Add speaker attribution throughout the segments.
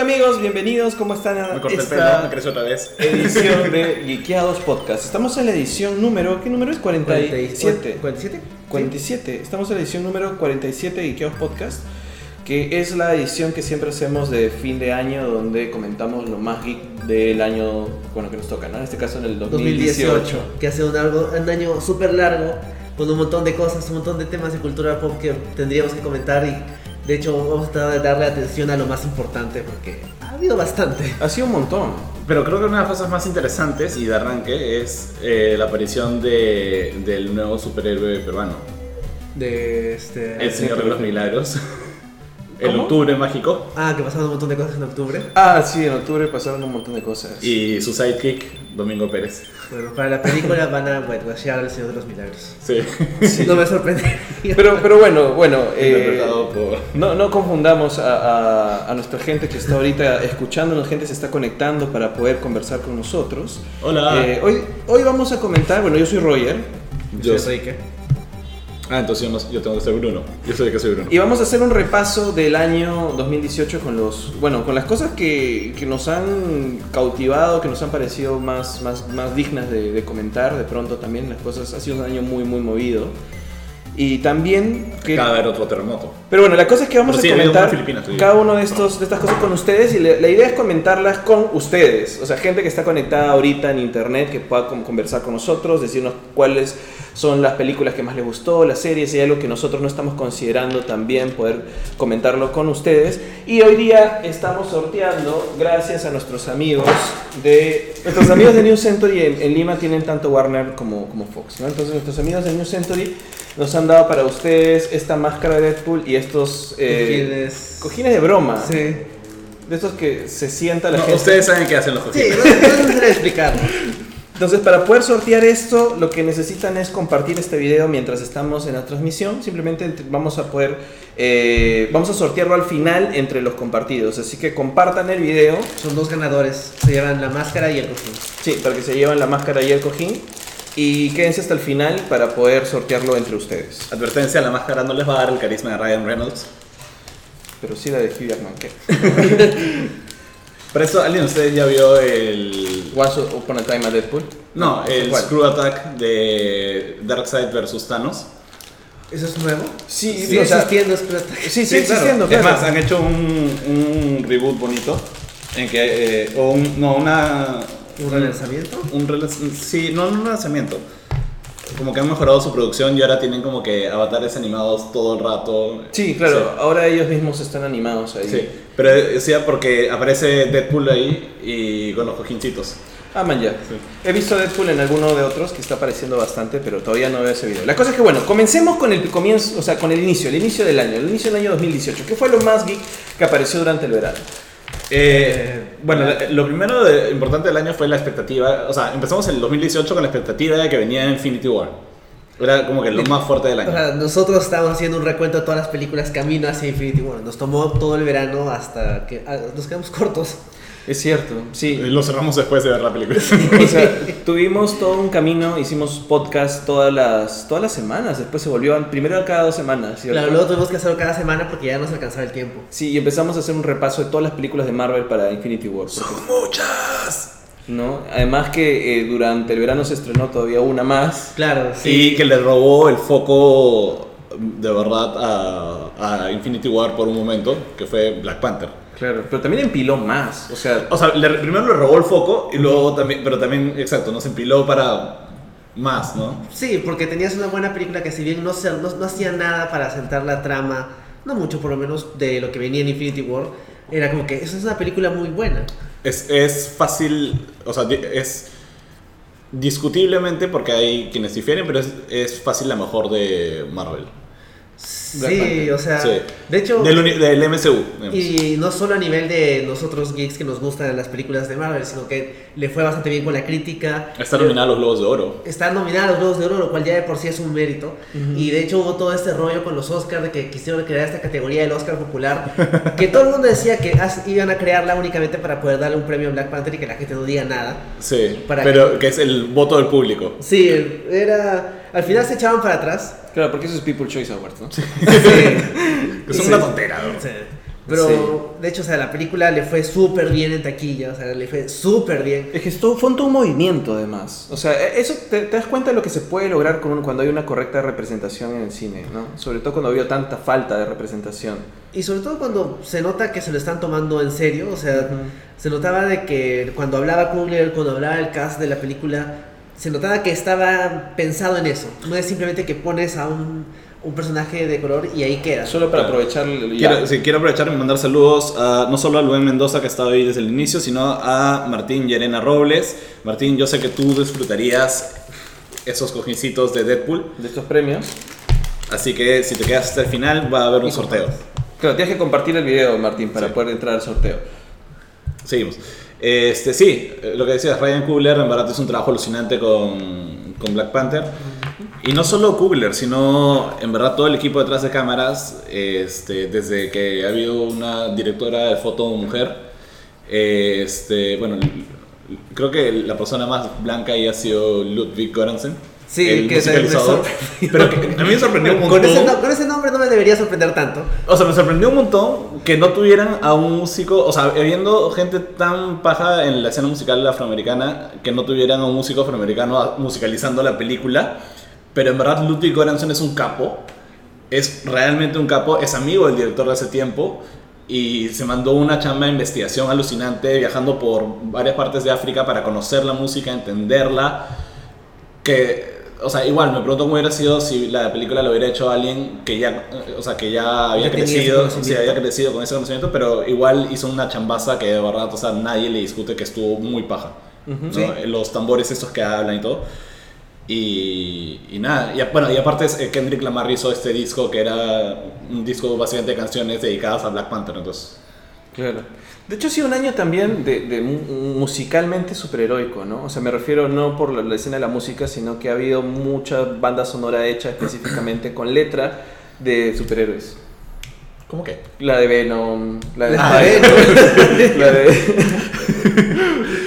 Speaker 1: amigos? Bienvenidos. ¿Cómo están a
Speaker 2: Me corté el pelo, me
Speaker 1: esta
Speaker 2: creció otra vez.
Speaker 1: edición de Geekeados Podcast? Estamos en la edición número... ¿Qué número es? 47.
Speaker 3: 47.
Speaker 1: 47. Estamos en la edición número 47 de Geekeados Podcast, que es la edición que siempre hacemos de fin de año, donde comentamos lo más geek del año, bueno, que nos toca, ¿no? En este caso en el
Speaker 3: 2018,
Speaker 1: 2018.
Speaker 3: que hace un, largo- un año súper largo, con un montón de cosas, un montón de temas de cultura pop que tendríamos que comentar y de hecho vamos a tratar de darle atención a lo más importante porque ha habido bastante.
Speaker 1: Ha sido un montón.
Speaker 2: Pero creo que una de las cosas más interesantes y de arranque es eh, la aparición de, del nuevo superhéroe peruano,
Speaker 3: De este...
Speaker 2: el Señor de los Milagros. El
Speaker 1: Ah, ¿Cómo?
Speaker 2: Octubre Mágico
Speaker 3: Ah, que pasaron un montón de cosas en octubre.
Speaker 1: Ah, sí, en octubre pasaron un montón de cosas.
Speaker 2: y su sidekick, Domingo Pérez.
Speaker 3: Bueno, para la película van a whitewashear al Señor de los Milagros.
Speaker 2: Sí.
Speaker 3: No me sorprende.
Speaker 1: Pero, pero bueno, bueno. eh,
Speaker 2: Interpretado por.
Speaker 1: No, no confundamos a, a- a nuestra gente que está ahorita escuchándonos, gente se está conectando para poder conversar con nosotros.
Speaker 2: Hola.
Speaker 1: Eh, hoy, hoy vamos a comentar, bueno, yo soy Roger,
Speaker 2: Yo-
Speaker 3: soy Enrique.
Speaker 2: Ah, entonces yo, no- yo tengo que ser Bruno. Yo soy el que soy Bruno.
Speaker 1: y vamos a hacer un repaso del año 2018 con los, bueno, con las cosas que, que nos han cautivado, que nos han parecido más, más, más dignas de, de comentar, de pronto también las cosas, ha sido un año muy, muy movido. Y también que...
Speaker 2: Acaba de haber otro terremoto.
Speaker 1: Pero bueno, la cosa es que vamos
Speaker 2: Pero
Speaker 1: a
Speaker 2: sí, ha habido uno en
Speaker 1: comentar
Speaker 2: Filipinas, te digo.
Speaker 1: cada uno de estos de estas cosas con ustedes y le- la idea es comentarlas con ustedes, o sea, gente que está conectada ahorita en internet que pueda con- conversar con nosotros, decirnos cuáles son las películas que más les gustó, las series, si hay algo que nosotros no estamos considerando también poder comentarlo con ustedes. Y hoy día estamos sorteando gracias a nuestros amigos de nuestros amigos de New Century en, en Lima tienen tanto Warner como como Fox, ¿no? Entonces, nuestros amigos de New Century nos han dado para ustedes esta máscara de Deadpool y estos eh,
Speaker 3: Cojines.
Speaker 1: cojines de broma.
Speaker 3: Sí.
Speaker 1: De estos que se sienta la
Speaker 2: No,
Speaker 1: gente.
Speaker 2: ustedes saben qué hacen los
Speaker 3: Sí,
Speaker 2: cojines.
Speaker 3: no, no es necesario explicarlo.
Speaker 1: Entonces, para poder sortear esto, lo que necesitan es compartir este video mientras estamos en la transmisión. Simplemente ent- vamos a poder, eh, vamos a sortearlo al final entre los compartidos. Así que compartan el video,
Speaker 3: Son dos ganadores, se llevan la máscara y el cojín.
Speaker 1: sí, para que se lleven la máscara y el cojín. Y quédense hasta el final para poder sortearlo entre ustedes.
Speaker 2: Advertencia: la máscara no les va a dar el carisma de Ryan Reynolds.
Speaker 1: Pero sí la de Hugh Jackman, ¿qué?
Speaker 2: Por eso, alguien de ustedes ya vio el.
Speaker 1: Once Upon a Time a Deadpool.
Speaker 2: No, el
Speaker 1: ¿Cuál?
Speaker 2: Screw Attack de Darkseid versus Thanos.
Speaker 3: ¿Eso es nuevo?
Speaker 1: Sí,
Speaker 3: Sigue
Speaker 1: o sea-
Speaker 3: existiendo, es plata.
Speaker 1: Sí, sí,
Speaker 2: claro.
Speaker 1: existiendo,
Speaker 2: Es
Speaker 1: claro.
Speaker 2: más, han hecho un, un reboot bonito. En que. eh, o un, no, una.
Speaker 3: ¿Un relanzamiento?
Speaker 2: Un relanz- sí, no, no un lanzamiento. Como que han mejorado su producción y ahora tienen como que avatares animados todo el rato.
Speaker 1: Sí, claro, ahora ellos mismos están animados ahí.
Speaker 2: Sí, sí. pero decía porque aparece Deadpool ahí y con los cojincitos.
Speaker 1: Ah, man, ya.
Speaker 2: Sí.
Speaker 1: He visto Deadpool en alguno de otros que está apareciendo bastante, pero todavía no veo ese video. La cosa es que, bueno, comencemos con el comienzo, o sea, con el inicio, el inicio del año, el inicio del año 2018. ¿Qué fue lo más geek que apareció durante el verano?
Speaker 2: Eh, bueno, la- lo primero de- importante del año fue la expectativa. O sea, empezamos en el 2018 con la expectativa de que venía Infinity War. Era como que lo más fuerte del
Speaker 3: O
Speaker 2: año.
Speaker 3: sea, nosotros estábamos haciendo un recuento de todas las películas camino hacia Infinity War. Nos tomó todo el verano hasta que ah, nos quedamos cortos.
Speaker 1: Es cierto, sí.
Speaker 2: Lo cerramos después de ver la película.
Speaker 1: O sea, tuvimos todo un camino, hicimos podcast todas las, todas las semanas, después se volvió a- primero cada dos semanas, ¿cierto?
Speaker 3: Claro, luego tuvimos que hacerlo cada semana porque ya nos alcanzaba el tiempo.
Speaker 1: Sí, y empezamos a hacer un repaso de todas las películas de Marvel para Infinity War. porque-
Speaker 2: ¡Muchas!
Speaker 1: ¿no? Además que eh, durante el verano se estrenó todavía una más.
Speaker 3: Claro, sí.
Speaker 2: Y que le robó el foco de verdad a, a Infinity War por un momento, que fue Black Panther.
Speaker 1: Claro. Pero también empiló más. O sea,
Speaker 2: O sea, le- primero le robó el foco y luego también, pero también, exacto, nos empiló para más, ¿no?
Speaker 3: Sí, porque tenías una buena película que si bien no, se- no, no hacía nada para sentar la trama, no mucho por lo menos de lo que venía en Infinity War, era como que esa es una película muy buena.
Speaker 2: Es, es fácil, o sea, di- es discutiblemente porque hay quienes difieren, pero es, es fácil la mejor de Marvel.
Speaker 1: Black
Speaker 3: Sí,
Speaker 1: Panther.
Speaker 3: o sea,
Speaker 2: Sí.
Speaker 3: de hecho...
Speaker 2: Del, uni- del MCU. digamos.
Speaker 3: Y no solo a nivel de nosotros geeks que nos gustan las películas de Marvel, sino que le fue bastante bien con la crítica.
Speaker 2: Está nominada a los Globos de Oro.
Speaker 3: Está nominada a los Globos de Oro, lo cual ya de por sí es un mérito. Y de hecho hubo todo este rollo con los Oscars de que quisieron crear esta categoría del Oscar popular, que todo el mundo decía que as- iban a crearla únicamente para poder darle un premio a Black Panther y que la gente no diga nada.
Speaker 2: Sí,
Speaker 3: Para
Speaker 2: pero que es el voto del público.
Speaker 3: Sí, era... Al final se echaban para atrás.
Speaker 1: claro, porque eso es People's Choice Awards, ¿no?
Speaker 3: Sí.
Speaker 2: Que es
Speaker 3: Sí.
Speaker 2: una tontera, ¿no?
Speaker 3: Sí. Pero
Speaker 1: Sí.
Speaker 3: de hecho, o sea, la película le fue súper bien en taquilla, o sea, le fue súper bien.
Speaker 1: Es que esto fue todo un movimiento además. O sea, e- eso te, te das cuenta de lo que se puede lograr con un- cuando hay una correcta representación en el cine, ¿no? Sobre todo cuando vio tanta falta de representación.
Speaker 3: Y sobre todo cuando se nota que se lo están tomando en serio, o sea,
Speaker 1: Ujú.
Speaker 3: se notaba de que cuando hablaba Kugler, cuando hablaba el cast de la película, se notaba que estaba pensado en eso. No es simplemente que pones a un, un personaje de color y ahí queda.
Speaker 1: Solo para aprovechar el- ya.
Speaker 2: Quiero, sí, quiero aprovechar y mandar saludos a, no solo a Luen Mendoza, que ha estado ahí desde el inicio, sino a Martín Yerena Robles. Martín, yo sé que tú disfrutarías esos cojincitos de Deadpool,
Speaker 1: de estos premios.
Speaker 2: así que si te quedas hasta el final va a haber un sorteo.
Speaker 1: Claro, tienes que compartir el video, Martín, para
Speaker 2: Sí.
Speaker 1: poder entrar al sorteo.
Speaker 2: Seguimos. Este, sí, eh, lo que decías, Ryan Coogler en verdad hizo un trabajo alucinante con, con Black Panther. Y no solo Coogler, sino en verdad todo el equipo detrás de cámaras, este, desde que ha habido una directora de foto mujer, eh, este, bueno, l- l- creo que la persona más blanca ahí ha sido Ludwig Göransson.
Speaker 3: Sí,
Speaker 2: el
Speaker 3: que se- me
Speaker 2: musicalizador.
Speaker 3: sorprendió.
Speaker 2: Pero que a mí me sorprendió un montón.
Speaker 3: Con ese, no- con ese nombre no me debería sorprender tanto.
Speaker 2: O sea, me sorprendió un montón que no tuvieran a un músico, o sea, habiendo gente tan paja en la escena musical afroamericana, que no tuvieran a un músico afroamericano a- musicalizando la película. Pero en verdad Ludwig Göransson es un capo, es realmente un capo, es amigo del director de hace tiempo y se mandó una chamba de investigación alucinante viajando por varias partes de África para conocer la música, entenderla, que o sea, igual me pregunto cómo hubiera sido si la película lo hubiera hecho alguien que ya, eh, o sea, que ya había
Speaker 3: Ya tenía ese
Speaker 2: crecido, o sea,
Speaker 3: conocimiento.
Speaker 2: había crecido con ese conocimiento, pero igual hizo una chambaza que de verdad, o sea, nadie le discute que estuvo muy paja. ¿no?
Speaker 3: Sí.
Speaker 2: Los tambores estos que hablan y todo. Y, y nada, y, a- bueno, y aparte es- eh, Kendrick Lamar hizo este disco que era un disco básicamente de canciones dedicadas a Black Panther, entonces.
Speaker 1: Claro. De hecho, ha sido un año también de, de mu- musicalmente superheroico, ¿no? O sea, me refiero no por la, la escena de la música, sino que ha habido mucha banda sonora hecha específicamente con letra de superhéroes.
Speaker 2: ¿Cómo que?
Speaker 1: La de Venom, la de
Speaker 3: La de
Speaker 1: Spider- la de...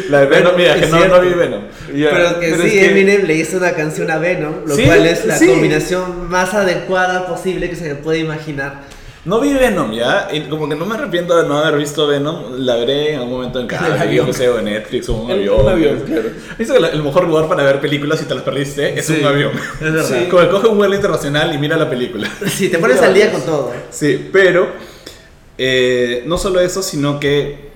Speaker 1: la de
Speaker 2: Venom, mira,
Speaker 3: es
Speaker 2: que no, no
Speaker 3: cierto.
Speaker 2: vi Venom.
Speaker 1: Ya,
Speaker 3: pero que
Speaker 1: pero
Speaker 3: sí,
Speaker 1: es que-
Speaker 3: Eminem le hizo una canción a Venom, lo
Speaker 2: Sí,
Speaker 3: cual es la
Speaker 2: sí.
Speaker 3: combinación más adecuada posible que se le puede imaginar.
Speaker 2: No vi Venom ya, y como que no me arrepiento de no haber visto Venom, la veré en algún momento en
Speaker 3: En el
Speaker 2: casa, yo
Speaker 3: avión.
Speaker 2: que sé, o en Netflix o en un
Speaker 1: En
Speaker 2: avión.
Speaker 1: un avión, claro.
Speaker 2: Dice que la- el mejor lugar para ver películas si te las perdiste es
Speaker 1: Sí.
Speaker 2: un avión.
Speaker 3: Es verdad.
Speaker 1: Sí.
Speaker 2: Como que coge un vuelo internacional y mira la película.
Speaker 3: Si te pones al día con todo.
Speaker 2: Sí, pero eh, no solo eso, sino que.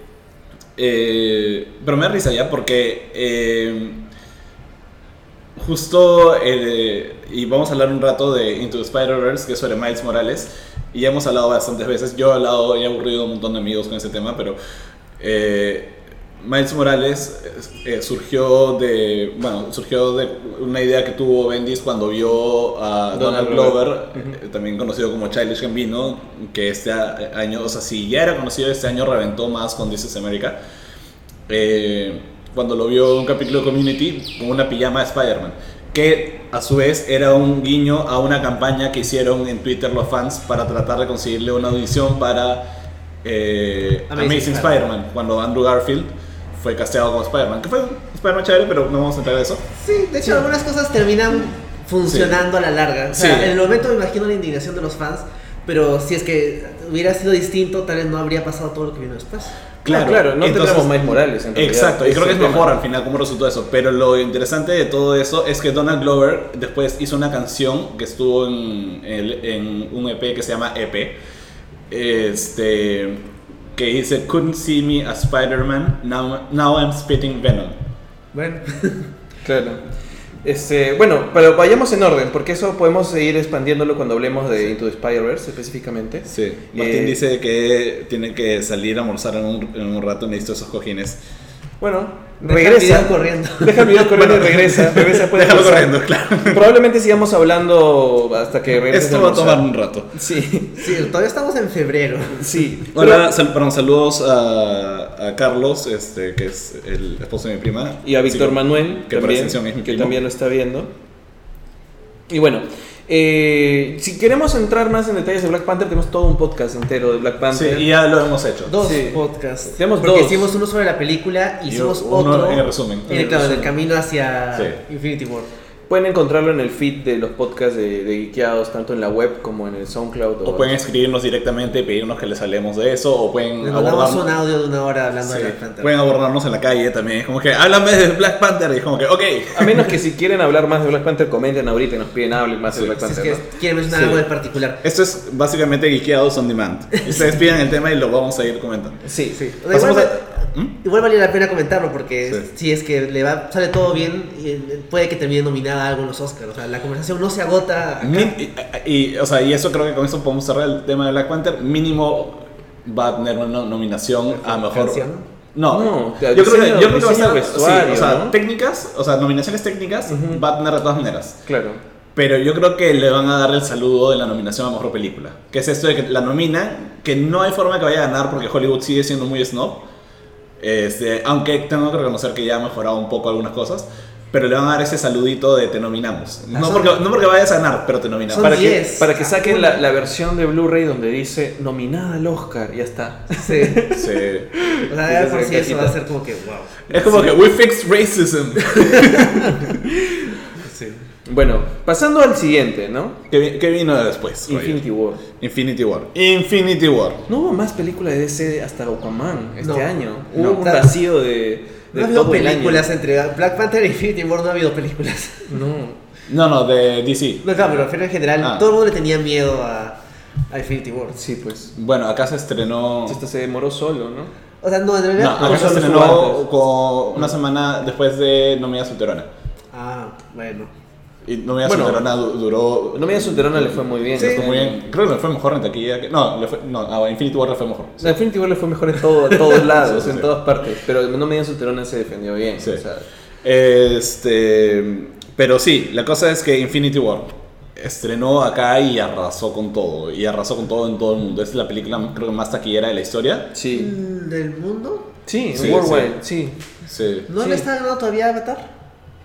Speaker 2: eh, pero me da risa ya porque. eh, justo. eh, y vamos a hablar un rato de Into the Spider-Verse, que es sobre Miles Morales. Y ya hemos hablado bastantes veces. Yo he hablado y he aburrido a un montón de amigos con ese tema, pero. eh, Miles Morales eh, surgió de bueno surgió de una idea que tuvo Bendis cuando vio a
Speaker 1: Donald
Speaker 2: Donald
Speaker 1: Glover.
Speaker 2: Glover eh, también conocido como Childish Gambino, que este a- año, o sea, si ya era conocido, este año reventó más con This is America. Eh, cuando lo vio en un capítulo de Community con una pijama de Spider-Man, que a su vez era un guiño a una campaña que hicieron en Twitter los fans para tratar de conseguirle una audición para eh,
Speaker 3: Amazing
Speaker 2: Amazing,
Speaker 3: Spider-Man.
Speaker 2: Spider-Man, cuando Andrew Garfield fue casteado como Spider-Man, que fue un Spider-Man chévere, pero no vamos a entrar en eso.
Speaker 1: Ah,
Speaker 3: Sí, de hecho algunas cosas terminan funcionando a la larga. O sea,
Speaker 2: Sí.
Speaker 3: en el momento me imagino la indignación de los fans, pero si es que hubiera sido distinto, tal vez no habría pasado todo lo que vino después.
Speaker 1: Claro, claro, no tendremos Miles Morales, en realidad.
Speaker 2: Exacto, y
Speaker 1: Ese
Speaker 2: creo que es
Speaker 1: es el
Speaker 2: mejor
Speaker 1: tema.
Speaker 2: al final cómo resultó eso. Pero lo interesante de todo eso es que Donald Glover después hizo una canción que estuvo en, el- en un EP que se llama EP. Este. Que dice: Couldn't see me as Spider-Man, now, now I'm spitting Venom.
Speaker 3: Bueno,
Speaker 1: Claro. Este, bueno, pero vayamos en orden, porque eso podemos seguir expandiéndolo cuando hablemos de Into the Spider-Verse específicamente.
Speaker 2: Sí, Martín
Speaker 1: Eh,
Speaker 2: dice que tiene que salir a almorzar en un, en un rato, necesito esos cojines.
Speaker 1: Bueno,
Speaker 3: Deja el
Speaker 1: regresa.
Speaker 3: video corriendo.
Speaker 1: Deja el video corriendo y regresa. regresa puede
Speaker 2: Déjalo
Speaker 1: pasar.
Speaker 2: corriendo, claro.
Speaker 1: Probablemente sigamos hablando hasta que regrese.
Speaker 2: Esto va a tomar un rato.
Speaker 1: Sí,
Speaker 3: sí, todavía estamos en febrero.
Speaker 1: sí.
Speaker 2: Hola, sal- perdón, saludos a, a Carlos, este, que es el esposo de mi prima.
Speaker 1: Y a Víctor
Speaker 2: Sí,
Speaker 1: Manuel,
Speaker 2: que por
Speaker 1: también,
Speaker 2: extensión es mi
Speaker 1: que
Speaker 2: primo.
Speaker 1: también lo está viendo. Y bueno, eh, si queremos entrar más en detalles de Black Panther, tenemos todo un podcast entero de Black
Speaker 2: Sí,
Speaker 1: Panther.
Speaker 2: y ya lo hemos hecho.
Speaker 3: Dos
Speaker 1: Sí.
Speaker 3: podcasts.
Speaker 1: Tenemos
Speaker 3: Porque
Speaker 1: dos.
Speaker 3: hicimos uno sobre la película,
Speaker 2: Y
Speaker 3: hicimos
Speaker 2: uno
Speaker 3: otro
Speaker 2: en el resumen.
Speaker 3: en el, claro, en el camino hacia
Speaker 2: Sí.
Speaker 3: Infinity War.
Speaker 1: Pueden encontrarlo en el feed de los podcasts de, de Geekeados, tanto en la web como en el SoundCloud.
Speaker 2: O pueden escribirnos directamente, pedirnos que les hablemos de eso, o pueden
Speaker 3: Le mandamos un
Speaker 2: abordarnos,
Speaker 3: audio de una hora hablando
Speaker 2: sí,
Speaker 3: de Black Panther.
Speaker 2: pueden abordarnos en la calle también. Es como que, háblame de Black Panther. Y es como que, ok.
Speaker 1: A menos que si quieren hablar más de Black Panther, comenten ahorita y nos piden hablen más de Black
Speaker 3: si es
Speaker 1: Panther.
Speaker 3: que
Speaker 1: ¿no?
Speaker 3: quieren mencionar
Speaker 2: Sí.
Speaker 3: algo en particular.
Speaker 2: Esto es básicamente Geekeados on Demand. Ustedes pidan el tema y lo vamos a ir comentando.
Speaker 1: Sí, sí.
Speaker 3: O sea, igual,
Speaker 2: Pasamos ¿Mm?
Speaker 3: va- igual valía la pena comentarlo porque
Speaker 2: Sí.
Speaker 3: si es que le va, sale todo bien, eh, puede que termine nominada a algo en los Oscars. O sea, la conversación no se agota. acá.
Speaker 2: Min- y, y- o sea, y eso creo que con eso podemos cerrar el tema de Black Panther. Mínimo va a tener una nominación a mejor.
Speaker 3: canción.
Speaker 2: No,
Speaker 1: No,
Speaker 2: yo,
Speaker 1: diseño-
Speaker 2: creo que, yo creo que va a
Speaker 1: diseño
Speaker 2: estar.
Speaker 1: vestuario,
Speaker 2: sí, o sea,
Speaker 1: ¿no?
Speaker 2: técnicas, o sea, nominaciones técnicas va a tener de todas maneras.
Speaker 1: Claro.
Speaker 2: Pero yo creo que le van a dar el saludo de la nominación a mejor película. Que es esto de que la nominan, que no hay forma que vaya a ganar porque Hollywood sigue siendo muy snob. Este, aunque tengo que reconocer que ya ha mejorado un poco algunas cosas. Pero le van a dar ese saludito de te nominamos.
Speaker 3: Ah,
Speaker 2: No
Speaker 3: son-
Speaker 2: porque, no porque vayas a ganar, pero te nominamos.
Speaker 3: Son Ah,
Speaker 1: Para que,
Speaker 3: 10.
Speaker 1: para que saquen la,
Speaker 3: Apura.
Speaker 1: la versión de Blu-ray donde dice nominada al Oscar, ya está.
Speaker 3: Sí.
Speaker 2: Sí.
Speaker 3: O sea, de por sí
Speaker 1: Cajita.
Speaker 3: eso va a ser como que wow.
Speaker 2: Es como que we fixed racism.
Speaker 1: Bueno, pasando al siguiente, ¿no?
Speaker 2: ¿Qué, vi- qué vino después? Roger?
Speaker 1: Infinity War.
Speaker 2: Infinity War. Infinity War.
Speaker 1: No hubo más películas de DC hasta Aquaman este
Speaker 3: No.
Speaker 1: año. Hubo
Speaker 3: No.
Speaker 1: un vacío de, de
Speaker 3: No ha habido
Speaker 1: todo el año.
Speaker 3: películas entre Black Panther y Infinity War, no ha habido películas.
Speaker 1: No.
Speaker 2: No, no, de DC.
Speaker 3: No, claro, pero me refiero en general,
Speaker 2: Ah.
Speaker 3: todo el mundo le tenía miedo a, a Infinity War.
Speaker 1: Sí, pues.
Speaker 2: Bueno, acá se estrenó.
Speaker 1: Esta se demoró solo, ¿no?
Speaker 3: O sea, no, en
Speaker 2: No,
Speaker 3: realidad.
Speaker 2: acá se
Speaker 1: solo
Speaker 2: estrenó
Speaker 1: estuvo
Speaker 2: con una semana después de No Me Solterona.
Speaker 3: Ah, bueno.
Speaker 2: Y No Me
Speaker 1: Bueno,
Speaker 2: Solterona du- duró.
Speaker 1: No me Solterona le fue muy bien.
Speaker 2: Sí,
Speaker 1: este
Speaker 2: muy
Speaker 1: año.
Speaker 2: bien. Creo que le fue mejor en taquilla. que- No, le fue- no, a Infinity War le fue mejor.
Speaker 1: O sea, Infinity War le fue mejor en todo- todos lados,
Speaker 2: Sí, sí.
Speaker 1: en todas partes. Pero No Media Solterona se defendió bien.
Speaker 2: Sí.
Speaker 1: o sea.
Speaker 2: Este, pero sí, la cosa es que Infinity War estrenó acá y arrasó con todo. Y arrasó con todo en todo el mundo. Es la película creo que más taquillera de la historia.
Speaker 3: Mm.
Speaker 1: Sí.
Speaker 3: ¿Del mundo?
Speaker 1: Sí,
Speaker 2: Sí,
Speaker 1: Worldwide, sí.
Speaker 2: Sí.
Speaker 3: ¿No
Speaker 1: Sí.
Speaker 3: le está ganando todavía a Avatar?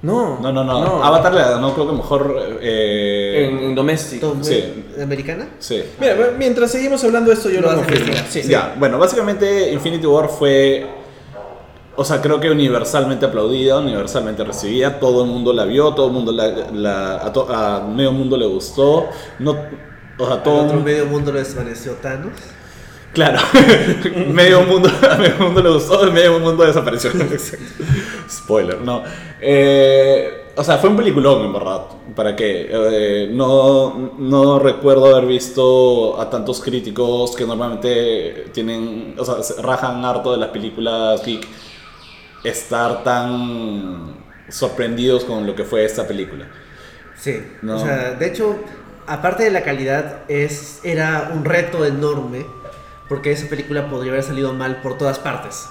Speaker 1: No.
Speaker 2: No, no, no. Avatar le ganó creo que mejor... eh,
Speaker 1: En, en Domestic.
Speaker 3: ¿Tom-
Speaker 2: sí.
Speaker 3: ¿Americana?
Speaker 2: sí.
Speaker 1: Mira, mientras seguimos hablando de esto, yo
Speaker 3: Lo
Speaker 1: lo
Speaker 3: vas a
Speaker 1: confirmo.
Speaker 3: investigar.
Speaker 1: Sí.
Speaker 2: Ya, bueno, básicamente Infinity War fue. O sea, creo que universalmente aplaudida, universalmente recibida. Todo el mundo la vio, todo el mundo la. la- a, to- a medio mundo le gustó. No, o sea,
Speaker 3: Todo
Speaker 2: todo.
Speaker 3: otro medio mundo lo desvaneció Thanos.
Speaker 2: Claro, medio mundo, a medio mundo le gustó, medio mundo desapareció. Exacto. Spoiler, no. Eh, o sea, fue un peliculón, en verdad. ¿Para qué? Eh, no, no recuerdo haber visto a tantos críticos que normalmente tienen, o sea, se rajan harto de las películas geek, estar tan sorprendidos con lo que fue esta película.
Speaker 3: Sí.
Speaker 2: No.
Speaker 3: O sea, de hecho, aparte de la calidad, es, era un reto enorme. Porque esa película podría haber salido mal por todas partes.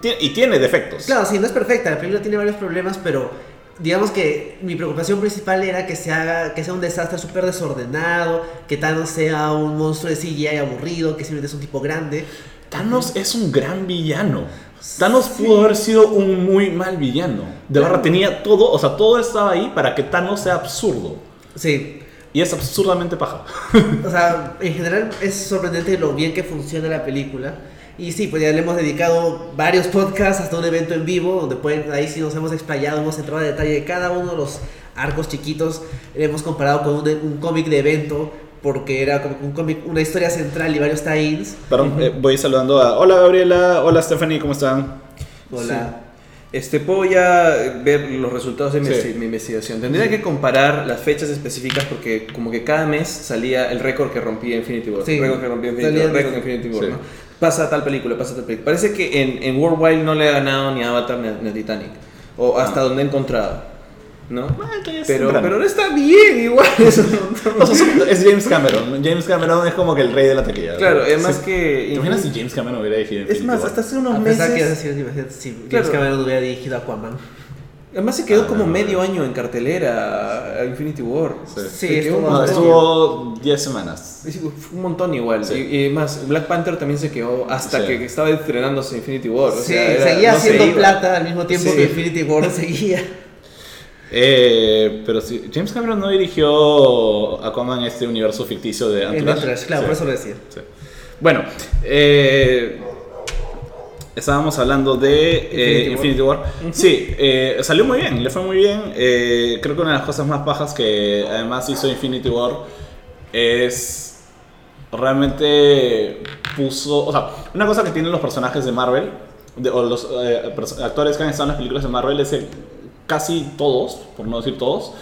Speaker 2: Tie- y tiene defectos.
Speaker 3: Claro, sí, no es perfecta. La película tiene varios problemas, pero digamos que mi preocupación principal era que se haga, que sea un desastre súper desordenado, que Thanos sea un monstruo de CGI aburrido, que simplemente es un tipo grande.
Speaker 2: Thanos es un gran villano. Thanos pudo haber sido un muy mal villano. De verdad, tenía todo, o sea, todo estaba ahí para que Thanos sea absurdo.
Speaker 3: Sí.
Speaker 2: Y es absurdamente paja.
Speaker 3: O sea, en general es sorprendente lo bien que funciona la película. Y sí, pues ya le hemos dedicado varios podcasts hasta un evento en vivo, donde pueden, ahí sí nos hemos explayado, hemos entrado a detalle de cada uno de los arcos chiquitos. Le hemos comparado con un, un cómic de evento, porque era como que un cómic, una historia central y varios tie-ins.
Speaker 2: Perdón, eh, voy saludando a. Hola Gabriela, hola Stephanie, ¿cómo están?
Speaker 3: Hola.
Speaker 1: Este, puedo ya ver los resultados de mi,
Speaker 2: Sí.
Speaker 1: mi investigación. Tendría que comparar las fechas específicas porque como que cada mes salía el récord que rompía Infinity War.
Speaker 3: Sí.
Speaker 1: Récord que rompía Infinity War,
Speaker 3: Salían-
Speaker 1: récord que Infinity War,
Speaker 2: Sí.
Speaker 1: ¿no? Pasa tal película, pasa tal película. Parece que en, en Worldwide no le ha ganado ni a Avatar ni a, ni a Titanic. O hasta donde he encontrado. ¿No? Pero,
Speaker 2: temprano.
Speaker 1: pero no está bien igual eso. no-
Speaker 2: O sea, son- es James Cameron. James Cameron es como que el rey de la taquilla.
Speaker 1: Claro,
Speaker 2: Sí.
Speaker 1: además
Speaker 2: ¿Te
Speaker 1: que... eh,
Speaker 2: imaginas si James Cameron hubiera dirigido
Speaker 1: Es
Speaker 2: Infinity
Speaker 1: más,
Speaker 2: War?
Speaker 1: hasta hace
Speaker 3: A
Speaker 1: unos
Speaker 3: pesar que
Speaker 1: meses...
Speaker 3: así es imagínate si James
Speaker 1: Claro.
Speaker 3: Cameron hubiera dirigido Aquaman.
Speaker 1: Además se quedó
Speaker 2: Ah,
Speaker 1: como
Speaker 2: no, no,
Speaker 1: medio
Speaker 2: no.
Speaker 1: año en cartelera a Infinity War.
Speaker 2: Sí.
Speaker 3: Sí,
Speaker 1: Se quedó
Speaker 3: estuvo
Speaker 1: un
Speaker 2: No,
Speaker 1: montón.
Speaker 2: estuvo 10 semanas.
Speaker 1: Sí, fue Un montón igual.
Speaker 2: Sí.
Speaker 1: Y, y más, Black Panther también se quedó hasta
Speaker 2: Sí.
Speaker 1: que estaba estrenándose Infinity War. o
Speaker 3: Sí,
Speaker 1: sea, era-
Speaker 3: seguía
Speaker 1: no se
Speaker 3: haciendo
Speaker 1: iba.
Speaker 3: plata al mismo tiempo
Speaker 1: Sí.
Speaker 3: que Infinity War seguía.
Speaker 2: Eh, pero sí, James Cameron no dirigió Aquaman, este universo ficticio de
Speaker 3: en
Speaker 2: Entourage.
Speaker 3: Entourage, claro,
Speaker 2: Sí.
Speaker 3: por eso lo decía.
Speaker 2: Sí. Bueno, eh, Estábamos hablando de eh, Infinity
Speaker 1: Infinity
Speaker 2: War. Sí, eh, salió muy bien, le fue muy bien. Eh, creo que una de las cosas más bajas que además hizo Infinity War es realmente puso, o sea, una cosa que tienen los personajes de Marvel, de- o los eh, perso- actores que han estado en las películas de Marvel, es que casi todos, por no decir todos,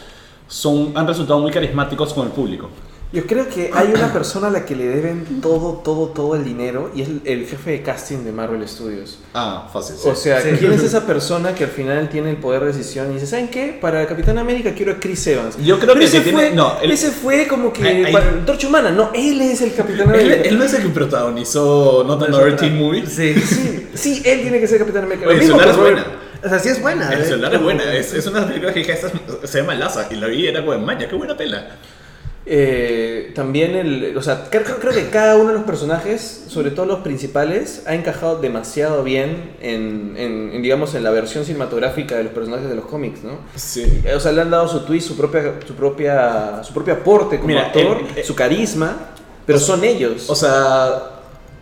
Speaker 2: son, han resultado muy carismáticos con el público.
Speaker 1: Yo creo que hay una persona a la que le deben todo, todo, todo el dinero y es el, el jefe de casting de Marvel Studios.
Speaker 2: Ah, fácil. sí.
Speaker 1: O sea,
Speaker 3: Sí.
Speaker 1: ¿quién es esa persona que al final tiene el poder de decisión y dice, ¿saben qué? Para Capitán América quiero a Chris Evans.
Speaker 2: Yo creo
Speaker 1: Pero
Speaker 2: que el
Speaker 1: ese,
Speaker 2: que
Speaker 1: fue,
Speaker 2: tiene- no, el-
Speaker 1: ese fue como que
Speaker 2: Ahí- ahí-
Speaker 1: para el Torcha Humana. No, él es el Capitán
Speaker 2: él,
Speaker 1: América.
Speaker 2: él no es el que protagonizó Not Another Teen Movie.
Speaker 3: Sí.
Speaker 1: Sí, sí, él tiene que ser Capitán América.
Speaker 2: Oye,
Speaker 1: Lo mismo
Speaker 2: Solar es
Speaker 1: con Robert-
Speaker 2: buena.
Speaker 3: O sea, sí es buena.
Speaker 2: El
Speaker 3: ¿eh?
Speaker 2: celular es buena, es, es una película que dije, esta es- se llama Laza y la vi y era como maña, qué buena tela.
Speaker 1: Eh, también el, o sea, creo, creo- creo que cada uno de los personajes, sobre todo los principales, ha encajado demasiado bien en, en- en, digamos, en la versión cinematográfica de los personajes de los cómics, ¿no?
Speaker 2: Sí.
Speaker 1: Eh, O sea, le han dado su twist, su propia, su propia, su propio aporte como
Speaker 2: Mira,
Speaker 1: actor,
Speaker 2: el- el-
Speaker 1: su carisma, pero son ellos.
Speaker 2: O sea,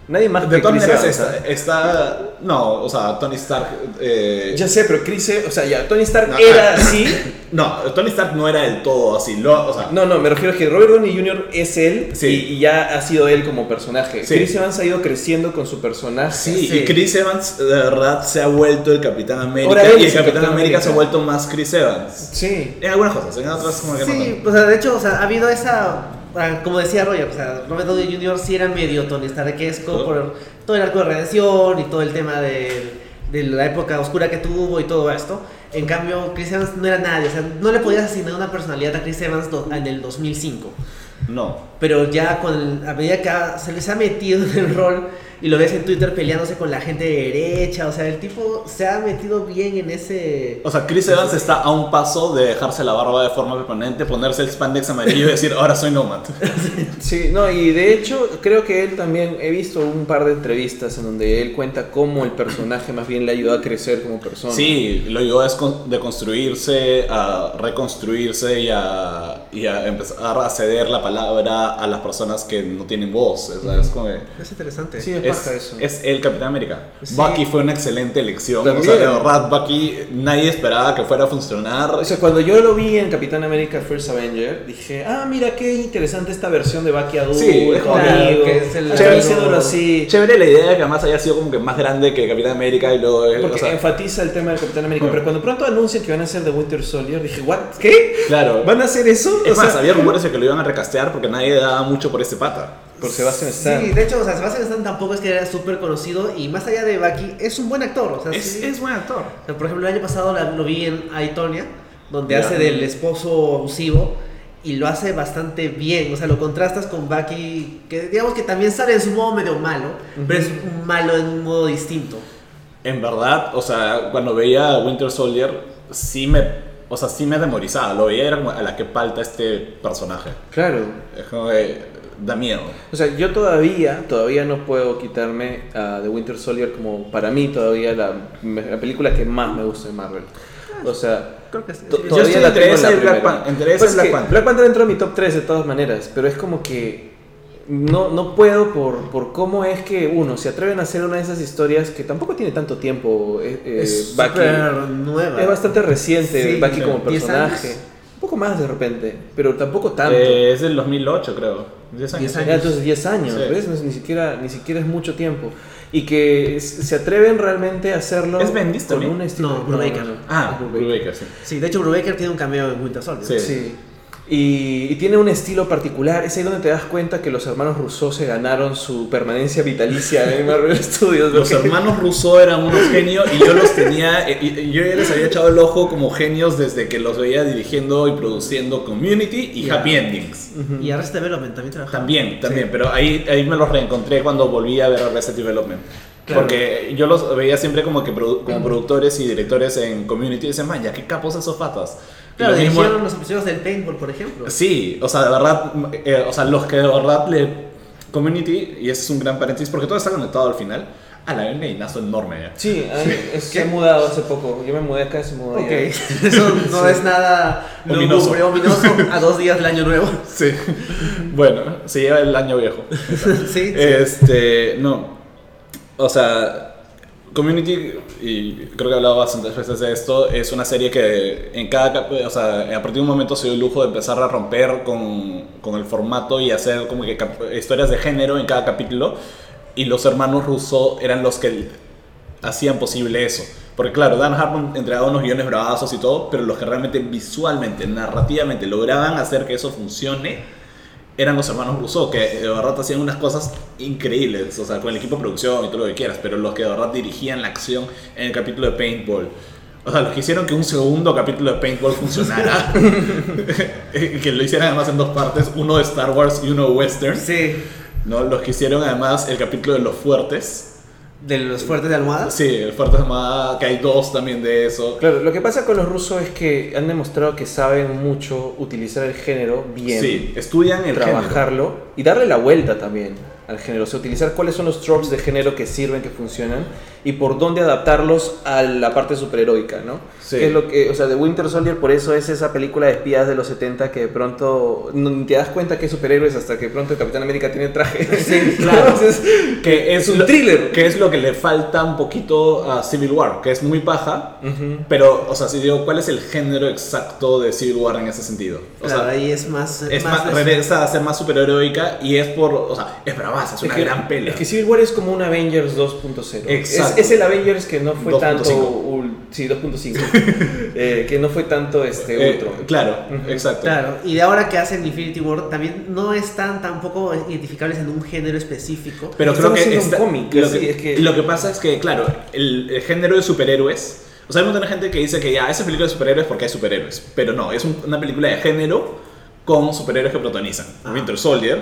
Speaker 1: Nadie más
Speaker 2: de
Speaker 1: que
Speaker 2: todas
Speaker 1: Chris
Speaker 2: maneras
Speaker 1: Evans,
Speaker 2: está,
Speaker 1: ¿eh?
Speaker 2: está- no, o sea, Tony Stark eh,
Speaker 1: Ya sé, pero Chris, Evans- o sea, ya Tony Stark
Speaker 2: No,
Speaker 1: era
Speaker 2: ah.
Speaker 1: así.
Speaker 2: no, Tony Stark no era del todo así, lo, o sea,
Speaker 1: No, no, me refiero a que Robert Downey Jr. es él
Speaker 2: Sí.
Speaker 1: y, y ya ha sido él como personaje.
Speaker 2: Sí.
Speaker 1: Chris Evans ha ido creciendo con su personaje.
Speaker 2: sí,
Speaker 3: sí.
Speaker 2: y Chris Evans de verdad se ha vuelto el Capitán América
Speaker 1: Ahora él
Speaker 2: y el
Speaker 1: es el
Speaker 2: Capitán,
Speaker 1: Capitán
Speaker 2: América se ha
Speaker 1: América.
Speaker 2: vuelto más Chris Evans.
Speaker 1: Sí.
Speaker 2: En algunas cosas, en otras como que no tanto.
Speaker 3: Sí, o sea, de hecho, o sea, ha habido esa. ah, Como decía Roger, o sea, Robert Downey Jr. sí era medio Tony Starkesco
Speaker 2: Ujú.
Speaker 3: por todo el arco de redención y todo el tema de, de la época oscura que tuvo y todo esto. En cambio, Chris Evans no era nadie, o sea, no le podías asignar una personalidad a Chris Evans do- en el 2005.
Speaker 2: No.
Speaker 3: Pero ya con el- a medida que ha- se les ha metido en el rol y lo ves en Twitter peleándose con la gente de derecha, o sea, el tipo se ha metido bien en ese...
Speaker 2: O sea, Chris Evans está a un paso de dejarse la barba de forma permanente, ponerse el spandex amarillo y decir, ahora soy nomad.
Speaker 1: Sí, no, y de hecho creo que él también, he visto un par de entrevistas en donde él cuenta cómo el personaje más bien le ayudó a crecer como persona.
Speaker 2: Sí, lo ayudó a descon- de construirse, a reconstruirse y a, y a empezar a ceder la palabra a las personas que no tienen voz. o sea, es como que-
Speaker 3: Es interesante.
Speaker 1: Sí, es,
Speaker 2: es,
Speaker 1: paja eso.
Speaker 2: es el Capitán América.
Speaker 1: Sí.
Speaker 2: Bucky fue una excelente elección. O sea,
Speaker 1: También.
Speaker 2: de verdad, Bucky nadie esperaba que fuera a funcionar.
Speaker 1: O sea, cuando yo lo vi en Capitán América First Avenger, dije, ah, mira qué interesante esta versión de Bucky adulto,
Speaker 2: Sí,
Speaker 1: es
Speaker 2: claro,
Speaker 1: amigo,
Speaker 3: que es el-
Speaker 1: está
Speaker 2: Chévere.
Speaker 1: diciéndolo así.
Speaker 2: Chévere la idea de que además haya sido como que más grande que Capitán América y luego... eh,
Speaker 1: Porque
Speaker 2: o sea,
Speaker 1: enfatiza el tema del Capitán América,
Speaker 2: Bueno.
Speaker 1: pero cuando pronto anuncian que van a hacer The Winter Soldier, dije, ¿what? ¿Qué?
Speaker 2: claro.
Speaker 1: ¿Van a hacer eso?
Speaker 2: Es
Speaker 1: O
Speaker 2: más,
Speaker 1: sea,
Speaker 2: había rumores de que lo iban a recastear porque nadie daba mucho por ese pata.
Speaker 1: por Sebastian Stan.
Speaker 3: Sí, de hecho, o sea, Sebastian Stan tampoco es que era súper conocido y más allá de Bucky, es un buen actor. O sea, sí.
Speaker 2: buen actor.
Speaker 3: O sea, por ejemplo, el año pasado la- lo vi en Aitonia, donde
Speaker 2: Ya.
Speaker 3: hace del esposo abusivo y lo hace bastante bien. O sea, lo contrastas con Bucky, que digamos que también sale en su modo medio malo, pero es un malo en un modo distinto.
Speaker 2: En verdad, o sea, cuando veía a Winter Soldier, sí me, o sea, sí me atemorizaba. Lo veía y era como a la que palta este personaje.
Speaker 1: Claro.
Speaker 2: Es como que da miedo.
Speaker 1: O sea, yo todavía, todavía no puedo quitarme a The Winter Soldier como para mí todavía la, me- la película que más me gusta de Marvel. O sea,
Speaker 3: Creo que sí.
Speaker 1: to-
Speaker 3: Sí,
Speaker 1: todavía
Speaker 2: estoy
Speaker 1: la
Speaker 2: entre
Speaker 1: tengo en
Speaker 2: esa
Speaker 1: la
Speaker 2: y Black
Speaker 1: primera.
Speaker 2: Pan- entre esa
Speaker 1: Pues
Speaker 2: y Black
Speaker 1: que
Speaker 2: Panther.
Speaker 1: Black Panther entra en mi top 3 de todas maneras, pero es como que no, no puedo por, por cómo es que uno se atreven a hacer una de esas historias que tampoco tiene tanto tiempo eh, eh,
Speaker 3: es
Speaker 1: Bucky.
Speaker 3: súper nueva.
Speaker 1: Es bastante reciente
Speaker 3: Sí,
Speaker 1: Bucky como
Speaker 3: ¿diez
Speaker 1: personaje.
Speaker 3: años?
Speaker 1: Un poco más de repente, pero tampoco tanto.
Speaker 2: Eh, es del 2008, creo. 10 años.
Speaker 3: Diez años.
Speaker 1: Ya, entonces 10 años,
Speaker 2: Sí.
Speaker 1: ¿ves? No es- Ni siquiera, ni siquiera es mucho tiempo. Y que s- se atreven realmente a hacerlo
Speaker 2: ¿Es Bendis
Speaker 1: con
Speaker 2: también?
Speaker 1: un estilo.
Speaker 3: No, Brubaker.
Speaker 2: Ah,
Speaker 1: es
Speaker 2: Blue
Speaker 1: Brubaker.
Speaker 2: Baker, sí.
Speaker 3: Sí, de hecho, Brubaker tiene un cameo en Winter
Speaker 2: Sí.
Speaker 3: Soldier.
Speaker 1: Sí. Y, y tiene un estilo particular. Es ahí donde te das cuenta que los hermanos rusos se ganaron su permanencia vitalicia en Marvel Studios.
Speaker 2: Los
Speaker 1: porque-
Speaker 2: hermanos Rousseau eran unos genios y yo los tenía, eh, y- y- yo ya les había echado el ojo como genios desde que los veía dirigiendo y produciendo Community y
Speaker 3: Ya.
Speaker 2: Happy Endings.
Speaker 3: Y Arrested Development también trabaja.
Speaker 2: También, también, pero ahí, ahí me los reencontré cuando volví a ver Reset Development.
Speaker 3: Claro.
Speaker 2: Porque yo los veía siempre como que produ- como productores y directores en community y decían, man, ya qué capos esos patas. Y
Speaker 3: Claro,
Speaker 2: lo mismo-
Speaker 3: dirigieron los episodios del Paintball, por ejemplo.
Speaker 2: Sí, o sea, de verdad, eh, o sea, los que de verdad le. Community, y ese es un gran paréntesis, porque todo está conectado al final, a la un einazo enorme. ¿eh? ya.
Speaker 1: Sí, ah, es- se ha mudado hace poco. Yo me mudé acá, se mudó
Speaker 3: Ok,
Speaker 1: allá.
Speaker 3: eso no es nada
Speaker 2: Ominoso.
Speaker 3: lúgubre, ominoso a dos días del año nuevo.
Speaker 2: Sí. bueno, se lleva el año viejo.
Speaker 3: sí, sí.
Speaker 2: Este, no. O sea, Community, y creo que he hablado bastantes veces de esto, es una serie que en cada, cap- o sea, a partir de un momento se dio el lujo de empezar a romper con, con el formato y hacer como que cap- historias de género en cada capítulo. Y los hermanos Russo eran los que hacían posible eso. Porque claro, Dan Harmon entregaba unos guiones bravazos y todo, pero los que realmente visualmente, narrativamente lograban hacer que eso funcione eran los hermanos Rousseau, que de verdad hacían unas cosas increíbles, o sea, con el equipo de producción y todo lo que quieras, pero los que de verdad dirigían la acción en el capítulo de Paintball. O sea, los que hicieron que un segundo capítulo de Paintball funcionara, que lo hicieran además en dos partes, uno de Star Wars y uno de Western,
Speaker 3: Sí,
Speaker 2: ¿no? Los que hicieron además el capítulo de los fuertes,
Speaker 3: de los fuertes de almohadas.
Speaker 2: Sí, el Fuerte Armada, que hay dos también de eso.
Speaker 1: Claro, lo que pasa con los rusos es que han demostrado que saben mucho utilizar el género bien.
Speaker 2: Sí, estudian el género.
Speaker 1: trabajarlo y darle la vuelta también al género, o sea, utilizar cuáles son los tropes de género que sirven, que funcionan y por dónde adaptarlos a la parte superheroica, ¿no?
Speaker 2: Sí.
Speaker 1: Que es lo que, o sea, The Winter Soldier por eso es esa película de espías de los 70 que de pronto no- ni te das cuenta que es superhéroes hasta que de pronto Capitán América tiene traje. Sí,
Speaker 2: claro.
Speaker 1: Entonces,
Speaker 2: Que es
Speaker 1: un
Speaker 2: lo-
Speaker 1: thriller.
Speaker 2: Que es lo que le falta un poquito a Civil War, que es muy paja. Pero, o sea, si digo, ¿cuál es el género exacto de Civil War en ese sentido? O
Speaker 3: Claro,
Speaker 2: sea,
Speaker 3: ahí es más.
Speaker 2: es
Speaker 3: más
Speaker 2: más,
Speaker 3: de-
Speaker 2: regresa a ser más superheroica y es por. O sea, es bravaza, es una
Speaker 1: es que-
Speaker 2: gran pela.
Speaker 1: Es que Civil War es como un Avengers 2.0. Es,
Speaker 2: Exacto.
Speaker 1: es el Avengers que no fue tanto.
Speaker 2: 2.5.
Speaker 1: ul- sí, 2.5. eh, que no fue tanto este
Speaker 2: Eh,
Speaker 1: Ultron.
Speaker 2: claro, exacto.
Speaker 3: Claro, y de ahora que hacen Infinity War también no están tampoco identificables en un género específico.
Speaker 2: Pero creo
Speaker 1: Estamos
Speaker 2: que,
Speaker 1: haciendo un
Speaker 2: está-
Speaker 1: cómic,
Speaker 2: lo,
Speaker 1: así,
Speaker 2: que
Speaker 1: es que-
Speaker 2: lo que pasa es que, claro, el, el género de superhéroes. O sea, hay un montón de gente que dice que ya, esa película de superhéroes porque hay superhéroes. Pero no, es un- una película de género con superhéroes que protagonizan.
Speaker 3: Ah.
Speaker 2: Winter Soldier,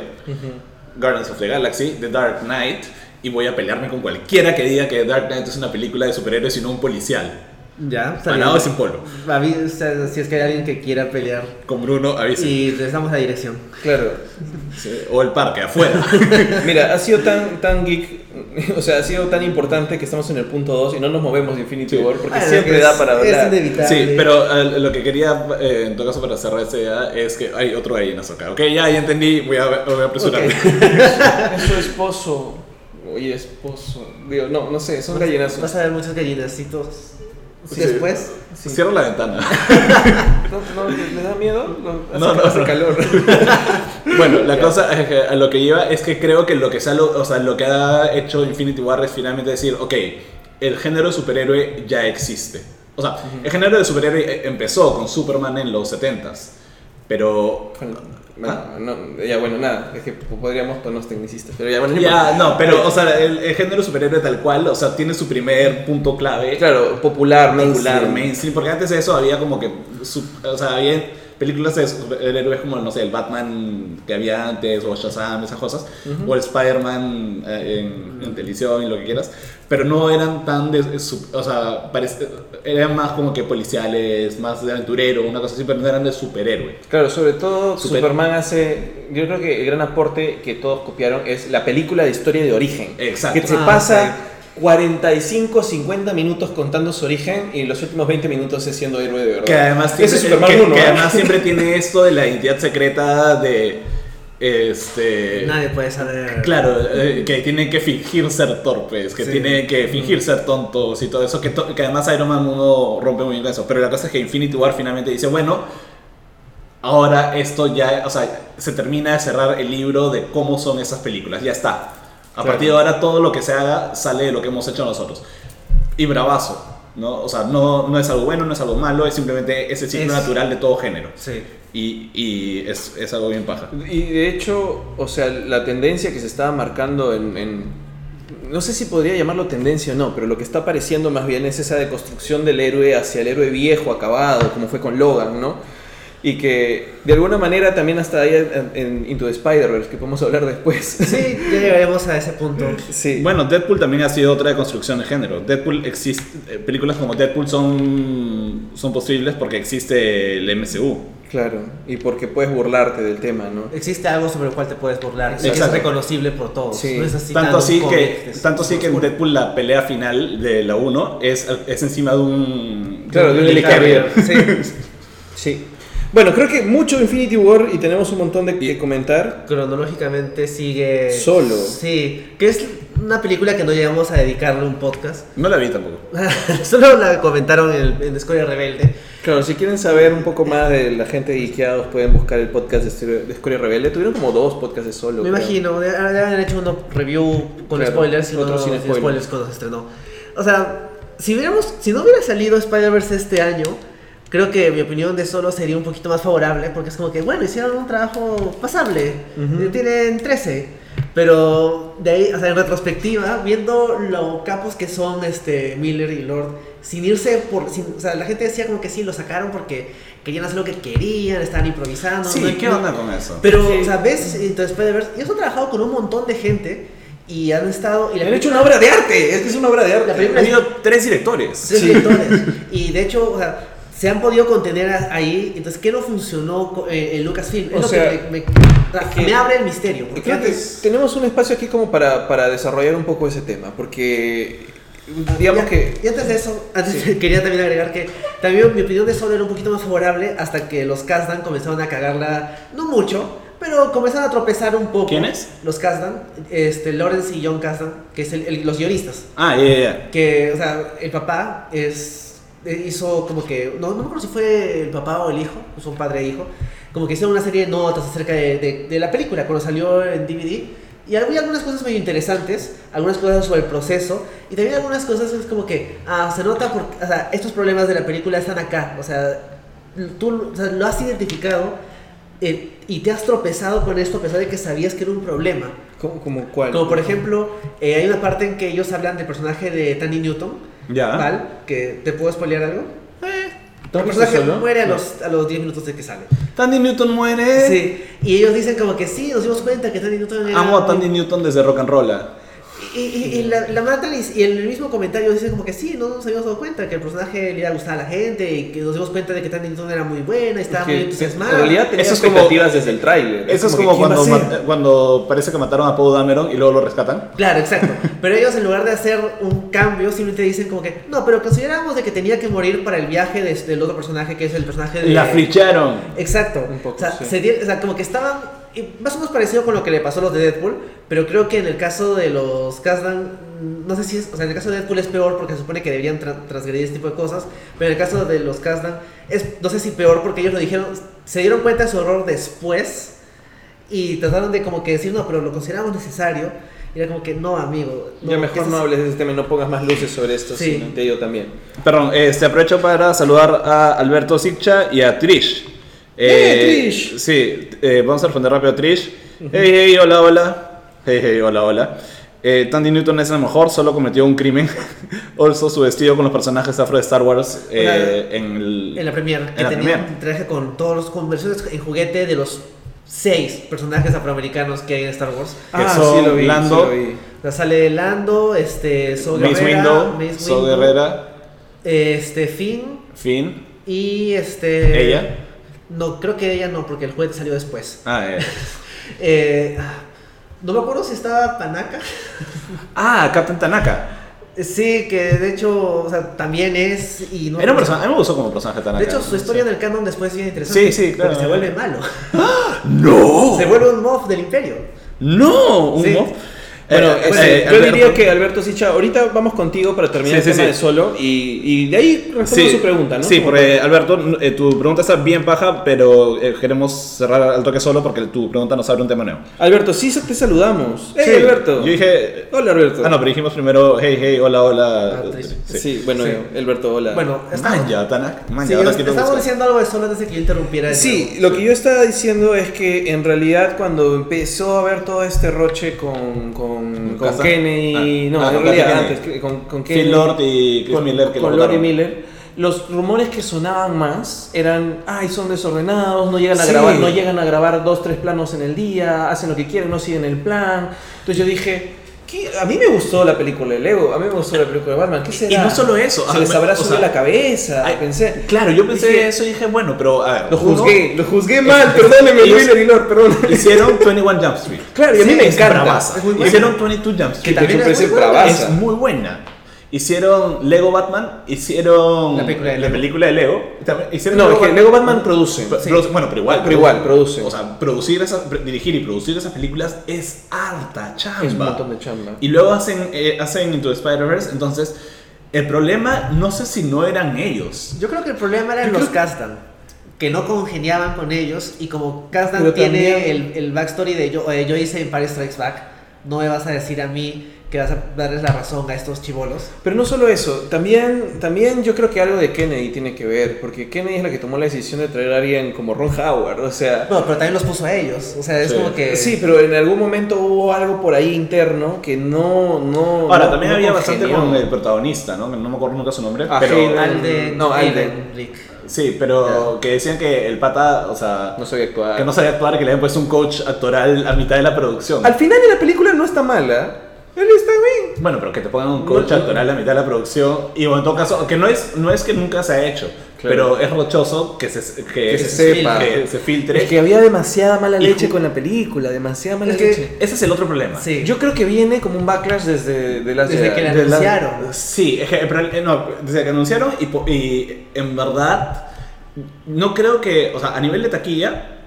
Speaker 2: Guardians of the Galaxy, The Dark Knight. Y voy a pelearme con cualquiera que diga que The Dark Knight es una película de superhéroes y no un policial.
Speaker 3: Ya, está
Speaker 2: Manado
Speaker 3: bien.
Speaker 2: Ah, sin polvo.
Speaker 3: A mí, o sea, si es que hay alguien que quiera pelear.
Speaker 2: Con Bruno, avisen.
Speaker 3: Y les damos la dirección.
Speaker 1: Claro.
Speaker 2: Sí, O el parque, afuera.
Speaker 1: Mira, ha sido tan, tan geek, o sea, ha sido tan importante que estamos en el punto 2 y no nos movemos de Infinity
Speaker 2: Sí.
Speaker 1: War porque
Speaker 3: Bueno,
Speaker 1: siempre
Speaker 3: pues,
Speaker 1: da para
Speaker 3: Es
Speaker 1: hablar.
Speaker 3: inevitable.
Speaker 2: Sí, pero eh, lo que quería, eh, en todo caso, para cerrar esta idea, es que hay otro ahí en Azoka. Ok, ya, ya entendí, voy a, voy a apresurarme.
Speaker 1: Es su esposo. Oye, esposo. Digo, no, no sé, son
Speaker 3: Vas
Speaker 1: gallinazos.
Speaker 3: a ver muchos gallinacitos. pues,
Speaker 2: Sí.
Speaker 3: Después.
Speaker 1: Sí.
Speaker 2: Cierro la ventana.
Speaker 1: ¿No, no, ¿Le da miedo? No, hace,
Speaker 2: No, no,
Speaker 1: hace
Speaker 2: no.
Speaker 1: calor.
Speaker 2: bueno, la cosa es que a lo que lleva es que creo que lo que, se ha lo- o sea, lo que ha hecho Infinity War es finalmente decir, ok, el género de superhéroe ya existe. O sea, el género de superhéroe eh, empezó con Superman en los 70s, pero... Ah.
Speaker 1: Bueno, no, ya bueno, nada, es que podríamos ponernos tecnicistas, pero ya bueno, no importa.
Speaker 2: Ya, no, pero, o sea, el, el género superhéroe tal cual, o sea, tiene su primer punto clave.
Speaker 1: Claro, popular,
Speaker 2: popular,
Speaker 1: mainstream.
Speaker 2: mainstream, porque antes de eso había como que, sub- o sea, había películas de superhéroes como, no sé, el Batman que había antes, o Shazam, esas cosas, o el Spider-Man eh, en, en televisión y lo que quieras, pero no eran tan, de, sub- o sea, parece- eran más como que policiales, más de aventurero, una cosa así, pero no eran de superhéroe.
Speaker 1: Claro, sobre todo
Speaker 2: Super-
Speaker 1: Superman hace, yo creo que el gran aporte que todos copiaron es la película de historia de origen.
Speaker 2: Exacto.
Speaker 1: Que se
Speaker 3: Ah,
Speaker 1: pasa 45, 50 minutos contando su origen y los últimos 20 minutos es siendo héroe de verdad.
Speaker 2: Que además,
Speaker 1: Ese
Speaker 2: tiene-
Speaker 1: es Superman
Speaker 2: que-
Speaker 1: uno,
Speaker 2: que
Speaker 1: ¿eh?
Speaker 2: además siempre tiene esto de la identidad secreta de... Este,
Speaker 3: Nadie puede saber.
Speaker 2: Claro, eh, que tienen que fingir ser torpes, que
Speaker 3: Sí.
Speaker 2: tienen que fingir ser tontos y todo eso, que, to- que además Iron Man 1 rompe muy bien con eso. Pero la cosa es que Infinity War finalmente dice, bueno, ahora esto ya, o sea, se termina de cerrar el libro de cómo son esas películas, ya está. A
Speaker 1: Claro.
Speaker 2: partir de ahora todo lo que se haga sale de lo que hemos hecho nosotros. Y bravazo, ¿no? O sea, no, no es algo bueno, no es algo malo, es simplemente ese ciclo
Speaker 3: Es-
Speaker 2: natural de todo género.
Speaker 3: Sí.
Speaker 2: Y, y es, es algo bien paja.
Speaker 1: Y de hecho, o sea, la tendencia que se estaba marcando en, en- No sé si podría llamarlo tendencia o no, pero lo que está apareciendo más bien es esa deconstrucción del héroe hacia el héroe viejo, acabado, como fue con Logan, ¿no? Y que de alguna manera también hasta ahí en, en Into the Spider-Verse, que podemos hablar después.
Speaker 3: Sí, ya llegaremos a ese punto.
Speaker 2: Mm.
Speaker 1: Sí.
Speaker 2: Bueno, Deadpool también ha sido otra construcción de género. Deadpool existe, eh, películas como Deadpool son, son posibles porque existe el MCU.
Speaker 1: Claro, y porque puedes burlarte del tema, ¿no?
Speaker 3: Existe algo sobre el cual te puedes burlar. y que es
Speaker 2: Exacto.
Speaker 3: reconocible por todos.
Speaker 1: Sí.
Speaker 3: No es así
Speaker 2: tanto
Speaker 3: tan
Speaker 2: así
Speaker 3: cómic,
Speaker 2: que,
Speaker 3: es-
Speaker 2: tanto así que en
Speaker 3: oscuro.
Speaker 2: Deadpool la pelea final de la 1 es, es encima de un...
Speaker 1: Claro, de un
Speaker 2: helicarrier.
Speaker 1: helicarrier. Sí. sí. Bueno, creo que mucho Infinity War y tenemos un montón de que comentar.
Speaker 3: Cronológicamente sigue.
Speaker 1: Solo.
Speaker 3: Sí. Que es Una película que no llegamos a dedicarle un podcast.
Speaker 2: No la vi tampoco.
Speaker 3: Solo la comentaron en, en Escoria Rebelde.
Speaker 1: Claro, si quieren saber un poco más de la gente de Ikeados, pueden buscar el podcast de Escoria- de Escoria Rebelde. Tuvieron como dos podcasts de solo.
Speaker 3: Me
Speaker 1: creo.
Speaker 3: imagino, de, de haber hecho uno review con
Speaker 1: Claro,
Speaker 3: spoilers y
Speaker 1: otro
Speaker 3: otro
Speaker 1: sin
Speaker 3: sin
Speaker 1: spoilers.
Speaker 3: spoilers. cuando se estrenó. O sea, si, hubiéramos, si no hubiera salido Spider-Verse este año, creo que mi opinión de solo sería un poquito más favorable, porque es como que, bueno, hicieron un trabajo pasable,
Speaker 1: Ujú.
Speaker 3: Eh, tienen 13. Pero de ahí, o sea, en retrospectiva, viendo lo capos que son este Miller y Lord, sin irse por. sin- o sea, la gente decía como que sí, lo sacaron porque querían hacer lo que querían, estaban improvisando.
Speaker 2: sí,
Speaker 3: Ah, no-
Speaker 2: ¿qué
Speaker 3: no-
Speaker 2: onda con eso?
Speaker 3: pero,
Speaker 1: Sí.
Speaker 3: o sea, ves, entonces Spider-Verse, ellos han trabajado con un montón de gente y han estado. Y la
Speaker 1: Han hecho
Speaker 3: película-
Speaker 1: una obra de arte. Es que es una obra de
Speaker 3: La
Speaker 1: arte.
Speaker 2: Ha
Speaker 3: película es
Speaker 2: habido tres directores.
Speaker 3: tres directores. Y de hecho, o sea, se han podido contener a- ahí. Entonces, ¿qué no funcionó co- eh, en Lucasfilm? Es
Speaker 1: O
Speaker 3: lo
Speaker 1: sea,
Speaker 3: que me, me-
Speaker 1: que-
Speaker 3: me abre el misterio. Porque
Speaker 1: Creo que
Speaker 3: antes-
Speaker 1: tenemos un espacio aquí como para, para desarrollar un poco ese tema, porque digamos
Speaker 3: ya-
Speaker 1: que
Speaker 3: Y antes de eso, antes
Speaker 1: Sí.
Speaker 3: quería también agregar que también mi opinión de Solo era un poquito más favorable hasta que los Kazdan comenzaron a cagarla, no mucho, pero comenzaron a tropezar un poco.
Speaker 2: ¿Quiénes?
Speaker 3: Los Kazdan, este, Lawrence y John Kazdan, que es el- el- los guionistas.
Speaker 2: Ah, ya, ya, ya.
Speaker 3: Que, o sea, el papá es, eh, hizo como que, no, no me acuerdo si fue el papá o el hijo, son padre e hijo, como que hicieron una serie de notas acerca de, de- de la película cuando salió en DVD. Y había algunas cosas medio interesantes, algunas cosas sobre el proceso, y también algunas cosas es como que, ah, se nota, por, o sea, estos problemas de la película están acá, o sea, tú o sea, lo has identificado eh, y te has tropezado con esto a pesar de que sabías que era un problema.
Speaker 1: como, como cuál.
Speaker 3: Como por ejemplo, eh, hay una parte en que ellos hablan del personaje de Tandy Newton,
Speaker 1: Ah.
Speaker 2: Ya.
Speaker 3: ¿Val? Que, ¿Te puedo spoilear algo?
Speaker 1: ¿Todo
Speaker 3: El personaje
Speaker 1: solo?
Speaker 3: muere a los, a los 10 minutos de que sale.
Speaker 2: Tandy Newton
Speaker 1: Eh.
Speaker 2: muere.
Speaker 3: Sí. Y ellos dicen como que sí, nos dimos cuenta que Tandy Newton era...
Speaker 2: Amo a Tandy Newton desde Rock and Roll.
Speaker 3: Y, y- y la, la matan y, y en el mismo comentario dicen como que sí, no nos habíamos dado cuenta que el personaje le iba a gustar a la gente y que nos dimos cuenta de que Tandy Newton era muy buena, estaba
Speaker 1: Que-
Speaker 3: muy
Speaker 1: que en
Speaker 3: entusiasmada.
Speaker 1: realidad tenía
Speaker 2: Eso es como-
Speaker 1: expectativas desde el tráiler.
Speaker 2: Eso es como
Speaker 1: que, ¿quién va
Speaker 2: cuando,
Speaker 1: a ser?
Speaker 2: ma- cuando parece que mataron a Paul Dameron y luego lo rescatan.
Speaker 3: Claro, exacto. Pero ellos en lugar de hacer un cambio, simplemente dicen como que, no, pero consideramos de que tenía que morir para el viaje de- del otro personaje, que es el personaje de...
Speaker 2: La ficharon.
Speaker 3: Exacto.
Speaker 1: Un poco,
Speaker 3: o, sea,
Speaker 1: sí.
Speaker 3: se di- o sea, como que estaban y más o menos parecido con lo que le pasó a los de Deadpool, pero creo que en el caso de los Kazdan, no sé si es, o sea, en el caso de Deadpool es peor porque se supone que deberían tra- transgredir este tipo de cosas, pero en el caso de los Kazdan es, no sé si peor porque ellos lo dijeron, se dieron cuenta de su error después y trataron de como que decir, no, pero lo consideramos necesario, y era como que no, amigo.
Speaker 1: Ya mejor
Speaker 3: eso
Speaker 1: no
Speaker 3: es-
Speaker 1: hables de ese tema y no pongas más luces sobre esto,
Speaker 3: Sí.
Speaker 1: sino te digo también.
Speaker 2: Perdón, este aprovecho para saludar a Alberto Siccha y a Trish.
Speaker 3: ¡Eh,
Speaker 2: Eh,
Speaker 1: Trish!
Speaker 2: Sí, eh, vamos a responder rápido a Trish. Hey, hey, hola, hola. Hey, hey, hola, hola. Eh, Tandy Newton es el mejor, solo cometió un crimen. also, su vestido con los personajes afro de Star Wars eh,
Speaker 3: Claro.
Speaker 2: en, el-
Speaker 3: En la Premiere, que
Speaker 2: En la
Speaker 3: tenía
Speaker 2: Premiere.
Speaker 3: un traje con todos los con versiones en juguete de los seis personajes afroamericanos que hay en Star Wars.
Speaker 2: Que
Speaker 1: Ah,
Speaker 2: son Lando,
Speaker 3: O sea, sale Lando, este, Saw
Speaker 2: Mace
Speaker 3: Gerrera,
Speaker 2: Window,
Speaker 3: Mace
Speaker 2: Saw
Speaker 3: Windu,
Speaker 2: Gerrera,
Speaker 3: este, Finn
Speaker 2: Finn,
Speaker 3: y este...
Speaker 2: ella.
Speaker 3: No, creo que ella no, porque el juguete salió después.
Speaker 2: Ah, eh.
Speaker 3: Eh, ah, no me acuerdo si estaba Panaka.
Speaker 2: ah, Captain Tanaka.
Speaker 3: Sí, que de hecho, o sea, también es y no...
Speaker 2: Era un personaje, a mí me gustó como personaje Tanaka.
Speaker 3: De hecho, su historia en el canon después es bien interesante.
Speaker 2: Sí, sí, claro. Uh.
Speaker 3: Porque se vuelve malo.
Speaker 2: ¡No!
Speaker 3: Se vuelve un mof del imperio.
Speaker 2: ¡No! ¿Un
Speaker 3: Sí.
Speaker 2: mob?
Speaker 1: Bueno,
Speaker 2: Eh,
Speaker 1: este,
Speaker 2: eh,
Speaker 1: yo
Speaker 2: Alberto.
Speaker 1: diría que Alberto Sicha, ahorita vamos contigo para terminar
Speaker 2: Sí,
Speaker 1: el
Speaker 2: sí,
Speaker 1: tema de
Speaker 2: sí.
Speaker 1: solo y, y de ahí respondo su pregunta, ¿no?
Speaker 2: Sí,
Speaker 1: Como
Speaker 2: porque Alberto, eh, tu pregunta está bien paja, pero eh, queremos cerrar al toque solo porque tu pregunta nos abre un tema nuevo.
Speaker 1: para- Alberto, sí te saludamos. ¡Hey,
Speaker 2: Sí,
Speaker 1: Alberto!
Speaker 2: Yo dije.
Speaker 1: Hola, Alberto.
Speaker 2: Ah, no, pero dijimos primero, hey, hey, hola, hola.
Speaker 3: Ah, triste.
Speaker 1: Sí,
Speaker 2: Sí.
Speaker 1: bueno,
Speaker 3: Sí.
Speaker 1: Alberto, hola.
Speaker 3: Bueno, estamos-
Speaker 2: Manja, Tanak. Manja,
Speaker 3: Sí,
Speaker 2: ahora sí te
Speaker 3: estamos
Speaker 2: busco.
Speaker 3: diciendo algo de solo antes de que yo interrumpiera. de
Speaker 1: Sí,
Speaker 3: nuevo.
Speaker 1: lo que yo estaba diciendo es que en realidad cuando empezó a ver todo este roche con, con,
Speaker 2: ¿Con
Speaker 1: con
Speaker 2: Casa?
Speaker 1: Kennedy,
Speaker 2: Ah.
Speaker 1: no,
Speaker 2: Ah,
Speaker 1: en
Speaker 2: con
Speaker 1: realidad
Speaker 2: Kennedy.
Speaker 1: antes, que- con, con
Speaker 2: Phil
Speaker 1: Kennedy,
Speaker 2: Lord y Chris
Speaker 1: con,
Speaker 2: Miller que
Speaker 1: con
Speaker 2: lo
Speaker 1: Lord y
Speaker 2: votaron.
Speaker 1: Miller, los rumores que sonaban más eran, ay, son desordenados, no llegan a
Speaker 2: Sí.
Speaker 1: grabar, no llegan a grabar dos, tres planos en el día, hacen lo que quieren, no siguen el plan. Entonces yo dije, ¿qué? a mí me gustó la película de Lego, a mí me gustó la película de Batman, ¿qué será?
Speaker 2: Y no solo eso,
Speaker 1: se
Speaker 2: a-
Speaker 1: les habrá
Speaker 2: o sea,
Speaker 1: subido la cabeza,
Speaker 2: ay,
Speaker 1: pensé.
Speaker 2: Claro, yo pensé
Speaker 1: Dije,
Speaker 2: eso y dije, bueno, pero a ver.
Speaker 1: lo
Speaker 2: uno,
Speaker 1: juzgué, lo juzgué mal, perdóneme,
Speaker 2: Ellos-
Speaker 1: Miller y Lord, perdón.
Speaker 2: Hicieron 21 Jump Street.
Speaker 1: Claro, y a mí
Speaker 2: Sí,
Speaker 1: me
Speaker 2: es
Speaker 1: encanta.
Speaker 2: bravaza.
Speaker 1: Es muy buena.
Speaker 2: Hicieron 22 Jump Street.
Speaker 1: también
Speaker 3: es muy
Speaker 1: es
Speaker 3: buena.
Speaker 1: bravaza.
Speaker 2: Es muy buena. Hicieron Lego Batman, hicieron
Speaker 3: La película de Lego.
Speaker 2: de Lego. También hicieron
Speaker 1: No, es que
Speaker 2: Bat-
Speaker 1: Lego Batman produce.
Speaker 2: Pro- produce- Bueno, pero igual.
Speaker 1: Pero igual, produce.
Speaker 2: O sea, producir esas, pr- dirigir y producir esas películas es harta chamba.
Speaker 1: Es un montón de chamba.
Speaker 2: Y luego hacen, eh, hacen Into the Spider-Verse. Entonces, el problema, no sé si no eran ellos.
Speaker 3: Yo creo que el problema eran
Speaker 1: Yo
Speaker 3: los
Speaker 1: creo-
Speaker 3: Kasdan, que no congeniaban con ellos y como Kasdan
Speaker 1: Pero
Speaker 3: tiene
Speaker 1: también-
Speaker 3: el, el backstory de yo, eh, yo hice Empire Strikes Back, no me vas a decir a mí que vas a darles la razón a estos chivolos.
Speaker 1: Pero no solo eso, también, también yo creo que algo de Kennedy tiene que ver, porque Kennedy es la que tomó la decisión de traer a alguien como Ron Howard, o sea...
Speaker 3: No, pero también los puso a ellos, o sea, es
Speaker 2: Sí.
Speaker 3: como que...
Speaker 1: Sí, pero en algún momento hubo algo por ahí interno que no... no
Speaker 2: Ahora,
Speaker 1: no-
Speaker 2: también
Speaker 1: no
Speaker 2: había bastante
Speaker 1: congenió.
Speaker 2: con el protagonista, ¿no? No me acuerdo nunca su nombre.
Speaker 1: Ah,
Speaker 2: pero,
Speaker 1: Hayden.
Speaker 3: Alden,
Speaker 1: No,
Speaker 3: Hayden,
Speaker 1: Alden.
Speaker 3: Rick.
Speaker 2: Sí, pero que decían que el pata, o sea,
Speaker 1: No soy actual.
Speaker 2: que no sabía actuar, que le habían puesto un coach actoral a mitad de la producción.
Speaker 1: Al final de la película no está mala. Él está bien.
Speaker 2: Bueno, pero que te pongan un coach
Speaker 1: No, no.
Speaker 2: actoral a mitad de la producción. Y bueno, en todo caso, que no es, no es que nunca se ha hecho,
Speaker 1: Claro.
Speaker 2: pero es rochoso que se, que,
Speaker 1: Que se sepa.
Speaker 2: que se filtre.
Speaker 1: Es que había demasiada mala
Speaker 2: Y
Speaker 1: leche
Speaker 2: ju-
Speaker 1: con la película, demasiada mala
Speaker 3: Es que-
Speaker 1: leche.
Speaker 2: Ese es el otro problema.
Speaker 3: Sí.
Speaker 1: Yo creo que viene como un backlash desde de las
Speaker 3: Desde que la
Speaker 1: de la-
Speaker 3: anunciaron.
Speaker 2: Sí, es que, pero, eh, no, desde que anunciaron y, po- y en verdad no creo que, o sea, a nivel de taquilla,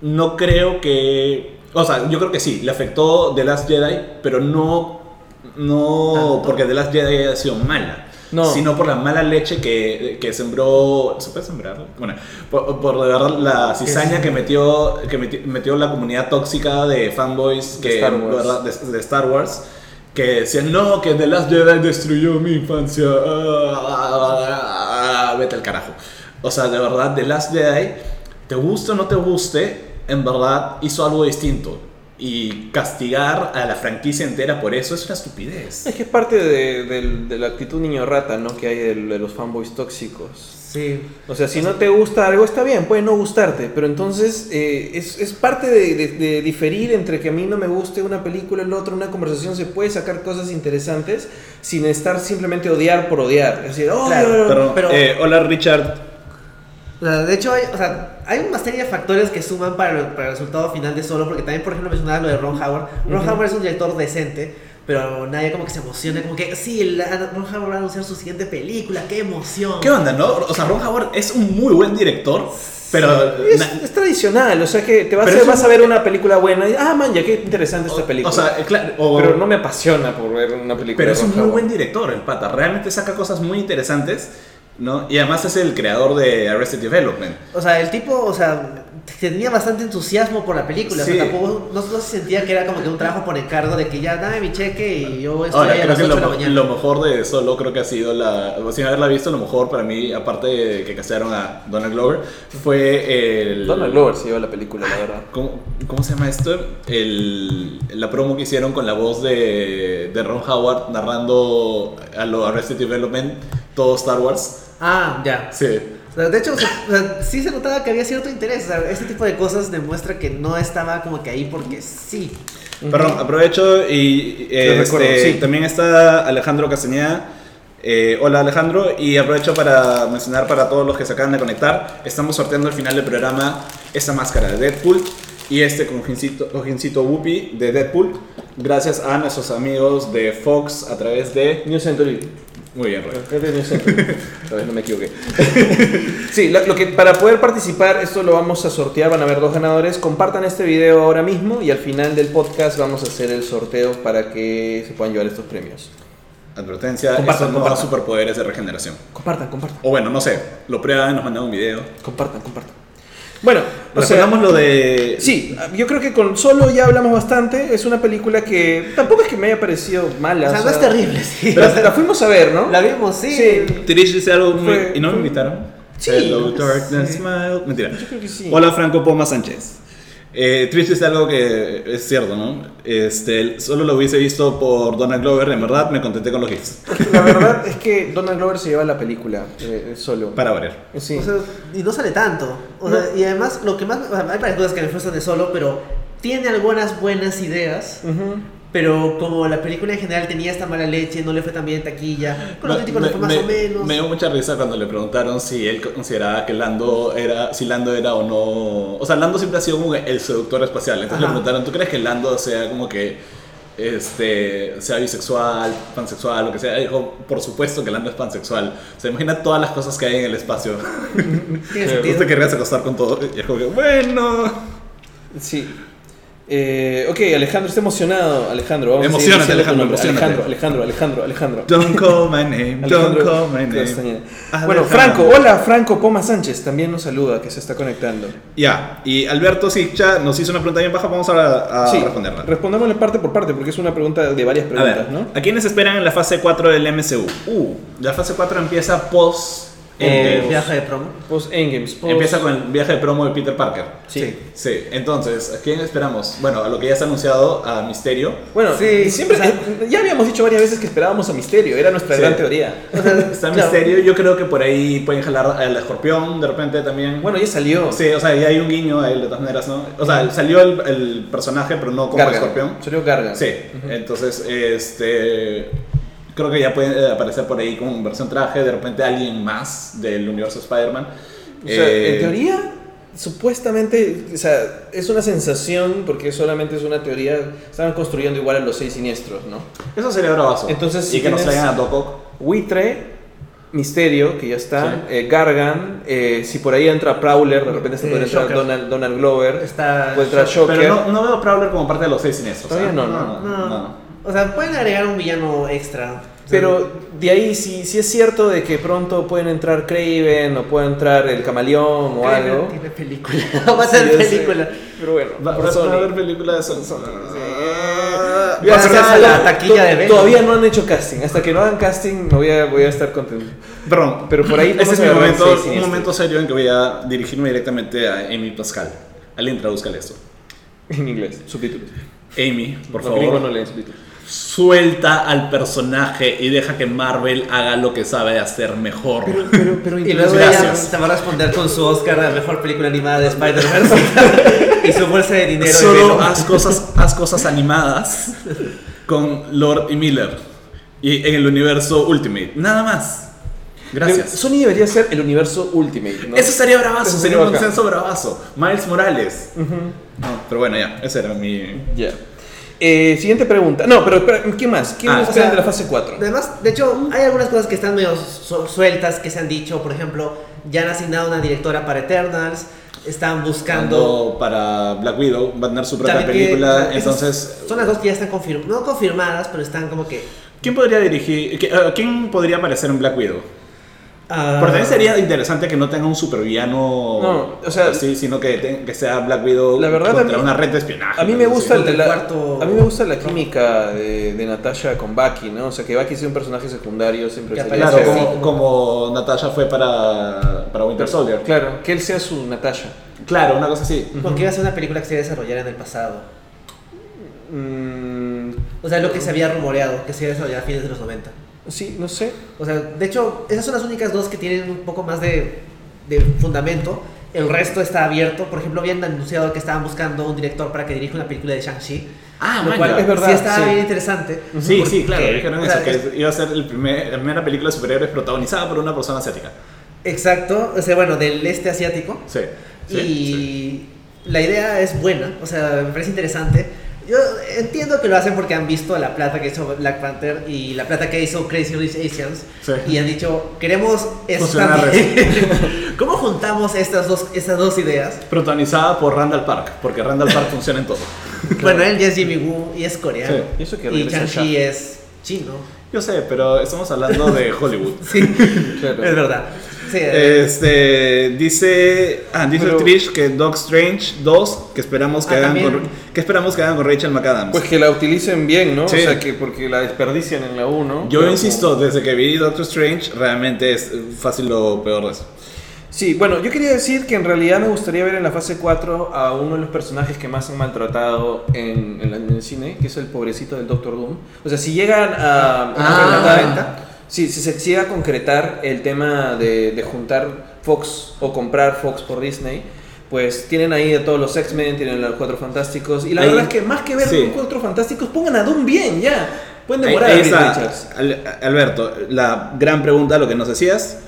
Speaker 2: no creo que, o sea, yo creo que sí, le afectó The Last Jedi, pero no, no
Speaker 3: Tanto.
Speaker 2: porque The Last Jedi haya sido mala.
Speaker 1: No.
Speaker 2: Sino por la mala leche que, que sembró. ¿Se puede sembrar? Bueno, por, por de verdad la cizaña que metió que meti- metió la comunidad tóxica de fanboys
Speaker 1: De
Speaker 2: que,
Speaker 1: Star Wars.
Speaker 2: ¿verdad? de, de Star Wars que decían no que The Last Jedi destruyó mi infancia ah, ah, ah, ah", vete al carajo o sea de verdad The Last Jedi te guste o no te guste en verdad hizo algo distinto y castigar a la franquicia entera por eso es una estupidez
Speaker 1: Es que es parte de, del- de la actitud niño rata, ¿no? Que hay del- de, los fanboys tóxicos.
Speaker 3: Sí.
Speaker 1: O sea, si no te gusta algo, está bien, puede no gustarte, pero entonces eh, es, es parte de, de- de diferir entre que a mí no me guste una película, el otro, una conversación, se puede sacar cosas interesantes sin estar simplemente odiar por odiar. Es decir, "Oh,
Speaker 3: Claro,
Speaker 1: no, no, no".
Speaker 2: Perdón,
Speaker 3: pero-
Speaker 2: eh, hola Richard
Speaker 3: O sea, de hecho, hay, o sea, hay una serie de factores que suman para, lo- para el resultado final de Solo, porque también, por ejemplo, mencionaba lo de Ron Howard. Ron Howard es un director decente, pero nadie como que se emociona, como que, sí, la- Ron Howard va a anunciar su siguiente película, qué emoción.
Speaker 2: qué onda no o sea Ron Howard es un muy buen director pero
Speaker 1: Es,
Speaker 2: na-
Speaker 1: es tradicional, o sea que te vas,
Speaker 2: Pero
Speaker 1: a,
Speaker 2: es un-
Speaker 1: vas a ver una película buena y, ah, man, ya qué interesante esta película.
Speaker 2: o, o sea claro o-
Speaker 1: pero no me apasiona por ver una película.
Speaker 2: Pero
Speaker 1: de
Speaker 2: es un
Speaker 1: Ron
Speaker 2: muy
Speaker 1: Howard.
Speaker 2: buen director, el pata. Realmente saca cosas muy interesantes, ¿no? Y además es el creador de Arrested Development.
Speaker 3: O sea, el tipo, o sea, tenía bastante entusiasmo por la película, o
Speaker 2: Sí.
Speaker 3: sea, tampoco, no, no se sentía que era como que un trabajo por encargo de que ya dame mi cheque y yo estoy
Speaker 2: Ahora,
Speaker 3: ahí a
Speaker 2: creo
Speaker 3: las
Speaker 2: que
Speaker 3: 8
Speaker 2: lo,
Speaker 3: de la
Speaker 2: mo-
Speaker 3: mañana.
Speaker 2: lo mejor de Solo creo que ha sido la... Sin haberla visto, lo mejor para mí, aparte de que castearon a Donald Glover, fue el...
Speaker 1: Donald Glover se lleva la película, la verdad.
Speaker 2: ¿Cómo, cómo se llama esto? El, la promo que hicieron con la voz de, de Ron Howard narrando a lo Arrested Development, todo Star Wars.
Speaker 3: Ah, ya.
Speaker 2: Sí.
Speaker 3: O sea, De hecho, o sea, o sea, sí se notaba que había cierto interés. O sea, este tipo de cosas demuestra que no estaba como que ahí porque sí.
Speaker 2: Perdón, aprovecho y eh,
Speaker 1: Lo recuerdo,
Speaker 2: este,
Speaker 1: sí.
Speaker 2: también está Alejandro Castañeda. Eh, hola Alejandro, y aprovecho para mencionar para todos los que se acaban de conectar, estamos sorteando al final del programa esta máscara de Deadpool y este cojincito, cojincito Whoopi de Deadpool, gracias a nuestros amigos de Fox a través de...
Speaker 1: New Century.
Speaker 2: Muy bien, Roy.
Speaker 1: Es de New Century. Tal vez no me equivoqué. Sí, lo, lo que para poder participar, esto lo vamos a sortear, van a haber dos ganadores. Compartan este video ahora mismo y al final del podcast vamos a hacer el sorteo para que se puedan llevar estos premios.
Speaker 2: Advertencia,
Speaker 1: Compartan,
Speaker 2: compartan, no
Speaker 1: compartan.
Speaker 2: da superpoderes de regeneración.
Speaker 1: Compartan, compartan,
Speaker 2: O bueno, no sé, lo prueban, nos mandan un video.
Speaker 1: compartan, compartan. Bueno, o sea-
Speaker 2: Recordamos lo de...
Speaker 1: Sí, yo creo que con Solo ya hablamos bastante. Es una película que tampoco es que me haya parecido mala.
Speaker 3: O sea,
Speaker 1: o
Speaker 3: no es
Speaker 1: sea,
Speaker 3: terrible, sí.
Speaker 1: Pero la fuimos a ver, ¿no?
Speaker 3: La vimos, sí.
Speaker 1: Sí.
Speaker 2: Tirish dice algo muy...
Speaker 1: Fue-
Speaker 2: ¿Y no me
Speaker 1: fue-
Speaker 2: invitaron?
Speaker 1: Sí.
Speaker 2: Hello, darkness,
Speaker 1: Sí.
Speaker 2: smile. Mentira.
Speaker 1: Yo creo que sí.
Speaker 2: Hola, Franco Poma Sánchez. Eh, Trish dice algo que es cierto, ¿no? Este, solo lo hubiese visto por Donald Glover, en verdad me contenté con los hits.
Speaker 1: La verdad es que Donald Glover se lleva la película eh, solo.
Speaker 2: Para variar.
Speaker 1: Sí.
Speaker 3: O sea, y no sale tanto. O
Speaker 1: No.
Speaker 3: sea, y además, lo que más. o sea, hay varias cosas que me frustran de solo, pero tiene algunas buenas ideas.
Speaker 1: Ujú.
Speaker 3: Pero como la película en general tenía esta mala leche, no le fue tan bien en taquilla. Con los críticos le fue más o menos.
Speaker 2: me dio mucha risa cuando le preguntaron si él consideraba que Lando era, si Lando era o no. O sea, Lando siempre ha sido como el seductor espacial. Entonces
Speaker 3: Ajá.
Speaker 2: le preguntaron, ¿tú crees que Lando sea como que este, sea bisexual, pansexual, lo que sea. Dijo, por supuesto que Lando es pansexual. O sea, imagina todas las cosas que hay en el espacio.
Speaker 3: Tiene
Speaker 2: Tú
Speaker 3: sentido.
Speaker 2: te querrías acostar con todo. Y es como que, bueno.
Speaker 1: Sí. Eh, ok, Alejandro, está emocionado. Alejandro, vamos
Speaker 2: Emocionate,
Speaker 1: a seguir diciendo tu
Speaker 2: Alejandro,
Speaker 1: nombre. Alejandro, Alejandro,
Speaker 2: emocionate.
Speaker 1: Alejandro, Alejandro.
Speaker 2: Don't call my name, don't
Speaker 1: Alejandro
Speaker 2: call my name.
Speaker 1: Castañeda. Bueno, Franco, hola Franco Poma Sánchez, también nos saluda, que se está conectando.
Speaker 2: Ya, y Alberto Sicha nos hizo una pregunta bien baja, vamos a, a responderla.
Speaker 1: respondámosle parte por parte, porque es una pregunta de varias
Speaker 2: Ah, A
Speaker 1: preguntas,
Speaker 2: ver,
Speaker 1: ¿no?
Speaker 2: ¿a quiénes esperan en la fase 4 del MCU? Uh, la fase 4 empieza post.
Speaker 3: El
Speaker 2: Endgame.
Speaker 3: Eh, viaje de promo.
Speaker 1: Post Endgames. Eh, post-
Speaker 2: empieza con el viaje de promo de Peter Parker.
Speaker 1: Sí.
Speaker 2: Sí, entonces, ¿a quién esperamos? Bueno, a lo que ya se ha anunciado, a Misterio.
Speaker 1: Bueno,
Speaker 3: Sí,
Speaker 1: siempre,
Speaker 3: o sea-
Speaker 1: eh, ya habíamos dicho varias veces que esperábamos a Misterio, era nuestra
Speaker 2: Sí.
Speaker 1: gran teoría.
Speaker 2: Está
Speaker 3: Claro.
Speaker 2: Misterio, yo creo que por ahí pueden jalar al escorpión de repente también.
Speaker 1: Bueno, ya salió.
Speaker 2: Sí, o sea, ya hay un guiño ahí de todas maneras, ¿no? O sea, salió el, el personaje, pero no como
Speaker 1: Gargan.
Speaker 2: escorpión.
Speaker 1: Salió Gargan.
Speaker 2: Sí, entonces, este. Creo que ya puede eh, aparecer por ahí con versión traje, de repente alguien más del universo Spider-Man.
Speaker 1: O sea,
Speaker 2: Eh,
Speaker 1: en teoría, supuestamente, o sea, es una sensación porque solamente es una teoría. Estaban construyendo igual a los seis siniestros, ¿no?
Speaker 2: Eso sería bravazo.
Speaker 1: Entonces,
Speaker 2: y
Speaker 1: si
Speaker 2: que nos
Speaker 1: tienes-
Speaker 2: traigan a Doc
Speaker 1: Buitre, Misterio, que ya está,
Speaker 2: Sí.
Speaker 1: eh, Gargan, eh, si por ahí entra Prowler, de repente se
Speaker 3: Eh,
Speaker 1: puede entrar
Speaker 3: Shocker.
Speaker 1: Donald, Donald Glover,
Speaker 2: Este,
Speaker 3: Está.
Speaker 1: puede entrar Shocker.
Speaker 2: Pero no, no veo a Prowler como parte de los seis siniestros.
Speaker 1: Todavía
Speaker 2: ¿eh?
Speaker 1: no,
Speaker 3: No, no, O sea, pueden agregar un villano extra. O sea,
Speaker 1: Pero de ahí sí, sí es cierto de que pronto pueden entrar Craven o puede entrar el camaleón o
Speaker 3: Kramer
Speaker 1: algo.
Speaker 3: Tiene película. Va a ser
Speaker 1: Sí, yo sé,
Speaker 3: película.
Speaker 1: Pero bueno,
Speaker 2: Va,
Speaker 1: por
Speaker 2: va
Speaker 1: Sony.
Speaker 2: a haber película de Sony. Ah,
Speaker 1: Mira,
Speaker 3: Va a
Speaker 1: si
Speaker 3: ser
Speaker 1: no-
Speaker 3: la taquilla de Venom.
Speaker 1: Todavía no han hecho casting. Hasta que no hagan casting, no voy a, voy a estar contento.
Speaker 2: Perdón,
Speaker 1: Pero por ahí
Speaker 2: Ese
Speaker 1: vamos
Speaker 2: es
Speaker 1: a
Speaker 2: mi
Speaker 1: agarrar
Speaker 2: momento,
Speaker 1: seis este,
Speaker 2: un
Speaker 1: siniestros.
Speaker 2: momento serio en que voy a dirigirme directamente a Amy Pascal. Alguien tradúzcale esto.
Speaker 1: En inglés, subtítulos.
Speaker 2: Amy, por
Speaker 1: Los
Speaker 2: favor,
Speaker 1: gringos no leen subtítulos.
Speaker 2: suelta al personaje y deja que Marvel haga lo que sabe hacer mejor.
Speaker 3: Y luego ella
Speaker 2: Gracias.
Speaker 3: se va a responder con su Oscar a la mejor película animada de Spider-Verse y su bolsa de dinero. y
Speaker 2: Solo
Speaker 3: Venom.
Speaker 2: haz cosas, haz cosas animadas con Lord y Miller y en el universo Ultimate. Nada más.
Speaker 1: De-
Speaker 2: Gracias.
Speaker 1: Sony debería ser el universo Ultimate, ¿no?
Speaker 2: Eso sería bravazo,
Speaker 1: Eso
Speaker 2: sería
Speaker 1: sería
Speaker 2: un
Speaker 1: bacán.
Speaker 2: consenso bravazo. Miles Morales. No, pero bueno, ya, ese era mi.
Speaker 1: Ya. Eh, siguiente pregunta. No, pero espera, ¿qué más? ¿Qué
Speaker 2: Ah,
Speaker 1: nos
Speaker 3: o
Speaker 1: esperan
Speaker 3: sea,
Speaker 1: de la fase 4?
Speaker 3: Además, de hecho, hay algunas cosas que están medio su- sueltas que se han dicho. Por ejemplo, ya han asignado una directora para Eternals. Están buscando.
Speaker 2: Cuando para Black Widow va a tener su propia
Speaker 3: Saben que-
Speaker 2: película,
Speaker 3: esas
Speaker 2: entonces
Speaker 3: Son las dos que ya están confirmadas. No confirmadas, pero están como que.
Speaker 2: ¿quién podría dirigir qué- eh, quién podría aparecer en Black Widow?
Speaker 3: ah,
Speaker 2: Porque también sería interesante que no tenga un supervillano
Speaker 1: No, o sea,
Speaker 2: así, sino que, te- que sea Black Widow
Speaker 1: La verdad,
Speaker 2: contra
Speaker 1: a mí-
Speaker 2: una red de espionaje.
Speaker 1: A mí me
Speaker 2: algo
Speaker 1: gusta
Speaker 2: así.
Speaker 3: del
Speaker 1: la,
Speaker 3: cuarto-
Speaker 1: a mí me gusta la química de, de Natasha con Bucky, ¿no? O sea, que Bucky sea un personaje secundario siempre
Speaker 3: Que
Speaker 1: sería
Speaker 2: Claro,
Speaker 3: Sí.
Speaker 1: chévere.
Speaker 2: como, como Natasha fue para, para Winter Soldier.
Speaker 1: Claro, que él sea su Natasha.
Speaker 2: Claro, una cosa así.
Speaker 3: Porque iba a ser una película que se iba a desarrollar en el pasado.
Speaker 1: Mm,
Speaker 3: O sea, lo que se había rumoreado, que se iba a desarrollar a fines de los 90.
Speaker 1: sí, no sé.
Speaker 3: O sea, de hecho, esas son las únicas dos que tienen un poco más de, de fundamento. El resto está abierto. Por ejemplo, habían anunciado que estaban buscando un director para que dirija una película de Shang-Chi.
Speaker 2: Ah,
Speaker 3: lo
Speaker 2: man,
Speaker 3: cual
Speaker 2: ya.
Speaker 1: es verdad,
Speaker 3: sí estaba
Speaker 1: sí.
Speaker 3: bien interesante.
Speaker 2: Sí,
Speaker 3: porque-
Speaker 2: sí, claro, dijeron
Speaker 3: o
Speaker 2: eso,
Speaker 3: sea,
Speaker 2: que iba a ser el primer, la primera película de superhéroes protagonizada por una persona asiática.
Speaker 3: Exacto. O sea, bueno, del este asiático.
Speaker 2: Sí. sí,
Speaker 3: y
Speaker 2: sí.
Speaker 3: la idea es buena, o sea, me parece interesante. Yo entiendo que lo hacen porque han visto la plata que hizo Black Panther y la plata que hizo Crazy Rich Asians
Speaker 2: Sí.
Speaker 3: y han dicho, queremos eso
Speaker 2: Fusionar
Speaker 3: también". ¿Cómo juntamos estas dos, estas dos ideas?
Speaker 2: Protagonizada por Randall Park, porque Randall Park funciona en todo.
Speaker 3: Bueno, él ya es Jimmy Woo y es coreano.
Speaker 2: Sí.
Speaker 1: Y eso que
Speaker 3: Y
Speaker 1: regresa
Speaker 3: Chang-Chi
Speaker 1: ya.
Speaker 3: es chino.
Speaker 2: Yo sé, pero estamos hablando de Hollywood.
Speaker 1: Claro.
Speaker 3: Es verdad. Sí,
Speaker 2: Eh, Este dice, ah, dice
Speaker 1: Pero-
Speaker 2: Trish que Doc Strange 2 que esperamos que
Speaker 3: Ah,
Speaker 2: hagan
Speaker 3: también.
Speaker 2: con, que esperamos que hagan con Rachel McAdams.
Speaker 1: Pues que la utilicen bien, ¿no?
Speaker 2: Sí.
Speaker 1: O sea, que porque la desperdician en la 1.
Speaker 2: Yo insisto, desde que vi Doctor Strange realmente es fácil lo peor de eso.
Speaker 1: Sí, bueno, yo quería decir que en realidad me gustaría ver en la fase 4 a uno de los personajes que más han maltratado en, en la- en el cine, que es el pobrecito del Doctor Doom. O sea, si llegan a, a
Speaker 3: Ah.
Speaker 1: concretar- sí, si se llega a concretar el tema de, de juntar Fox o comprar Fox por Disney, pues tienen ahí a todos los X-Men, tienen a los Cuatro Fantásticos. Y la
Speaker 2: Ahí-
Speaker 1: verdad es que más que ver
Speaker 2: sí.
Speaker 1: los Cuatro Fantásticos, pongan a Doom bien, ya. Pueden
Speaker 2: Ahí-
Speaker 1: demorar
Speaker 2: ahí
Speaker 1: a Reed
Speaker 2: está,
Speaker 1: Richards.
Speaker 2: Al- Alberto, la gran pregunta, lo que nos decías,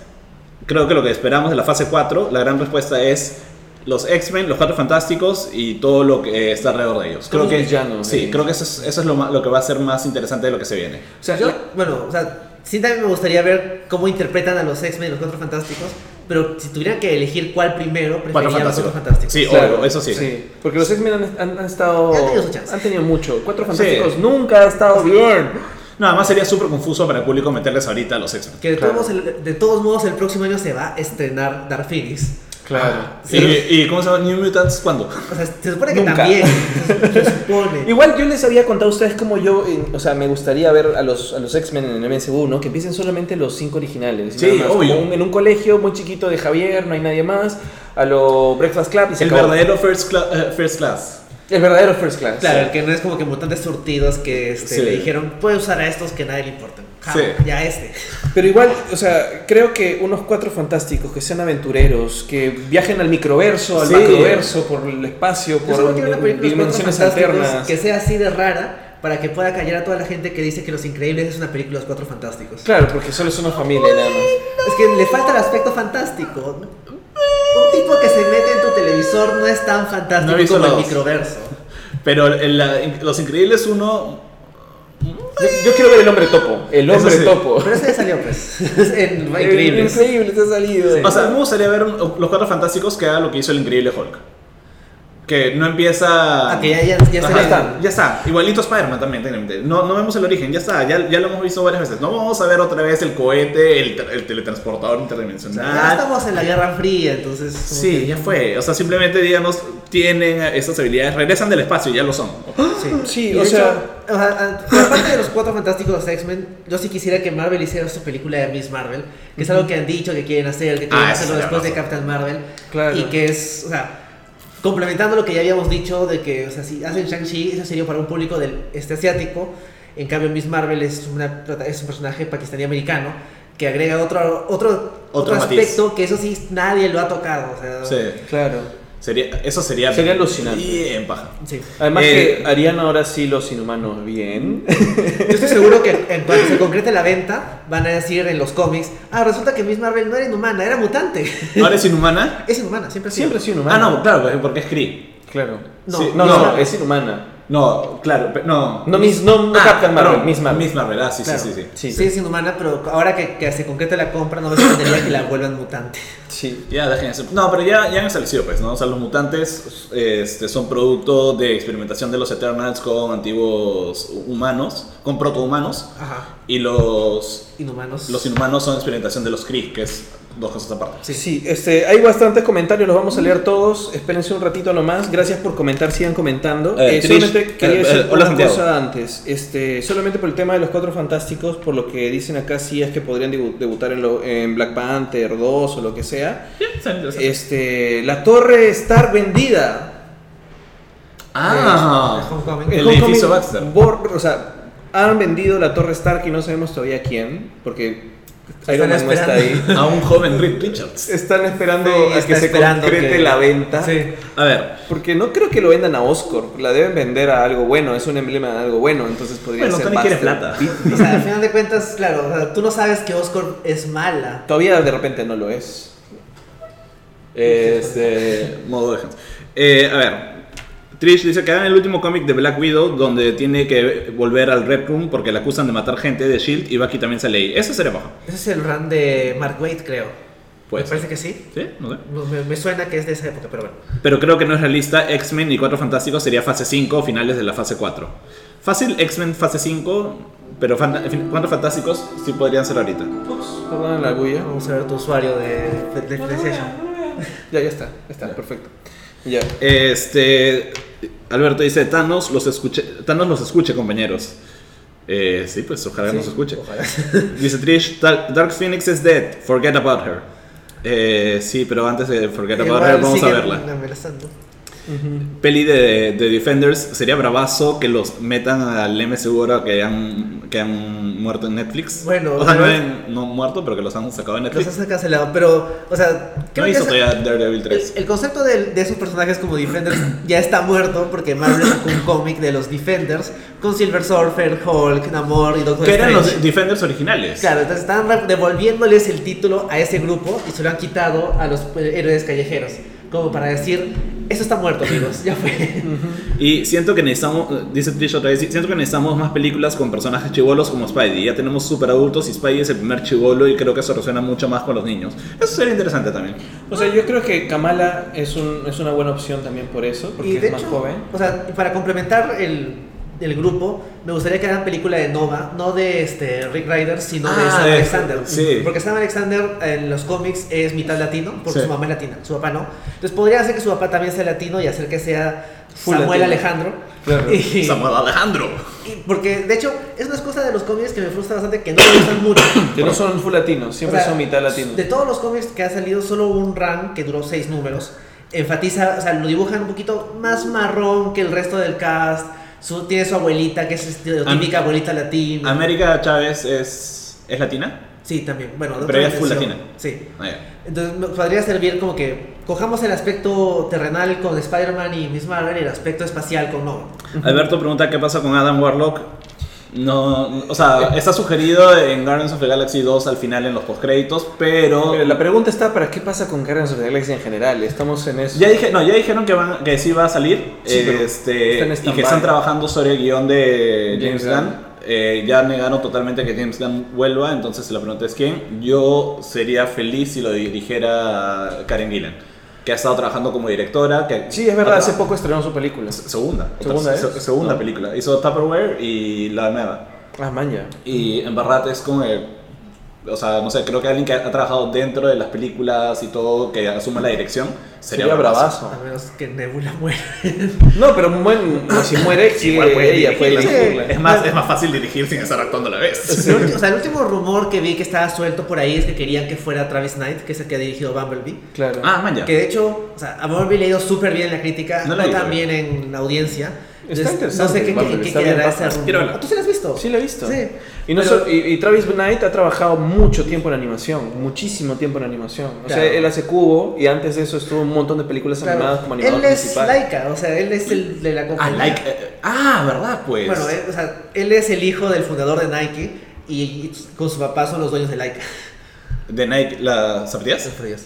Speaker 2: creo que lo que esperamos de la fase 4, la gran respuesta es los X-Men, los Cuatro Fantásticos y todo lo que eh, está alrededor de ellos. Creo
Speaker 1: Todos
Speaker 2: que,
Speaker 1: villanos,
Speaker 2: sí,
Speaker 1: eh.
Speaker 2: creo que eso es, eso es lo, ma- lo que va a ser más interesante de lo que se viene.
Speaker 1: O sea,
Speaker 3: Yo,
Speaker 1: la-
Speaker 3: bueno, o sea, sí también me gustaría ver cómo interpretan a los X-Men y los Cuatro Fantásticos, pero si tuviera que elegir cuál primero,
Speaker 2: Cuatro
Speaker 3: preferiría los
Speaker 2: Fantásticos.
Speaker 3: Cuatro Fantásticos.
Speaker 2: Sí, obvio, eso sí.
Speaker 1: Porque los X-Men han, han- han estado.
Speaker 3: Han tenido su chance.
Speaker 1: han tenido mucho. Cuatro
Speaker 2: Sí.
Speaker 1: Fantásticos nunca ha estado bien.
Speaker 2: Nada más sería súper confuso para el público meterles ahorita a los X-Men.
Speaker 3: Que de,
Speaker 1: Claro.
Speaker 3: todos, modos, el- de todos modos el próximo año se va a estrenar Dark Phoenix.
Speaker 1: Claro.
Speaker 3: Sí.
Speaker 2: Y, y cómo se llama? New Mutants, ¿cuándo?
Speaker 3: O sea, se supone que
Speaker 1: Nunca.
Speaker 3: también. Se, se supone.
Speaker 1: Igual yo les había contado a ustedes cómo yo, eh, o sea, me gustaría ver a los, a los X-Men en el MCU, ¿no? Que empiecen solamente los cinco originales.
Speaker 2: Sí,
Speaker 1: nada más.
Speaker 2: obvio.
Speaker 1: Como un- en un colegio muy chiquito de Javier, no hay nadie más. A lo Breakfast Club y se
Speaker 2: El
Speaker 1: acabó.
Speaker 2: verdadero first, cla- eh, first Class.
Speaker 1: El verdadero First Class.
Speaker 3: Claro, el que no es como que mutantes surtidos que este,
Speaker 2: Sí.
Speaker 3: le dijeron, puede usar a estos que nadie le importan. Ja,
Speaker 2: Sí.
Speaker 3: Ya este.
Speaker 1: Pero igual, o sea, creo que unos cuatro fantásticos que sean aventureros, que viajen al microverso, al
Speaker 2: Sí.
Speaker 1: macroverso, por el espacio,
Speaker 3: Yo
Speaker 1: por
Speaker 3: solo quiero una película de los Cuatro
Speaker 1: dimensiones
Speaker 3: Fantásticos
Speaker 1: alternas.
Speaker 3: que sea así de rara para que pueda callar a toda la gente que dice que Los Increíbles es una película de los Cuatro Fantásticos.
Speaker 1: Claro, porque solo es una familia nada más.
Speaker 3: Es que le falta el aspecto fantástico. Un tipo que se mete en tu televisor no es tan fantástico
Speaker 2: No he visto
Speaker 3: como el
Speaker 2: los-
Speaker 3: microverso.
Speaker 2: Pero el- la- Los Increíbles uno
Speaker 1: Yo, yo quiero ver el hombre topo. El
Speaker 2: Eso
Speaker 1: hombre
Speaker 2: sí.
Speaker 1: topo.
Speaker 3: Pero eso ya salió, pues. en
Speaker 1: Eh,
Speaker 3: Increíbles.
Speaker 1: Increíble, te ha salido.
Speaker 2: O sea, me gustaría ver un- los cuatro fantásticos que haga lo que hizo el increíble Hulk. Que no empieza.
Speaker 3: Ah, que ya, ya, ya
Speaker 2: Ajá,
Speaker 3: salió.
Speaker 1: está.
Speaker 2: ya está. Igualito Spider-Man también, técnicamente. No, no vemos el origen, ya está. Ya, ya lo hemos visto varias veces. No vamos a ver otra vez el cohete, el, tra- el teletransportador
Speaker 3: O sea, ya
Speaker 2: interdimensional.
Speaker 3: estamos en la Guerra Fría, entonces. como
Speaker 2: Sí, ya fue. O sea, simplemente, digamos, tienen esas habilidades. Regresan del espacio y ya lo son.
Speaker 3: que-
Speaker 1: Sí,
Speaker 3: Y
Speaker 1: o
Speaker 3: de
Speaker 1: sea-
Speaker 3: hecho, o sea, a- por parte de los cuatro fantásticos de X-Men, yo sí quisiera que Marvel hiciera su película de Miss Marvel, que es algo que han dicho que quieren hacer, que quieren
Speaker 2: Ah, eso
Speaker 3: hacerlo
Speaker 2: sí,
Speaker 3: después de
Speaker 2: razón.
Speaker 3: Captain Marvel.
Speaker 1: Claro.
Speaker 3: Y que es, o sea, complementando lo que ya habíamos dicho de que, o sea, si hacen Shang-Chi, eso sería para un público del este asiático. En cambio, Miss Marvel es, una, prota- es un personaje pakistaní-americano que agrega otro, otro, otro,
Speaker 2: matiz.
Speaker 3: aspecto que eso sí nadie lo ha tocado. O sea,
Speaker 2: Sí.
Speaker 1: Claro.
Speaker 2: Sería, eso sería.
Speaker 1: Sería alucinante.
Speaker 2: Bien, paja.
Speaker 3: sí.
Speaker 1: Además
Speaker 2: Eh,
Speaker 1: que harían ahora sí los inhumanos bien.
Speaker 3: Yo estoy seguro que en cuanto se concrete la venta, van a decir en los cómics, ah, resulta que Miss Marvel no era inhumana, era mutante.
Speaker 2: Ahora es inhumana.
Speaker 3: es inhumana, siempre ha sido.
Speaker 1: Siempre ha sido
Speaker 2: Ah,
Speaker 1: inhumano.
Speaker 2: no, claro, porque es Kree.
Speaker 1: Claro.
Speaker 3: No,
Speaker 1: Sí, no,
Speaker 2: no.
Speaker 1: no, es inhumana.
Speaker 2: No, claro, pe- no. Ah,
Speaker 1: No, Miss- no, no Captain Marvel,
Speaker 2: perdón,
Speaker 1: Miss Marvel.
Speaker 2: ah, sí,
Speaker 3: Claro.
Speaker 2: sí, sí, sí.
Speaker 1: Sí.
Speaker 3: Sí, es inhumana, pero ahora que, que se concrete la compra, no me sorprendería que la vuelvan mutante.
Speaker 1: Sí.
Speaker 2: Ya, dejen eso. No, pero ya, ya han establecido, pues, ¿no? O sea, los mutantes este, son producto de experimentación de los Eternals con antiguos humanos, con protohumanos,
Speaker 3: Ajá.
Speaker 2: y los,
Speaker 3: Inhumanos.
Speaker 2: los inhumanos son experimentación de los Kree, que es dos cosas aparte.
Speaker 1: Sí, este, hay bastantes comentarios, los vamos a leer todos. Espérense un ratito nomás. Gracias por comentar, sigan comentando.
Speaker 2: Eh,
Speaker 1: Eh,
Speaker 2: Trish,
Speaker 1: solamente quería
Speaker 2: eh,
Speaker 1: decir
Speaker 2: eh, hola,
Speaker 1: una
Speaker 2: Santiago.
Speaker 1: cosa antes. Este, solamente por el tema de los cuatro fantásticos, por lo que dicen acá, sí es que podrían debu- debutar en, lo- en Black Panther 2 o lo que sea.
Speaker 2: Pues
Speaker 1: Este, la torre estar vendida.
Speaker 2: Ah,
Speaker 3: De Homecoming.
Speaker 2: El
Speaker 1: Homecoming
Speaker 2: edificio Baxter.
Speaker 1: bor- o sea, han vendido la torre Stark y no sabemos todavía quién, porque Iron
Speaker 3: Están
Speaker 1: Man no está ahí.
Speaker 3: esperando.
Speaker 2: a un joven Reed Richards.
Speaker 1: Están esperando
Speaker 3: Sí,
Speaker 1: a
Speaker 3: está
Speaker 1: que se
Speaker 3: esperando
Speaker 1: concrete
Speaker 3: que-
Speaker 1: la venta.
Speaker 3: Sí.
Speaker 2: A ver,
Speaker 1: Porque no creo que lo vendan a Oscar, la deben vender a algo bueno, es un emblema de algo bueno, entonces podría
Speaker 2: Bueno,
Speaker 1: ser
Speaker 2: Tony quiere
Speaker 1: Buster.
Speaker 2: plata.
Speaker 1: Y-
Speaker 3: O sea, al final de cuentas, claro, o sea, tú no sabes que Oscorp es mala.
Speaker 1: Todavía de repente no lo es.
Speaker 2: Este, modo de gente. Eh, a ver. Trish dice que hagan el último cómic de Black Widow donde tiene que volver al Red Room porque la acusan de matar gente de Shield E y Bucky también sale ahí. Eso sería bajo.
Speaker 3: Ese es el run de Mark Waid, creo.
Speaker 2: Pues.
Speaker 3: Me parece que sí.
Speaker 2: ¿Sí? No sé.
Speaker 3: No, Me, me suena que es de esa época, pero bueno.
Speaker 2: Pero creo que no es realista. X-Men y Cuatro Fantásticos sería fase 5, finales de la fase 4. Fácil, X-Men fase 5, pero fan- fin- Cuatro Fantásticos sí podrían ser ahorita.
Speaker 1: Ups, perdón la bulla.
Speaker 3: Vamos a ver tu usuario de, de- de PlayStation.
Speaker 1: Ya, ya está, ya está, perfecto. Ya.
Speaker 2: Este. Alberto dice: Thanos los escuche, Thanos los escuche compañeros. Eh, sí, pues ojalá nos escuche.
Speaker 3: Ojalá.
Speaker 2: Dice Trish, "Dar- Dark Phoenix is dead, forget about her. Eh, sí, pero antes de forget about her,
Speaker 3: Igual
Speaker 2: vamos a
Speaker 3: siguen
Speaker 2: verla.
Speaker 3: amenazando.
Speaker 2: Peli de, de Defenders, sería bravazo que los metan al MCU ahora que han, que han muerto en Netflix.
Speaker 3: Bueno,
Speaker 2: o sea, no,
Speaker 3: pero-
Speaker 2: en- no muerto, pero que los han sacado en
Speaker 3: Los
Speaker 2: Netflix.
Speaker 3: has cancelado, pero, o sea,
Speaker 2: No
Speaker 3: creo que
Speaker 2: hizo
Speaker 3: esa-
Speaker 2: todavía Daredevil
Speaker 3: el,
Speaker 2: 3.
Speaker 3: el concepto de, de esos personajes como Defenders ya está muerto porque Marvel sacó un cómic de los Defenders con Silver Surfer, Hulk, Namor y Doctor
Speaker 2: Que eran
Speaker 3: Strange.
Speaker 2: los Defenders originales.
Speaker 3: Claro, entonces están re- devolviéndoles el título a ese grupo y se lo han quitado a los eh, pues, héroes callejeros. como para decir, eso está muerto, amigos, ya fue.
Speaker 2: Y siento que necesitamos, dice Trish otra vez, siento que necesitamos más películas con personajes chivolos como Spidey. Ya tenemos super adultos y Spidey es el primer chivolo y creo que eso resuena mucho más con los niños. Eso sería interesante también.
Speaker 1: O sea, yo creo que Kamala es, un, es una buena opción también por eso, porque
Speaker 3: y de
Speaker 1: es más
Speaker 3: hecho,
Speaker 1: joven.
Speaker 3: O sea, para complementar el, el grupo, me gustaría que hagan película de Nova, no de este Rick Ryder, sino
Speaker 2: Ah,
Speaker 3: de Sam
Speaker 2: de-
Speaker 3: Alexander.
Speaker 2: sí.
Speaker 3: Porque Sam Alexander en los cómics es mitad latino, porque
Speaker 2: Sí.
Speaker 3: su mamá es latina, su papá no. Entonces podría hacer que su papá también sea latino y hacer que sea
Speaker 1: Full
Speaker 3: Samuel
Speaker 1: latino.
Speaker 3: Alejandro.
Speaker 1: Claro.
Speaker 3: Y-
Speaker 2: Samuel Alejandro.
Speaker 3: y porque de hecho es una cosa de los cómics que me frustra bastante que no me gustan mucho.
Speaker 1: Que no son full latinos, siempre
Speaker 3: O sea,
Speaker 1: son mitad latinos.
Speaker 3: De todos los cómics que ha salido, solo un run que duró seis números enfatiza, o sea, lo dibujan un poquito más marrón que el resto del cast. Su, tiene su abuelita, que es estereotípica
Speaker 2: Am-
Speaker 3: abuelita latina.
Speaker 2: América Chávez es, es latina.
Speaker 3: sí, también. Bueno, de
Speaker 2: Pero
Speaker 3: otra
Speaker 2: ella es full
Speaker 3: dimensión.
Speaker 2: latina.
Speaker 3: Sí.
Speaker 2: Ah, ya.
Speaker 3: Entonces nos podría servir como que cojamos el aspecto terrenal con Spider-Man y Miss Marvel y el aspecto espacial con Nova.
Speaker 2: Alberto pregunta qué pasa con Adam Warlock. No, o sea, está sugerido en Guardians of the Galaxy 2 al final en los postcréditos, pero
Speaker 1: Pero la pregunta está para qué pasa con Guardians of the Galaxy en general. Estamos en eso.
Speaker 2: Ya, dije, no, ya dijeron que, van, que sí va a salir
Speaker 1: Sí, pero
Speaker 2: este,
Speaker 1: está en
Speaker 2: y que
Speaker 1: stand-by.
Speaker 2: están trabajando sobre el guión de James,
Speaker 1: James
Speaker 2: Gunn.
Speaker 1: Gunn.
Speaker 2: Eh, ya negaron totalmente que James Gunn vuelva, entonces la pregunta es quién. Yo sería feliz si lo dirigiera Karen Gillan, que ha estado trabajando como directora. Que
Speaker 1: Sí, es verdad,
Speaker 2: ha
Speaker 1: hace
Speaker 2: traba-
Speaker 1: poco estrenó su película.
Speaker 2: Segunda. otra-
Speaker 1: Segunda, ¿eh?
Speaker 2: se- segunda
Speaker 1: No.
Speaker 2: película. Hizo Tupperware y La Nueva.
Speaker 1: Ah, maña.
Speaker 2: Y en verdad es como que, o sea, no sé, creo que alguien que ha trabajado dentro de las películas y todo, que asuma la dirección, sería,
Speaker 1: Sería,
Speaker 2: bravazo.
Speaker 1: bravazo.
Speaker 3: A menos que Nebula muera.
Speaker 1: No, pero buen, si muere, sigue
Speaker 2: Igual puede
Speaker 1: ella puede
Speaker 2: dirigirla.
Speaker 1: dirigirla.
Speaker 2: Es más, es más fácil dirigir sin estar actuando a la vez.
Speaker 3: El ulti- o sea, el último rumor que vi que estaba suelto por ahí es que querían que fuera Travis Knight, que es el que ha dirigido Bumblebee.
Speaker 1: Claro.
Speaker 2: Ah, man, ya.
Speaker 3: Que de hecho, o sea, a Bumblebee le ha ido súper bien en la crítica,
Speaker 2: No
Speaker 3: no,
Speaker 2: la he visto,
Speaker 3: también en la audiencia. Entonces,
Speaker 1: interesante
Speaker 3: No sé qué- qué,
Speaker 1: Bumblebee,
Speaker 3: qué
Speaker 1: está bien
Speaker 3: quedará
Speaker 1: baja.
Speaker 3: ese rumor.
Speaker 2: Quiero verla.
Speaker 3: ¿Ah, ¿Tú sí la has visto?
Speaker 1: Sí, la he visto.
Speaker 3: Sí.
Speaker 1: Y, no
Speaker 3: Pero-
Speaker 1: so- y, y Travis Knight ha trabajado mucho tiempo en animación, muchísimo tiempo en animación. O sea,
Speaker 3: Claro.
Speaker 1: él hace Cubo y antes de eso estuvo en un montón de películas
Speaker 3: claro.
Speaker 1: animadas como animador
Speaker 3: Él es
Speaker 1: principal.
Speaker 3: Laika, o sea, él es el de la
Speaker 2: Ah,
Speaker 3: compañía.
Speaker 2: like, eh, ah, verdad, pues.
Speaker 3: Bueno, eh, o sea, él es el hijo del fundador de Nike y, y con su papá son los dueños de Laika.
Speaker 2: De Nike, ¿la sabrías?
Speaker 3: Por Dios.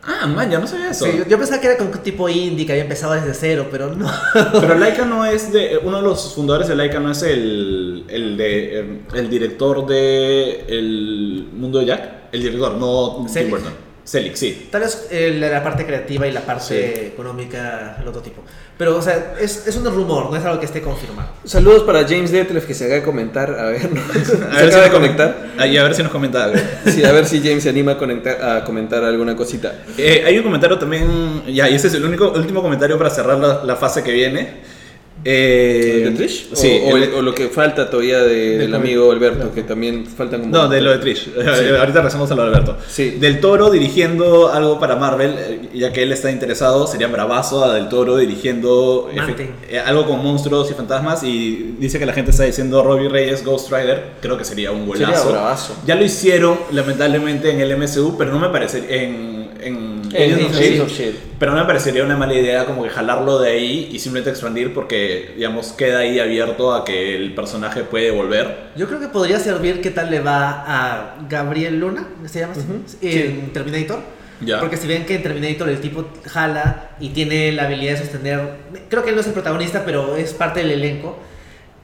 Speaker 2: Ah, man, ya no sabía eso.
Speaker 3: Sí, yo, yo pensaba que era con un tipo indie que había empezado desde cero, pero no.
Speaker 2: Pero Laika no es de. eh, Uno de los fundadores de Laika no es el. El de. El, el director de. El mundo de Jack. El director, no Tim
Speaker 3: Selig.
Speaker 2: Burton. Selig, sí.
Speaker 3: Tal vez eh, la la parte creativa y la parte económica, el otro tipo. Pero, o sea, es, es un rumor, no es algo que esté confirmado.
Speaker 1: Saludos para James Detlef que se acaba de comentar. A ver, ¿no? se
Speaker 2: A
Speaker 1: acaba
Speaker 2: ver si
Speaker 1: de
Speaker 2: nos-
Speaker 1: conectar.
Speaker 2: Ah, y a ver si nos comenta algo.
Speaker 1: Sí, a ver si James se anima a, conectar, a comentar alguna cosita.
Speaker 2: Eh, hay un comentario también, ya, y ese es el único, último comentario para cerrar la, la fase que viene. Eh,
Speaker 1: ¿El de Trish?
Speaker 2: Sí,
Speaker 1: O, o
Speaker 2: el-
Speaker 1: el- o lo que falta todavía de- del
Speaker 2: comi-
Speaker 1: amigo Alberto, que también faltan como.
Speaker 2: no, de lo de Trish. Ahorita regresamos a lo de Alberto.
Speaker 1: Sí.
Speaker 2: Del Toro dirigiendo algo para Marvel, eh, ya que él está interesado, sería bravazo a Del Toro dirigiendo efe-
Speaker 3: Mante.
Speaker 2: eh, algo con monstruos y fantasmas. Y dice que la gente está diciendo Robbie Reyes, Ghost Rider. Creo que sería un
Speaker 1: Sería
Speaker 2: golazo.
Speaker 1: bravazo.
Speaker 2: Ya lo hicieron, lamentablemente, en el MCU, pero no me parece. En, en
Speaker 1: En
Speaker 2: Agents of
Speaker 1: Agents
Speaker 2: Shield.
Speaker 1: of Shield.
Speaker 2: Pero no me parecería una mala idea como que jalarlo de ahí y simplemente expandir porque, digamos, queda ahí abierto a que el personaje puede volver.
Speaker 3: Yo creo que podría servir qué tal le va a Gabriel Luna, ¿se llama? así? En Terminator.
Speaker 2: Ya.
Speaker 3: Porque si ven que en Terminator el tipo jala y tiene la habilidad de sostener. Creo que él no es el protagonista, pero es parte del elenco.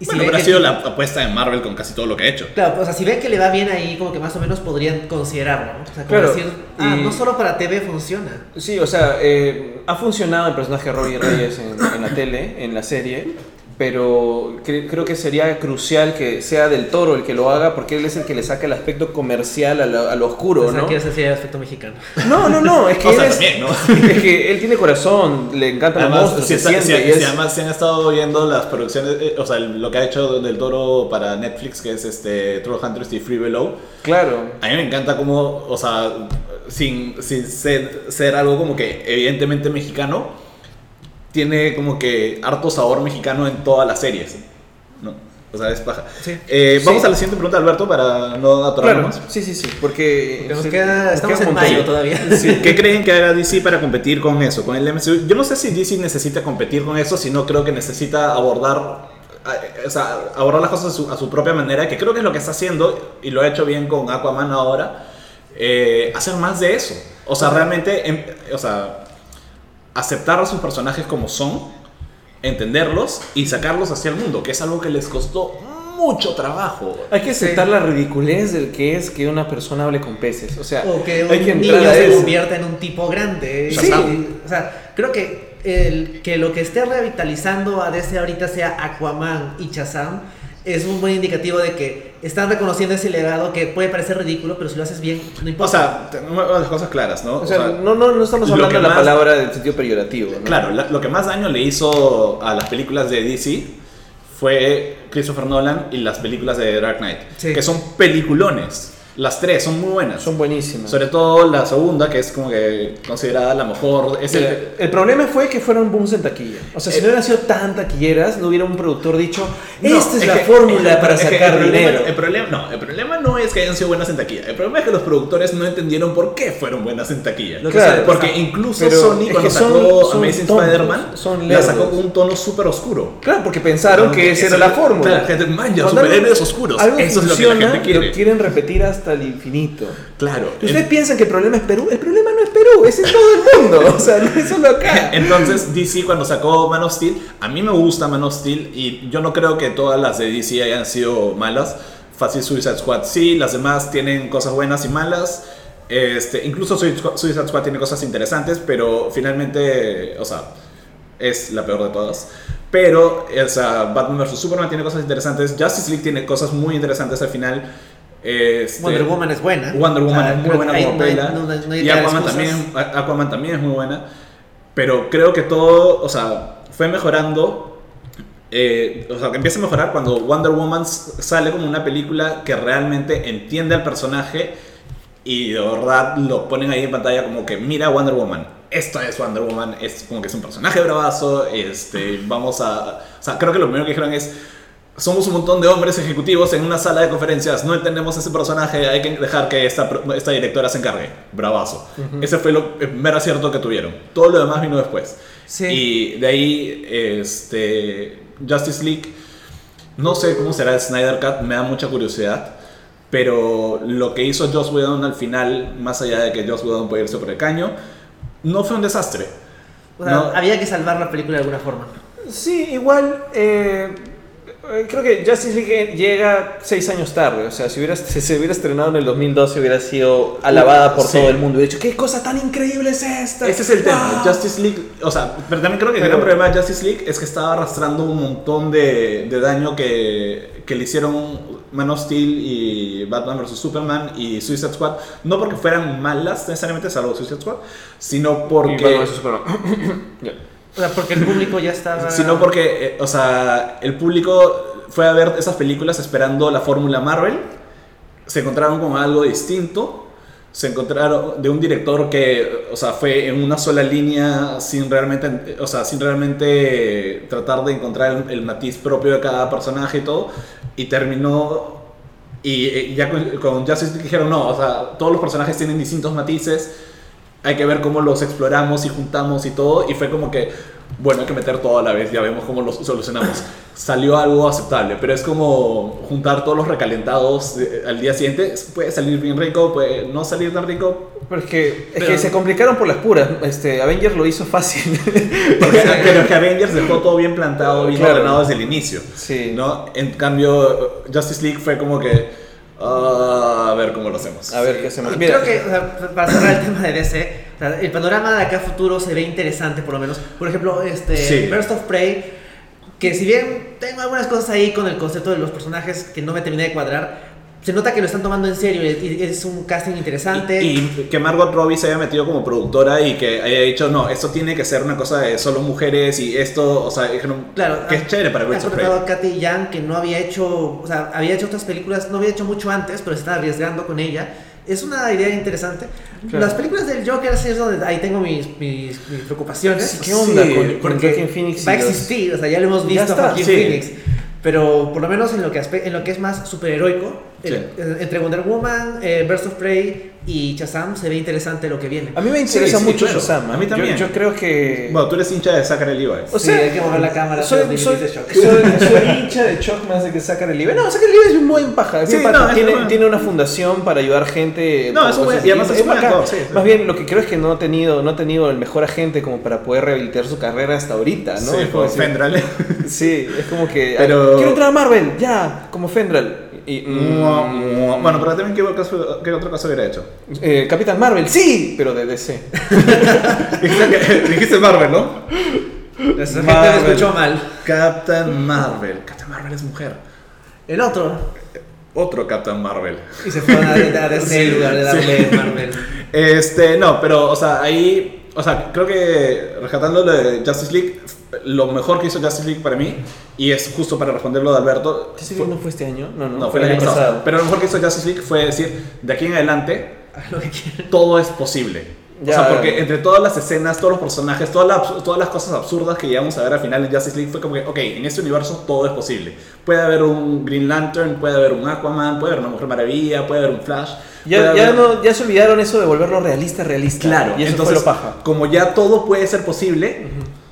Speaker 3: Y
Speaker 2: Bueno,
Speaker 3: ven
Speaker 2: pero ha
Speaker 3: que-
Speaker 2: sido la apuesta de Marvel con casi todo lo que ha hecho.
Speaker 3: Claro, o sea, si ven que le va bien ahí, como que más o menos podrían considerarlo. ¿no? O sea, como
Speaker 1: Claro,
Speaker 3: decir, ah,
Speaker 1: y-
Speaker 3: no solo para TV funciona.
Speaker 1: Sí, o sea, eh, ha funcionado el personaje de Robbie Reyes en, en la tele, en la serie, pero cre- creo que sería crucial que sea del toro el que lo haga, porque él es el que le saca el aspecto comercial a la- al oscuro,
Speaker 3: o sea,
Speaker 1: ¿no?
Speaker 3: quieres decir el aspecto mexicano.
Speaker 1: No, no, no, es que,
Speaker 2: O sea,
Speaker 1: él es-
Speaker 2: también, ¿no?
Speaker 1: es que él tiene corazón, le encantan los
Speaker 2: Además,
Speaker 1: monstruos,
Speaker 2: si,
Speaker 1: se
Speaker 2: está- si-
Speaker 1: siente, y
Speaker 2: si
Speaker 1: es-
Speaker 2: además se han estado viendo las producciones, eh, o sea, el- lo que ha hecho Del Toro para Netflix, que es este Troll Hunters y Free Below,
Speaker 1: claro.
Speaker 2: a mí me encanta como, o sea, sin, sin ser, ser algo como que evidentemente mexicano, tiene como que harto sabor mexicano en todas las series. ¿no? O sea, es paja.
Speaker 3: Sí.
Speaker 2: Eh,
Speaker 1: Sí.
Speaker 2: Vamos a la siguiente pregunta, Alberto, para no
Speaker 1: Claro,
Speaker 2: atorarnos.
Speaker 1: sí, sí, sí, porque...
Speaker 3: Porque nos
Speaker 1: sí,
Speaker 3: queda-
Speaker 1: nos
Speaker 3: estamos
Speaker 1: queda
Speaker 3: en
Speaker 1: un montón.
Speaker 3: mayo todavía.
Speaker 2: Sí, ¿Qué creen que haga DC para competir con eso, con el MCU? Yo no sé si DC necesita competir con eso, sino creo que necesita abordar, eh, o sea, abordar las cosas a su, a su propia manera, que creo que es lo que está haciendo y lo ha hecho bien con Aquaman ahora, eh, hacer más de eso. O sea, realmente, em- o sea, aceptar a sus personajes como son, entenderlos y sacarlos hacia el mundo, que es algo que les costó mucho trabajo.
Speaker 1: Hay que aceptar la ridiculez del que es que una persona hable con peces. O sea,
Speaker 3: O que
Speaker 1: hay que
Speaker 3: un
Speaker 1: entrar
Speaker 3: niño
Speaker 1: a
Speaker 3: se
Speaker 1: eso.
Speaker 3: convierta en un tipo grande.
Speaker 2: Sí.
Speaker 3: O sea, creo que, el, que lo que esté revitalizando a DC ahorita sea Aquaman y Shazam es un buen indicativo de que están reconociendo ese legado que puede parecer ridículo, pero si lo haces bien, no
Speaker 2: O
Speaker 3: importa.
Speaker 2: sea, tengamos las cosas claras, ¿no?
Speaker 1: O sea, no, no, no estamos
Speaker 2: lo
Speaker 1: hablando
Speaker 2: que
Speaker 1: de la
Speaker 2: más-
Speaker 1: palabra del sentido peyorativo. ¿no?
Speaker 2: Claro, la- lo que más daño le hizo a las películas de DC fue Christopher Nolan y las películas de Dark Knight,
Speaker 3: Sí.
Speaker 2: que son peliculones. Las tres son muy buenas.
Speaker 1: Son buenísimas.
Speaker 2: Sobre todo la segunda, que es como que considerada la mejor. Es el-
Speaker 1: Este, el, el problema fue que fueron booms en taquilla. O sea, si
Speaker 2: Eh,
Speaker 1: no hubieran sido tan taquilleras, no hubiera un productor dicho,
Speaker 2: No,
Speaker 1: esta es, la
Speaker 2: que- es
Speaker 1: fórmula
Speaker 2: que-
Speaker 1: para
Speaker 2: es que el
Speaker 1: sacar
Speaker 2: problema-
Speaker 1: dinero.
Speaker 2: El problema, no, el problema no es que hayan sido buenas en taquilla. El problema es que los productores no entendieron por qué fueron buenas en taquilla.
Speaker 1: Lo que Claro, sea,
Speaker 2: porque
Speaker 1: o sea,
Speaker 2: incluso
Speaker 1: pero
Speaker 2: Sony
Speaker 1: es
Speaker 2: cuando
Speaker 1: que son-
Speaker 2: sacó
Speaker 1: son
Speaker 2: Amazing
Speaker 1: tontos,
Speaker 2: Spider-Man,
Speaker 1: son
Speaker 2: la sacó
Speaker 1: lerdos.
Speaker 2: con un tono súper oscuro.
Speaker 1: Claro, porque pensaron que esa era la fórmula.
Speaker 2: Claro, gente, man, ya,
Speaker 1: Cuando algo-
Speaker 2: superhéroes oscuros.
Speaker 1: Algo
Speaker 2: Eso es lo que
Speaker 1: funciona,
Speaker 2: la gente quiere.
Speaker 1: lo quieren repetir hasta el infinito.
Speaker 2: Claro.
Speaker 1: Y Ustedes
Speaker 2: en-
Speaker 1: piensan que el problema es Perú. El problema no es Perú, es en todo el mundo. O sea, no es solo acá.
Speaker 2: Entonces DC cuando sacó Man of Steel, a mí me gusta Man of Steel y yo no creo que todas las de DC hayan sido malas. Fácil Suicide Squad sí, las demás tienen cosas buenas y malas. Este, incluso Sui- Suicide Squad tiene cosas interesantes, pero finalmente, o sea, es la peor de todas. Pero, o sea, Batman vs Superman tiene cosas interesantes, Justice League tiene cosas muy interesantes al final. Este,
Speaker 3: Wonder Woman es buena.
Speaker 2: Wonder Woman
Speaker 3: O sea,
Speaker 2: es muy
Speaker 3: creo
Speaker 2: buena
Speaker 3: que ahí
Speaker 2: como
Speaker 3: no hay-
Speaker 2: pela.
Speaker 3: no- no- no hay
Speaker 2: y
Speaker 3: que dar
Speaker 2: Aquaman
Speaker 3: excusas.
Speaker 2: también, A- Aquaman también es muy buena. Pero creo que todo, o sea, fue mejorando. eh, o sea, que empieza a mejorar cuando Wonder Woman s- sale como una película que realmente entiende al personaje y de verdad lo ponen ahí en pantalla como que mira Wonder Woman. Esto es Wonder Woman, es como que es un personaje bravazo, este, vamos a... O sea, creo que lo primero que dijeron es, somos un montón de hombres ejecutivos en una sala de conferencias, no entendemos ese personaje, hay que dejar que esta, pro- esta directora se encargue. Bravazo. Ese fue lo- el primer acierto que tuvieron. Todo lo demás vino después.
Speaker 3: Sí.
Speaker 2: Y de ahí, este, Justice League, no sé cómo será el Snyder Cut, me da mucha curiosidad. Pero lo que hizo Joss Whedon al final, más allá de que Joss Whedon puede irse por el caño, no fue un desastre.
Speaker 3: O sea,
Speaker 2: No.
Speaker 3: Había que salvar la película de alguna forma.
Speaker 1: Sí, igual. eh, eh, creo que Justice League llega seis años tarde. O sea, si, hubiera, si se hubiera estrenado en el 2012, hubiera sido alabada por
Speaker 2: Sí.
Speaker 1: todo el mundo. Hubiera dicho, ¿qué cosa tan increíble es esta?
Speaker 2: Ese es el tema.
Speaker 1: ¡Wow!
Speaker 2: Justice League, o sea, pero también creo que el
Speaker 1: Pero-
Speaker 2: gran problema de Justice League es que estaba arrastrando un montón de, de daño que, que le hicieron Man of Steel y Batman vs. Superman y Suicide Squad. No porque fueran malas necesariamente, salvo Suicide Squad, sino porque...
Speaker 1: Y Batman vs Superman. Ya.
Speaker 3: O sea, porque el público ya estaba.
Speaker 2: sino porque, eh, o sea, el público fue a ver esas películas esperando la fórmula Marvel, se encontraron con algo distinto, se encontraron de un director que, o sea, fue en una sola línea sin realmente, o sea, sin realmente tratar de encontrar el, el matiz propio de cada personaje y todo, y terminó y eh, ya con, con Justice League dijeron no, o sea, todos los personajes tienen distintos matices. Hay que ver cómo los exploramos y juntamos y todo. Y fue como que, bueno, hay que meter todo a la vez, ya vemos cómo los solucionamos. Salió algo aceptable, pero es como juntar todos los recalentados eh, al día siguiente. Puede salir bien rico, puede no salir tan rico.
Speaker 1: Pero es que, es
Speaker 2: Pero-
Speaker 1: que se complicaron por las puras. Este, Avenger lo hizo fácil.
Speaker 2: Porque, pero es que Avengers dejó todo bien plantado, bien
Speaker 1: Claro.
Speaker 2: ordenado desde el inicio.
Speaker 1: sí.
Speaker 2: ¿no? En cambio, eh, Justice League fue como que, "Ah, a ver cómo lo hacemos.
Speaker 1: A ver qué hacemos. Mira,
Speaker 3: Creo que, o sea, para cerrar el tema de DC, o sea, el panorama de acá a futuro se ve interesante, por lo menos. Por ejemplo, este,
Speaker 2: Sí.
Speaker 3: Burst of Prey, que si bien tengo algunas cosas ahí con el concepto de los personajes que no me terminé de cuadrar, se nota que lo están tomando en serio y y es un casting interesante.
Speaker 2: Y, y que Margot Robbie se haya metido como productora y que haya dicho, no, esto tiene que ser una cosa de solo mujeres y esto, o sea, dijeron,
Speaker 3: Claro,
Speaker 2: que
Speaker 3: ha-
Speaker 2: es chévere para
Speaker 3: ha
Speaker 2: Birds of Prey.
Speaker 3: contratado a Katy Yang, que no había hecho, o sea, había hecho otras películas, no había hecho mucho antes, pero se está arriesgando con ella. Es una idea interesante.
Speaker 1: Claro.
Speaker 3: Las películas del Joker sí es donde ahí tengo mis, mis, mis preocupaciones.
Speaker 1: Sí, ¿qué onda
Speaker 2: Sí,
Speaker 1: con, con
Speaker 3: Porque
Speaker 1: Joaquin Phoenix? y
Speaker 3: va a
Speaker 1: los-
Speaker 3: existir, o sea, ya lo hemos
Speaker 1: Ya
Speaker 3: visto
Speaker 1: está,
Speaker 3: a Joaquin
Speaker 2: sí.
Speaker 3: Phoenix. Pero por lo menos en lo que, aspe- en lo que es más superheroico,
Speaker 2: Sí.
Speaker 3: el- eh, entre Wonder Woman, eh, Birds of Prey y Shazam se ve interesante lo que viene.
Speaker 1: A mí me interesa
Speaker 2: sí,
Speaker 1: mucho
Speaker 2: claro.
Speaker 1: Shazam. ¿eh?
Speaker 2: A mí
Speaker 1: Yo-
Speaker 2: también.
Speaker 1: Yo, creo que.
Speaker 2: Bueno, tú eres hincha de Zachary Levi.
Speaker 1: o
Speaker 3: Sí, hay que mover la cámara, pero
Speaker 1: Soy,
Speaker 3: ni
Speaker 1: soy,
Speaker 3: de shock.
Speaker 1: soy- soy hincha de Shock más de que sacar el IBE. No, sacar el IBE es un buen paja. es
Speaker 2: Sí,
Speaker 1: bien pata.
Speaker 2: no, es
Speaker 1: tiene,
Speaker 2: bueno.
Speaker 1: tiene una fundación para ayudar gente.
Speaker 2: No,
Speaker 1: con
Speaker 2: es
Speaker 1: cosas
Speaker 2: un buen- y además
Speaker 1: distintas.
Speaker 2: es un buen
Speaker 1: bacán.
Speaker 2: actor, sí, sí.
Speaker 1: Más bien, lo que creo es que no ha tenido, no ha tenido el mejor agente como para poder rehabilitar su carrera hasta ahorita, Ah, ¿no? Pues,
Speaker 2: Sí, pues,
Speaker 1: Es como
Speaker 2: por
Speaker 1: decir-
Speaker 2: Fendral.
Speaker 1: Sí, es como que.
Speaker 2: Pero-
Speaker 1: Quiero entrar a Marvel, ya, como Fendral. Y, mm,
Speaker 2: Mua, mua. bueno, pero también, ¿qué, caso- qué otro caso hubiera hecho?
Speaker 1: eh, Capitán Marvel, sí, pero de DC.
Speaker 2: Dijiste que- Dijiste Marvel, ¿no?
Speaker 3: Nuestra
Speaker 2: Marvel.
Speaker 3: gente lo escuchó mal.
Speaker 2: Captain Marvel. Captain Marvel es mujer.
Speaker 3: El otro.
Speaker 2: Otro Captain Marvel.
Speaker 3: Y se fueron a, a DC en lugar de darle Marvel.
Speaker 2: Este, no, pero, o sea, ahí, o sea, creo que rescatando lo de Justice League, lo mejor que hizo Justice League para mí, y es justo para responderlo de Alberto,
Speaker 1: ¿Justice
Speaker 2: fue-
Speaker 1: League no fue este año? No, no,
Speaker 2: no, fue el año pasado. Pero lo mejor que hizo Justice League fue decir, de aquí en adelante,
Speaker 3: Haz lo que quieran.
Speaker 2: todo es posible.
Speaker 1: Ya.
Speaker 2: O sea, porque entre todas las escenas, todos los personajes, todas las, todas las cosas absurdas que llegamos a ver al final en Justice League, fue como que, ok, en este universo todo es posible. Puede haber un Green Lantern, puede haber un Aquaman, puede haber una Mujer Maravilla, puede haber un Flash. puede
Speaker 1: Ya, ya,
Speaker 2: haber-
Speaker 1: no, ya se olvidaron eso de volverlo realista, realista.
Speaker 2: Claro,
Speaker 1: y eso
Speaker 2: entonces,
Speaker 1: fue lo paja.
Speaker 2: como ya todo puede ser posible,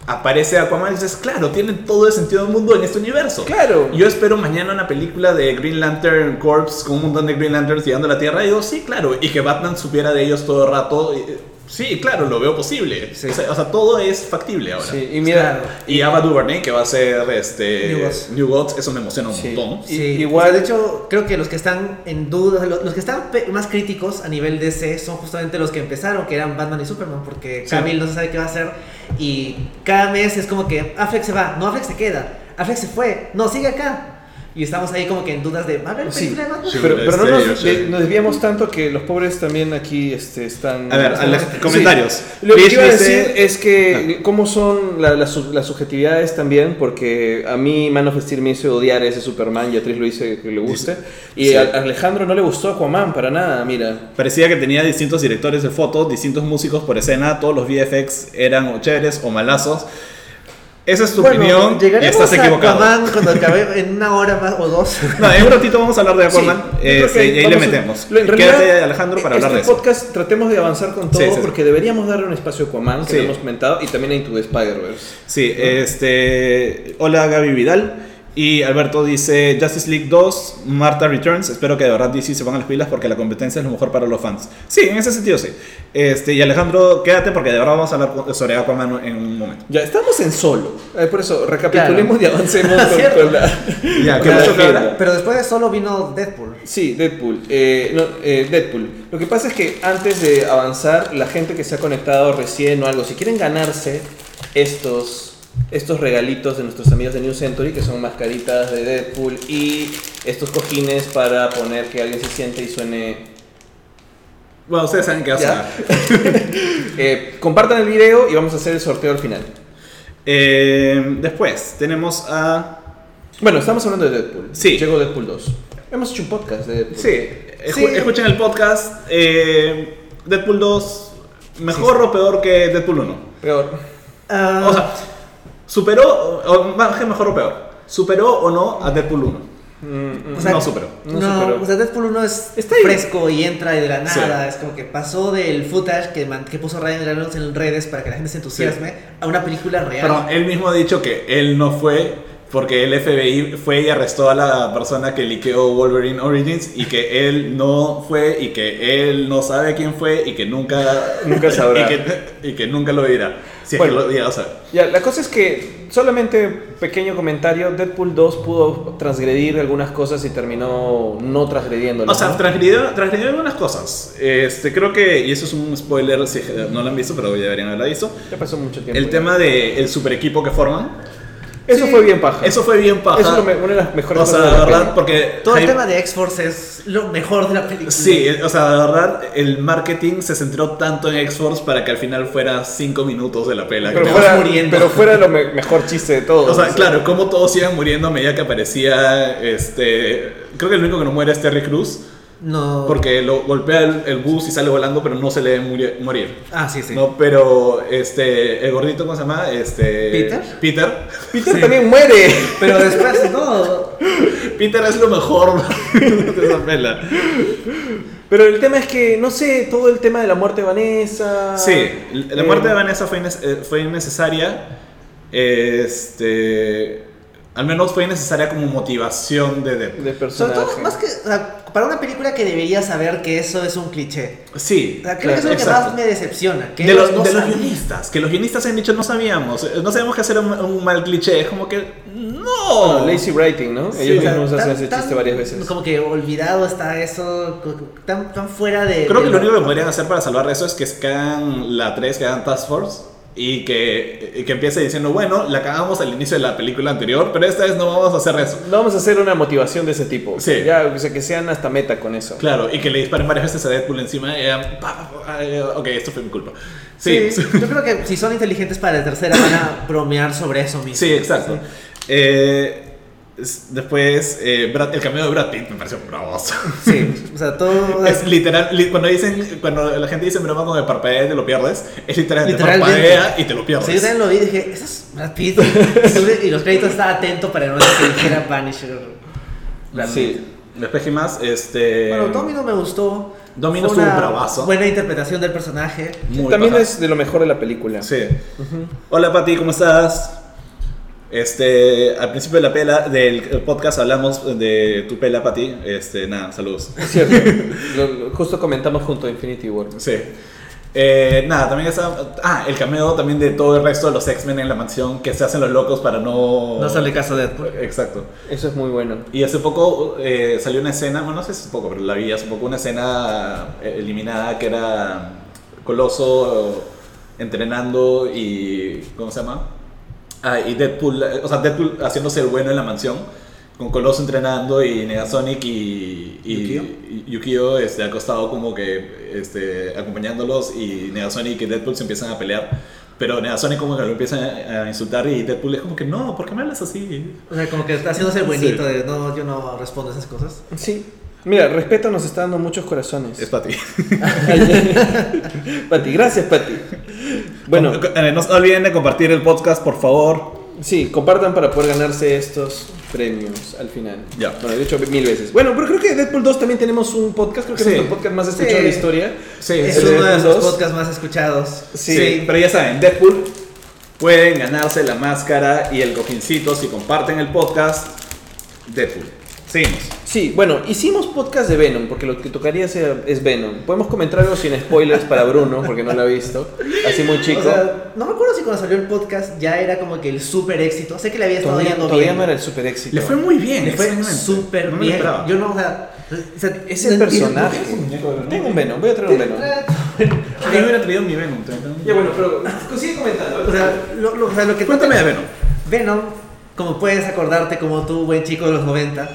Speaker 2: aparece Aquaman y dices, claro, tiene todo el sentido del mundo en este universo.
Speaker 1: Claro.
Speaker 2: Yo espero mañana una película de Green Lantern Corps con un montón de Green Lanterns llegando a la Tierra y digo, sí, claro, y que Batman supiera de ellos todo el rato. eh, Sí, claro, lo veo posible.
Speaker 3: Sí.
Speaker 2: O, sea, o sea, todo es factible ahora.
Speaker 1: Sí, y mira,
Speaker 3: Claro.
Speaker 2: Y Ava DuVernay, que va a ser este,
Speaker 3: New Gods.
Speaker 2: New Gods, eso me emociona un
Speaker 1: Sí.
Speaker 2: montón.
Speaker 1: Y-
Speaker 3: Sí,
Speaker 1: igual-
Speaker 3: igual. de hecho, creo que los que están en duda, lo- los, que están pe- más críticos a nivel DC son justamente los que empezaron, que eran Batman y Superman, porque
Speaker 2: Sí.
Speaker 3: Camille no se sabe qué va a hacer. Y cada mes es como que Affleck se va, no Affleck se queda, Affleck se fue, no sigue acá. Y estamos ahí como que en dudas de, ¿va a haber
Speaker 1: Sí,
Speaker 3: película de Batman?
Speaker 2: sí.
Speaker 1: pero,
Speaker 2: en
Speaker 1: pero no
Speaker 2: serio,
Speaker 1: nos,
Speaker 2: sí.
Speaker 1: de- nos desviamos tanto que los pobres también aquí este, están...
Speaker 2: A ver, a los
Speaker 1: Sí.
Speaker 2: comentarios.
Speaker 1: Lo que
Speaker 2: Bish
Speaker 1: iba a
Speaker 2: dice- Ah.
Speaker 1: decir es que cómo son la- las sub- las subjetividades también, porque a mí Man of Steel me hizo odiar a ese Superman y a Tris lo hice que le guste. Y
Speaker 2: Sí.
Speaker 1: a a Alejandro no le gustó Aquaman para nada, mira.
Speaker 2: Parecía que tenía distintos directores de fotos, distintos músicos por escena, todos los VFX eran o chéveres o malazos. Esa es tu opinión y
Speaker 3: llegaremos
Speaker 2: estás
Speaker 3: a
Speaker 2: equivocado.
Speaker 3: Aquaman cuando acabe en una hora más o dos.
Speaker 2: No, en un ratito vamos a hablar de Aquaman
Speaker 1: Sí, yo creo
Speaker 2: este,
Speaker 1: que
Speaker 2: y ahí le
Speaker 1: vamos a-
Speaker 2: metemos.
Speaker 1: lo- en realidad,
Speaker 2: Quédate Alejandro para hablar de
Speaker 1: este
Speaker 2: eso.
Speaker 1: podcast tratemos de avanzar con todo
Speaker 2: Sí, sí, sí.
Speaker 1: porque deberíamos darle un espacio a Aquaman, que
Speaker 2: Sí.
Speaker 1: lo hemos comentado, y también a Into the Spider-Verse.
Speaker 2: Sí, este. Hola Gaby Vidal. Y Alberto dice: Justice League 2, Marta Returns. Espero que de verdad DC se pongan las pilas porque la competencia es lo mejor para los fans. Sí, en ese sentido sí. Este, y Alejandro, quédate porque de verdad vamos a hablar sobre Aquaman en un momento.
Speaker 1: Ya, estamos en solo. Eh, por eso, recapitulemos y avancemos con,
Speaker 3: Cierto.
Speaker 1: con la...
Speaker 2: Ya,
Speaker 1: con
Speaker 2: ¿qué
Speaker 1: la
Speaker 2: más
Speaker 1: agenda.
Speaker 2: hablar?
Speaker 3: pero después de solo vino Deadpool.
Speaker 1: Sí, Deadpool. Eh, no, eh, Deadpool. Lo que pasa es que antes de avanzar, la gente que se ha conectado recién o algo, si quieren ganarse estos, estos regalitos de nuestros amigos de New Century, que son mascaritas de Deadpool y estos cojines para poner que alguien se siente y suene
Speaker 2: Bueno, ustedes saben qué va a
Speaker 1: Ya.
Speaker 2: sonar.
Speaker 1: Eh, compartan el video y vamos a hacer el sorteo al final.
Speaker 2: Eh, después tenemos a.
Speaker 1: Bueno, estamos hablando de Deadpool.
Speaker 2: Sí.
Speaker 1: Llegó Deadpool 2. Hemos hecho un podcast de Deadpool.
Speaker 2: Sí, escu-
Speaker 3: Sí.
Speaker 2: escuchen el podcast. eh, Deadpool 2, mejor o peor que Deadpool 1.
Speaker 1: Peor.
Speaker 3: Ah,
Speaker 2: O sea, superó, o- o más que mejor o peor, superó o no a Deadpool 1.
Speaker 1: Mm, mm.
Speaker 3: O sea,
Speaker 2: no superó.
Speaker 1: No
Speaker 3: No,
Speaker 1: superó.
Speaker 3: o sea, Deadpool 1 es
Speaker 1: Está ahí.
Speaker 3: fresco y entra de la
Speaker 2: Sí.
Speaker 3: nada. Es como que pasó del footage que, man- que puso Ryan Reynolds en redes para que la gente se entusiasme a una película real.
Speaker 2: Pero él mismo ha dicho que él no fue porque el FBI fue y arrestó a la persona que liqueó Wolverine Origins y que él no fue y que él no sabe quién fue y que nunca
Speaker 1: Nunca sabrá.
Speaker 2: y, que, y que nunca lo dirá. Si
Speaker 1: Bueno.
Speaker 2: es que lo dirá, o sea,
Speaker 1: mm. Ya, la cosa es que, solamente pequeño comentario, Deadpool 2 pudo transgredir algunas cosas y terminó no transgrediéndolas.
Speaker 2: O sea,
Speaker 1: ¿no?
Speaker 2: transgredió, transgredió algunas cosas. Este, creo que, y eso es un spoiler si no lo han visto, pero ya deberían haberlo visto.
Speaker 1: Ya pasó mucho tiempo.
Speaker 2: El tema del el super equipo que forman,
Speaker 1: Eso
Speaker 3: Sí.
Speaker 1: fue bien paja.
Speaker 2: eso fue bien paja.
Speaker 1: Eso es lo me- una de las mejores
Speaker 2: o sea,
Speaker 1: cosas de
Speaker 2: la
Speaker 1: la
Speaker 2: verdad,
Speaker 1: peli.
Speaker 2: porque.
Speaker 3: Todo el
Speaker 2: Jaime-
Speaker 3: tema de X-Force es lo mejor de la película.
Speaker 2: Sí, o sea, la verdad, el marketing se centró tanto en X-Force para que al final fuera 5 minutos de la pela.
Speaker 1: Pero
Speaker 2: creo.
Speaker 3: Te
Speaker 1: fuera,
Speaker 3: vas muriendo.
Speaker 1: pero fuera lo me- mejor chiste de todo.
Speaker 2: O sea, claro, como todos iban muriendo a medida que aparecía este. Creo que el único que no muere es Terry Cruz.
Speaker 3: No.
Speaker 2: Porque lo golpea el, el bus y sale volando, pero no se le debe muri- morir.
Speaker 3: Ah, sí, sí.
Speaker 2: No, pero este, el gordito, ¿cómo se llama? Este,
Speaker 3: ¿Peter?
Speaker 2: Peter.
Speaker 1: Peter
Speaker 3: Sí.
Speaker 1: también muere.
Speaker 3: Pero después, no.
Speaker 2: Peter es lo mejor de esa pela.
Speaker 1: Pero el tema es que, no sé, todo el tema de la muerte de Vanessa.
Speaker 2: Sí, la
Speaker 1: eh,
Speaker 2: muerte de Vanessa fue, innes- eh, fue innecesaria. Este. Al menos fue innecesaria como motivación de
Speaker 1: De
Speaker 2: Depp.
Speaker 3: Sobre
Speaker 1: personaje.
Speaker 3: todo, más que. o sea, para una película que debería saber que eso es un cliché.
Speaker 2: Sí.
Speaker 3: O sea, creo que eso es lo que
Speaker 2: exacto.
Speaker 3: más me decepciona. Que
Speaker 2: De, los,
Speaker 3: ellos no
Speaker 2: de los
Speaker 3: saben.
Speaker 2: guionistas, que los guionistas han dicho no sabíamos, eh, no sabemos qué hacer un, un mal cliché, es como que no.
Speaker 1: Bueno, lazy writing, ¿no?
Speaker 2: Sí,
Speaker 1: Ellos
Speaker 2: o sea,
Speaker 1: mismos hacen
Speaker 3: Tan-
Speaker 1: ese
Speaker 3: tan-
Speaker 1: chiste varias veces.
Speaker 3: Como que olvidado está eso, co- co- tan, tan fuera de...
Speaker 2: Creo
Speaker 3: de
Speaker 2: que lo único que podrían hacer para salvar eso es que se hagan la 3, que hagan Task Force y que, y que empiece diciendo, bueno, la cagamos al inicio de la película anterior, pero esta vez no vamos a hacer eso.
Speaker 1: No Vamos a hacer una motivación de ese tipo.
Speaker 2: Sí.
Speaker 1: Ya, o sea, que sean hasta meta con eso.
Speaker 2: Claro, y que le disparen varias veces a Deadpool encima. eh, pa, pa, pa, eh, ok, esto fue mi culpa. Sí,
Speaker 3: Sí,
Speaker 2: sí,
Speaker 3: yo creo que si son inteligentes para la tercera van a bromear sobre eso mismo.
Speaker 2: exacto. Eh, es- después, eh, Brad- el cameo de Brad Pitt me pareció bravoso.
Speaker 3: Sí, o sea, todo...
Speaker 2: Es literal, li- cuando dicen, cuando la gente dice broma con el parpadea y te lo pierdes, es literal, te
Speaker 3: Literalmente.
Speaker 2: parpadea y te lo
Speaker 3: Sí, yo
Speaker 2: pierdes.
Speaker 3: también lo vi y dije, eso es Brad Pitt. Entonces, y los créditos estaba atento para no que dijera Punisher. Brad Pitt.
Speaker 1: Sí.
Speaker 2: Después, ¿qué más? Este,
Speaker 3: Bueno, Domino me gustó.
Speaker 2: Domino
Speaker 3: Fue
Speaker 2: estuvo
Speaker 3: una
Speaker 2: bravazo.
Speaker 3: Buena interpretación del personaje.
Speaker 2: muy
Speaker 1: También
Speaker 2: paja.
Speaker 1: es de lo mejor de la película.
Speaker 2: Sí. Hola Pati, ¿cómo estás? Este, al principio de la pela del podcast hablamos de tu pela, Pati. Este, nada, saludos.
Speaker 1: Es cierto. Lo- lo- justo comentamos junto a Infinity War.
Speaker 2: Sí. Eh, nada, también está. Ah, el cameo también de todo el resto de los X-Men en la mansión que se hacen los locos para no.
Speaker 3: No sale caso de Deadpool.
Speaker 2: Exacto.
Speaker 1: Eso es muy bueno.
Speaker 2: Y hace poco eh, salió una escena, bueno, no sé si hace poco, pero la vi hace poco, una escena eh, eliminada que era Coloso entrenando y. ¿Cómo se llama? Ah, y Deadpool, eh, o sea, Deadpool haciéndose el bueno en la mansión, con Coloso entrenando y Negasonic y, y
Speaker 3: Yukio.
Speaker 2: y Yukio este, acostado como que este, acompañándolos y Negasonic y Deadpool se empiezan a pelear. Pero Negasonic como que lo empiezan a a insultar y Deadpool es como que no, ¿por qué me hablas así?
Speaker 3: O sea, como que está haciéndose el buenito
Speaker 2: Sí.
Speaker 3: de no, yo no respondo a esas cosas.
Speaker 1: Sí. Mira, respeto nos está dando muchos corazones.
Speaker 2: Es para ti.
Speaker 1: Pati, gracias, Pati. Bueno,
Speaker 2: Bueno, eh, no se olviden de compartir el podcast, por favor.
Speaker 1: sí, compartan para poder ganarse estos premios al final.
Speaker 2: Ya.
Speaker 1: Bueno, de hecho, mil veces. Bueno, pero creo que Deadpool 2 también tenemos un podcast. Creo que
Speaker 2: Sí.
Speaker 1: es el podcast más escuchado de la
Speaker 3: Sí.
Speaker 1: historia.
Speaker 2: Sí,
Speaker 3: Es
Speaker 1: el de
Speaker 3: uno de
Speaker 1: Deadpool
Speaker 3: los
Speaker 1: dos.
Speaker 3: podcasts más escuchados.
Speaker 1: Sí.
Speaker 2: pero ya saben, Deadpool pueden ganarse la máscara y el cojincito si comparten el podcast. Deadpool. Seguimos.
Speaker 1: Sí, bueno, hicimos podcast de Venom, porque lo que tocaría es, es Venom. Podemos comentar algo sin spoilers para Bruno, porque no lo ha visto. Así muy chico.
Speaker 3: O sea, no me acuerdo si cuando salió el podcast ya era como que el super éxito. Sé que le había estado
Speaker 1: todavía,
Speaker 3: yendo
Speaker 1: todavía
Speaker 3: bien.
Speaker 1: no era el super éxito.
Speaker 2: Le fue muy bien.
Speaker 3: Le fue
Speaker 2: excelente.
Speaker 3: súper
Speaker 2: No me lo
Speaker 3: bien.
Speaker 2: esperaba.
Speaker 3: Yo no, o sea, o sea,
Speaker 1: Es el
Speaker 3: no entiendo.
Speaker 1: personaje.
Speaker 2: muñeco de Venom?
Speaker 1: Tengo un Venom, voy a traer un Venom.
Speaker 2: A mí me hubiera traído mi Venom.
Speaker 1: Ya bueno, pero sigue comentando.
Speaker 3: O sea, lo, lo- o sea, lo que
Speaker 2: Cuéntame de Venom.
Speaker 3: Venom, como puedes acordarte, como tú, buen chico de los 90,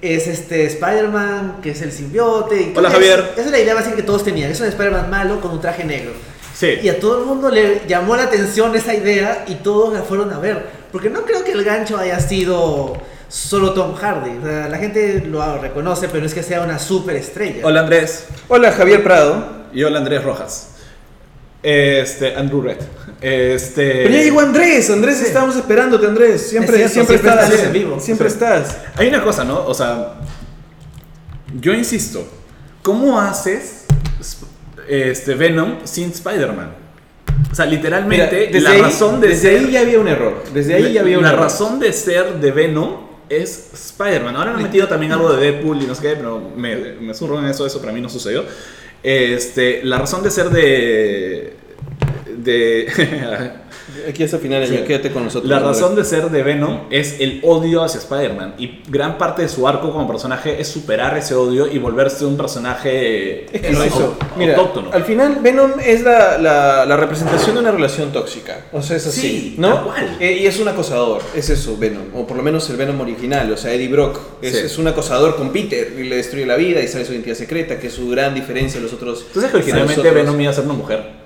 Speaker 3: es este Spider-Man, que es el simbiote. y
Speaker 2: Hola,
Speaker 3: es-
Speaker 2: Javier.
Speaker 3: Esa es la idea básica que todos tenían. Es un Spider-Man malo con un traje negro. Y
Speaker 2: Sí.
Speaker 3: a todo el mundo le llamó la atención esa idea y todos la fueron a ver. Porque no creo que el gancho haya sido solo Tom Hardy. O sea, la gente lo reconoce, pero no es que sea una super estrella.
Speaker 2: Hola Andrés.
Speaker 1: Hola, Javier Prado.
Speaker 2: Y hola Andrés Rojas. Este, Andrew Red. Este.
Speaker 1: Pero ya llegó Andrés, Andrés, estábamos esperándote, Andrés. Siempre,
Speaker 3: Es cierto,
Speaker 1: siempre,
Speaker 3: siempre
Speaker 1: estás,
Speaker 3: estás en vivo.
Speaker 1: Siempre
Speaker 2: Sí.
Speaker 1: estás.
Speaker 2: Hay una cosa, ¿no? O sea, yo insisto, ¿cómo haces sp- este Venom sin Spider-Man? O sea,
Speaker 1: Mira,
Speaker 2: literalmente
Speaker 1: desde
Speaker 2: la
Speaker 1: ahí-
Speaker 2: razón de
Speaker 1: desde
Speaker 2: ser
Speaker 1: ahí ya había un error. Desde ahí ya había un
Speaker 2: la
Speaker 1: error.
Speaker 2: razón de ser de Venom es Spider-Man. Ahora han metido también algo de Deadpool y no sé qué, pero me, me zurro en eso, eso para mí no sucedió. Este, la razón de ser de de
Speaker 1: Aquí hasta final año,
Speaker 2: Sí.
Speaker 1: quédate con nosotros.
Speaker 2: La
Speaker 1: Andrés.
Speaker 2: razón de ser de Venom es el odio hacia Spider-Man. Y gran parte de su arco como personaje es superar ese odio y volverse un personaje
Speaker 1: Es que
Speaker 2: eh,
Speaker 1: es eso.
Speaker 2: au-
Speaker 1: Mira,
Speaker 2: autóctono.
Speaker 1: al final Venom es la, la- la representación de una relación tóxica. O sea, es así,
Speaker 2: Sí,
Speaker 1: ¿no?
Speaker 2: tal cual.
Speaker 1: Eh, y es un acosador, es eso Venom. O por lo menos el Venom original, o sea, Eddie Brock. Es,
Speaker 2: Sí.
Speaker 1: es un acosador con Peter y le destruye la vida y sale su identidad secreta, que es su gran diferencia de los otros.
Speaker 2: Entonces que originalmente
Speaker 1: a los otros.
Speaker 2: Venom iba a ser una mujer.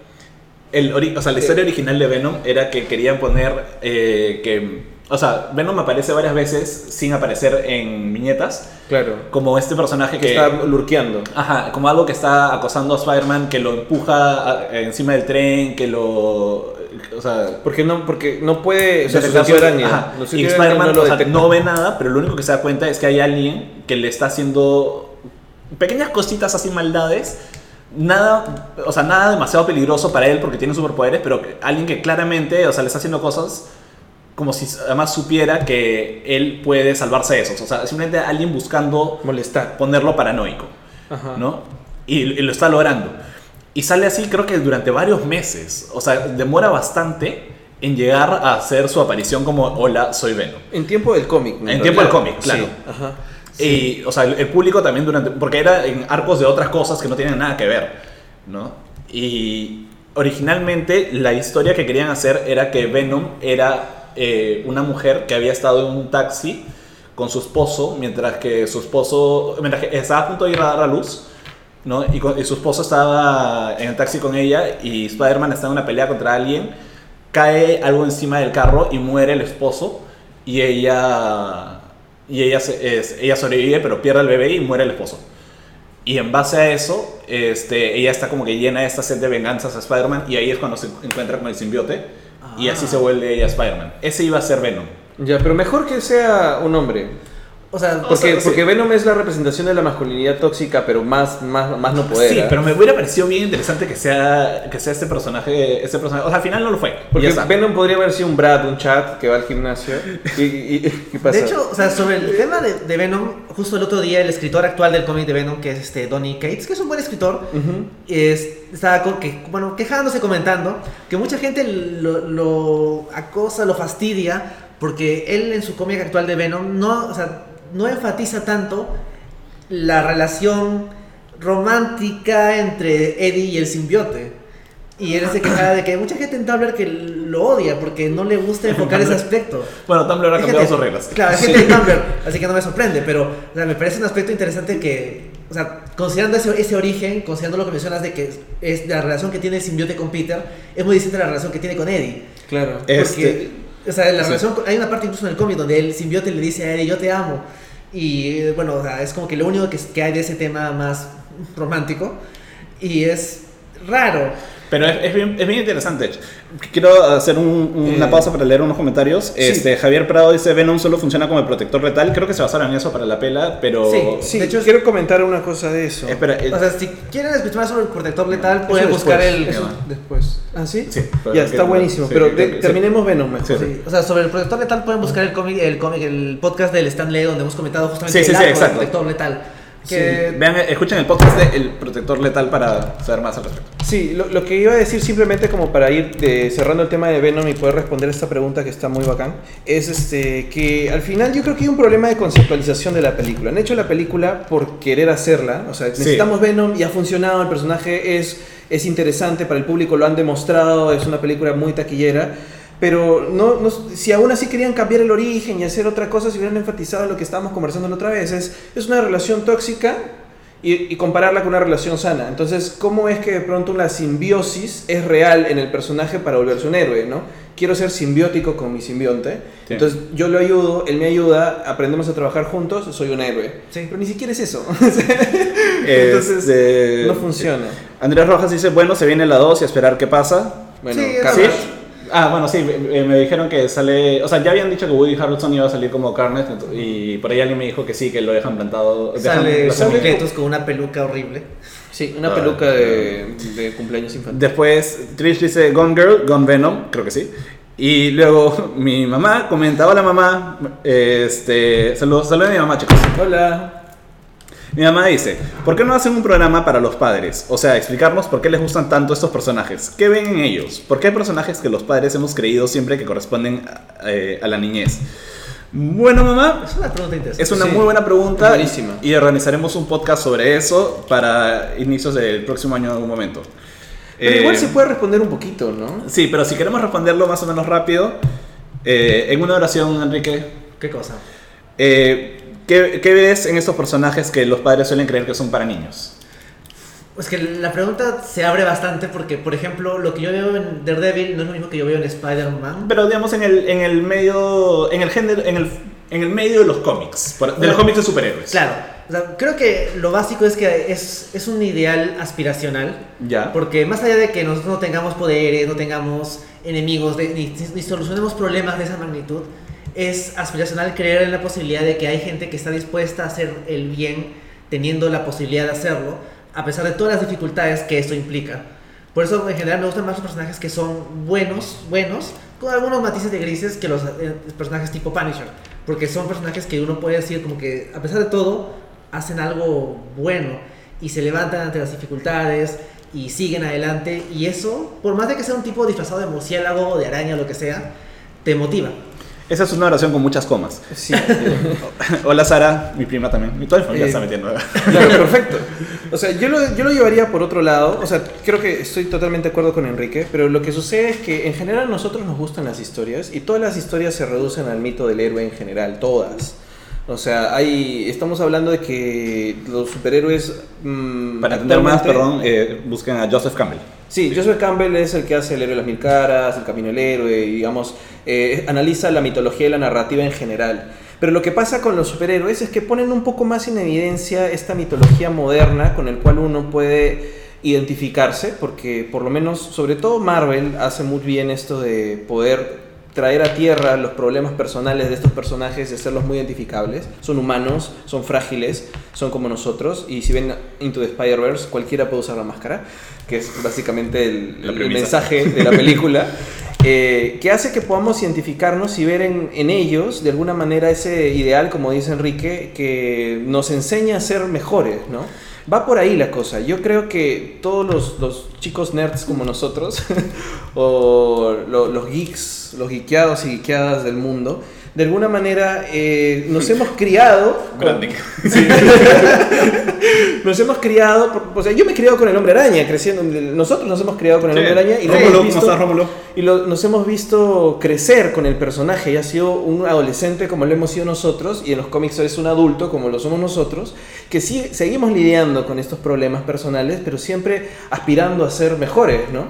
Speaker 2: El ori- o sea, la historia original de Venom era que querían poner eh, que O sea, Venom aparece varias veces sin aparecer en viñetas.
Speaker 1: Claro.
Speaker 2: Como este personaje
Speaker 1: Que
Speaker 2: que.
Speaker 1: está lurqueando.
Speaker 2: Ajá, como algo que está acosando a Spider-Man, que lo empuja a- encima del tren, que lo. O sea.
Speaker 1: Porque no, porque no puede. O sea, su
Speaker 2: detectar
Speaker 1: sentido
Speaker 2: su-
Speaker 1: araña.
Speaker 2: ajá,
Speaker 1: su
Speaker 2: Y
Speaker 1: sentido araña
Speaker 2: Spider-Man o sea, no,
Speaker 1: lo detecta.
Speaker 2: ve nada, pero lo único que se da cuenta es que hay alguien que le está haciendo pequeñas cositas así, maldades. Nada, o sea, nada demasiado peligroso para él porque tiene superpoderes, pero que- alguien que claramente, o sea, le está haciendo cosas como si además supiera que él puede salvarse de esos. O sea, simplemente alguien buscando
Speaker 1: Molestar.
Speaker 2: ponerlo paranoico,
Speaker 1: Ajá.
Speaker 2: ¿no? Y, y lo está logrando. Y sale así, creo que durante varios meses. O sea, demora bastante en llegar a hacer su aparición como Hola, soy Venom.
Speaker 1: En tiempo del cómic. ¿no?
Speaker 2: En tiempo del cómic, claro.
Speaker 1: Sí, Ajá.
Speaker 2: Y, o sea, el, el público también durante. Porque era en arcos de otras cosas que no tienen nada que ver, ¿no? Y originalmente la historia que querían hacer era que Venom era eh, una mujer que había estado en un taxi con su esposo, mientras que su esposo. Mientras que estaba a punto de ir a dar a luz. ¿no? Y, con- y su esposo estaba en el taxi con ella y Spider-Man está en una pelea contra alguien, cae algo encima del carro y muere el esposo y ella y ella se- es- ella sobrevive pero pierde al bebé y muere el esposo. Y en base a eso, este, ella está como que llena de esta sed de venganzas a Spider-Man y ahí es cuando se encuentra con el simbiote y así se vuelve ella Spider-Man. Ese iba a ser Venom.
Speaker 1: Ya, pero mejor que sea un hombre.
Speaker 3: O sea,
Speaker 1: Porque,
Speaker 2: sea, sí.
Speaker 1: porque Venom es la representación de la masculinidad tóxica, pero más, más, más no poder.
Speaker 2: Sí,
Speaker 1: ¿ah?
Speaker 2: pero me hubiera parecido bien interesante que sea que sea este personaje, este personaje. O sea, al final no lo fue.
Speaker 1: Porque
Speaker 2: Ya está.
Speaker 1: Venom podría haber sido un Brad, un Chad que va al gimnasio. ¿Y, y, y- ¿qué pasa?
Speaker 3: De hecho, o sea, sobre el tema de, de Venom, justo el otro día el escritor actual del cómic de Venom, que es este Donny Cates, que es un buen escritor,
Speaker 1: Ujú.
Speaker 3: es- estaba con que, bueno, quejándose, comentando que mucha gente lo, lo acosa, lo fastidia, porque él en su cómic actual de Venom no, o sea, no enfatiza tanto la relación romántica entre Eddie y el simbiote. Y él se quejaba de que hay mucha gente en Tumblr que lo odia porque no le gusta enfocar ese
Speaker 2: Tumblr.
Speaker 3: aspecto.
Speaker 2: Bueno, Tumblr ha
Speaker 3: Hay
Speaker 2: cambiado
Speaker 3: gente-
Speaker 2: sus reglas.
Speaker 3: Claro, hay gente de Tumblr, así que no me sorprende, pero o sea, me parece un aspecto interesante que, o sea, considerando ese, ese origen, considerando lo que mencionas de que es, es la relación que tiene el simbiote con Peter, es muy distinta a la relación que tiene con Eddie.
Speaker 1: Claro.
Speaker 2: Eh,
Speaker 3: Porque,
Speaker 2: Este-
Speaker 3: o sea, la
Speaker 2: sí.
Speaker 3: relación, con- hay una parte incluso en el cómic donde el simbiote le dice a Eddie, yo te amo. Y eh, bueno, o sea, es como que lo único que, que hay de ese tema más romántico y es raro.
Speaker 2: Pero es, es bien, es bien interesante. Quiero hacer un- una
Speaker 1: Eh.
Speaker 2: pausa para leer unos comentarios. Este, Javier Prado dice, Venom solo funciona como el protector letal. Creo que se basaron en eso para la pela, pero...
Speaker 3: Sí.
Speaker 1: Sí,
Speaker 3: de hecho-
Speaker 1: quiero comentar una cosa de eso.
Speaker 2: Espera, eh,
Speaker 3: O sea, si quieren escuchar sobre el protector letal,
Speaker 1: Eso
Speaker 3: pueden buscar
Speaker 1: después,
Speaker 3: el...
Speaker 1: eso después. ¿Ah, sí?
Speaker 2: Sí, pero
Speaker 1: ya,
Speaker 2: que-
Speaker 1: está buenísimo.
Speaker 2: sí,
Speaker 1: pero
Speaker 2: que-
Speaker 1: de-
Speaker 2: que- sí.
Speaker 1: terminemos Venom mejor.
Speaker 2: Sí, sí.
Speaker 3: Sí, o sea, sobre el protector letal pueden buscar el cómic, el cómic, el podcast del Stan Lee donde hemos comentado justamente
Speaker 2: Sí, sí,
Speaker 3: el
Speaker 2: sí,
Speaker 3: arco del
Speaker 2: exacto.
Speaker 3: protector letal. Que
Speaker 2: vean, escuchen el podcast de El Protector Letal para saber más al respecto.
Speaker 1: Sí, lo, lo que iba a decir simplemente como para ir eh, cerrando el tema de Venom y poder responder esta pregunta que está muy bacán, es este que al final yo creo que hay un problema de conceptualización de la película. Han hecho la película por querer hacerla, o sea,
Speaker 2: Sí.
Speaker 1: necesitamos Venom y ha funcionado, el personaje es, es interesante para el público, lo han demostrado, es una película muy taquillera. Pero no, no- si aún así querían cambiar el origen y hacer otra cosa, si hubieran enfatizado lo que estábamos conversando la otra vez, es, es una relación tóxica y, y compararla con una relación sana. Entonces, ¿cómo es que de pronto la simbiosis es real en el personaje para volverse un héroe, no? Quiero ser simbiótico con mi simbionte.
Speaker 2: Sí.
Speaker 1: Entonces, yo lo ayudo, él me ayuda, aprendemos a trabajar juntos, soy un héroe.
Speaker 3: Sí.
Speaker 1: Pero ni siquiera es eso.
Speaker 2: Entonces,
Speaker 1: Entonces, no funciona.
Speaker 2: Este, Andrés Rojas dice, bueno, se viene la 2 y a esperar qué pasa.
Speaker 1: Bueno,
Speaker 3: Sí,
Speaker 1: Carnage.
Speaker 2: ¿Sí? Ah, bueno, sí, me, me dijeron que sale... O sea, ya habían dicho que Woody Harrelson iba a salir como Carnage ento- y por ahí alguien me dijo que sí, que lo dejan plantado. dejan-
Speaker 3: sale
Speaker 2: lo hacen-
Speaker 1: sale-
Speaker 3: completos con una peluca horrible.
Speaker 1: Sí, una
Speaker 2: Ah,
Speaker 1: peluca de, de cumpleaños infantil.
Speaker 2: Después Trish dice Gone Girl, Gone Venom, creo que sí. Y luego mi mamá comenta, hola mamá, este, saludos, saludos a mi mamá chicos.
Speaker 1: Hola.
Speaker 2: Mi mamá dice, ¿por qué no hacen un programa para los padres? O sea, explicarnos por qué les gustan tanto estos personajes. ¿Qué ven en ellos? ¿Por qué hay personajes que los padres hemos creído siempre que corresponden eh, a la niñez? Bueno mamá,
Speaker 3: Es una pregunta interesante.
Speaker 2: es una
Speaker 1: Sí,
Speaker 2: muy buena pregunta
Speaker 1: buenísima.
Speaker 2: y organizaremos un podcast sobre eso para inicios del próximo año en algún momento.
Speaker 1: Pero igual
Speaker 2: Eh,
Speaker 1: se puede responder un poquito, ¿no?
Speaker 2: Sí, pero si queremos responderlo más o menos rápido, eh, en una oración, Enrique,
Speaker 3: ¿Qué cosa?
Speaker 2: eh, ¿qué, qué ves en estos personajes que los padres suelen creer que son para niños?
Speaker 3: Pues que la pregunta se abre bastante porque, por ejemplo, lo que yo veo en Daredevil no es lo mismo que yo veo en Spider-Man.
Speaker 2: Pero digamos en el, en el medio, en el género, en el, en el medio de los cómics, por- de
Speaker 3: Bueno,
Speaker 2: los cómics de superhéroes.
Speaker 3: Claro, o sea, creo que lo básico es que es, es un ideal aspiracional.
Speaker 2: Ya.
Speaker 3: Porque más allá de que nosotros no tengamos poderes, no tengamos enemigos, de- ni, ni solucionemos problemas de esa magnitud, es aspiracional creer en la posibilidad de que hay gente que está dispuesta a hacer el bien teniendo la posibilidad de hacerlo, a pesar de todas las dificultades que esto implica. Por eso en general me gustan más los personajes que son buenos, buenos, con algunos matices de grises que los eh, personajes tipo Punisher. Porque son personajes que uno puede decir como que a pesar de todo hacen algo bueno y se levantan ante las dificultades y siguen adelante y eso, por más de que sea un tipo disfrazado de murciélago o de araña o lo que sea, te motiva.
Speaker 2: Esa es una oración con muchas comas.
Speaker 1: Sí, eh,
Speaker 2: Hola Sara, mi prima también. Mi toda mi familia
Speaker 1: Eh,
Speaker 2: está metiendo.
Speaker 1: claro, perfecto. O sea, yo lo, yo lo llevaría por otro lado. O sea, creo que estoy totalmente de acuerdo con Enrique, pero lo que sucede es que en general a nosotros nos gustan las historias y todas las historias se reducen al mito del héroe en general, todas. O sea, hay, estamos hablando de que los superhéroes... mm,
Speaker 2: Para entender más,
Speaker 1: actualmente-
Speaker 2: perdón, eh, busquen a Joseph Campbell.
Speaker 1: Sí, Joseph Campbell es el que hace El héroe de las mil caras, El camino del héroe, y, digamos, eh, analiza la mitología y la narrativa en general. Pero lo que pasa con los superhéroes es que ponen un poco más en evidencia esta mitología moderna con el cual uno puede identificarse, porque por lo menos, sobre todo Marvel hace muy bien esto de poder traer a tierra los problemas personales de estos personajes y hacerlos muy identificables. Son humanos, son frágiles, son como nosotros. Y si ven Into the Spider-Verse, cualquiera puede usar la máscara, que es básicamente el,
Speaker 2: La
Speaker 1: el
Speaker 2: premisa.
Speaker 1: mensaje de la película, eh, que hace que podamos identificarnos y ver en, en ellos, de alguna manera, ese ideal, como dice Enrique, que nos enseña a ser mejores, ¿no? Va por ahí la cosa. Yo creo que todos los, los chicos nerds como nosotros, o lo- los geeks, los geekeados y geekeadas del mundo, de alguna manera eh, nos hemos criado. con-
Speaker 2: Branding.
Speaker 1: nos hemos criado, por- o sea, yo me he criado con el hombre araña, creciendo, nosotros nos hemos criado con el hombre araña y, lo hemos
Speaker 2: Rómulo, ¿cómo
Speaker 1: visto-
Speaker 2: estás, Rómulo?
Speaker 1: y lo- nos hemos visto crecer con el personaje, ya ha sido un adolescente como lo hemos sido nosotros y en los cómics es un adulto como lo somos nosotros, que sí seguimos lidiando con estos problemas personales, pero siempre aspirando a ser mejores, ¿no?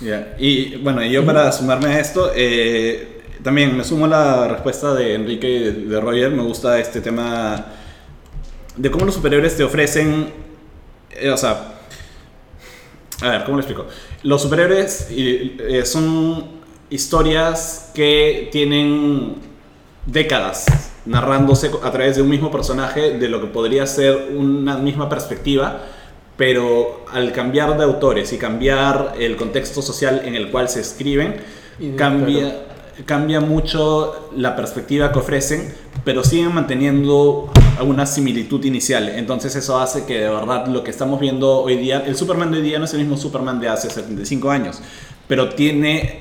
Speaker 2: Ya, Y bueno, y yo para sumarme a esto, eh, también me sumo a la respuesta de Enrique y de, de Roger. Me gusta este tema de cómo los superhéroes te ofrecen, eh, o sea, a ver, ¿cómo lo explico? Los superhéroes y, eh, son historias que tienen décadas narrándose a través de un mismo personaje de lo que podría ser una misma perspectiva, pero al cambiar de autores y cambiar el contexto social en el cual se escriben,
Speaker 1: Y-
Speaker 2: cambia, cambia mucho la perspectiva que ofrecen, pero siguen manteniendo alguna similitud inicial. Entonces eso hace que de verdad lo que estamos viendo hoy día, el Superman de hoy día no es el mismo Superman de hace 75 años, pero tiene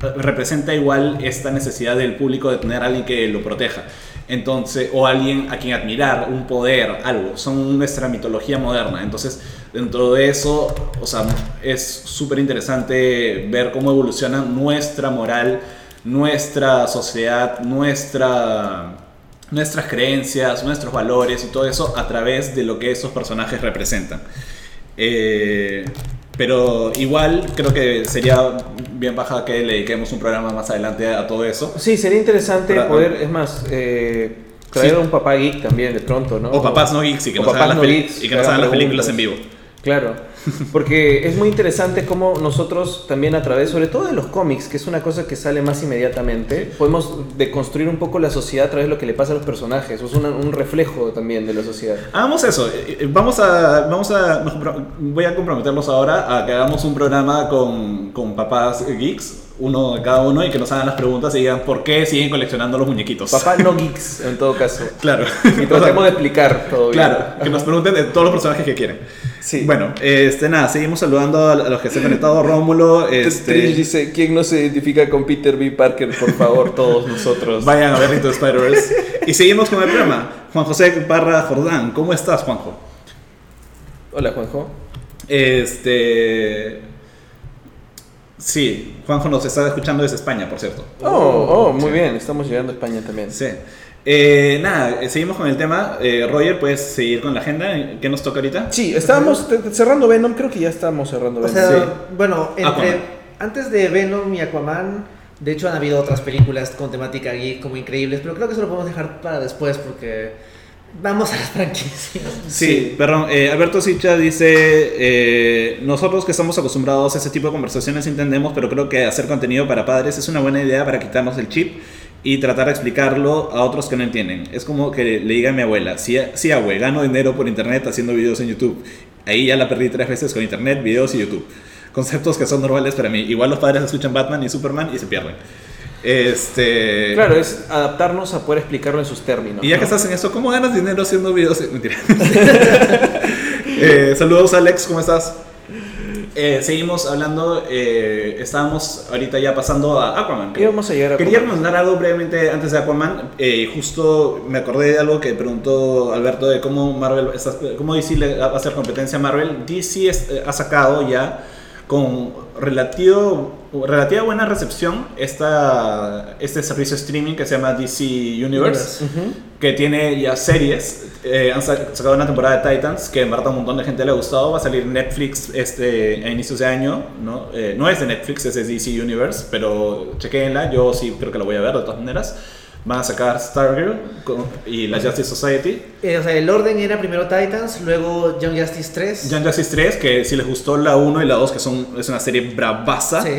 Speaker 2: representa igual esta necesidad del público de tener a alguien que lo proteja. Entonces, o alguien a quien admirar, un poder, algo. Son nuestra mitología moderna. Entonces, dentro de eso, o sea, es súper interesante ver cómo evoluciona nuestra moral, nuestra sociedad, nuestra, nuestras creencias, nuestros valores y todo eso a través de lo que esos personajes representan. Eh, pero igual creo que sería bien baja que le dediquemos un programa más adelante a todo eso.
Speaker 1: Sí, sería interesante
Speaker 2: Para-
Speaker 1: poder, es más, eh, traer
Speaker 2: Sí.
Speaker 1: a un papá geek también de pronto, ¿no?
Speaker 2: O papás no geeks y que
Speaker 1: o
Speaker 2: nos hagan,
Speaker 1: papás
Speaker 2: las,
Speaker 1: no
Speaker 2: peli-
Speaker 1: geeks,
Speaker 2: y que nos hagan las
Speaker 1: hagan
Speaker 2: películas en vivo.
Speaker 1: preguntas. Claro, porque es muy interesante cómo nosotros también a través, sobre todo de los cómics, que es una cosa que sale más inmediatamente, podemos deconstruir un poco la sociedad a través de lo que le pasa a los personajes, o es una- un reflejo también de la sociedad.
Speaker 2: Hagamos eso. eh, eh, Vamos a, vamos a, nos compro- voy a comprometernos ahora a que hagamos un programa con, con papás geeks, uno de cada uno, y que nos hagan las preguntas y digan por qué siguen coleccionando los muñequitos.
Speaker 1: Papá no geeks, en todo caso.
Speaker 2: Claro.
Speaker 1: Y tratemos de explicar todo bien.
Speaker 2: Claro, que nos pregunten de todos los personajes que quieren.
Speaker 1: Sí.
Speaker 2: Bueno, este, nada, seguimos saludando a a los que se han conectado. Rómulo,
Speaker 1: Trish
Speaker 2: este,
Speaker 1: dice, ¿quién no se identifica con Peter B. Parker? Por favor, todos nosotros.
Speaker 2: vayan a ver Into the Spider-Verse. Y seguimos con el programa. Juan José Barra Jordán, ¿cómo estás, Juanjo?
Speaker 1: Hola, Juanjo.
Speaker 2: Este. Sí, Juanjo nos está escuchando desde España, por cierto.
Speaker 1: Oh, oh, muy
Speaker 2: Sí.
Speaker 1: bien, estamos llegando a España también.
Speaker 2: Sí. Eh, nada, eh, seguimos con el tema. Eh, Roger, puedes seguir con la agenda. ¿Qué nos toca ahorita?
Speaker 1: Sí, estábamos te- te- cerrando Venom, creo que ya estamos cerrando
Speaker 3: O
Speaker 1: Venom.
Speaker 3: sea,
Speaker 2: Sí.
Speaker 3: bueno, entre,
Speaker 2: Aquaman.
Speaker 3: antes de Venom y Aquaman, de hecho han habido otras películas con temática geek como increíbles, pero creo que eso lo podemos dejar para después porque vamos a las franquicias.
Speaker 2: Sí, perdón. eh, Alberto Sicha dice, eh, nosotros que estamos acostumbrados a ese tipo de conversaciones entendemos, pero creo que hacer contenido para padres es una buena idea para quitarnos el chip y tratar de explicarlo a otros que no entienden. Es como que le diga a mi abuela, sí, sí abue, gano dinero por internet haciendo videos en YouTube. Ahí ya la perdí tres veces con internet, videos y YouTube. Conceptos que son normales para mí. Igual los padres escuchan Batman y Superman y se pierden. Este...
Speaker 1: claro, es adaptarnos a poder explicarlo en sus términos.
Speaker 2: Y ya que
Speaker 1: ¿no?
Speaker 2: estás en eso, ¿cómo ganas dinero haciendo videos? Mentira. Eh, saludos, Alex, ¿cómo estás? Eh, seguimos hablando. eh, estábamos ahorita ya pasando a Aquaman. creo.
Speaker 1: Íbamos a llegar a
Speaker 2: Quería comentar algo brevemente antes de Aquaman. Eh, justo me acordé de algo que preguntó Alberto de cómo Marvel, está- cómo DC le va a hacer competencia a Marvel. DC es- eh, ha sacado ya con relativo, relativa buena recepción esta, este servicio streaming que se llama DC Universe
Speaker 1: Ujú.
Speaker 2: que tiene ya series. eh, han sa- sacado una temporada de Titans que en verdad a un montón de gente le ha gustado. Va a salir Netflix este, a inicios de año. ¿no? Eh, no es de Netflix, es de DC Universe, pero chequenla. Yo sí creo que la voy a ver de todas maneras. Van a sacar Stargirl con- y la Justice Society.
Speaker 3: Eh, o sea, el orden era primero Titans, luego Young Justice 3.
Speaker 2: Young Justice 3, que si les gustó la 1 y la 2, que son, es una serie bravaza.
Speaker 3: Sí.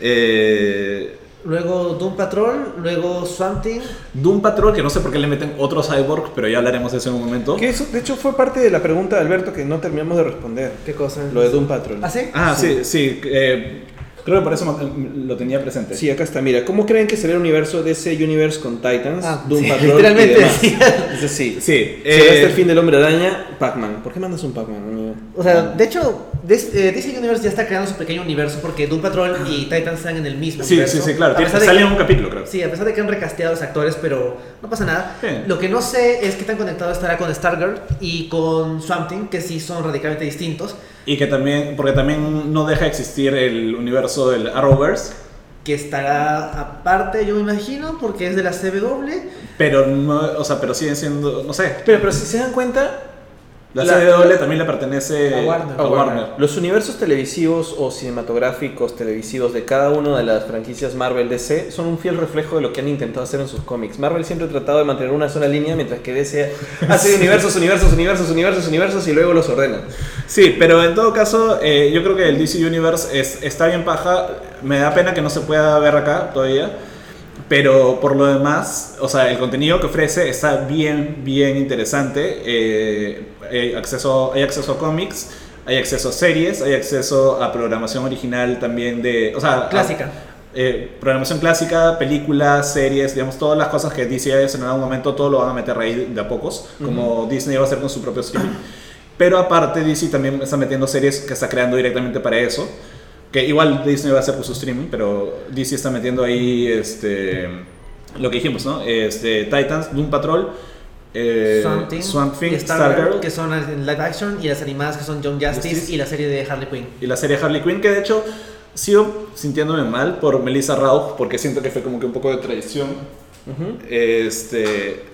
Speaker 2: Eh,
Speaker 3: Luego Doom Patrol, luego Swamp Thing.
Speaker 2: Doom Patrol, que no sé por qué le meten otro cyborg, pero ya hablaremos de eso en un momento.
Speaker 1: Que eso, de hecho, fue parte de la pregunta de Alberto que no terminamos de responder.
Speaker 3: ¿Qué cosa?
Speaker 1: Lo de Doom Patrol.
Speaker 3: ¿Ah, sí?
Speaker 2: Ah, sí, sí. eh, creo que por eso eh, lo tenía presente.
Speaker 1: Sí, acá está. Mira, ¿cómo creen que sería el universo de ese Universe con Titans,
Speaker 3: Ah,
Speaker 1: Doom
Speaker 3: sí,
Speaker 1: Patrol
Speaker 3: literalmente
Speaker 1: y demás?
Speaker 3: decía.
Speaker 1: Es decir,
Speaker 2: Sí,
Speaker 1: será hasta
Speaker 2: eh,
Speaker 1: el fin del Hombre Araña, Pac-Man. ¿Por qué mandas un Pac-Man, amigo?
Speaker 3: O sea, de hecho, Dis- eh, DC Universe ya está creando su pequeño universo porque Doom Patrol y Titans están en el mismo
Speaker 2: sí,
Speaker 3: universo.
Speaker 2: sí, sí, claro.
Speaker 3: A
Speaker 2: Tiene,
Speaker 3: pesar de
Speaker 2: sale
Speaker 3: que-
Speaker 2: en un capítulo, creo.
Speaker 3: Sí, a pesar de que han recasteado a los actores, pero no pasa nada.
Speaker 2: Sí.
Speaker 3: Lo que no sé es qué tan conectado estará con Stargirl y con Swamp Thing, que sí son radicalmente distintos,
Speaker 2: Y que también, porque también no deja de existir el universo del Arrowverse,
Speaker 3: que estará aparte, yo me imagino, porque es de la CW.
Speaker 2: pero no, o sea, pero siguen siendo, no sé.
Speaker 1: Pero, pero si se dan cuenta,
Speaker 2: La,
Speaker 1: La-
Speaker 2: CW también le pertenece
Speaker 3: A Warner.
Speaker 1: Eh, A Warner. Los universos televisivos o cinematográficos televisivos de cada una de las franquicias Marvel DC son un fiel reflejo de lo que han intentado hacer en sus cómics. Marvel siempre ha tratado de mantener una sola línea mientras que DC hace universos, universos, universos, universos, universos y luego los ordena.
Speaker 2: Sí, pero en todo caso, eh, yo creo que el DC Universe es, está bien paja. Me da pena que no se pueda ver acá todavía. Pero por lo demás, o sea, el contenido que ofrece está bien, bien interesante. Eh, hay, acceso, hay acceso a cómics, hay acceso a series, hay acceso a programación original también de... O sea, a-
Speaker 3: Clásica.
Speaker 2: eh, programación clásica, películas, series, digamos, todas las cosas que DC hace en algún momento, todo lo van a meter ahí de a pocos, como Disney va a hacer con su propio streaming. Pero aparte, DC también está metiendo series que está creando directamente para eso, que igual Disney va a hacer con su streaming, pero DC está metiendo ahí este, lo que dijimos, ¿no? Este, Titans, Doom Patrol, eh,
Speaker 3: Swamp Thing,
Speaker 2: Swamp Thing,
Speaker 3: y Stargirl,
Speaker 2: Stargirl,
Speaker 3: que son en live action, y las animadas que son Young Justice,
Speaker 2: Justice.
Speaker 3: y la serie de Harley Quinn.
Speaker 2: y la serie Harley Quinn, que de hecho sigo sintiéndome mal por Melissa Rauch, porque siento que fue como que un poco de traición.
Speaker 1: Ujú.
Speaker 2: Este,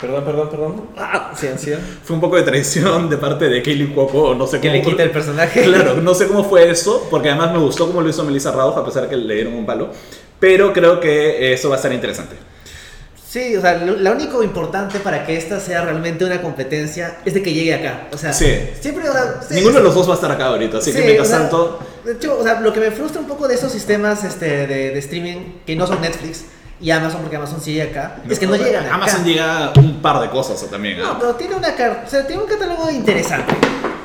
Speaker 1: Perdón, perdón, perdón. Ah, sí, ansiedad.
Speaker 2: fue un poco de traición de parte de Kaylee Cuoco, no sé
Speaker 3: Que
Speaker 2: cómo.
Speaker 3: le quita el personaje.
Speaker 2: Claro, no sé cómo fue eso, porque además me gustó cómo lo hizo Melissa Rauch, a pesar que le dieron un palo. Pero creo que eso va a estar interesante.
Speaker 3: Sí, o sea, lo, lo único importante para que esta sea realmente una competencia es de que llegue acá. O sea,
Speaker 2: Sí.
Speaker 3: siempre. o sea, sí,
Speaker 2: Ninguno de los dos va a estar acá ahorita, así que
Speaker 3: Sí,
Speaker 2: mientras
Speaker 3: o sea,
Speaker 2: tanto.
Speaker 3: de hecho, o sea, lo que me frustra un poco de esos sistemas este, de, de streaming que no son Netflix y Amazon, porque Amazon sí llega acá, es que no llegan acá.
Speaker 2: Amazon llega un par de cosas también, ¿ah?
Speaker 3: No, pero tiene, una car- o sea, tiene un catálogo interesante.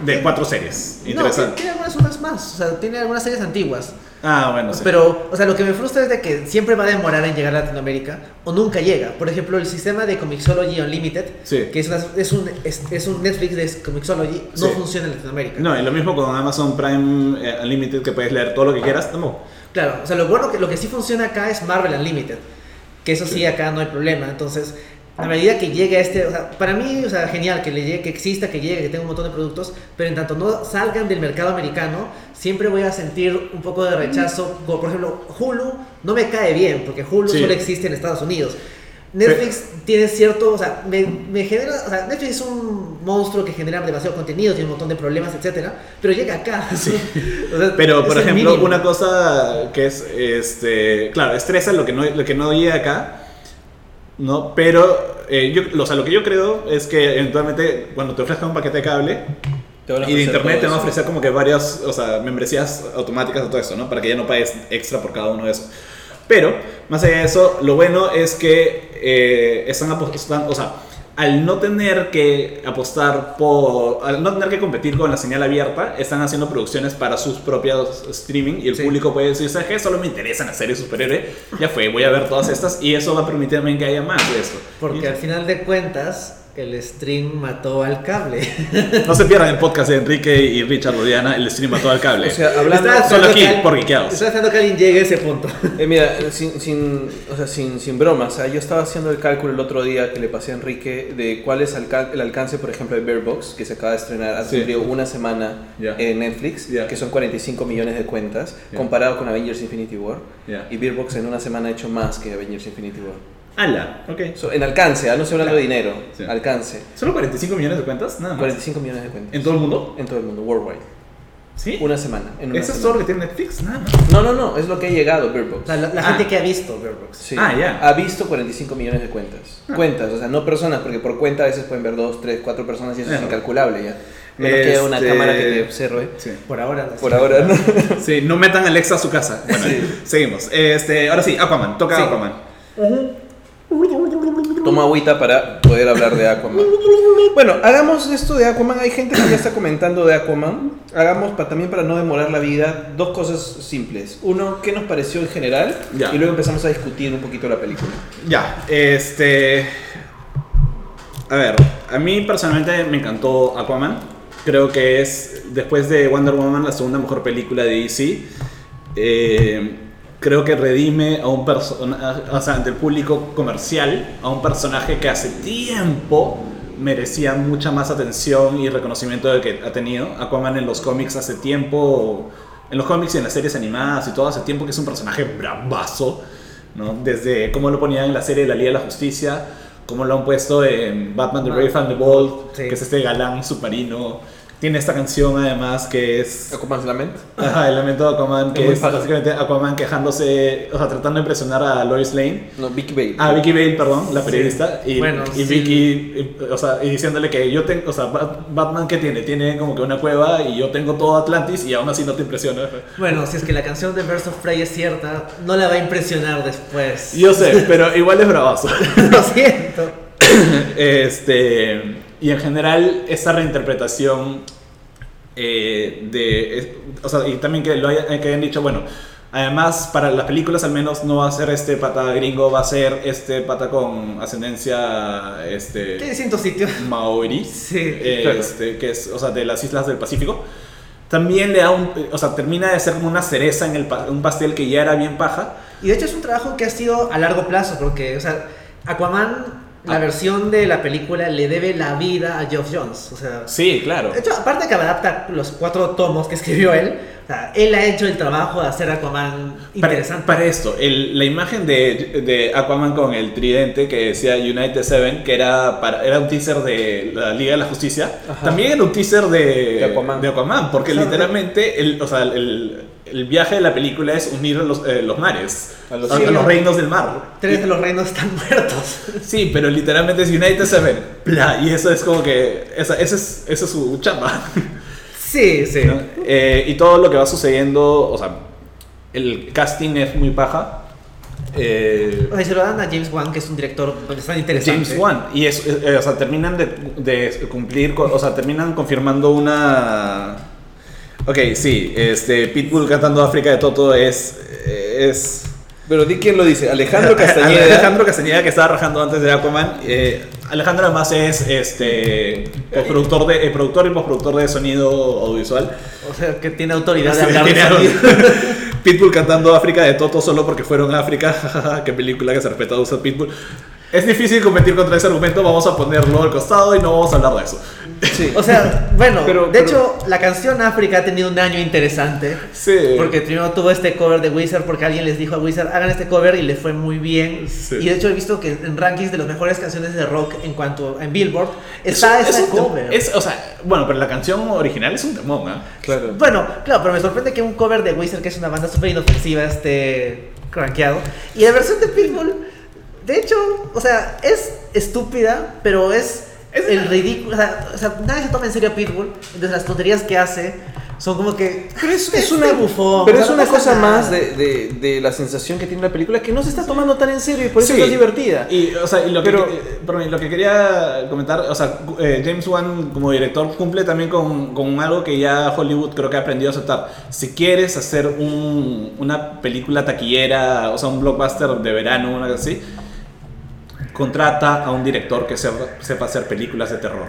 Speaker 2: de cuatro series.
Speaker 3: No, tiene,
Speaker 2: Interesante.
Speaker 3: tiene algunas otras más. O sea, tiene algunas series antiguas.
Speaker 2: Ah, bueno, sí.
Speaker 3: Pero, o sea, lo que me frustra es de que siempre va a demorar en llegar a Latinoamérica o nunca llega. Por ejemplo, el sistema de Comixology Unlimited,
Speaker 2: Sí.
Speaker 3: que es, una- es un, es, es un Netflix de Comixology, no
Speaker 2: Sí.
Speaker 3: funciona en Latinoamérica.
Speaker 2: No, y lo mismo con Amazon Prime eh, Unlimited, que puedes leer todo lo que quieras. No.
Speaker 3: Claro, o sea, lo bueno que lo que sí funciona acá es Marvel Unlimited, que eso sí acá no hay problema. Entonces, a medida que llegue a este, o sea, para mí, o sea, genial que le llegue, que exista, que llegue, que tenga un montón de productos, pero en tanto no salgan del mercado americano, siempre voy a sentir un poco de rechazo. Como por ejemplo, Hulu no me cae bien porque Hulu
Speaker 2: Sí.
Speaker 3: solo existe en Estados Unidos. Netflix tiene cierto, o sea, me, me genera, o sea, Netflix es un monstruo que genera demasiado contenido, tiene un montón de problemas, etcétera, pero llega acá. O sea,
Speaker 2: Pero, por
Speaker 3: es el
Speaker 2: ejemplo,
Speaker 3: mínimo.
Speaker 2: una cosa que es, este, claro, estresa lo que no, lo que no llega acá, ¿no? Pero, eh, yo, o sea, lo que yo creo es que eventualmente cuando te ofrezcan un paquete de cable
Speaker 1: Te van a
Speaker 2: y de
Speaker 1: ofrecer
Speaker 2: internet
Speaker 1: todo
Speaker 2: te van a
Speaker 1: eso.
Speaker 2: ofrecer como que varias, o sea, membresías automáticas de todo eso, ¿no? Para que ya no pagues extra por cada uno de esos. Pero, más allá de eso, lo bueno es que eh, están apostando, o sea, al no tener que apostar por, al no tener que competir con la señal abierta, están haciendo producciones para sus propios streaming y el
Speaker 3: Sí.
Speaker 2: público puede decir, ¿sabes qué? Solo me interesan las series de superhéroe, ya fue, voy a ver todas estas y eso va a permitir también que haya más de esto.
Speaker 3: Porque al final de cuentas, el stream mató al cable.
Speaker 2: No se pierdan el podcast de Enrique y Richard Rodiana, el stream a todo el cable.
Speaker 1: O sea, hablando...
Speaker 3: Estaba
Speaker 2: solo
Speaker 3: esperando
Speaker 2: aquí,
Speaker 3: que al-
Speaker 2: por geekeados.
Speaker 3: Estaba esperando que alguien llegue a ese punto.
Speaker 1: Eh, mira, sin, sin, o sea, sin, sin bromas, o sea, yo estaba haciendo el cálculo el otro día que le pasé a Enrique de cuál es alca- el alcance, por ejemplo, de Bear Box, que se acaba de estrenar hace
Speaker 2: Sí.
Speaker 1: creo, una semana
Speaker 2: Ya.
Speaker 1: en Netflix,
Speaker 2: Ya.
Speaker 1: que son 45 millones de cuentas,
Speaker 2: Ya.
Speaker 1: comparado con Avengers Infinity War.
Speaker 2: Ya.
Speaker 1: Y Bear Box en una semana ha hecho más que Avengers Infinity War.
Speaker 2: Ala, ok.
Speaker 1: So, en alcance, ah, no estoy hablando de dinero,
Speaker 2: Sí.
Speaker 1: alcance.
Speaker 2: ¿Solo 45 millones de cuentas? Nada más.
Speaker 1: 45 millones de cuentas.
Speaker 2: ¿En todo el mundo?
Speaker 1: En todo el mundo, worldwide.
Speaker 2: ¿Sí?
Speaker 1: Una semana. En una
Speaker 2: ¿Eso es todo lo
Speaker 1: semana.
Speaker 2: que tiene Netflix? Nada más.
Speaker 1: No, no, no, es lo que ha llegado Bear Box.
Speaker 3: O sea, la, la
Speaker 2: Ah.
Speaker 3: gente que ha visto Bird Box.
Speaker 1: Sí.
Speaker 2: Ah, ya.
Speaker 1: Ha visto 45 millones de cuentas.
Speaker 2: Ah.
Speaker 1: Cuentas, o sea, no personas, porque por cuenta a veces pueden ver dos, tres, cuatro personas y eso es
Speaker 2: Ajá.
Speaker 1: incalculable ya. Menos que haya una
Speaker 2: Este-
Speaker 1: cámara que te observe.
Speaker 2: Sí.
Speaker 3: Por ahora.
Speaker 1: Por ahora no.
Speaker 2: Sí, no metan a Alexa a su casa. Bueno,
Speaker 1: Sí.
Speaker 2: seguimos. Este, ahora sí, Aquaman. Toca
Speaker 3: Sí.
Speaker 2: Aquaman.
Speaker 1: Toma agüita para poder hablar de Aquaman. Bueno, hagamos esto de Aquaman. Hay gente que ya está comentando de Aquaman. Hagamos pa- también para no demorar la vida dos cosas simples. Uno, ¿qué nos pareció en general?
Speaker 2: Ya.
Speaker 1: Y luego empezamos a discutir un poquito la película.
Speaker 2: Ya, este... A ver, a mí personalmente me encantó Aquaman. Creo que es, después de Wonder Woman, la segunda mejor película de DC. Eh, creo que redime a un personaje, o sea, ante el público comercial, a un personaje que hace tiempo merecía mucha más atención y reconocimiento de que ha tenido. Aquaman en los cómics hace tiempo, en los cómics y en las series animadas y todo, hace tiempo que es un personaje bravazo, ¿no? Desde cómo lo ponían en la serie de la Liga de la Justicia, cómo lo han puesto en Batman the Brave and the Bold,
Speaker 3: Sí.
Speaker 2: que es este galán submarino. Tiene esta canción además que es...
Speaker 1: Aquaman's Lament.
Speaker 2: Ajá, el lamento de Aquaman,
Speaker 1: Es
Speaker 2: que
Speaker 1: muy
Speaker 2: es
Speaker 1: paja.
Speaker 2: básicamente Aquaman quejándose, o sea, tratando de impresionar a Lois Lane.
Speaker 1: No, Vicky Bale.
Speaker 2: Ah, Vicky Bale, perdón, la periodista. Y,
Speaker 3: Bueno,
Speaker 2: y
Speaker 3: sí.
Speaker 2: Vicky, y- o sea, y diciéndole que yo tengo, o sea, Bat- Batman que tiene, tiene como que una cueva y yo tengo todo Atlantis y aún así no te impresiona.
Speaker 3: Bueno, si es que la canción de Verse of Prey es cierta, no la va a impresionar después.
Speaker 2: Yo sé, pero igual es bravazo.
Speaker 3: Lo siento.
Speaker 2: este, y en general, esa reinterpretación eh, de. es- o sea, y también que, lo haya- eh, que hayan dicho, bueno, además para las películas al menos no va a ser este pata gringo, va a ser este pata con ascendencia
Speaker 3: Tiene
Speaker 2: este,
Speaker 3: distintos sitios.
Speaker 2: maorí,
Speaker 3: Sí,
Speaker 2: eh,
Speaker 1: claro.
Speaker 2: este, que es, o sea, de las islas del Pacífico. También le da un. O sea, termina de ser como una cereza en el pa- un pastel que ya era bien paja.
Speaker 3: Y de hecho es un trabajo que ha sido a largo plazo, porque, o sea, Aquaman,
Speaker 2: Ah.
Speaker 3: la versión de la película, le debe la vida a Geoff Jones. O sea,
Speaker 2: Sí, claro.
Speaker 3: de hecho, aparte de que adapta los cuatro tomos que escribió él, o sea, él ha hecho el trabajo de hacer Aquaman
Speaker 2: Para-
Speaker 3: interesante.
Speaker 2: Para, esto, el- la imagen de, de Aquaman con el tridente que decía United Seven, que era, para, era un teaser de la Liga de la Justicia,
Speaker 1: Ajá.
Speaker 2: también era un teaser de,
Speaker 1: De Aquaman.
Speaker 2: porque
Speaker 3: Claro.
Speaker 2: literalmente el, o sea, el, el viaje de la película es unir los, eh, los mares,
Speaker 1: A
Speaker 2: a
Speaker 1: los
Speaker 2: los,
Speaker 3: cielos.
Speaker 2: reinos del mar.
Speaker 3: Tres de los reinos están muertos.
Speaker 2: Sí, pero literalmente es United Seven, bla, y eso es como que, esa, esa es, esa es su chamba.
Speaker 3: Sí, sí.
Speaker 2: ¿no? Eh, y todo lo que va sucediendo, o sea, el casting es muy paja. Eh,
Speaker 3: O sea, se lo dan a James Wan, que es un director bastante interesante.
Speaker 2: James Wan. Y es, eh, o sea, terminan de, de cumplir, con- o sea, terminan confirmando una... Ok, sí, este, Pitbull cantando África de Toto es... eh, es
Speaker 1: Pero di quién lo dice. Alejandro Castañeda.
Speaker 2: Alejandro Castañeda que estaba rajando antes de Aquaman. eh, Alejandro además es este, productor, de, eh, productor y postproductor de sonido audiovisual.
Speaker 3: O sea, que tiene autoridad de
Speaker 2: Sí,
Speaker 3: hablar de
Speaker 2: tiene
Speaker 3: sonido.
Speaker 2: algo. Pitbull cantando África de Toto solo porque fueron a África. Qué película que se respeta usa Pitbull. Es difícil competir contra ese argumento, vamos a ponerlo al costado y no vamos a hablar de eso.
Speaker 1: Sí.
Speaker 3: O sea, bueno,
Speaker 1: Pero-
Speaker 3: de
Speaker 1: pero-
Speaker 3: hecho, la canción África ha tenido un año interesante.
Speaker 2: Sí.
Speaker 3: Porque primero tuvo este cover de Wizard porque alguien les dijo a Wizard, hagan este cover y le fue muy bien.
Speaker 2: Sí.
Speaker 3: Y de hecho he visto que en rankings de las mejores canciones de rock en cuanto en Billboard está
Speaker 2: Es-
Speaker 3: ese
Speaker 2: es un tem-
Speaker 3: cover.
Speaker 2: es- o sea, bueno, pero la canción original es un temón, ¿ah?
Speaker 1: Claro.
Speaker 3: Bueno, claro, pero me sorprende que un cover de Wizard, que es una banda súper inofensiva, esté crankeado. Y la versión de Pitbull, de hecho, o sea, es estúpida, pero es,
Speaker 2: Es
Speaker 3: el
Speaker 2: una-
Speaker 3: ridículo. O sea, o sea, nadie se toma en serio a Pitbull, entonces las tonterías que hace son como que.
Speaker 1: Pero es,
Speaker 3: Este
Speaker 1: es una,
Speaker 3: bufón,
Speaker 1: pero
Speaker 3: o sea,
Speaker 1: es
Speaker 3: no
Speaker 1: una
Speaker 3: pasa
Speaker 1: cosa
Speaker 3: nada.
Speaker 1: más de, de- de la sensación que tiene la película que no se está tomando tan en serio y por eso
Speaker 2: Sí.
Speaker 1: es divertida.
Speaker 2: Y, o sea, y lo, que,
Speaker 1: Pero-
Speaker 2: eh, perdón, y lo que quería comentar, o sea, cu- eh, James Wan como director cumple también con, con algo que ya Hollywood creo que ha aprendido a aceptar. Si quieres hacer un- una película taquillera, o sea, un blockbuster de verano, una cosa así, contrata a un director que sepa, sepa hacer películas de terror.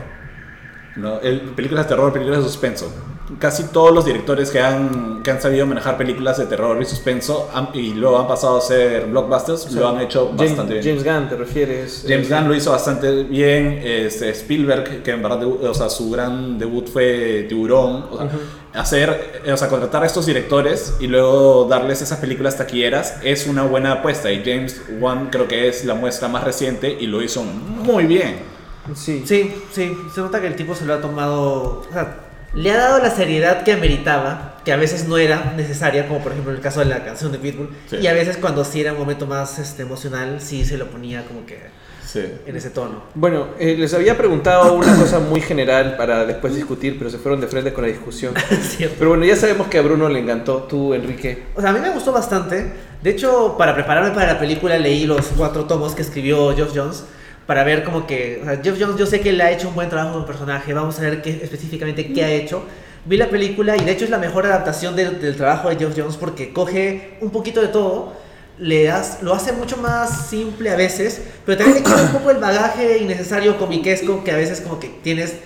Speaker 2: ¿no? El- películas de terror, películas de suspenso. Casi todos los directores que han, que han sabido manejar películas de terror y suspenso han- y luego han pasado a ser blockbusters,
Speaker 1: O sea,
Speaker 2: lo han hecho
Speaker 1: James,
Speaker 2: bastante bien.
Speaker 1: James Gunn, ¿te refieres?
Speaker 2: James
Speaker 1: Eh,
Speaker 2: Gunn lo hizo bastante bien, este, Spielberg, que en verdad, debu- o sea, su gran debut fue Tiburón, o sea, hacer, eh, o sea, contratar a estos directores y luego darles esas películas taquilleras es una buena apuesta y James Wan creo que es la muestra más reciente y lo hizo muy bien.
Speaker 1: Sí.
Speaker 3: Sí, sí, se nota que el tipo se lo ha tomado. O sea, le ha dado la seriedad que ameritaba, que a veces no era necesaria, como por ejemplo en el caso de la canción de Pitbull,
Speaker 2: Sí.
Speaker 3: y a veces cuando sí era un momento más este, emocional, sí se lo ponía como que
Speaker 2: Sí.
Speaker 3: en ese tono.
Speaker 1: Bueno, eh, les había preguntado una cosa muy general para después discutir, pero se fueron de frente con la discusión.
Speaker 3: Cierto.
Speaker 1: Pero bueno, ya sabemos que a Bruno le encantó, tú, Enrique.
Speaker 3: O sea, a mí me gustó bastante. De hecho, para prepararme para la película leí los cuatro tomos que escribió Jeff Jones para ver como que... O sea, Jeff Jones yo sé que le ha hecho un buen trabajo como personaje. Vamos a ver qué, específicamente qué ha hecho. Vi la película y de hecho es la mejor adaptación del, del trabajo de Jeff Jones porque coge un poquito de todo. Le das, lo hace mucho más simple a veces, pero también le quita un poco el bagaje innecesario comiquesco que a veces como que tienes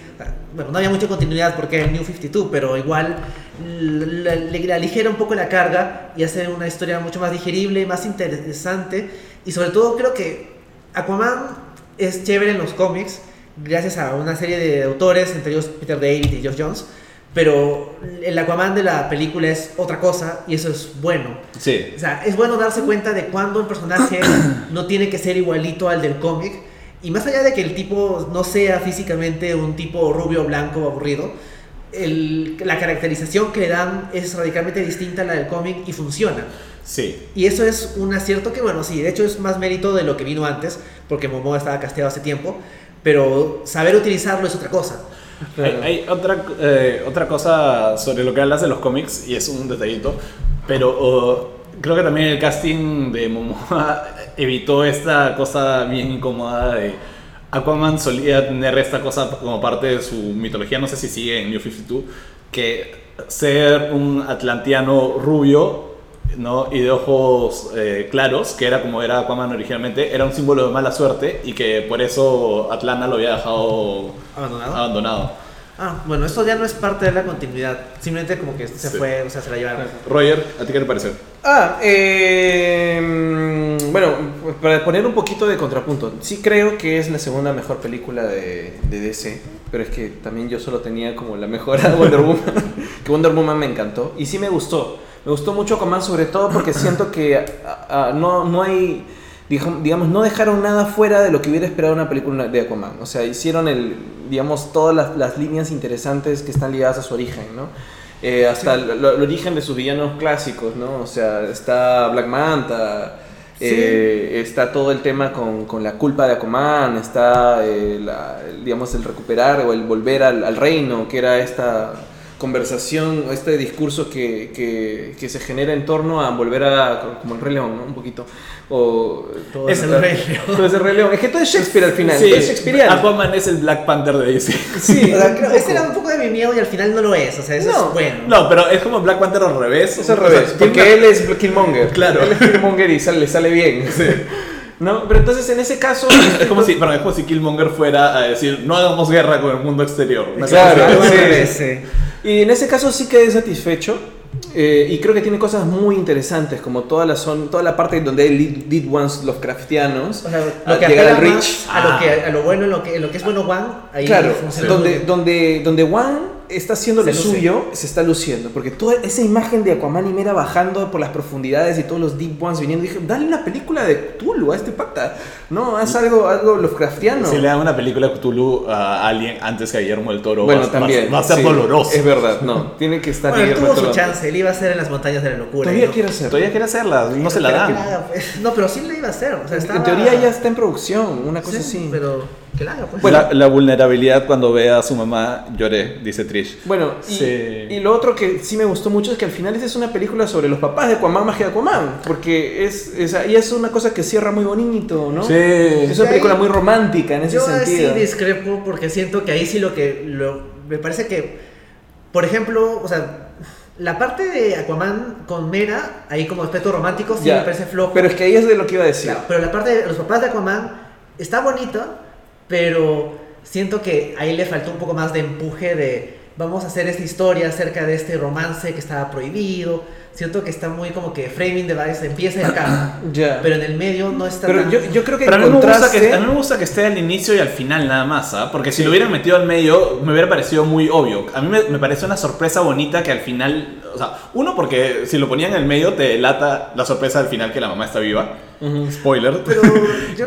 Speaker 3: bueno, no había mucha continuidad porque era el New 52, pero igual le, le- le aligera un poco la carga y hace una historia mucho más digerible, más interesante. Y sobre todo creo que Aquaman es chévere en los cómics, gracias a una serie de autores, entre ellos Peter David y Geoff Jones. Pero el Aquaman de la película es otra cosa y eso es bueno.
Speaker 2: Sí.
Speaker 3: O sea, es bueno darse cuenta de cuando un personaje no tiene que ser igualito al del cómic. Y más allá de que el tipo no sea físicamente un tipo rubio, blanco, aburrido, el- la caracterización que le dan es radicalmente distinta a la del cómic y funciona.
Speaker 2: Sí.
Speaker 3: Y eso es un acierto que, bueno, sí, de hecho es más mérito de lo que vino antes, porque Momoa estaba casteado hace tiempo, pero saber utilizarlo es otra cosa.
Speaker 1: Claro.
Speaker 2: Hay, hay otra, eh, otra cosa sobre lo que hablas de los cómics, y es un detallito, pero oh, creo que también el casting de Momoa evitó esta cosa bien incómoda de Aquaman solía tener esta cosa como parte de su mitología, no sé si sigue en New 52, que ser un atlantiano rubio ¿no? y de ojos eh, claros, que era como era Aquaman originalmente, era un símbolo de mala suerte y que por eso Atlanta lo había dejado
Speaker 3: ¿Abandonado?
Speaker 2: abandonado.
Speaker 3: Ah, bueno, esto ya no es parte de la continuidad, simplemente como que se
Speaker 2: Sí.
Speaker 3: fue, o sea, se la llevaron.
Speaker 2: Roger, ¿a ti qué te pareció?
Speaker 1: Ah, eh, mm, bueno, para poner un poquito de contrapunto, sí creo que es la segunda mejor película de, de DC, pero es que también yo solo tenía como la mejora de Wonder Woman, que Wonder Woman me encantó y sí me gustó, me gustó mucho Aquaman sobre todo porque siento que ah, ah, no, no hay, dijo- digamos, no dejaron nada fuera de lo que hubiera esperado una película de Aquaman, o sea, hicieron el, digamos, todas las, las líneas interesantes que están ligadas a su origen, ¿no? Eh, hasta el, lo- el origen de sus villanos clásicos, ¿no? O sea, está Black Manta, eh, está todo el tema con, con la culpa de Aquaman, está, eh, la- el, digamos, el recuperar o el volver al, al reino, que era esta conversación, o este discurso que, que- que se genera en torno a volver a, como el Rey León, ¿no? Un poquito. O, todo
Speaker 3: Es
Speaker 1: esta-
Speaker 3: el Rey León.
Speaker 1: Todo es el Rey León. Es que todo es Shakespeare al final. todo es Shakespeareano.
Speaker 2: Aquaman es el Black Panther de DC.
Speaker 1: Sí,
Speaker 3: O sea,
Speaker 1: Eh,
Speaker 3: creo-
Speaker 1: un
Speaker 3: ese era
Speaker 1: poco.
Speaker 3: un poco de mi miedo y al final no lo es. O sea, eso
Speaker 1: No,
Speaker 3: es bueno.
Speaker 2: No, pero es como Black Panther al revés.
Speaker 1: Es al revés, porque él es Killmonger.
Speaker 2: Claro.
Speaker 1: Él es Killmonger y sale, le sale bien. No, pero entonces en ese caso.
Speaker 2: Es como, si, perdón, es como si Killmonger fuera a decir, no hagamos guerra con el mundo exterior. Una cosa
Speaker 1: Claro.
Speaker 2: así.
Speaker 3: Algo al
Speaker 1: sí.
Speaker 3: revés, sí.
Speaker 1: Y en ese caso sí quedé satisfecho. Eh, y creo que tiene cosas muy interesantes, como toda la, son, toda la parte donde hay lead, lead ones Lovecraftianos,
Speaker 3: O sea,
Speaker 1: al
Speaker 3: lo que
Speaker 1: llegar
Speaker 3: apela
Speaker 1: al
Speaker 3: más
Speaker 1: Rich.
Speaker 3: a lo que a lo bueno, lo que, lo que es bueno Juan, ahí
Speaker 1: Claro,
Speaker 3: funciona.
Speaker 1: donde, donde, donde Wang está haciendo
Speaker 3: Se
Speaker 1: lo
Speaker 3: luce.
Speaker 1: suyo, se está luciendo, porque toda esa imagen de Aquaman y Mera bajando por las profundidades y todos los Deep Ones viniendo, dije, dale una película de Cthulhu a este pata, no, haz algo, algo Lovecraftiano.
Speaker 2: Si le dan una película a Cthulhu a alguien antes que a Guillermo del Toro,
Speaker 1: bueno,
Speaker 2: va, va-
Speaker 1: también.
Speaker 2: va a ser
Speaker 1: sí,
Speaker 2: doloroso.
Speaker 1: Es verdad, no, tiene que estar
Speaker 3: Bueno, él
Speaker 1: Guillermo
Speaker 3: tuvo su
Speaker 1: Toro.
Speaker 3: chance, él iba a hacer en las montañas de la locura.
Speaker 1: Todavía
Speaker 3: ¿no?
Speaker 1: quiere hacerlo.
Speaker 2: Todavía quiere hacerla, no se la
Speaker 3: Pero
Speaker 2: dan.
Speaker 3: que la haga, pues. No, pero sí le iba a hacer. O sea,
Speaker 1: En-
Speaker 3: estaba...
Speaker 1: En teoría ya está en producción, una cosa así.
Speaker 3: Pero que la haga, pues.
Speaker 1: Bueno.
Speaker 2: la, la vulnerabilidad cuando ve a su mamá lloré, dice Trish.
Speaker 1: Bueno, y,
Speaker 2: Sí.
Speaker 1: y lo otro que sí me gustó mucho es que al final esta es una película sobre los papás de Aquaman más que de Aquaman, porque es, es, y es una cosa que cierra muy bonito, ¿no?
Speaker 2: Sí.
Speaker 1: Es una
Speaker 3: Y
Speaker 1: película
Speaker 3: ahí-
Speaker 1: muy romántica en ese
Speaker 3: Yo así
Speaker 1: sentido.
Speaker 3: discrepo porque siento que ahí sí lo que. Lo, me parece que. Por ejemplo, o sea. La parte de Aquaman con Mera, ahí como aspecto romántico, sí
Speaker 1: Ya.
Speaker 3: me parece flojo.
Speaker 1: Pero es que ahí es de lo que iba a decir.
Speaker 3: Claro, pero la parte de los papás de Aquaman está bonita, pero siento que ahí le faltó un poco más de empuje de vamos a hacer esta historia acerca de este romance que estaba prohibido. Siento que está muy como que framing device empieza y acá,
Speaker 1: Ya.
Speaker 3: pero en el medio no está
Speaker 1: Pero
Speaker 3: tan-
Speaker 1: yo, yo creo que
Speaker 2: Pero a mí, me gusta
Speaker 1: encontraste...
Speaker 2: que, a mí me gusta que esté al inicio y al final nada más, ¿ah? Porque si lo hubieran metido al medio, me hubiera parecido muy obvio. A mí me, me parece una sorpresa bonita que al final... O sea, uno porque si lo ponían en el medio te delata la sorpresa al final que la mamá está viva. Spoiler.
Speaker 3: Pero yo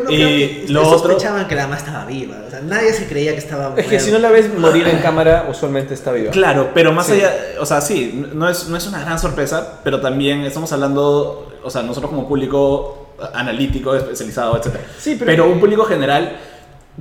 Speaker 3: no creo
Speaker 2: Y
Speaker 3: que ustedes
Speaker 2: lo otro-
Speaker 3: sospechaban que la mamá estaba viva, o sea, nadie se creía que estaba
Speaker 1: Es que
Speaker 3: muerta.
Speaker 1: si no la ves morir en cámara, usualmente está viva.
Speaker 2: Claro, pero más
Speaker 1: Sí.
Speaker 2: allá, o sea, sí, no es, no es una gran sorpresa, pero también estamos hablando, o sea, nosotros como público analítico, especializado, etc.
Speaker 1: Sí, pero-
Speaker 2: pero, un público general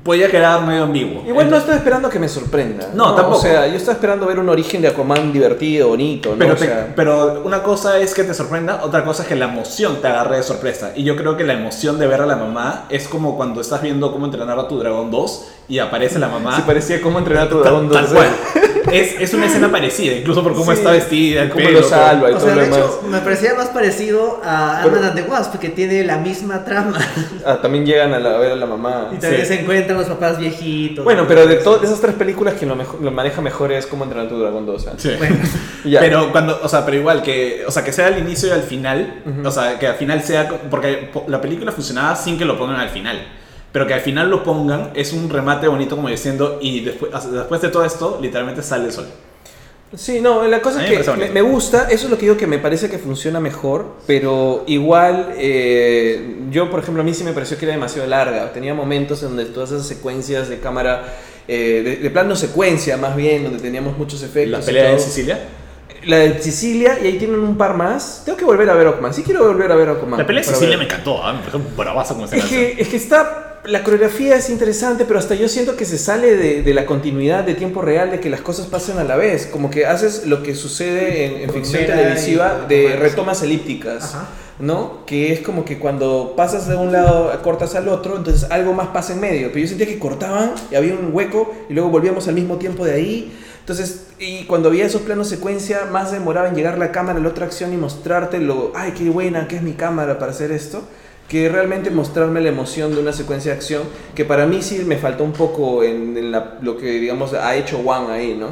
Speaker 2: podía quedar medio ambiguo.
Speaker 1: Igual no
Speaker 2: Entonces-
Speaker 1: estoy esperando que me sorprenda.
Speaker 2: No, tampoco.
Speaker 1: O sea, yo estaba esperando ver un origen de Aquaman divertido, bonito, ¿no?
Speaker 2: Pero,
Speaker 1: O
Speaker 2: te-
Speaker 1: sea,
Speaker 2: pero una cosa es que te sorprenda, otra cosa es que la emoción te agarre de sorpresa. Y yo creo que la emoción de ver a la mamá es como cuando estás viendo cómo entrenar a tu dragón 2 y aparece la mamá.
Speaker 1: Sí, parecía como entrenar a tu
Speaker 2: Tal-
Speaker 1: dragón
Speaker 2: tal
Speaker 1: 12.
Speaker 2: cual. Es, es una escena parecida, incluso por cómo
Speaker 1: Sí.
Speaker 2: está vestida, el
Speaker 1: Cómo
Speaker 2: pelo,
Speaker 1: lo salva y
Speaker 3: o
Speaker 1: todo
Speaker 3: sea,
Speaker 1: lo
Speaker 3: de
Speaker 1: demás.
Speaker 3: hecho, me parecía más parecido a
Speaker 1: Pero-
Speaker 3: Ant-Man and the Wasp, que tiene la misma trama.
Speaker 1: Ah, también llegan a, la- a ver a la mamá.
Speaker 3: Y también
Speaker 2: Sí.
Speaker 3: se encuentran los papás viejitos.
Speaker 1: Bueno, pero de todas esas tres películas, quien lo, mejo- lo maneja mejor es como entrenar a tu dragón 2.
Speaker 2: Sí.
Speaker 3: Bueno.
Speaker 1: Ya.
Speaker 2: Pero cuando, o sea, pero igual que, o sea, que sea al inicio y al final,
Speaker 1: Ujú.
Speaker 2: o sea, que al final sea, co- porque po- la película funcionaba sin que lo pongan al final, pero que al final lo pongan es un remate bonito como diciendo y después, o sea, después de todo esto literalmente sale el sol.
Speaker 1: Sí, no, la cosa
Speaker 2: A
Speaker 1: es
Speaker 2: mí me
Speaker 1: que
Speaker 2: parece
Speaker 1: me,
Speaker 2: bonito.
Speaker 1: me gusta, eso es lo que digo que me parece que funciona mejor, pero igual eh, yo, por ejemplo, a mí sí me pareció que era demasiado larga, tenía momentos en donde todas esas secuencias de cámara, eh, de, de plano secuencia más bien, donde teníamos muchos efectos.
Speaker 2: La
Speaker 1: y
Speaker 2: pelea de
Speaker 1: todo.
Speaker 2: Sicilia.
Speaker 1: La de Sicilia, y ahí tienen un par más. Tengo que volver a ver Ockman, sí quiero volver a ver Ockman.
Speaker 2: La pelea de
Speaker 1: para
Speaker 2: Sicilia
Speaker 1: ver.
Speaker 2: me encantó, ¿ah? me pareció bravazo como escena.
Speaker 1: Es que, es que está. La coreografía es interesante, pero hasta yo siento que se sale de, de la continuidad de tiempo real, de que las cosas pasan a la vez. Como que haces lo que sucede en, en
Speaker 3: Con
Speaker 1: ficción
Speaker 3: Mera
Speaker 1: televisiva
Speaker 3: y-
Speaker 1: de retomas elípticas,
Speaker 3: Ajá.
Speaker 1: ¿no? Que es como que cuando pasas de un lado, cortas al otro, entonces algo más pasa en medio. Pero yo sentía que cortaban y había un hueco y luego volvíamos al mismo tiempo de ahí. Entonces, y cuando había esos planos secuencia, más demoraba en llegar la cámara a la otra acción y mostrarte lo, ay, qué buena, que es mi cámara para hacer esto, que realmente mostrarme la emoción de una secuencia de acción, que para mí sí me faltó un poco en, en la- lo que, digamos, ha hecho Wang ahí, ¿no?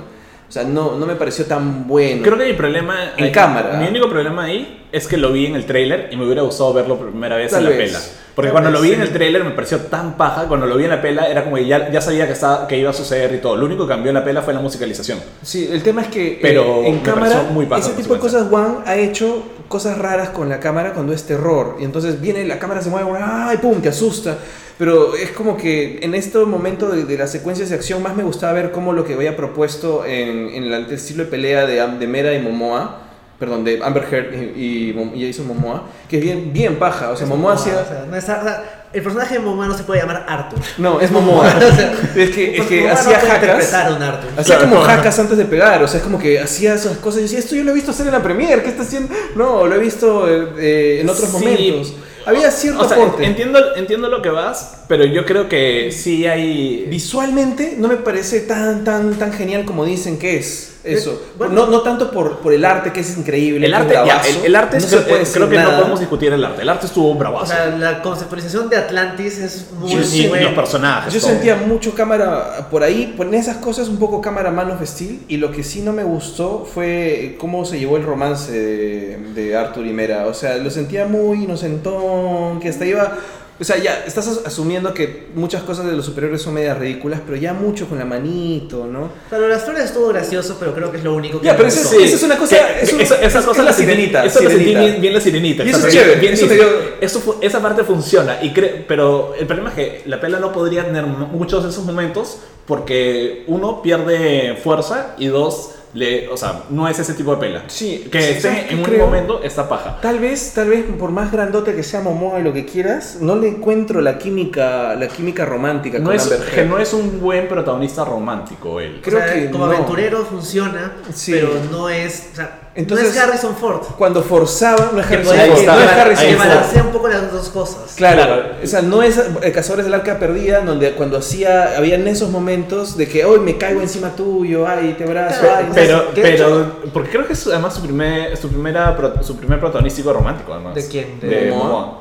Speaker 1: O sea, no, no me pareció tan bueno.
Speaker 2: Creo que mi problema
Speaker 1: En cámara.
Speaker 2: Mi único problema ahí es que lo vi en el tráiler y me hubiera gustado verlo por primera vez
Speaker 1: Tal
Speaker 2: en la
Speaker 1: vez.
Speaker 2: pela. Porque
Speaker 1: Tal
Speaker 2: cuando
Speaker 1: vez,
Speaker 2: lo vi
Speaker 1: sí.
Speaker 2: en el tráiler me pareció tan paja, cuando lo vi en la pela era como que ya, ya sabía que, estaba, que iba a suceder y todo. Lo único que cambió en la pela fue la musicalización.
Speaker 1: Sí, el tema es que eh,
Speaker 2: Pero
Speaker 1: en
Speaker 2: me
Speaker 1: cámara,
Speaker 2: pareció muy paja
Speaker 1: ese
Speaker 2: la
Speaker 1: tipo de
Speaker 2: secuencia.
Speaker 1: cosas, Wang ha hecho cosas raras con la cámara cuando es terror. Y entonces viene, la cámara se mueve, ¡ay, pum! Te asusta. Pero es como que en este momento de, de las secuencias de acción más me gustaba ver cómo lo que había propuesto en, en la- el estilo de pelea de, Am- de Mera y Momoa. Perdón, de Amber Heard y, y Mom- y Jason Momoa, que es bien, bien paja. O sea, Momoa
Speaker 3: O
Speaker 1: hacía.
Speaker 3: sea, no está- o sea, el personaje de Momoa no se puede llamar Arthur.
Speaker 1: No, es Momoa.
Speaker 3: O sea,
Speaker 1: es que, es
Speaker 3: Porque
Speaker 1: que hacía
Speaker 3: Momoa no puede
Speaker 1: jacas.
Speaker 3: interpretar a un Arthur.
Speaker 1: Hacía
Speaker 2: Claro.
Speaker 1: como jacas antes de pegar, o sea, es como que hacía esas cosas. Y decía, esto yo lo he visto hacer en la Premier, ¿qué está haciendo? No, lo he visto eh, eh, en otros
Speaker 2: Sí.
Speaker 1: momentos. Había cierto
Speaker 2: O sea,
Speaker 1: aporte.
Speaker 2: entiendo, entiendo lo que vas, pero yo creo que sí hay...
Speaker 1: Visualmente no me parece tan, tan, tan genial como dicen que es. Eso.
Speaker 3: Bueno.
Speaker 1: no, no tanto por, por el arte, que es increíble.
Speaker 2: El
Speaker 1: que es
Speaker 2: arte, ya,
Speaker 1: bravazo.
Speaker 2: el, el arte
Speaker 1: No
Speaker 2: es-
Speaker 1: se puede
Speaker 2: eh,
Speaker 1: decir
Speaker 2: creo que no
Speaker 1: nada.
Speaker 2: podemos discutir el arte. El arte estuvo
Speaker 3: O
Speaker 2: bravazo.
Speaker 3: sea, la conceptualización de Atlantis es muy
Speaker 2: Y- y
Speaker 3: buena.
Speaker 2: los personajes.
Speaker 1: Yo
Speaker 2: todo.
Speaker 1: sentía mucho cámara por ahí, ponía esas cosas un poco cámara Man of Steel y lo que sí no me gustó fue cómo se llevó el romance de, de Arthur y Mera. O sea, lo sentía muy inocentón, que hasta iba... O sea, ya estás as- asumiendo que muchas cosas de los superiores son medias ridículas, pero ya mucho con la manito, ¿no?
Speaker 3: Pero las flores estuvo gracioso, pero creo que es lo único que
Speaker 1: Ya,
Speaker 3: me
Speaker 1: pero ese
Speaker 3: gustó.
Speaker 1: sí. esa es una cosa-
Speaker 2: Que-
Speaker 1: es un-
Speaker 2: esa, esa
Speaker 1: es-
Speaker 2: cosa
Speaker 1: es la
Speaker 2: sentí-
Speaker 1: sirenita,
Speaker 2: Eso la sentí
Speaker 1: sirenita.
Speaker 2: bien, bien la sirenita.
Speaker 1: Y eso
Speaker 2: exacto,
Speaker 1: es
Speaker 2: bien-
Speaker 1: chévere,
Speaker 2: bien
Speaker 1: eso te
Speaker 2: Disney.
Speaker 1: dio-
Speaker 2: Eso fu- esa parte funciona. Y cre- pero el problema es que la pela no podría tener mu- muchos de esos momentos porque uno pierde fuerza y dos, le, o sea, no es ese tipo de pela.
Speaker 1: Sí,
Speaker 2: Que
Speaker 1: sí, ¿sabes
Speaker 2: esté
Speaker 1: qué
Speaker 2: en un
Speaker 1: creo?
Speaker 2: momento esta paja.
Speaker 1: Tal vez, tal vez por más grandote que sea Momoa y lo que quieras, no le encuentro la química, la química romántica
Speaker 2: No
Speaker 1: con
Speaker 2: es,
Speaker 1: Amber
Speaker 2: que
Speaker 1: Heard.
Speaker 2: no es un buen protagonista romántico él.
Speaker 1: creo
Speaker 3: O sea,
Speaker 1: que
Speaker 3: como
Speaker 1: no.
Speaker 3: aventurero funciona,
Speaker 1: Sí.
Speaker 3: pero no es, o sea,
Speaker 1: Entonces-
Speaker 3: no es Harrison Ford.
Speaker 1: Cuando forzaba, no es
Speaker 3: Que
Speaker 1: Harrison
Speaker 3: puede-
Speaker 2: ahí
Speaker 1: Ford,
Speaker 3: que
Speaker 2: está,
Speaker 1: no es
Speaker 3: bala-
Speaker 1: Harrison
Speaker 3: que
Speaker 2: está.
Speaker 1: Ford.
Speaker 3: balancea un poco las dos cosas.
Speaker 1: Claro,
Speaker 2: Claro.
Speaker 1: o sea, no es eh, Cazadores del Arca Perdida, donde cuando hacía, habían esos momentos de que hoy me caigo encima tuyo, ay, te abrazo,
Speaker 3: Claro,
Speaker 1: ay, no
Speaker 2: Pero,
Speaker 1: sé qué".
Speaker 2: pero, porque creo que es además su primer, su primera, pro- su primer protagonístico romántico además.
Speaker 3: ¿De quién?
Speaker 2: De,
Speaker 3: ¿De
Speaker 1: Momoa?
Speaker 2: Momoa.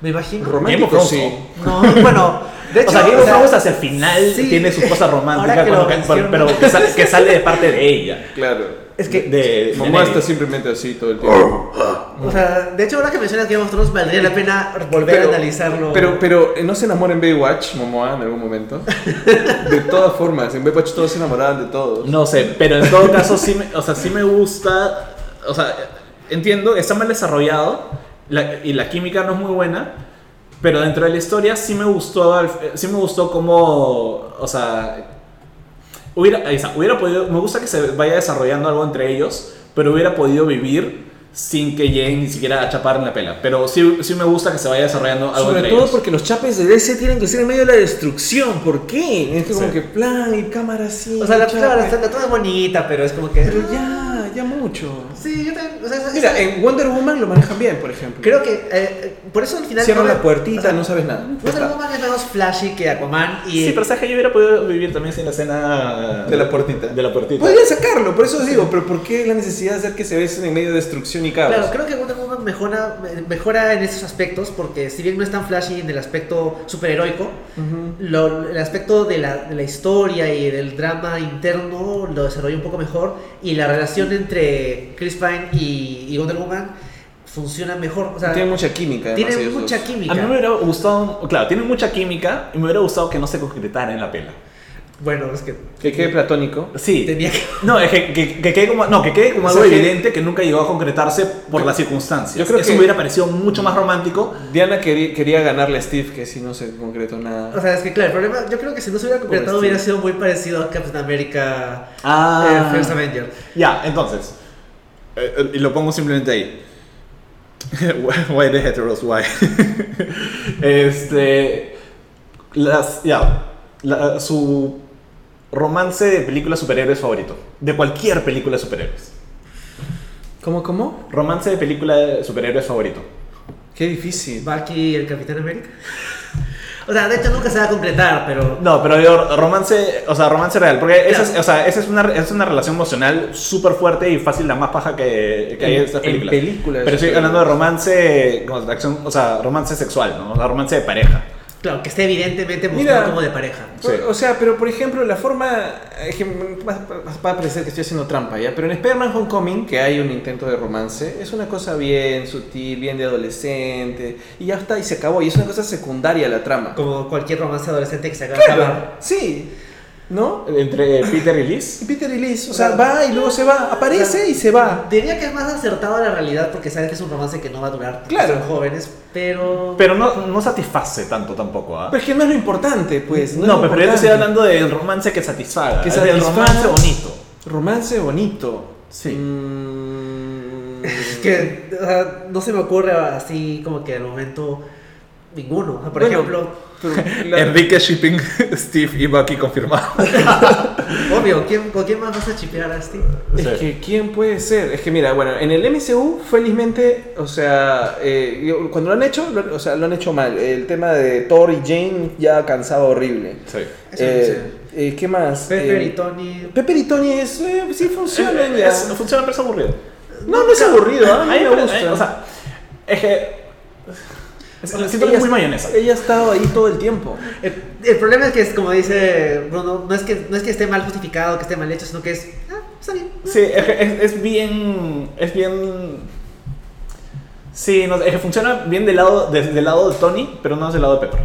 Speaker 3: Me imagino.
Speaker 1: Romántico,
Speaker 2: Game of Thrones,
Speaker 1: sí.
Speaker 2: ¿no?
Speaker 3: No, bueno, de hecho,
Speaker 2: o sea, Game
Speaker 3: o
Speaker 2: of
Speaker 3: sea,
Speaker 2: Thrones hacia el final
Speaker 3: sí.
Speaker 2: tiene su cosa romántica,
Speaker 3: Ahora que
Speaker 2: cuando
Speaker 3: lo
Speaker 2: ca-
Speaker 3: menciono.
Speaker 2: pero que sa- que sale, de parte de ella.
Speaker 1: Claro.
Speaker 3: Es que,
Speaker 2: de,
Speaker 1: Mamá
Speaker 2: de
Speaker 1: está
Speaker 2: Neri.
Speaker 1: simplemente así todo el tiempo.
Speaker 3: o sea, de hecho, ahora que mencionas Game of Thrones, valdría la pena volver a analizarlo.
Speaker 1: Pero, pero, eh, ¿no se enamora en Baywatch, Momoa, en algún momento? De todas formas, en Baywatch todos se enamoraban de todos.
Speaker 2: No sé, pero en todo caso sí me, o sea, sí me gusta, o sea, entiendo, está mal desarrollado la- y la química no es muy buena. Pero dentro de la historia sí me gustó, al- sí me gustó como, o sea, Hubiera, ahí está, hubiera podido, me gusta que se vaya desarrollando algo entre ellos, pero hubiera podido vivir sin que lleguen ni siquiera a chapar en la pela. Pero sí, sí me gusta que se vaya desarrollando algo
Speaker 1: Sobre
Speaker 2: entre
Speaker 1: todo
Speaker 2: ellos.
Speaker 1: porque los chapes de DC tienen que ser en medio de la destrucción. ¿Por qué? Es que como
Speaker 2: Sí.
Speaker 1: que plan y cámara así.
Speaker 3: o sea, la,
Speaker 1: chape.
Speaker 3: claro, la estatua es bonita, pero es como que. "Ah".
Speaker 1: Pero ya, ya mucho.
Speaker 3: Sí, yo también. O sea, esa-
Speaker 1: Mira,
Speaker 3: esa-
Speaker 1: en Wonder Woman lo manejan bien, por ejemplo.
Speaker 3: creo que. eh, eh, por eso al final.
Speaker 1: Cierran
Speaker 3: no me-
Speaker 1: la puertita,
Speaker 3: o sea,
Speaker 1: no sabes nada.
Speaker 3: Wonder Woman es menos flashy que Aquaman. Y
Speaker 2: Sí, pero sabes que yo hubiera podido vivir también sin la escena
Speaker 1: De la puertita.
Speaker 2: De la puertita.
Speaker 1: Podrían sacarlo, por eso os digo, pero ¿por qué la necesidad de hacer que se besen en medio de destrucción y caos?
Speaker 3: Claro, creo que Wonder Woman mejora, mejora en esos aspectos, porque si bien no es tan flashy en el aspecto superheroico,
Speaker 1: Ujú.
Speaker 3: lo- el aspecto de la, de la historia y del drama interno lo desarrolla un poco mejor, y la relación entre Chris Pine y, y Wonder Woman funciona mejor. O sea,
Speaker 1: Tiene mucha química. además,
Speaker 3: tiene
Speaker 1: ellos
Speaker 3: mucha
Speaker 1: dos.
Speaker 3: química.
Speaker 2: A mí me hubiera gustado, claro, tiene mucha química y me hubiera gustado que no se concretara en la pela.
Speaker 3: Bueno, es que
Speaker 1: Que quede platónico.
Speaker 2: Sí.
Speaker 3: tenía que...
Speaker 2: No, es que, que- que quede como, no, que quede como
Speaker 1: O
Speaker 2: algo
Speaker 1: sea, que-
Speaker 2: evidente que nunca llegó a concretarse por las circunstancias.
Speaker 1: yo creo
Speaker 2: Eso
Speaker 1: que-
Speaker 2: me hubiera parecido mucho más romántico
Speaker 1: Diana quería, quería ganarle a Steve, que si no se concretó nada.
Speaker 3: O sea, es que claro, el problema, yo creo que si no se hubiera completado
Speaker 1: Pobre
Speaker 3: hubiera
Speaker 1: Steve.
Speaker 3: sido muy parecido a Captain America
Speaker 2: Ah.
Speaker 3: eh, First Avenger.
Speaker 2: Ya, entonces. Eh, eh, y lo pongo simplemente ahí. why the heteros, why? este. Las. Ya. la- su romance de película superhéroes favorito. De cualquier película de superhéroes.
Speaker 1: ¿Cómo, cómo?
Speaker 2: Romance de película de superhéroes favorito.
Speaker 1: Qué difícil.
Speaker 3: Bucky, el Capitán América. O sea, de hecho nunca se va a completar, pero.
Speaker 2: No, pero yo, romance. O sea, romance real. Porque esa es,
Speaker 3: Claro.
Speaker 2: o sea, esa es, una, esa es una relación emocional súper fuerte y fácil, la más paja que, que hay en estas películas.
Speaker 1: películas.
Speaker 2: Pero estoy hablando de romance, como de acción, o sea, romance sexual, ¿no? O sea, romance de pareja.
Speaker 3: Claro, que esté evidentemente mostrado
Speaker 1: Mira.
Speaker 3: como de pareja.
Speaker 2: Sí.
Speaker 1: O sea, pero por ejemplo, la forma. es que Va va a parecer que estoy haciendo trampa ya, pero en Spider-Man Homecoming, que hay un intento de romance, es una cosa bien sutil, bien de adolescente, y ya está, y se acabó, y es una cosa secundaria la trama.
Speaker 3: Como cualquier romance adolescente que se acaba de
Speaker 1: Claro,
Speaker 3: acabar.
Speaker 1: sí, ¿no?
Speaker 2: Entre Peter y Liz.
Speaker 1: Y Peter y Liz, o sea, va y luego se va, aparece y se va.
Speaker 3: Diría que es más acertado a la realidad porque sabes que es un romance que no va a durar. porque
Speaker 1: Claro.
Speaker 3: Son jóvenes, pero.
Speaker 2: Pero no, no satisface tanto tampoco, ¿ah?
Speaker 1: Pero es que no es lo importante, pues.
Speaker 2: No, pero yo te estoy
Speaker 1: estoy
Speaker 2: hablando del romance que satisfaga.
Speaker 1: Que
Speaker 2: es del
Speaker 1: satisfaga.
Speaker 2: romance bonito.
Speaker 1: Romance bonito.
Speaker 2: Sí.
Speaker 1: Mm,
Speaker 3: Que, o sea, no se me ocurre así como que al momento ninguno. O sea, por
Speaker 1: Bueno,
Speaker 3: ejemplo,
Speaker 1: pero la-
Speaker 2: Enrique Shipping, Steve y Bucky confirmado.
Speaker 3: obvio, ¿quién, ¿con quién más vas a chipear a Steve?
Speaker 1: Es que, ¿quién puede ser? Es que, mira, bueno, en el MCU, felizmente, o sea, eh, yo- cuando lo han hecho, lo, o sea, lo han hecho mal. El tema de Thor y Jane ya cansaba horrible.
Speaker 2: Sí.
Speaker 3: Eso
Speaker 1: Eh,
Speaker 3: no
Speaker 1: Eh, ¿Qué más?
Speaker 3: Pepper
Speaker 1: Eh,
Speaker 3: y Tony.
Speaker 1: Pepper y Tony es, eh, sí funcionan ya.
Speaker 2: Es- funciona, pero es aburrido.
Speaker 1: no, no es aburrido, a mí me gusta.
Speaker 2: o sea, es que. es- siento que
Speaker 1: Ella-
Speaker 2: es muy mayonesa.
Speaker 1: Ella ha estado ahí todo el tiempo.
Speaker 3: El, el problema es que es como dice Bruno, no es que no es que esté mal justificado, que esté mal hecho, sino que es ah, está bien.
Speaker 2: Sí, es, que es, es bien. Es bien. Sí, no sé, es que funciona bien del lado, desde el lado de Tony, pero no desde el lado de Pepper.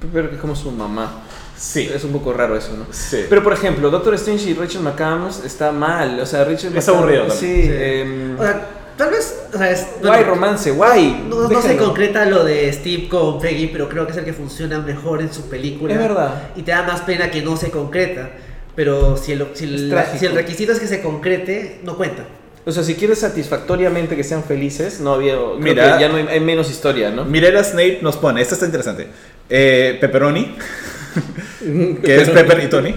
Speaker 1: Pepper que es como su mamá.
Speaker 2: Sí,
Speaker 1: Es un poco raro eso, ¿no?
Speaker 2: sí.
Speaker 1: Pero por ejemplo, Doctor Strange y Rachel McAdams está mal. O sea, Rachel
Speaker 2: Es
Speaker 1: McAdams-
Speaker 2: aburrido
Speaker 1: Sí.
Speaker 2: también.
Speaker 3: Sí.
Speaker 1: em,
Speaker 3: O sea, tal vez, o sea, es
Speaker 1: guay, romance, guay.
Speaker 3: no, no se
Speaker 1: déjenlo.
Speaker 3: concreta lo de Steve con Peggy, pero creo que es el que funciona mejor en su película.
Speaker 1: Es verdad.
Speaker 3: Y te da más pena que no se concreta. Pero si el, si el-
Speaker 1: Es trágico.
Speaker 3: si el requisito es que se concrete, no cuenta.
Speaker 1: O sea, si quieres satisfactoriamente que sean felices, no había. creo
Speaker 2: Mira.
Speaker 1: que ya no hay, hay menos historia, ¿no?
Speaker 2: Mirela Snape nos pone, esta está interesante. Eh, Pepperoni, que es Pepper y Tony.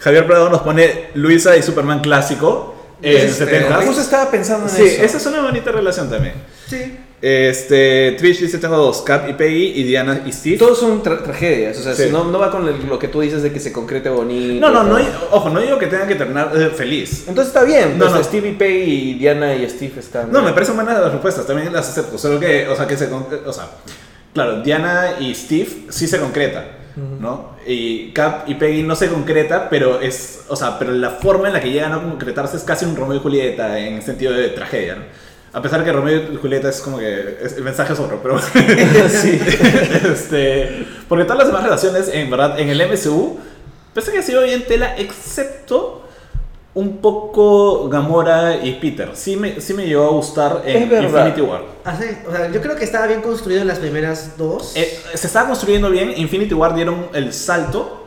Speaker 2: Javier Prado nos pone Luisa y Superman clásico en
Speaker 1: Este,
Speaker 2: 70
Speaker 1: Justo estaba pensando en
Speaker 2: Sí,
Speaker 1: eso.
Speaker 2: esa es una bonita relación también.
Speaker 3: Sí.
Speaker 2: Este, Trish dice tengo dos, Cap y Peggy y Diana y Steve.
Speaker 1: Y todos son tra- tragedias, o sea,
Speaker 2: Sí.
Speaker 1: si no, no va con el- lo que tú dices de que se concrete bonito.
Speaker 2: no, no, no,
Speaker 1: todo.
Speaker 2: hay- ojo, no digo que tengan que terminar eh, feliz.
Speaker 1: Entonces está bien,
Speaker 2: No,
Speaker 1: pues,
Speaker 2: no.
Speaker 1: Stevie Pay y Diana y Steve están.
Speaker 2: No, me parecen buenas las respuestas, también las acepto, solo que, o sea, que se, con- o sea, claro, Diana y Steve sí se concreta, ¿no? Y Cap y Peggy no se concreta, pero es, o sea, pero la forma en la que llegan a concretarse es casi un Romeo y Julieta en sentido de tragedia, ¿no? A pesar que Romeo y Julieta es como que es- el mensaje es otro, pero sí. este, porque todas las demás relaciones, en verdad, en el MCU, pensé que ha pues, sido bien tela, excepto un poco Gamora y Peter. Sí me, sí me llegó a gustar en
Speaker 1: Es verdad.
Speaker 2: Infinity War.
Speaker 3: Ah, sí. O sea, yo creo que estaba bien construido en las primeras dos.
Speaker 2: Eh, se estaba construyendo bien, Infinity War dieron el salto,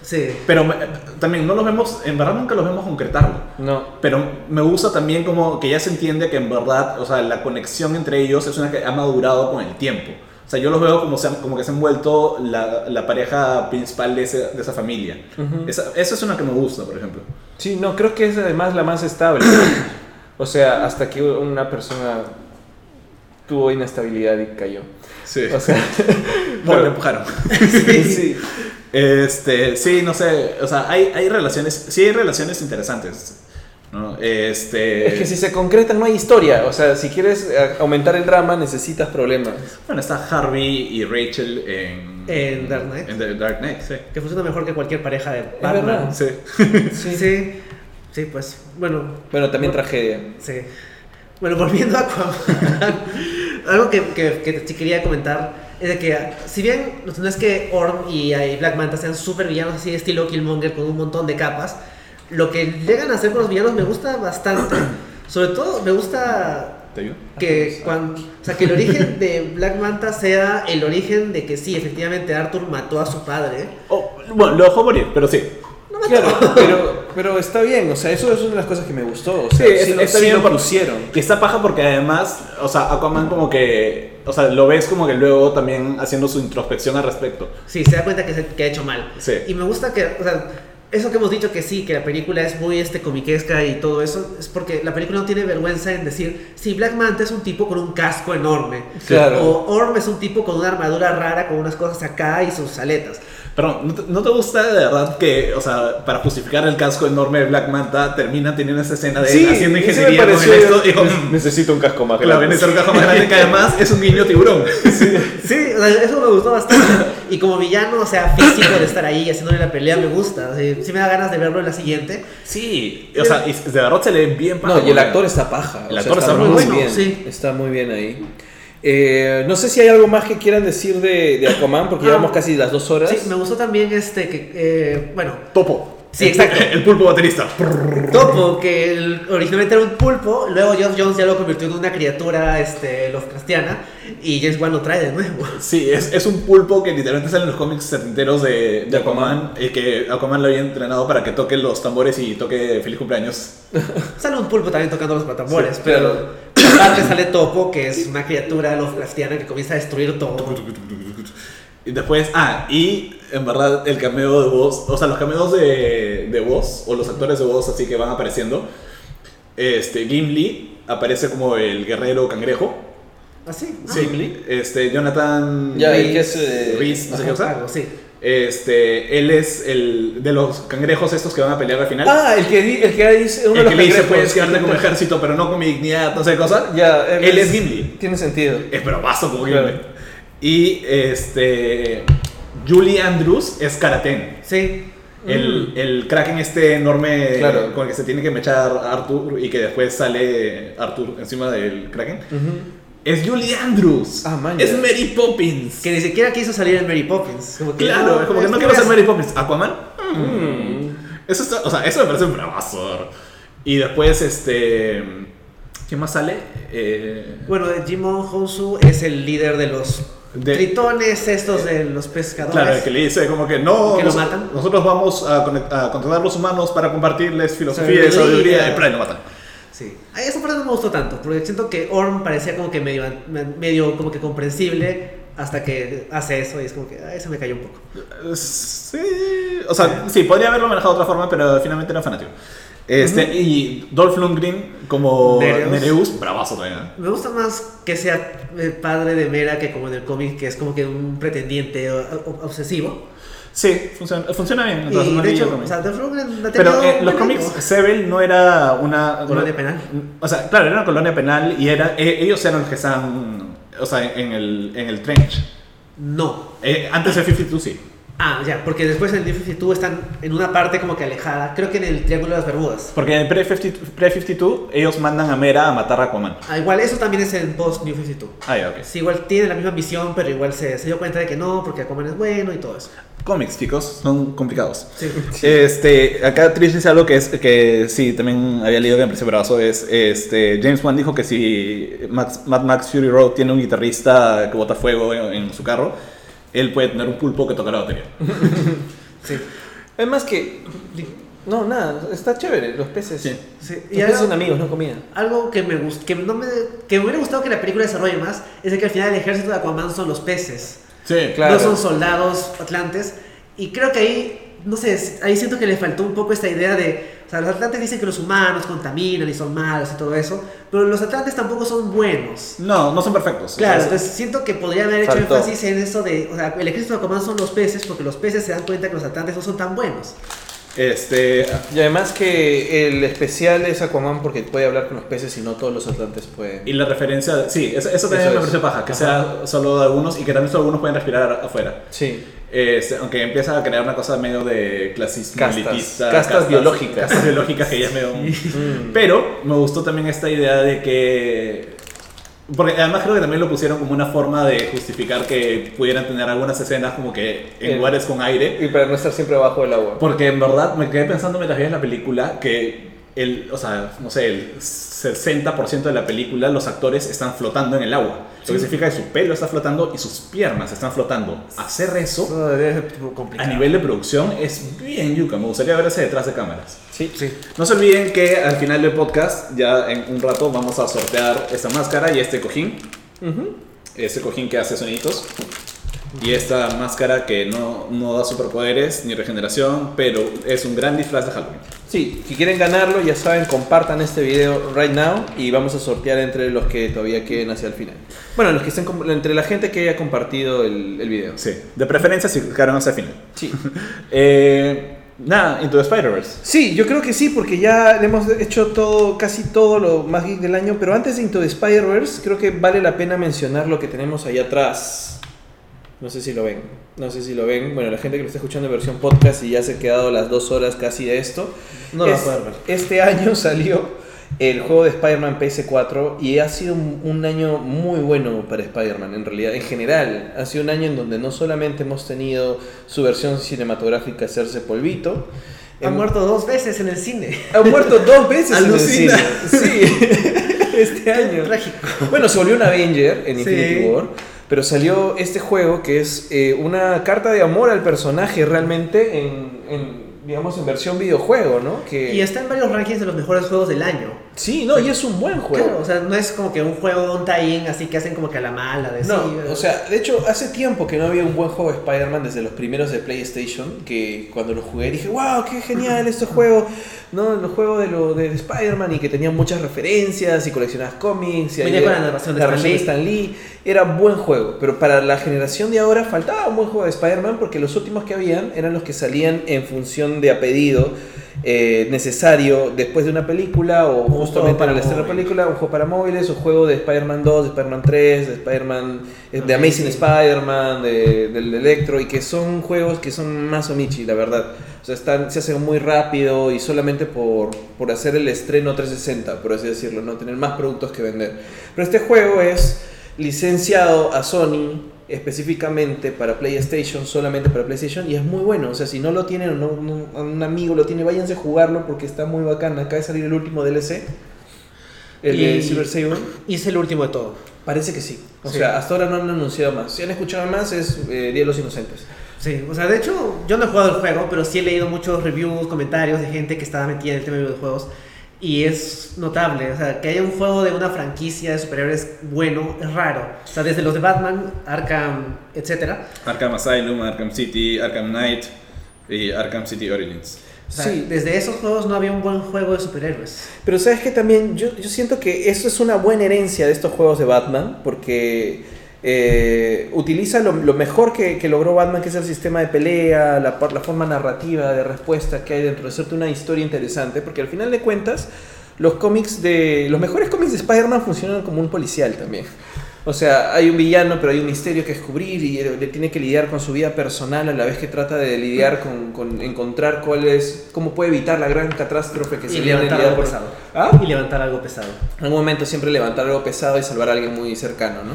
Speaker 3: sí.
Speaker 2: pero me- también no los vemos, en verdad nunca los vemos concretarlo.
Speaker 1: No.
Speaker 2: Pero me gusta también como que ya se entiende que en verdad, o sea, la conexión entre ellos es una que ha madurado con el tiempo. O sea, yo los veo como, se han- como que se han vuelto la, la pareja principal de, ese- de esa familia.
Speaker 1: Ujú.
Speaker 2: Esa- esa es una que me gusta, por ejemplo.
Speaker 1: Sí, no, creo que es además la más estable. o sea, hasta que una persona tuvo inestabilidad y cayó.
Speaker 2: Sí.
Speaker 1: O sea,
Speaker 2: Bueno, pues, lo empujaron.
Speaker 1: sí, sí.
Speaker 2: Este, sí, no sé, o sea, hay, hay relaciones, sí hay relaciones interesantes, ¿no? Este...
Speaker 1: Es que si se concreta no hay historia. O sea, si quieres eh, aumentar el drama necesitas problemas.
Speaker 2: Bueno, está Harvey y Rachel en...
Speaker 3: En Dark Knight.
Speaker 2: En The Dark Knight, sí.
Speaker 3: Que funciona mejor que cualquier pareja de
Speaker 1: verdad.
Speaker 3: Batman.
Speaker 2: Sí.
Speaker 3: Sí. sí. Sí, pues. Bueno,
Speaker 1: Bueno, también tragedia.
Speaker 3: Sí. Bueno, volviendo a Aquaman, algo que, que, que sí quería comentar es de que, si bien no es que Orm y, ah, y Black Manta sean súper villanos así, estilo Killmonger con un montón de capas, lo que llegan a hacer con los villanos me gusta bastante. Sobre todo me gusta
Speaker 2: ¿Te ayudo?
Speaker 3: que cuando, o sea, que el origen de Black Manta sea el origen de que sí, efectivamente Arthur mató a su padre.
Speaker 2: Oh, bueno, lo dejó morir, pero sí.
Speaker 1: Claro, pero, pero está bien. O sea, eso es una de las cosas que me gustó. O sea,
Speaker 2: Sí, es-
Speaker 1: sí lo-
Speaker 2: está
Speaker 1: sí
Speaker 2: bien
Speaker 1: lo
Speaker 2: por-
Speaker 1: pusieron.
Speaker 2: Y está paja porque además, o sea, Aquaman como que... O sea, lo ves como que luego también haciendo su introspección al respecto.
Speaker 3: Sí, se da cuenta que, se- que ha hecho mal.
Speaker 2: Sí.
Speaker 3: Y me gusta que, o sea, eso que hemos dicho que sí, que la película es muy este, comiquesca y todo eso, es porque la película no tiene vergüenza en decir, sí, Black Manta es un tipo con un casco enorme.
Speaker 1: Claro.
Speaker 3: O Orm es un tipo con una armadura rara, con unas cosas acá y sus aletas.
Speaker 2: Perdón, ¿no te, no te gusta de verdad que, o sea, para justificar el casco enorme de Black Manta, termina teniendo esa escena de él haciendo
Speaker 1: sí me
Speaker 2: ingeniería con
Speaker 1: pareció-
Speaker 2: el esto? Y digo,
Speaker 1: Ne- "Mm, necesito un casco más
Speaker 2: la
Speaker 1: grande.
Speaker 2: Venecia un casco más grande que además es un guiño tiburón.
Speaker 3: Sí, o sea, eso me gustó bastante. Y como villano, o sea, físico de estar ahí haciéndole la pelea, me gusta. O sea, sí me da ganas de verlo en la siguiente.
Speaker 2: Sí, o sea, y de verdad se le ve bien paja,
Speaker 1: No, y el
Speaker 2: porque-
Speaker 1: actor está paja.
Speaker 2: El actor está muy
Speaker 3: bueno,
Speaker 1: bien.
Speaker 3: sí.
Speaker 1: Está muy bien ahí. Eh, no sé si hay algo más que quieran decir de, de Aquaman, porque
Speaker 3: Ah.
Speaker 1: llevamos casi las dos horas.
Speaker 3: Sí, me gustó también este, que, eh, bueno,
Speaker 2: Topo.
Speaker 3: Sí, exacto.
Speaker 2: El pulpo baterista.
Speaker 3: Topo, que el- originalmente era un pulpo, luego Geoff Jones ya lo convirtió en una criatura este, Lovecraftiana y James Wan lo trae de nuevo.
Speaker 2: Sí, es, es un pulpo que literalmente sale en los cómics setenteros de, de
Speaker 1: De Aquaman.
Speaker 2: Aquaman. Y que Aquaman lo había entrenado para que toque los tambores y toque feliz cumpleaños.
Speaker 3: Sale un pulpo también tocando los patamores,
Speaker 1: Sí,
Speaker 3: pero aparte sale Topo, que es una criatura Lovecraftiana que comienza a destruir todo.
Speaker 2: Y después, ah, y en verdad el cameo de voz, o sea, los cameos de, de voz, o los actores de voz así que van apareciendo. Este, Gimli aparece como el guerrero cangrejo.
Speaker 3: ¿Así?
Speaker 2: ¿Ah,
Speaker 3: Ah.
Speaker 2: Este, Jonathan
Speaker 1: Ya,
Speaker 2: Rhys-
Speaker 1: el que es, eh,
Speaker 2: Rhys, no sé qué cosa.
Speaker 3: sí.
Speaker 2: Este, él es el de los cangrejos estos que van a pelear al final.
Speaker 1: Ah, el que, di- el que dice uno
Speaker 2: el
Speaker 1: de
Speaker 2: que
Speaker 1: los
Speaker 2: le dice, pues,
Speaker 1: cangrejos.
Speaker 2: puedes quedarte como ejército, pero no con mi dignidad, no sé qué cosa.
Speaker 1: Ya, él,
Speaker 2: Él es Gimli.
Speaker 1: Tiene sentido.
Speaker 2: Es bravazo como
Speaker 1: Claro.
Speaker 2: Gimli. Y este. Julie Andrews es Karaten.
Speaker 3: Sí.
Speaker 2: El, el Kraken este enorme
Speaker 1: Mm. Claro.
Speaker 2: con el que se tiene que mechar Arthur y que después sale Arthur encima del Kraken.
Speaker 1: Ujú.
Speaker 2: Es Julie Andrews.
Speaker 1: Ah, man,
Speaker 2: es
Speaker 1: ya.
Speaker 2: Mary Poppins.
Speaker 3: Que ni siquiera quiso salir en Mary Poppins. Como que,
Speaker 2: Claro, como que
Speaker 3: es
Speaker 2: no quiero ser
Speaker 3: es-
Speaker 2: Mary Poppins. Aquaman. Mm. Eso, está- o sea, eso me parece un bravazo. Y después, este. ¿Quién más sale? Eh,
Speaker 3: Bueno, Jimon Honsu es el líder de los
Speaker 2: De-
Speaker 3: tritones estos de los pescadores.
Speaker 2: Claro, el que le dice como que no,
Speaker 3: Que lo
Speaker 2: nos-
Speaker 3: matan.
Speaker 2: nosotros vamos a, conect- a contratar los humanos para compartirles filosofía
Speaker 3: Sabiduría.
Speaker 2: y sabiduría, y plan, lo matan.
Speaker 3: Sí. A esa parte no me gustó tanto, porque siento que Orm parecía como que medio, medio como que comprensible hasta que hace eso y es como que, ah, eso me cayó un poco.
Speaker 2: Sí, o sea, sí, podría haberlo manejado de otra forma, pero finalmente era fanático. Este, Y Dolph Lundgren como
Speaker 3: Nereus.
Speaker 2: Nereus, bravazo también. ¿eh?
Speaker 3: Me gusta más que sea el padre de Mera que como en el cómic, que es como que un pretendiente o- o- obsesivo.
Speaker 2: Sí, funciona, funciona bien. entonces,
Speaker 3: Y
Speaker 2: no
Speaker 3: de
Speaker 2: leí el
Speaker 3: hecho,
Speaker 2: cómic.
Speaker 3: o sea, Dolph Lundgren
Speaker 2: Pero
Speaker 3: ha tenido
Speaker 2: eh,
Speaker 3: un
Speaker 2: los
Speaker 3: buen
Speaker 2: cómics,
Speaker 3: arco.
Speaker 2: Sebel no era una.
Speaker 3: Colonia
Speaker 2: una-
Speaker 3: penal.
Speaker 2: O sea, claro, era una colonia penal y era, e- ellos eran los que estaban. O sea, en el, en el trench.
Speaker 3: No.
Speaker 2: Eh, antes de 52, sí.
Speaker 3: Ah, ya, porque después en el 52 están en una parte como que alejada, creo que en el Triángulo de las Bermudas.
Speaker 2: Porque en el pre-52 pre-52, ellos mandan a Mera a matar a Aquaman.
Speaker 3: Ah, igual, eso también es en post New 52.
Speaker 2: Ah, ya, ok.
Speaker 3: Sí, igual tiene la misma ambición, pero igual se, se dio cuenta de que no, porque Aquaman es bueno y todo eso.
Speaker 2: Cómics, chicos, son complicados.
Speaker 3: Sí.
Speaker 2: Este, acá Trish dice algo que es que sí, también había leído que me pareció bravazo, es este, James Wan dijo que si Max, Mad Max Fury Road tiene un guitarrista que bota fuego en, en su carro, él puede tener un pulpo que toca la batería.
Speaker 3: Sí.
Speaker 1: Es más que. No, nada, está chévere, los peces.
Speaker 2: Sí.
Speaker 3: Sí,
Speaker 1: Los
Speaker 3: Y
Speaker 1: peces son
Speaker 3: algo,
Speaker 1: amigos, no comida.
Speaker 3: algo que me gust- que no me que me hubiera gustado que la película desarrolle más es de que al final el ejército de Aquaman son los peces,
Speaker 2: Sí,
Speaker 1: Claro.
Speaker 3: no son soldados atlantes y creo que ahí no sé, ahí siento que le faltó un poco esta idea de o sea, los atlantes dicen que los humanos contaminan y son malos y todo eso, pero los atlantes tampoco son buenos.
Speaker 2: No, no son perfectos.
Speaker 3: Claro,
Speaker 2: O sea,
Speaker 3: entonces siento que podría haber hecho
Speaker 1: Faltó.
Speaker 3: énfasis en eso de, o sea, el ejército de Aquaman son los peces porque los peces se dan cuenta que los atlantes no son tan buenos.
Speaker 2: este,
Speaker 1: Y además que el especial es Aquaman porque puede hablar con los peces y no todos los atlantes pueden.
Speaker 2: y la referencia, sí, eso, eso también
Speaker 1: Eso es.
Speaker 2: me pareció paja, que sea solo de algunos y que también solo algunos pueden respirar afuera.
Speaker 1: Sí.
Speaker 2: Este, aunque empieza a crear una cosa medio de clasismo
Speaker 1: Castas.
Speaker 2: elitista,
Speaker 1: Castas biológicas.
Speaker 2: Castas biológicas que ya es medio...
Speaker 1: Mm.
Speaker 2: Pero me gustó también esta idea de que... Porque además creo que también lo pusieron como una forma de justificar que pudieran tener algunas escenas como que en
Speaker 1: Eh.
Speaker 2: lugares con aire.
Speaker 1: Y para no estar siempre bajo el agua.
Speaker 2: Porque en verdad me quedé pensando mientras veía la película que el, o sea, no sé, el 60% de la película los actores están flotando en el agua. Lo que significa que su pelo está flotando y sus piernas están flotando. Hacer eso
Speaker 1: Eso debería ser
Speaker 2: a
Speaker 1: complicado.
Speaker 2: nivel de producción es bien yuca. Me gustaría ver ese detrás de cámaras.
Speaker 1: Sí, sí.
Speaker 2: No se olviden que al final del podcast, ya en un rato, vamos a sortear esta máscara y este cojín.
Speaker 1: Ujú.
Speaker 2: Este cojín que hace soniditos. Y esta máscara que no, no da superpoderes ni regeneración, pero es un gran disfraz de Halloween.
Speaker 1: Sí, si quieren ganarlo, ya saben, compartan este video right now y vamos a sortear entre los que todavía queden hacia el final. Bueno, los que estén com- entre la gente que haya compartido el, el video.
Speaker 2: Sí, de preferencia si quedaron hasta el final.
Speaker 1: Sí.
Speaker 2: Eh, nada, Into the Spider-Verse.
Speaker 1: Sí, yo creo que sí, porque ya le hemos hecho todo, casi todo lo más geek del año, pero antes de Into the Spider-Verse, creo que vale la pena mencionar lo que tenemos ahí atrás. No sé si lo ven, no sé si lo ven. Bueno, la gente que lo está escuchando en versión podcast y ya se ha quedado las dos horas casi de esto.
Speaker 3: No lo va a
Speaker 1: Es-
Speaker 3: poder ver.
Speaker 1: Este año salió el juego de Spider-Man PS4 y ha sido un, un año muy bueno para Spider-Man en realidad. En general, ha sido un año en donde no solamente hemos tenido su versión cinematográfica hacerse polvito,
Speaker 3: Han
Speaker 1: hemos-
Speaker 3: muerto dos veces en el cine.
Speaker 1: ha muerto dos veces en el
Speaker 2: Alucina.
Speaker 1: cine. Sí, este año.
Speaker 3: Trágico.
Speaker 1: Bueno, se volvió un Avenger en
Speaker 3: Sí.
Speaker 1: Infinity War, pero salió este juego que es eh, una carta de amor al personaje realmente en, en, digamos, en versión videojuego, ¿no? Que,
Speaker 3: Y está en varios rankings de los mejores juegos del año.
Speaker 1: Sí, no, y es un buen juego.
Speaker 3: Claro, o sea, no es como que un juego, un tie-in, así que hacen como que a la mala. De
Speaker 1: No,
Speaker 3: sí,
Speaker 1: o sea, de hecho, hace tiempo que no había un buen juego de Spider-Man desde los primeros de PlayStation, que cuando lo jugué dije, wow, qué genial este juego, ¿no? Los juegos de, lo, de Spider-Man y que tenían muchas referencias y coleccionabas cómics. Y
Speaker 3: Venía
Speaker 1: había
Speaker 3: con la narración de Stan
Speaker 1: Stan Lee. Era buen juego, pero para la generación de ahora faltaba un buen juego de Spider-Man porque los últimos que habían eran los que salían en función de a pedido. eh, necesario después de una película o
Speaker 3: juego
Speaker 1: justamente
Speaker 3: para
Speaker 1: para hacer la
Speaker 3: móviles.
Speaker 1: película, un juego para móviles, un juego de Spider-Man 2, de Spider-Man 3, de Spider-Man, eh, de
Speaker 3: Amazing.
Speaker 1: Amazing Spider-Man, de, del de Electro, y que son juegos que son más omichi, la verdad. O sea, están, se hacen muy rápido y solamente por, por hacer el estreno 360, por así decirlo, no tener más productos que vender. Pero este juego es licenciado a Sony específicamente para PlayStation, solamente para PlayStation, y es muy bueno. O sea, si no lo tienen o no, no- un amigo lo tiene, váyanse a jugarlo porque está muy bacán. Acaba de salir el último DLC, el
Speaker 3: Y-
Speaker 1: de Silver Saber.
Speaker 3: Y es el último de todo.
Speaker 1: Parece que sí. O
Speaker 3: Sí.
Speaker 1: sea, hasta ahora no han anunciado más. Si han escuchado más, es eh, Día de los Inocentes.
Speaker 3: Sí, o sea, de hecho, yo no he jugado el juego, pero sí he leído muchos reviews, comentarios de gente que estaba metida en el tema de videojuegos. Y es notable, o sea, que haya un juego de una franquicia de superhéroes bueno es raro. O sea, desde los de Batman, Arkham, etcétera.
Speaker 2: Arkham Asylum, Arkham City, Arkham Knight y Arkham City Origins.
Speaker 3: O sea, desde esos juegos no había un buen juego de superhéroes.
Speaker 1: Pero sabes que también yo, yo siento que eso es una buena herencia de estos juegos de Batman, porque eh, utiliza lo, lo mejor que, que logró Batman, que es el sistema de pelea, la, par- la forma narrativa de respuesta que hay dentro de hacerte una historia interesante, porque al final de cuentas, los cómics de. Los mejores cómics de Spider-Man funcionan como un policial también. O sea, hay un villano, pero hay un misterio que descubrir y él, él tiene que lidiar con su vida personal a la vez que trata de lidiar con, con encontrar cuál es, cómo puede evitar la gran catástrofe que
Speaker 3: Y
Speaker 1: se le ha
Speaker 3: levantar
Speaker 1: lidiado
Speaker 3: algo
Speaker 1: por-
Speaker 3: pesado.
Speaker 1: ¿Ah?
Speaker 3: Y levantar algo pesado.
Speaker 1: En algún momento siempre levantar algo pesado y salvar a alguien muy cercano, ¿no?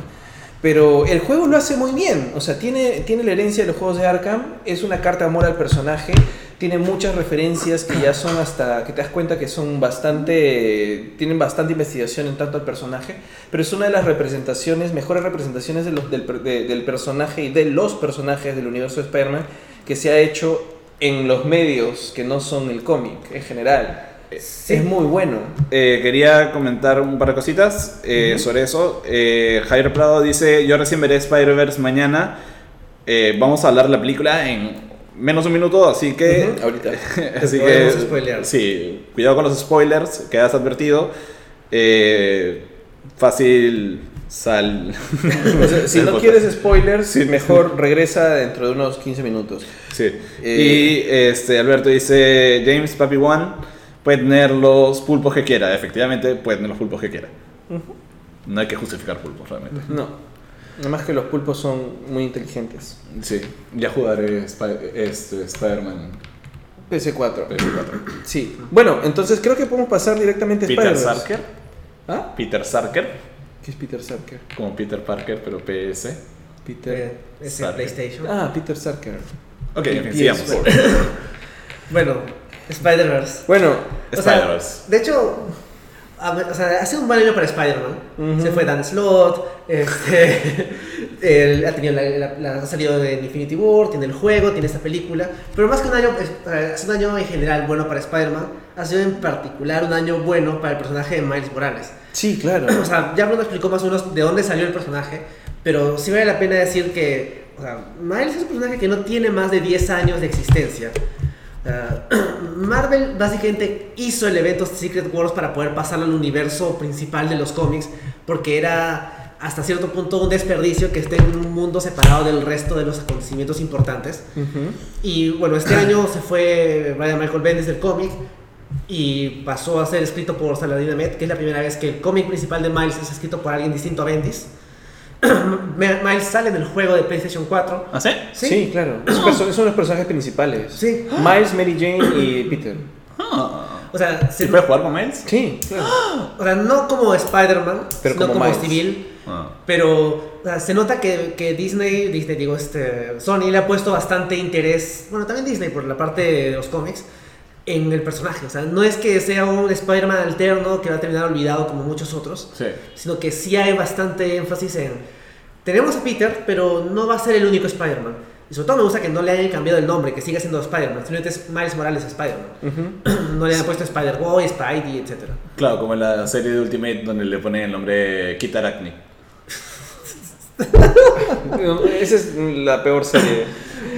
Speaker 1: Pero el juego lo hace muy bien, o sea, tiene, tiene la herencia de los juegos de Arkham, es una carta de amor al personaje, tiene muchas referencias que ya son hasta, que te das cuenta que son bastante, tienen bastante investigación en tanto al personaje, pero es una de las representaciones, mejores representaciones de los- del, per- de- del personaje y de los personajes del universo de Spider-Man que se ha hecho en los medios que no son el cómic en general. Es muy bueno.
Speaker 2: Eh, quería comentar un par de cositas eh, sobre eso. Eh, Javier Prado dice, yo recién veré Spider-Verse mañana. Eh, vamos a hablar de la película en menos de un minuto, así que...
Speaker 1: Ujú, ahorita.
Speaker 2: así que
Speaker 3: Podemos spoilear.
Speaker 2: sí, cuidado con los spoilers, quedas advertido. Eh, fácil sal...
Speaker 1: O sea, si
Speaker 2: del
Speaker 1: no
Speaker 2: podcast.
Speaker 1: quieres spoilers,
Speaker 2: Sí.
Speaker 1: mejor regresa dentro de unos 15 minutos.
Speaker 2: Sí.
Speaker 1: Eh,
Speaker 2: y este, Alberto dice, James Papi One puede tener los pulpos que quiera. Efectivamente, puede tener los pulpos que quiera. No hay que justificar pulpos, realmente.
Speaker 1: No. Nada más que los pulpos son muy inteligentes.
Speaker 2: Sí, ya jugaré Spi- este, Spider-Man
Speaker 1: PC4.
Speaker 2: PS4.
Speaker 1: Sí. Bueno, entonces creo que podemos pasar directamente a
Speaker 2: Peter
Speaker 1: Spider-Verse.
Speaker 2: Sarker.
Speaker 1: ¿Ah?
Speaker 2: Peter Sarker,
Speaker 1: ¿Qué es Peter Sarker?
Speaker 2: como Peter Parker, pero PS.
Speaker 1: Peter.
Speaker 3: es
Speaker 2: Sabe.
Speaker 3: Eh, PlayStation.
Speaker 1: Ah, Peter Sarker.
Speaker 2: Ok,
Speaker 1: Y
Speaker 2: en fin,
Speaker 1: PS4.
Speaker 2: sigamos.
Speaker 3: Bueno, Spider-Verse.
Speaker 1: Bueno,
Speaker 3: O sea,
Speaker 2: Spider-Verse.
Speaker 3: de hecho, a ver, o sea, ha sido un mal año para Spider-Man.
Speaker 1: Ujú.
Speaker 3: Se fue Dan Slot, este, él ha, tenido la, la- la- ha salido en Infinity War, tiene el juego, tiene esta película. Pero más que un año, es- eh, ha sido un año en general bueno para Spider-Man, ha sido en particular un año bueno para el personaje de Miles Morales.
Speaker 1: sí, claro.
Speaker 3: O sea, ya Bruno explicó más o menos de dónde salió el personaje, pero sí vale la pena decir que, o sea, Miles es un personaje que no tiene más de 10 años de existencia. Ah, Marvel básicamente hizo el evento Secret Wars para poder pasarlo al universo principal de los cómics, porque era hasta cierto punto un desperdicio que esté en un mundo separado del resto de los acontecimientos importantes.
Speaker 1: Ujú.
Speaker 3: Y bueno, este año se fue Brian Michael Bendis del cómic y pasó a ser escrito por Saladin Ahmed, que es la primera vez que el cómic principal de Miles es escrito por alguien distinto a Bendis. Me- Miles sale en el juego de PlayStation 4.
Speaker 2: ¿Ah, sí?
Speaker 1: ¿Sí? claro. Es un perso- son los personajes principales.
Speaker 3: Sí.
Speaker 1: Miles, Mary Jane y Peter.
Speaker 2: Ah.
Speaker 3: O sea,
Speaker 2: ¿Sí
Speaker 3: se-
Speaker 2: puedes jugar con Miles?
Speaker 1: Sí, claro.
Speaker 3: o sea, no como Spider-Man,
Speaker 1: Pero
Speaker 3: sino
Speaker 1: como
Speaker 3: como,
Speaker 1: Miles.
Speaker 3: civil.
Speaker 2: Ah.
Speaker 3: Pero o sea, se nota que, que Disney, Disney, digo, este, Sony le ha puesto bastante interés, bueno, también Disney por la parte de los cómics, en el personaje. O sea, no es que sea un Spider-Man alterno que va a terminar olvidado como muchos otros,
Speaker 2: Sí.
Speaker 3: sino que sí hay bastante énfasis en, tenemos a Peter, pero no va a ser el único Spider-Man. Y sobre todo me gusta que no le hayan cambiado el nombre, que siga siendo Spider-Man. Simplemente es Miles Morales Spider-Man. no le hayan puesto Spider-Boy, Spidey, etc.
Speaker 2: Claro, como en la serie de Ultimate donde le ponen el nombre Kit Aracne.
Speaker 1: Esa es la peor serie.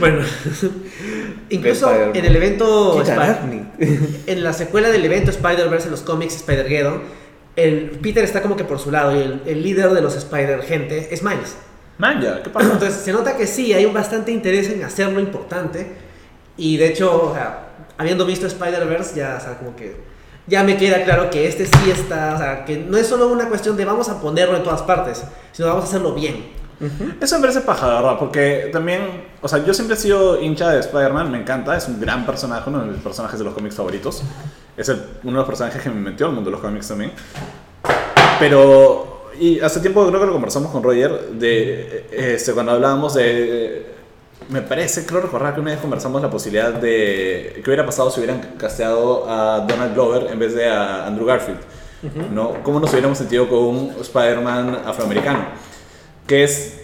Speaker 3: Bueno, incluso
Speaker 1: Spider-Man.
Speaker 3: en el evento.
Speaker 1: Kit
Speaker 3: Spi-
Speaker 1: Aracne.
Speaker 3: En la secuela del evento Spider-Verse en los cómics Spider-Geddon, el Peter está como que por su lado y el, el líder de los Spider-Gente es Miles.
Speaker 2: Man, ya, ¿qué pasa?
Speaker 3: Entonces se nota que sí, hay un bastante interés en hacerlo importante. Y de hecho, o sea, habiendo visto Spider-Verse, ya, o sea, como que ya me queda claro que este sí está, o sea, que no es solo una cuestión de vamos a ponerlo en todas partes, sino vamos a hacerlo bien.
Speaker 2: Eso me parece paja, la verdad, porque también, o sea, yo siempre he sido hincha de Spider-Man, me encanta, es un gran personaje, uno de mis personajes de los cómics favoritos. Es el- uno de los personajes que me metió al mundo de los cómics también. Pero, y hace tiempo creo que lo conversamos con Roger, de, eh, este, cuando hablábamos de... Me parece, creo recordar que una vez conversamos la posibilidad de qué hubiera pasado si hubieran casteado a Donald Glover en vez de a Andrew Garfield. ¿no? ¿Cómo nos hubiéramos sentido con un Spider-Man afroamericano? Que es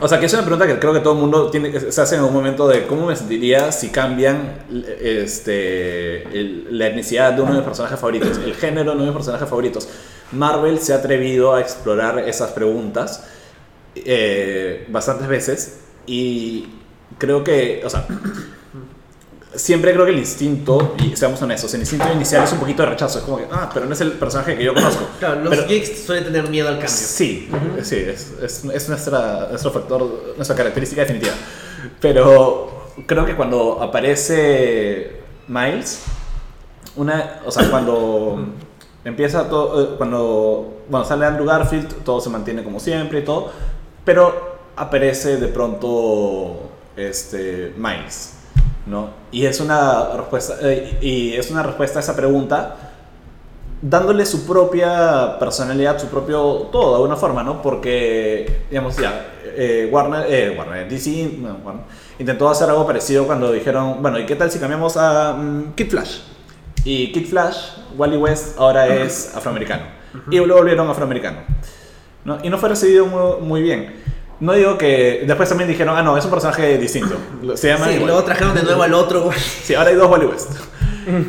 Speaker 2: o sea, que es una pregunta que creo que todo el mundo tiene, se hace en algún momento de cómo me sentiría si cambian este, el- la etnicidad de uno de mis personajes favoritos, el género de uno de mis personajes favoritos. Marvel se ha atrevido a explorar esas preguntas eh, bastantes veces y creo que, o sea, siempre creo que el instinto, y seamos honestos, el instinto inicial es un poquito de rechazo, es como que, ah, pero no es el personaje que yo conozco.
Speaker 3: Claro, los
Speaker 2: Pero-
Speaker 3: geeks suelen tener miedo al cambio.
Speaker 2: Sí, sí, es, es- es nuestra, nuestro factor, nuestra característica definitiva. Pero creo que cuando aparece Miles, una, o sea, cuando empieza todo, eh, cuando, bueno, sale Andrew Garfield, todo se mantiene como siempre y todo, pero aparece de pronto este, Miles, ¿no? Y es una respuesta, eh, y es una respuesta a esa pregunta dándole su propia personalidad, su propio todo, de alguna forma, ¿no? Porque, digamos, ya, eh, Warner, eh, Warner, DC, no, Warner, intentó hacer algo parecido cuando dijeron, bueno, ¿y qué tal si cambiamos a mm, Kid Flash? Y Kid Flash, Wally West, ahora es afroamericano. Y lo volvieron afroamericano. ¿no? Y no fue recibido mu- muy, bien. No digo que... Después también dijeron, ah, no, es un personaje distinto. Se llama...
Speaker 3: Sí,
Speaker 2: igual.
Speaker 3: luego trajeron de nuevo al otro, güey.
Speaker 2: Sí, ahora hay dos Wally West.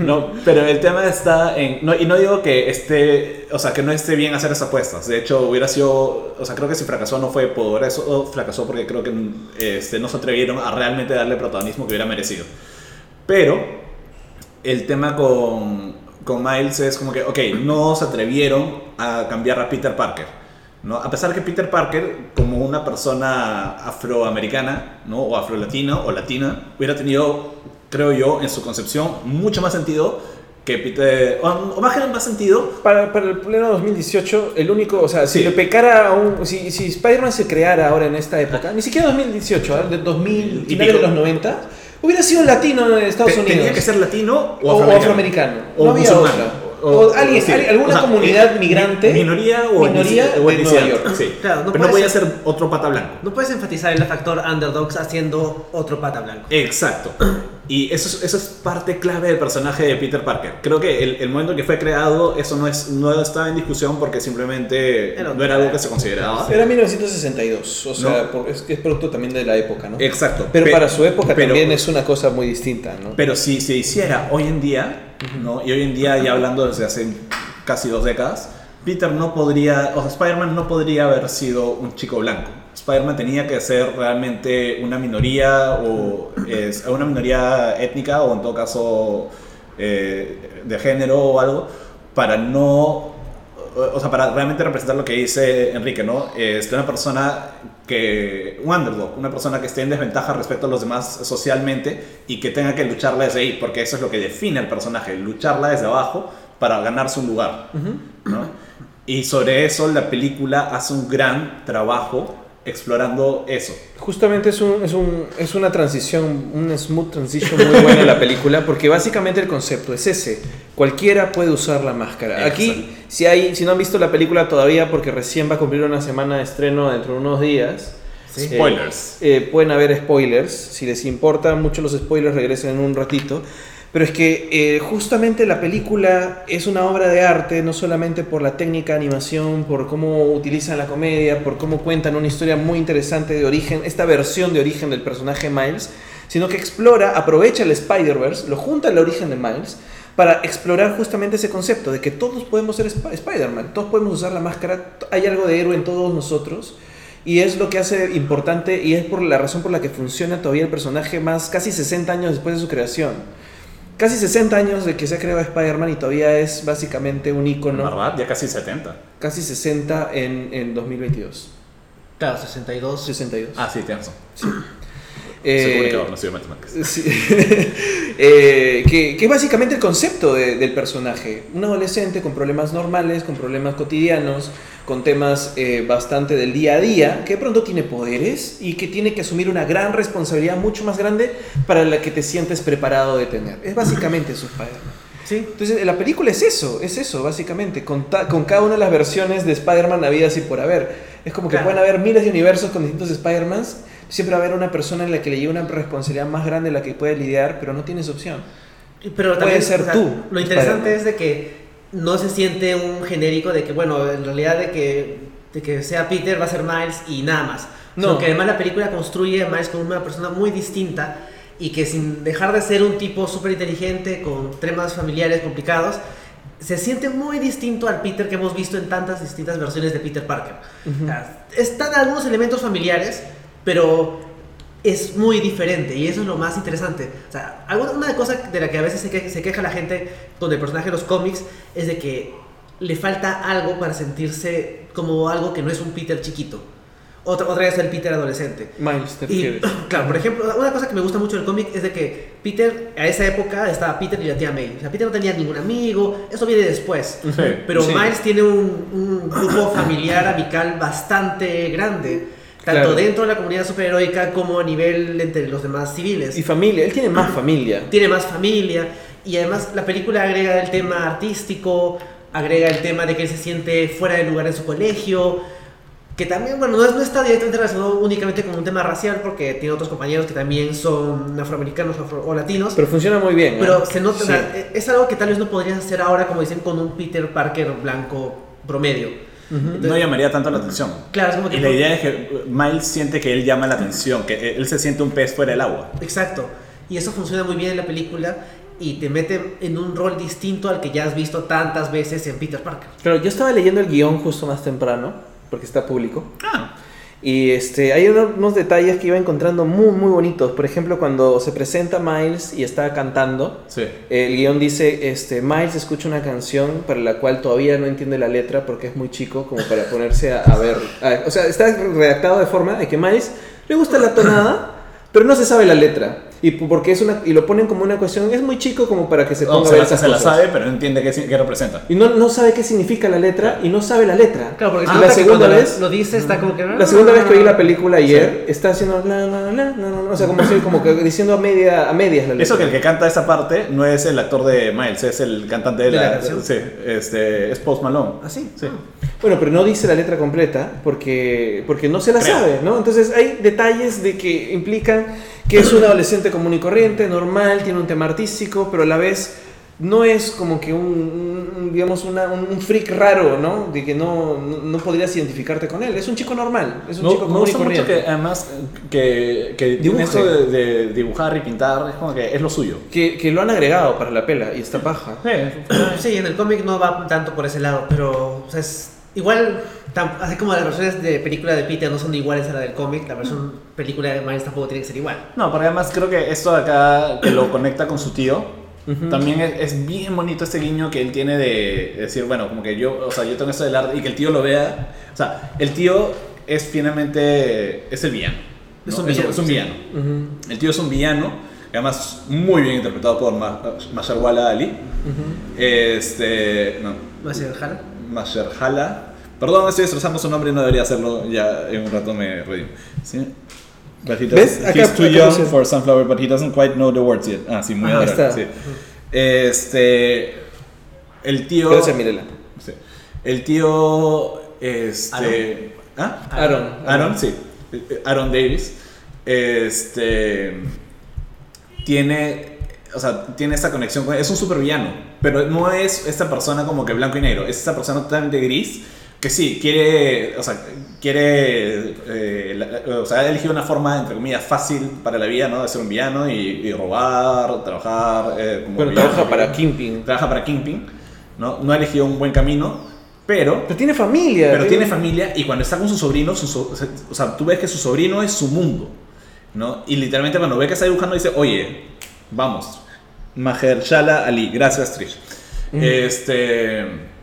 Speaker 2: No, pero el tema está en. no, y no digo que esté. O sea, que no esté bien hacer esas apuestas. De hecho, hubiera sido. O sea, creo que si fracasó no fue por eso. o fracasó porque creo que este, no se atrevieron a realmente darle el protagonismo que hubiera merecido. Pero. El tema con. Con Miles es como que, ok, no se atrevieron a cambiar a Peter Parker. ¿no? A pesar que Peter Parker, como una persona afroamericana, ¿no? o afrolatino o latina, hubiera tenido, creo yo, en su concepción, mucho más sentido que Peter. O, o más que más sentido.
Speaker 1: Para, para el pleno 2018, el único, o sea,
Speaker 2: Sí.
Speaker 1: si le pecara a un. Si, si Spider-Man se creara ahora en esta época, ni siquiera 2018, ¿ah? de 2000,
Speaker 2: Y
Speaker 1: finales de
Speaker 2: pico.
Speaker 1: los 90, hubiera sido un latino en Estados
Speaker 2: te-
Speaker 1: Unidos.
Speaker 2: Tenía que ser latino o
Speaker 1: o
Speaker 2: afroamericano.
Speaker 1: afroamericano.
Speaker 2: O
Speaker 1: no había
Speaker 2: musulmán.
Speaker 1: otra. O, alguien,
Speaker 2: sí.
Speaker 1: al- alguna
Speaker 2: O sea,
Speaker 1: comunidad
Speaker 2: mi-
Speaker 1: migrante.
Speaker 2: Minoría o
Speaker 1: minoría
Speaker 2: etnici- o
Speaker 1: de Nueva
Speaker 2: etnicidad,
Speaker 1: York.
Speaker 2: sí.
Speaker 3: Claro, no
Speaker 2: Pero no
Speaker 3: puede
Speaker 2: voy a
Speaker 3: ser-
Speaker 2: ser otro pata blanco.
Speaker 3: No puedes enfatizar el factor underdogs haciendo otro pata blanco.
Speaker 2: Exacto. Y eso es, eso es parte clave del personaje de Peter Parker. Creo que el, el momento en que fue creado, eso no, es, no estaba en discusión porque simplemente
Speaker 3: Era
Speaker 2: no era algo que se consideraba.
Speaker 1: Era 1962, o sea,
Speaker 2: No.
Speaker 1: por- es, es producto también de la época, ¿no?
Speaker 2: Exacto.
Speaker 1: Pero
Speaker 2: Pe-
Speaker 1: para su época
Speaker 2: pero-
Speaker 1: también es una cosa muy distinta, ¿no?
Speaker 2: Pero si se hiciera hoy en día, ¿no? y hoy en día ya hablando desde hace casi dos décadas, Peter no podría, o sea, Spider-Man no podría haber sido un chico blanco. Spider-Man tenía que ser realmente una minoría o es, una minoría étnica o en todo caso eh, de género o algo para no o sea, para realmente representar lo que dice Enrique, ¿no? Este, una persona que, un underdog, una persona que esté en desventaja respecto a los demás socialmente y que tenga que lucharla desde ahí, porque eso es lo que define al personaje, lucharla desde abajo para ganarse un lugar, ¿no? Y sobre eso la película hace un gran trabajo explorando eso.
Speaker 1: Justamente es, un, es, un, es una transición, una smooth transition muy buena en la película, porque básicamente el concepto es ese. Cualquiera puede usar la máscara. Aquí,
Speaker 2: Exacto.
Speaker 1: si, hay, si no han visto la película todavía, porque recién va a cumplir una semana de estreno dentro de unos días.
Speaker 3: Sí.
Speaker 1: eh,
Speaker 2: Spoilers.
Speaker 1: eh, pueden haber spoilers. Si les importa mucho los spoilers, regresen en un ratito. Pero es que eh, justamente la película es una obra de arte, no solamente por la técnica de animación, por cómo utilizan la comedia, por cómo cuentan una historia muy interesante de origen, esta versión de origen del personaje Miles, sino que explora, aprovecha el Spider-Verse, lo junta al origen de Miles, para explorar justamente ese concepto de que todos podemos ser Sp- Spider-Man, todos podemos usar la máscara, t- hay algo de héroe en todos nosotros. Y es lo que hace importante y es por la razón por la que funciona todavía el personaje más casi 60 años después de su creación. Casi 60 años de que se ha creado Spider-Man y todavía es básicamente un icono.
Speaker 2: ¿Verdad? Ya casi 70.
Speaker 1: Casi 60 en, en 2022.
Speaker 3: Claro, 62.
Speaker 1: 62.
Speaker 2: Ah, sí, tienes razón. Soy
Speaker 1: Eh,
Speaker 2: comunicador, no soy de matemáticas.
Speaker 1: Sí. Eh, que, que es básicamente el concepto de- del personaje. Un adolescente con problemas normales, con problemas cotidianos, con temas eh, bastante del día a día, que de pronto tiene poderes y que tiene que asumir una gran responsabilidad mucho más grande para la que te sientes preparado de tener. Es básicamente su Spider-Man.
Speaker 3: Sí.
Speaker 1: Entonces, la película es eso, es eso, básicamente, con, ta- con cada una de las versiones de Spider-Man habidas y por haber. Es como que
Speaker 3: Claro.
Speaker 1: pueden haber miles de universos con distintos Spider-Mans, siempre va a haber una persona en la que le llega una responsabilidad más grande de la que puede lidiar, pero no tienes opción.
Speaker 3: Pero
Speaker 1: Puede
Speaker 3: también,
Speaker 1: ser tú,
Speaker 3: Lo interesante
Speaker 1: Spider-Man.
Speaker 3: es de que no se siente un genérico de que, bueno, en realidad de que, de que sea Peter va a ser Miles y nada más.
Speaker 1: No.
Speaker 3: No. que además la película construye a Miles como una persona muy distinta y que sin dejar de ser un tipo súper inteligente, con temas familiares complicados, se siente muy distinto al Peter que hemos visto en tantas distintas versiones de Peter Parker. O sea, Están algunos elementos familiares, pero es muy diferente y eso es lo más interesante. O sea, alguna una cosa de la que a veces se, que- se queja la gente con el personaje de los cómics es de que le falta algo para sentirse como algo que no es un Peter chiquito. Otra, otra vez el Peter adolescente.
Speaker 1: Miles, te
Speaker 3: Y,
Speaker 1: refieres.
Speaker 3: claro, por ejemplo, una cosa que me gusta mucho del cómic es de que Peter, a esa época, estaba Peter y la tía May. O sea, Peter no tenía ningún amigo, eso viene después. Pero
Speaker 1: Sí.
Speaker 3: Miles tiene un, un grupo familiar, amical bastante grande. Tanto
Speaker 1: Claro.
Speaker 3: dentro de la comunidad superheroica como a nivel entre los demás civiles.
Speaker 1: Y familia, él tiene más familia.
Speaker 3: tiene más familia. Y además la película agrega el tema artístico, agrega el tema de que él se siente fuera de lugar en su colegio. Que también, bueno, no, es- no está directamente relacionado únicamente con un tema racial porque tiene otros compañeros que también son afroamericanos afro- o latinos.
Speaker 1: Pero funciona muy bien. ¿eh?
Speaker 3: Pero se nota, o
Speaker 1: Sí.
Speaker 3: sea, eh, es algo que tal vez no podrías hacer ahora, como dicen, con un Peter Parker blanco promedio. Entonces,
Speaker 2: No llamaría tanto la atención.
Speaker 3: claro, es como que.
Speaker 2: Y la idea es que Miles siente que él llama la atención, que e-, él se siente un pez fuera del agua.
Speaker 3: Exacto. Y eso funciona muy bien en la película y te mete en un rol distinto al que ya has visto tantas veces en Peter Parker.
Speaker 1: Claro, yo estaba leyendo el guión justo más temprano, porque está público.
Speaker 2: Ah,
Speaker 1: Y este, hay uno- unos detalles que iba encontrando muy, muy bonitos. Por ejemplo, cuando se presenta Miles y está cantando,
Speaker 2: sí.
Speaker 1: El guión dice, este, Miles escucha una canción para la cual todavía no entiende la letra porque es muy chico como para ponerse a, a ver. a- o sea, está redactado de forma de que Miles le gusta la tonada, pero no se sabe la letra. Y p- porque es una y lo ponen como una cuestión, es muy chico como para que se ponga
Speaker 2: O
Speaker 1: a
Speaker 2: sea,
Speaker 1: ver
Speaker 2: la-
Speaker 1: esas
Speaker 2: se la
Speaker 1: cosas.
Speaker 2: sabe, pero no entiende qué, qué representa.
Speaker 1: Y no, no sabe qué significa la letra y no sabe la letra.
Speaker 3: Claro, porque
Speaker 1: Y la segunda vez
Speaker 3: lo dice está como que "Ah".
Speaker 1: la segunda vez que vi la película ayer está haciendo la, la, la, la, la, la, o sea, como, si- como que diciendo a media a medias la letra.
Speaker 2: Eso que el que canta esa parte no es el actor de Miles, es el cantante de
Speaker 3: ¿De
Speaker 2: la,
Speaker 3: la canción?
Speaker 2: Sí, este, es Post Malone.
Speaker 1: Así.
Speaker 2: Sí. Ah.
Speaker 1: Bueno, pero no dice la letra completa porque, porque no se la
Speaker 2: Creo.
Speaker 1: sabe, ¿no? Entonces hay detalles de que implican que es un adolescente común y corriente, normal, tiene un tema artístico, pero a la vez no es como que un, un- un, digamos, una- un, un freak raro, ¿no? De que no, no, no podrías identificarte con él. Es un chico normal, es un
Speaker 2: Me,
Speaker 1: chico
Speaker 2: me
Speaker 1: común y
Speaker 2: gusta mucho
Speaker 1: corriente.
Speaker 2: que además que, que tiene
Speaker 1: Dibuje.
Speaker 2: eso de, de dibujar y pintar, es como que es lo suyo.
Speaker 1: Que, que lo han agregado para la pela y está paja.
Speaker 3: Sí, en el cómic no va tanto por ese lado, pero o sea, es igual, tam- así como las versiones de película de Peter no son iguales a la del cómic, la versión película de Miles tampoco tiene que ser igual.
Speaker 2: No, porque además creo que esto de acá que lo conecta con su tío. También es, es bien bonito este guiño que él tiene de decir, bueno, como que yo, o sea, yo tengo esto del arte y que el tío lo vea. O sea, el tío es finalmente, es el villano.
Speaker 3: Es
Speaker 2: ¿no?
Speaker 3: un villano,
Speaker 2: Es un
Speaker 3: sí.
Speaker 2: villano.
Speaker 1: Ujú.
Speaker 2: El tío es un villano, además muy bien interpretado por Ma- Mahershala Ali. Este, no,
Speaker 3: ¿Más el Hal?
Speaker 2: Mahershala. Perdón, estoy destrozando su nombre y no debería hacerlo. Ya en un rato me redimo. ¿Sí? But he
Speaker 1: ¿Ves?
Speaker 2: doesn't-
Speaker 1: Acá-
Speaker 2: he's too
Speaker 1: acá
Speaker 2: young
Speaker 1: dice-
Speaker 2: for sunflower, but he doesn't quite know the words yet. Ah, sí, muy
Speaker 1: Ajá,
Speaker 2: adorable,
Speaker 1: está.
Speaker 2: sí. Este, el tío.
Speaker 1: Gracias, Mirela.
Speaker 2: Sí. El tío, este, ¿ah?
Speaker 1: Aaron.
Speaker 2: Aaron, sí. Aaron Davis. Este. Tiene. o sea, tiene esta conexión con... Es un supervillano, pero no es esta persona como que blanco y negro, es esta persona totalmente gris que sí, quiere, o sea, quiere, eh, la- la- o sea, ha elegido una forma, entre comillas, fácil para la vida, ¿no? De ser un villano y, y robar, trabajar. eh, como
Speaker 1: Bueno,
Speaker 2: villano,
Speaker 1: trabaja para
Speaker 2: ¿no?
Speaker 1: Kingpin.
Speaker 2: Trabaja para Kingpin, ¿no? No ha elegido un buen camino, pero,
Speaker 1: Pero tiene familia.
Speaker 2: pero
Speaker 1: ¿eh?
Speaker 2: tiene familia y cuando está con su sobrino, su so- o sea, tú ves que su sobrino es su mundo, ¿no? Y literalmente cuando ve que está dibujando dice, oye, vamos, Mahershala Ali, gracias Trish. Este...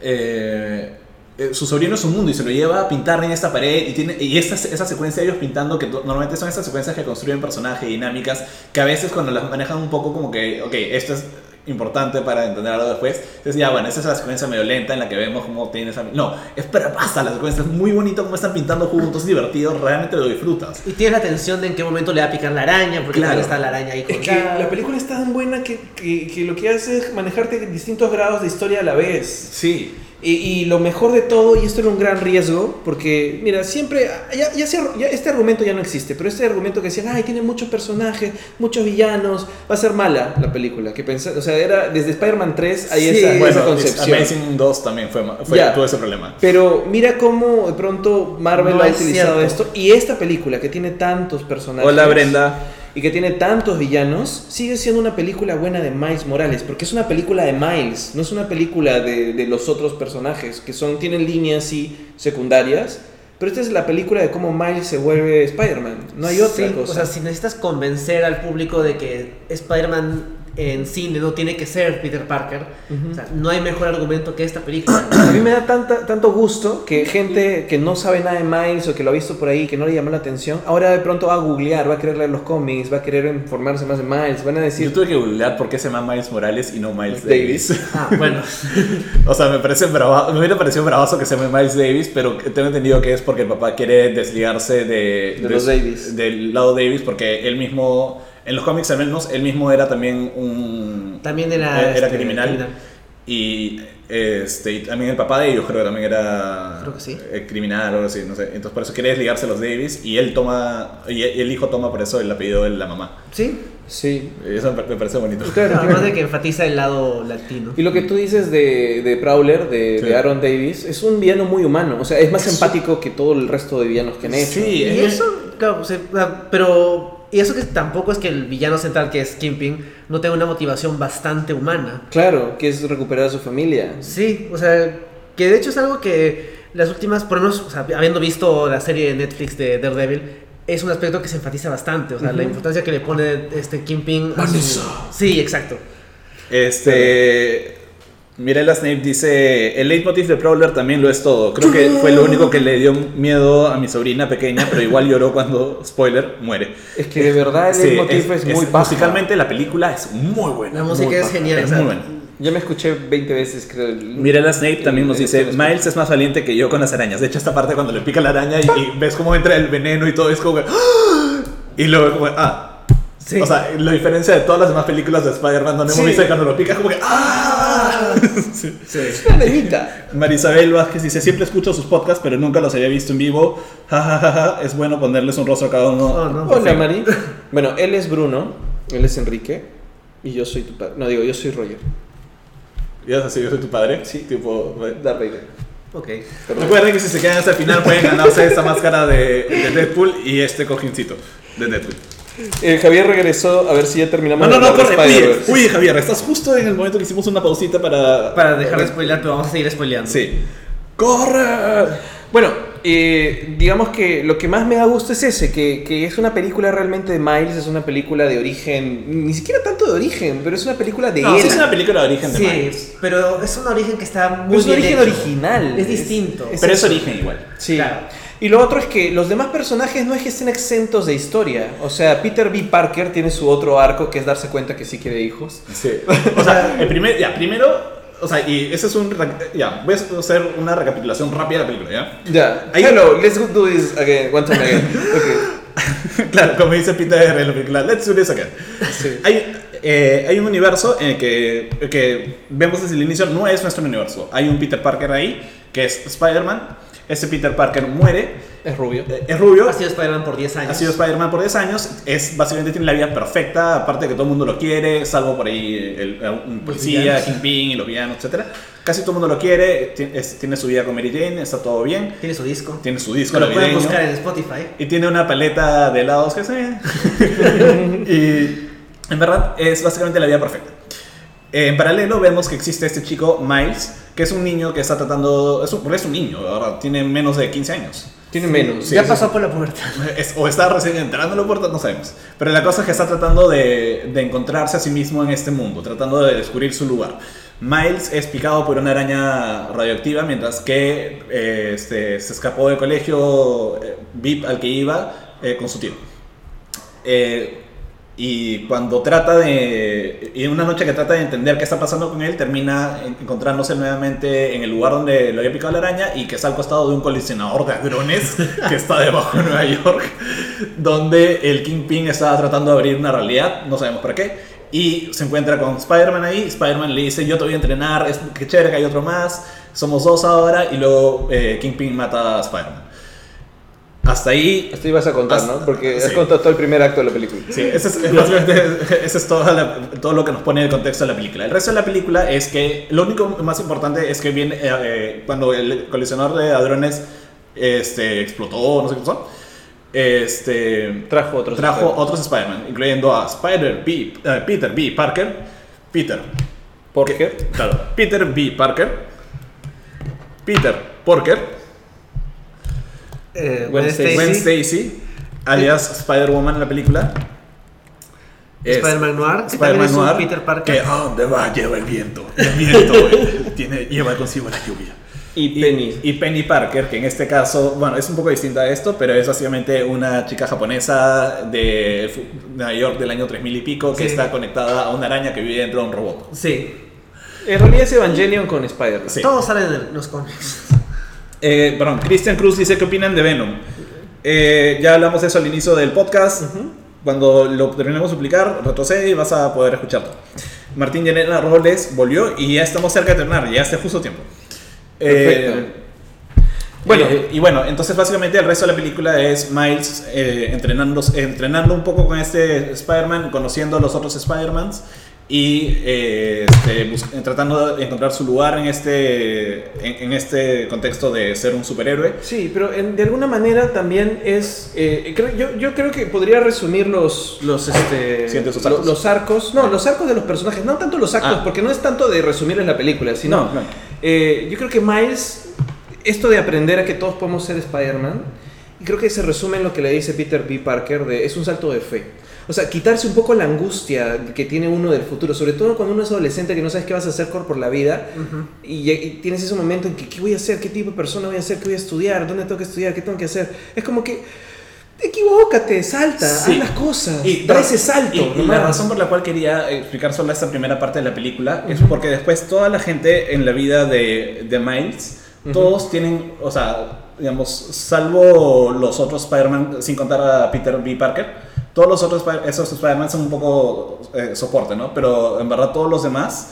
Speaker 2: eh, eh, su sobrino es un mundo y se lo lleva a pintar en esta pared y tiene y esa, esa secuencia de ellos pintando que to- normalmente son estas secuencias que construyen personajes dinámicas que a veces cuando las manejan un poco como que ok esto es importante para entender algo después entonces ya bueno esa es la secuencia medio lenta en la que vemos cómo tiene esa no es pero pasa la secuencia es muy bonito cómo están pintando juntos es divertido realmente lo disfrutas
Speaker 3: Y tienes la tensión de en qué momento le va a picar la araña, porque
Speaker 2: Claro.
Speaker 3: claro. está la araña ahí
Speaker 1: Es que
Speaker 3: colgada.
Speaker 1: la película es tan buena que, que- que lo que hace es manejarte distintos grados de historia a la vez.
Speaker 2: sí
Speaker 1: Y, y lo mejor de todo, y esto era un gran riesgo, porque, mira, siempre, ya, ya se- ya este argumento ya no existe, pero este argumento que decían, ay, tiene muchos personajes, muchos villanos, va a ser mala la película, que pensé, o sea, era desde Spider-Man 3 hay
Speaker 3: Sí,
Speaker 1: esa, esa
Speaker 2: bueno
Speaker 1: concepción.
Speaker 2: Amazing 2 también fue, ma- fue
Speaker 1: Ya.
Speaker 2: tuvo ese problema
Speaker 1: Pero mira cómo de pronto Marvel
Speaker 3: No
Speaker 1: ha
Speaker 3: es
Speaker 1: utilizado
Speaker 3: cierto.
Speaker 1: esto, y esta película que tiene tantos personajes.
Speaker 2: hola Brenda
Speaker 1: Y que tiene tantos villanos, sigue siendo una película buena de Miles Morales, porque es una película de Miles, no es una película de, de los otros personajes, que son, tienen líneas sí secundarias, pero esta es la película de cómo Miles se vuelve Spider-Man, no hay otra
Speaker 3: Sí,
Speaker 1: cosa.
Speaker 3: O sea, si necesitas convencer al público de que Spider-Man en cine no tiene que ser Peter Parker,
Speaker 1: Ujú.
Speaker 3: o sea, no hay mejor argumento que esta película.
Speaker 1: A mí me da tanta, tanto gusto que gente que no sabe nada de Miles o que lo ha visto por ahí, que no le llamó la atención, ahora de pronto va a googlear, va a querer leer los cómics, va a querer informarse más de Miles, van a
Speaker 2: Yo
Speaker 1: decir...
Speaker 2: tuve que googlear por qué se llama Miles Morales y no Miles
Speaker 1: Davis.
Speaker 2: Davis.
Speaker 3: ah, bueno.
Speaker 2: o sea, me parece brava, me hubiera parecido bravazo que se llame Miles Davis, pero tengo entendido que es porque el papá quiere desligarse de,
Speaker 1: De los Davis.
Speaker 2: del lado Davis, porque él mismo, en los cómics al menos, él mismo era también un...
Speaker 3: También era,
Speaker 2: era
Speaker 3: este,
Speaker 2: criminal.
Speaker 3: criminal.
Speaker 2: Y, este, y también el papá de ellos creo que también era
Speaker 3: Creo que sí.
Speaker 2: eh, criminal o algo así, no sé. Entonces por eso quiere desligarse de los Davis y él toma, y e, el hijo toma por eso el apellido de la mamá.
Speaker 3: Sí,
Speaker 1: Sí.
Speaker 2: Eso me me parece bonito.
Speaker 1: Claro,
Speaker 3: además
Speaker 1: claro.
Speaker 3: de que enfatiza el lado latino.
Speaker 1: Y lo que tú dices de, de Prowler, de,
Speaker 2: Sí.
Speaker 1: de Aaron Davis, es un villano muy humano. O sea, es más empático que todo el resto de villanos que han hecho.
Speaker 2: Sí, eh,
Speaker 3: Y eso, claro, o sea, ah, pero. Y eso que tampoco es que el villano central, que es Kingpin, no tenga una motivación bastante humana.
Speaker 1: Claro, que es recuperar a su familia.
Speaker 3: Sí, o sea, que de hecho es algo que las últimas, por lo menos, o sea, habiendo visto la serie de Netflix de Daredevil, es un aspecto que se enfatiza bastante, o sea, la importancia que le pone este Kingpin a su- Sí, exacto.
Speaker 2: Este. Mirela Snape dice: El leitmotiv de Prowler también lo es todo. Creo que fue lo único que le dio miedo a mi sobrina pequeña, pero igual lloró cuando, spoiler, muere.
Speaker 1: Es que de verdad el
Speaker 2: Sí,
Speaker 1: motivo es, muy bajo.
Speaker 2: Musicalmente la película es muy buena.
Speaker 3: La música
Speaker 2: muy
Speaker 3: es
Speaker 2: baja,
Speaker 3: genial,
Speaker 2: es
Speaker 3: o sea,
Speaker 2: muy buena.
Speaker 1: Ya me escuché 20 veces, creo. el-
Speaker 2: Mirela Snape también nos
Speaker 1: el-
Speaker 2: dice:
Speaker 1: el- el-
Speaker 2: Miles es más valiente que yo con las arañas. De hecho, esta parte cuando le pica la araña y, y ves cómo entra el veneno y todo, es como que. ¡ah! Y luego, como, ah.
Speaker 3: Sí.
Speaker 2: O sea, la diferencia de todas las demás películas de Spider-Man donde
Speaker 3: Sí.
Speaker 2: hemos visto que cuando lo pica, es como que. ¡ah! Sí.
Speaker 1: Es una nenita.
Speaker 2: Marisabel Vázquez dice, siempre escucho sus podcasts, pero nunca los había visto en vivo. Ja, ja, ja, ja. Es bueno ponerles un rostro a cada uno.
Speaker 3: Oh, no.
Speaker 1: Hola, Mari. Bueno, él es Bruno, él es Enrique, y yo soy tu padre. No, digo, yo soy Roger.
Speaker 2: Y es así, yo soy tu padre. Sí. Tipo,
Speaker 1: Darth Vader.
Speaker 3: Ok.
Speaker 1: Perdón.
Speaker 2: Recuerden que si se quedan hasta el final pueden ganarse esta máscara de, de Deadpool y este cojincito de Deadpool.
Speaker 1: Eh, Javier regresó a ver si ya terminamos.
Speaker 2: No, no,
Speaker 1: de
Speaker 2: no,
Speaker 1: hablar de
Speaker 2: corre. Oye,
Speaker 1: Spider-Verse.
Speaker 2: oye, Javier, estás justo en el momento que hicimos una pausita para...
Speaker 3: Para dejar de spoilear, pero vamos a seguir spoileando.
Speaker 2: Sí. ¡Corre!
Speaker 1: Bueno, eh, digamos que lo que más me da gusto es ese, que, que es una película realmente de Miles, es una película de origen, ni siquiera tanto de origen, pero es una película de
Speaker 2: No,
Speaker 1: él.
Speaker 2: sí es una película de origen de
Speaker 3: Sí,
Speaker 2: Miles.
Speaker 3: pero es un origen que está muy
Speaker 1: Pero es un
Speaker 3: bien
Speaker 1: origen
Speaker 3: hecho.
Speaker 1: original.
Speaker 3: Es distinto.
Speaker 1: es-
Speaker 2: Pero es origen igual.
Speaker 1: Sí.
Speaker 3: Claro.
Speaker 1: Y lo otro es que los demás personajes no es que estén exentos de historia. O sea, Peter B. Parker tiene su otro arco que es darse cuenta que sí quiere hijos.
Speaker 2: Sí. O sea, el primer, ya, primero, o sea, y ese es un, re- ya, voy a hacer una recapitulación rápida de la película, ¿ya?
Speaker 1: Ya.
Speaker 2: Ahí-
Speaker 1: Hello, let's do this again, one time again. Ok.
Speaker 2: claro, como dice Peter en la película, let's do this again.
Speaker 1: Sí.
Speaker 2: Hay, eh, hay un universo en el que, que vemos desde el inicio, no es nuestro universo. Hay un Peter Parker ahí, que es Spider-Man. Ese Peter Parker muere,
Speaker 1: Es rubio.
Speaker 2: eh, es rubio,
Speaker 3: Ha sido Spider-Man por 10 años.
Speaker 2: ha sido Spider-Man por 10 años, es básicamente tiene la vida perfecta, aparte de que todo el mundo lo quiere, salvo por ahí el, el- un policía,
Speaker 3: villanos.
Speaker 2: Kingpin y los villanos, etcétera. Casi todo el mundo lo quiere, ti- es- tiene su vida con Mary Jane, está todo bien,
Speaker 3: Tiene su disco.
Speaker 2: tiene su disco
Speaker 3: Que lo pueden
Speaker 2: navideño,
Speaker 3: buscar en Spotify.
Speaker 2: y tiene una paleta de helados que se y en verdad es básicamente la vida perfecta. En paralelo vemos que existe este chico Miles, que es un niño que está tratando, es un, porque es un niño, la verdad, tiene menos de 15 años.
Speaker 1: Tiene menos.
Speaker 2: Sí,
Speaker 3: ya
Speaker 2: sí,
Speaker 3: pasó por la puerta.
Speaker 2: Es- o está recién entrando a la puerta, no sabemos. Pero la cosa es que está tratando de, de encontrarse a sí mismo en este mundo, tratando de descubrir su lugar. Miles es picado por una araña radioactiva mientras que eh, este, se escapó del colegio eh, VIP al que iba eh, con su tío. Eh, y cuando trata de. Y en una noche que trata de entender qué está pasando con él, termina en- encontrándose nuevamente en el lugar donde lo había picado la araña y que está al costado de un colisionador de hadrones que está debajo de Nueva York, donde el Kingpin estaba tratando de abrir una realidad, no sabemos para qué. Y se encuentra con Spider-Man ahí. Spider-Man le dice: Yo te voy a entrenar, es que chévere que hay otro más. Somos dos ahora. Y luego eh, Kingpin mata a Spider-Man. Hasta ahí
Speaker 1: Esto ibas a contar, ¿no? Porque has
Speaker 2: Sí.
Speaker 1: contado todo el primer acto de la película.
Speaker 2: Sí, ese es, básicamente, ese es toda la- todo lo que nos pone en el contexto de la película. El resto de la película es que lo único más importante es que viene eh, eh, cuando el colisionador de hadrones este, explotó, no sé qué pasó. Este,
Speaker 1: Trajo otros.
Speaker 2: trajo otros Spider-Man, incluyendo a Spider B, eh, Peter B. Parker. Peter,
Speaker 1: ¿Por qué?
Speaker 2: claro, Peter B. Parker. Peter Porker.
Speaker 3: Eh,
Speaker 1: Gwen Stacy.
Speaker 2: Gwen Stacy, alias Spider-Woman en la película. Es-
Speaker 3: Spider-Man Noir. que también
Speaker 2: Spider-Man
Speaker 3: es un
Speaker 2: Noir,
Speaker 3: Peter Parker.
Speaker 2: Que a dónde va, lleva el viento. El viento eh, tiene, lleva consigo la lluvia.
Speaker 1: Y Penny.
Speaker 2: Y Penny Parker, que en este caso, bueno, es un poco distinta a esto, pero es básicamente una chica japonesa de fu- Nueva York del año 3000 y pico que
Speaker 3: Sí.
Speaker 2: está conectada a una araña que vive dentro de un robot.
Speaker 3: Sí.
Speaker 1: En realidad es Evangelion con Spider-Man.
Speaker 2: Sí.
Speaker 3: Todos salen en los cómics.
Speaker 2: Eh, perdón, Christian Cruz dice qué opinan de Venom. Eh, ya hablamos de eso al inicio del podcast. Cuando lo terminemos de publicar, retrocede y vas a poder escucharlo. Martín Llanera Robles volvió y ya estamos cerca de terminar, ya hace justo tiempo. Eh,
Speaker 1: Perfecto.
Speaker 2: bueno,
Speaker 1: Eh,
Speaker 2: y bueno, entonces básicamente el resto de la película es Miles eh, entrenando, entrenando un poco con este Spider-Man, conociendo a los otros Spider-Mans y eh, este, bus- tratando de encontrar su lugar en este, en, en este contexto de ser un superhéroe.
Speaker 1: Sí, pero en- de alguna manera también es. eh, creo- yo, yo creo que podría resumir los, los, este,
Speaker 2: ¿Sientes sus
Speaker 1: lo-
Speaker 2: arcos?
Speaker 1: los arcos. No, los arcos de los personajes. No tanto los arcos,
Speaker 2: Ah.
Speaker 1: porque no es tanto de resumir en la película, sino.
Speaker 2: No, no.
Speaker 1: eh, yo creo que Miles, esto de aprender a que todos podemos ser Spider-Man, y creo que se resume en lo que le dice Peter B. Parker: de, es un salto de fe. O sea, quitarse un poco la angustia que tiene uno del futuro, sobre todo cuando uno es adolescente que no sabes qué vas a hacer por la vida, y, lleg- y tienes ese momento en que, ¿qué voy a hacer? ¿Qué tipo de persona voy a ser? ¿Qué voy a estudiar? ¿Dónde tengo que estudiar? ¿Qué tengo que hacer? Es como que, equivócate, salta,
Speaker 2: Sí.
Speaker 1: haz las cosas,
Speaker 2: Y
Speaker 1: da
Speaker 2: tra-
Speaker 1: ese salto.
Speaker 2: y- y
Speaker 1: nomás.
Speaker 2: la razón por la cual quería explicar solo esta primera parte de la película es porque después toda la gente en la vida de, de Miles, todos tienen, o sea, digamos, salvo los otros Spider-Man, sin contar a Peter B. Parker, todos los otros Spider- esos Spider-Man son un poco eh, soporte, ¿no? Pero en verdad todos los demás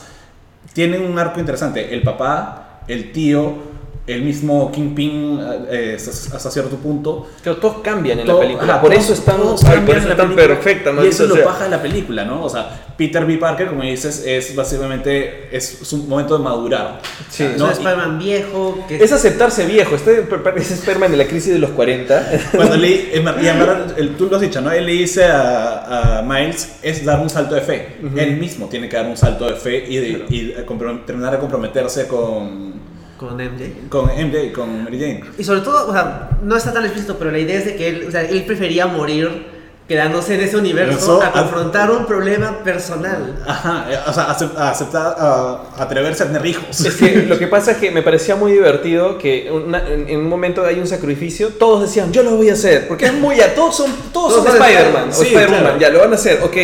Speaker 2: tienen un arco interesante. El papá, el tío, el mismo Kingpin eh, eh, hasta cierto punto.
Speaker 1: Claro, todos cambian en
Speaker 2: Todo-
Speaker 1: la película.
Speaker 2: ajá,
Speaker 1: por
Speaker 2: todos-
Speaker 1: eso están,
Speaker 2: todos
Speaker 1: ay,
Speaker 2: cambian
Speaker 1: por eso
Speaker 2: en la
Speaker 1: están
Speaker 2: película.
Speaker 1: perfecta.
Speaker 2: Y
Speaker 1: maldito
Speaker 2: eso es lo
Speaker 1: sea.
Speaker 2: paja de la película, ¿no? O sea, Peter B. Parker, como dices, es básicamente es su momento de madurar.
Speaker 1: Sí.
Speaker 2: ¿no?
Speaker 3: es un
Speaker 2: Y
Speaker 3: Spider-Man viejo. Que
Speaker 1: Es aceptarse viejo. Este es Spider-Man de la crisis de los 40.
Speaker 2: Cuando le, en verdad- y en verdad, el- tú lo has dicho, ¿no? Él le dice a, a Miles es dar un salto de fe. Él mismo tiene que dar un salto de fe y, de- y de comprom- terminar de comprometerse con,
Speaker 3: Con MJ.
Speaker 2: con MJ, con Mary Jane.
Speaker 3: Y sobre todo, o sea, no está tan explícito, pero la idea es de que él, o sea, él prefería morir quedándose en ese universo
Speaker 2: Eso,
Speaker 3: a
Speaker 2: a-
Speaker 3: confrontar un problema personal.
Speaker 2: Ajá, eh, o sea, acep- aceptar, ah, atreverse a tener hijos.
Speaker 1: Es que lo que pasa es que me parecía muy divertido que una- en, en un momento hay un sacrificio, todos decían, yo lo voy a hacer, porque es muy, ya, todos son, todos
Speaker 3: Todos
Speaker 1: son
Speaker 3: son
Speaker 1: Spider-Man, o
Speaker 2: Spider-Man. Sí,
Speaker 1: Spider-Man,
Speaker 2: claro.
Speaker 1: ya, lo van a hacer, ok.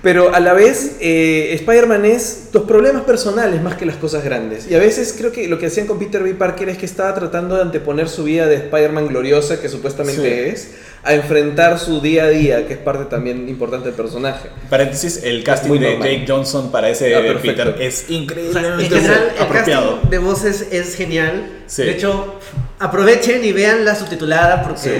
Speaker 1: Pero a la vez, eh, Spider-Man es tus problemas personales más que las cosas grandes. Y a veces creo que lo que hacían con Peter B. Parker es que estaba tratando de anteponer su vida de Spider-Man gloriosa, que supuestamente
Speaker 2: Sí.
Speaker 1: es, a enfrentar su día a día, que es parte también importante del personaje.
Speaker 2: Paréntesis, el casting
Speaker 1: Muy
Speaker 2: de
Speaker 1: normal.
Speaker 2: Jake Johnson para ese
Speaker 1: Ah, perfecto.
Speaker 2: Peter es
Speaker 3: O sea, en
Speaker 2: increíblemente
Speaker 3: general, el
Speaker 2: apropiado.
Speaker 3: casting de voces es genial.
Speaker 2: Sí.
Speaker 3: De hecho, aprovechen y vean la subtitulada porque
Speaker 1: Sí.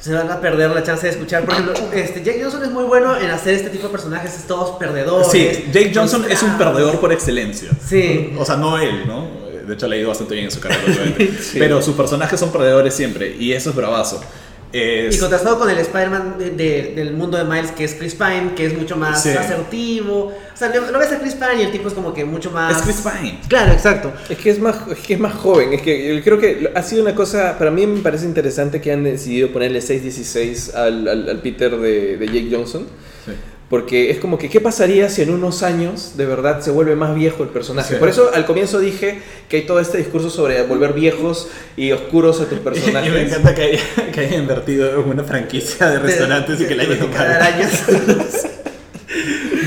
Speaker 3: se van a perder la chance de escuchar. Por ejemplo, este, Jack Johnson es muy bueno en hacer este tipo de personajes, es este, ah, todos perdedores.
Speaker 2: Sí, Jake Johnson es un
Speaker 3: frustrados.
Speaker 2: perdedor por excelencia.
Speaker 3: Sí.
Speaker 2: O sea, no él, ¿no? De hecho, le ha ido bastante bien en su carrera, obviamente.
Speaker 1: Sí.
Speaker 2: Pero sus personajes son perdedores siempre, y eso es bravazo.
Speaker 3: Y
Speaker 2: Es-
Speaker 3: contrastado con el Spider-Man de- de- del mundo de Miles, que es Chris Pine, que es mucho más
Speaker 2: Sí.
Speaker 3: asertivo. O sea, lo, lo ves a Chris Pine y el tipo es como que mucho más.
Speaker 2: es Chris Pine.
Speaker 3: Claro, exacto.
Speaker 1: Es que es más, es que es más joven, es que yo creo que ha sido una cosa, para mí me parece interesante que han decidido ponerle 616 al, al, al Peter de, de Jake Johnson, porque es como que, ¿qué pasaría si en unos años de verdad se vuelve más viejo el personaje?
Speaker 2: Sí.
Speaker 1: Por eso al comienzo dije que hay todo este discurso sobre volver viejos y oscuros a tus
Speaker 2: Y me
Speaker 1: personajes.
Speaker 2: encanta que haya, que haya invertido en una franquicia de restaurantes y que la
Speaker 3: De- de-
Speaker 2: haya
Speaker 3: de cada
Speaker 2: tocado.
Speaker 3: arañas.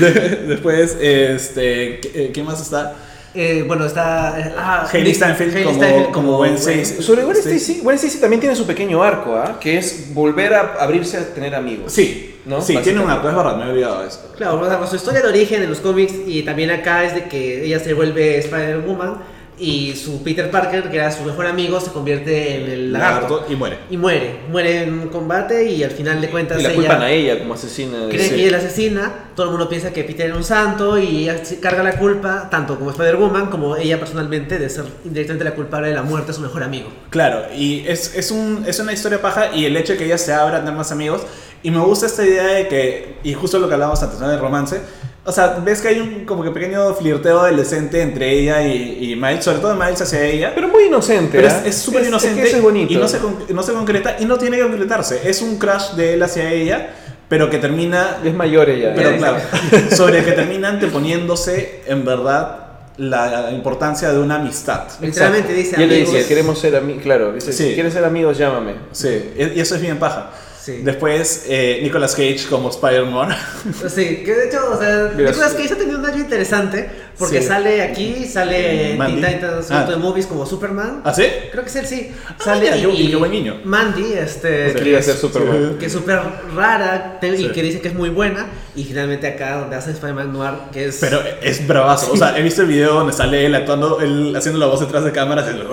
Speaker 2: De- Después, este, ¿qué, qué más está?
Speaker 3: Eh, bueno, está. eh, Ah,
Speaker 2: Haley
Speaker 3: Nick-
Speaker 2: Steinfeld
Speaker 3: Hailee
Speaker 2: como- como Gwen Stacy.
Speaker 1: Eh, Sobre Gwen
Speaker 2: Sí.
Speaker 1: Stacy, Gwen Stacy también tiene su pequeño arco, ¿ah? que es volver a abrirse a tener amigos.
Speaker 2: Sí,
Speaker 1: ¿No?
Speaker 2: sí, tiene una,
Speaker 1: Básicamente.
Speaker 2: es verdad, me he olvidado de eso.
Speaker 3: Claro, o sea, su historia de origen en los cómics y también acá es de que ella se vuelve Spider-Woman y su Peter Parker, que era su mejor amigo, se convierte en el lagarto.
Speaker 2: y muere.
Speaker 3: Y muere. Muere en un combate y al final de cuentas
Speaker 1: Y la
Speaker 3: ella.
Speaker 1: culpan a ella como asesina. de-
Speaker 3: Cree
Speaker 2: Sí.
Speaker 3: que ella es la asesina, todo el mundo piensa que Peter era un santo y ella se carga la culpa, tanto como Spider-Woman como ella personalmente, de ser indirectamente la culpable de la muerte de su mejor amigo.
Speaker 2: Claro, y es, es, un, es una historia paja y el hecho de que ella se abra a tener más amigos. Y me gusta esta idea de que, y justo lo que hablábamos antes, ¿no? Del romance. O sea, ves que hay un como que pequeño flirteo adolescente entre ella y, y Miles, sobre todo Miles hacia ella.
Speaker 1: Pero muy inocente.
Speaker 2: Pero
Speaker 1: ¿ah?
Speaker 2: es- es súper inocente
Speaker 1: Es que eso es bonito.
Speaker 2: y no se, con- no se concreta y no tiene que concretarse. Es un crush de él hacia ella, pero que termina
Speaker 1: Es mayor ella.
Speaker 2: Pero
Speaker 1: ¿eh?
Speaker 2: claro, sobre el que terminan anteponiéndose en verdad la importancia de una amistad.
Speaker 3: Literalmente dice
Speaker 1: Y él le
Speaker 3: amigos.
Speaker 1: dice, queremos ser amigos. Claro, dice,
Speaker 2: Sí.
Speaker 1: si quieres ser amigos, llámame.
Speaker 2: Sí, y y eso es bien paja.
Speaker 3: Sí.
Speaker 2: Después, eh, Nicolas Cage como Spider-Man.
Speaker 3: Sí, que de hecho, o sea,
Speaker 1: Mira,
Speaker 3: Nicolas
Speaker 1: sí.
Speaker 3: Cage ha tenido un año interesante porque
Speaker 2: Sí.
Speaker 3: sale aquí, sale en Teen
Speaker 2: Mandy.
Speaker 3: Titans
Speaker 2: Ah.
Speaker 3: Go to the Movies como Superman.
Speaker 2: ¿Ah, sí?
Speaker 3: Creo que es él, sí.
Speaker 2: Ah,
Speaker 3: Sale
Speaker 2: ya, qué-
Speaker 3: y,
Speaker 2: qué buen niño.
Speaker 3: Mandy, este,
Speaker 1: Se quería ser
Speaker 2: Sí.
Speaker 1: Superman.
Speaker 3: que es súper rara te-
Speaker 2: Sí.
Speaker 3: y que dice que es muy buena. Y finalmente acá donde hace Spider-Man Noir, que es...
Speaker 2: Pero es bravazo. O sea, he visto el video donde sale él actuando, él haciendo la voz detrás de cámaras. el-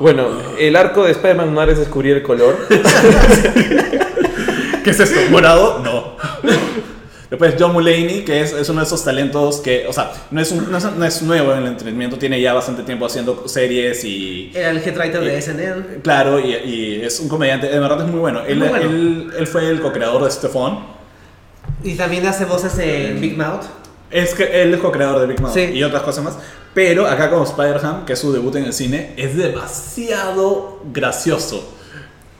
Speaker 1: Bueno, el arco de Spider-Man Noir es descubrir el color.
Speaker 2: ¿Qué es esto? ¿Morado? No. Después John Mulaney, que es, es uno de esos talentos que, o sea, no es, un- no es- no es nuevo en el entretenimiento, tiene ya bastante tiempo haciendo series y
Speaker 3: Era el head writer
Speaker 2: Y-
Speaker 3: de SNL.
Speaker 2: Claro, y, y es un comediante, de verdad es muy bueno. Él,
Speaker 3: Muy bueno.
Speaker 2: Él, él fue el co-creador de Stefan.
Speaker 3: Y también hace voces en Big Mouth.
Speaker 2: Es que él es co-creador de Big Mouth
Speaker 3: Sí.
Speaker 2: y otras cosas más. Pero acá como Spider-Ham, que es su debut en el cine, es demasiado gracioso.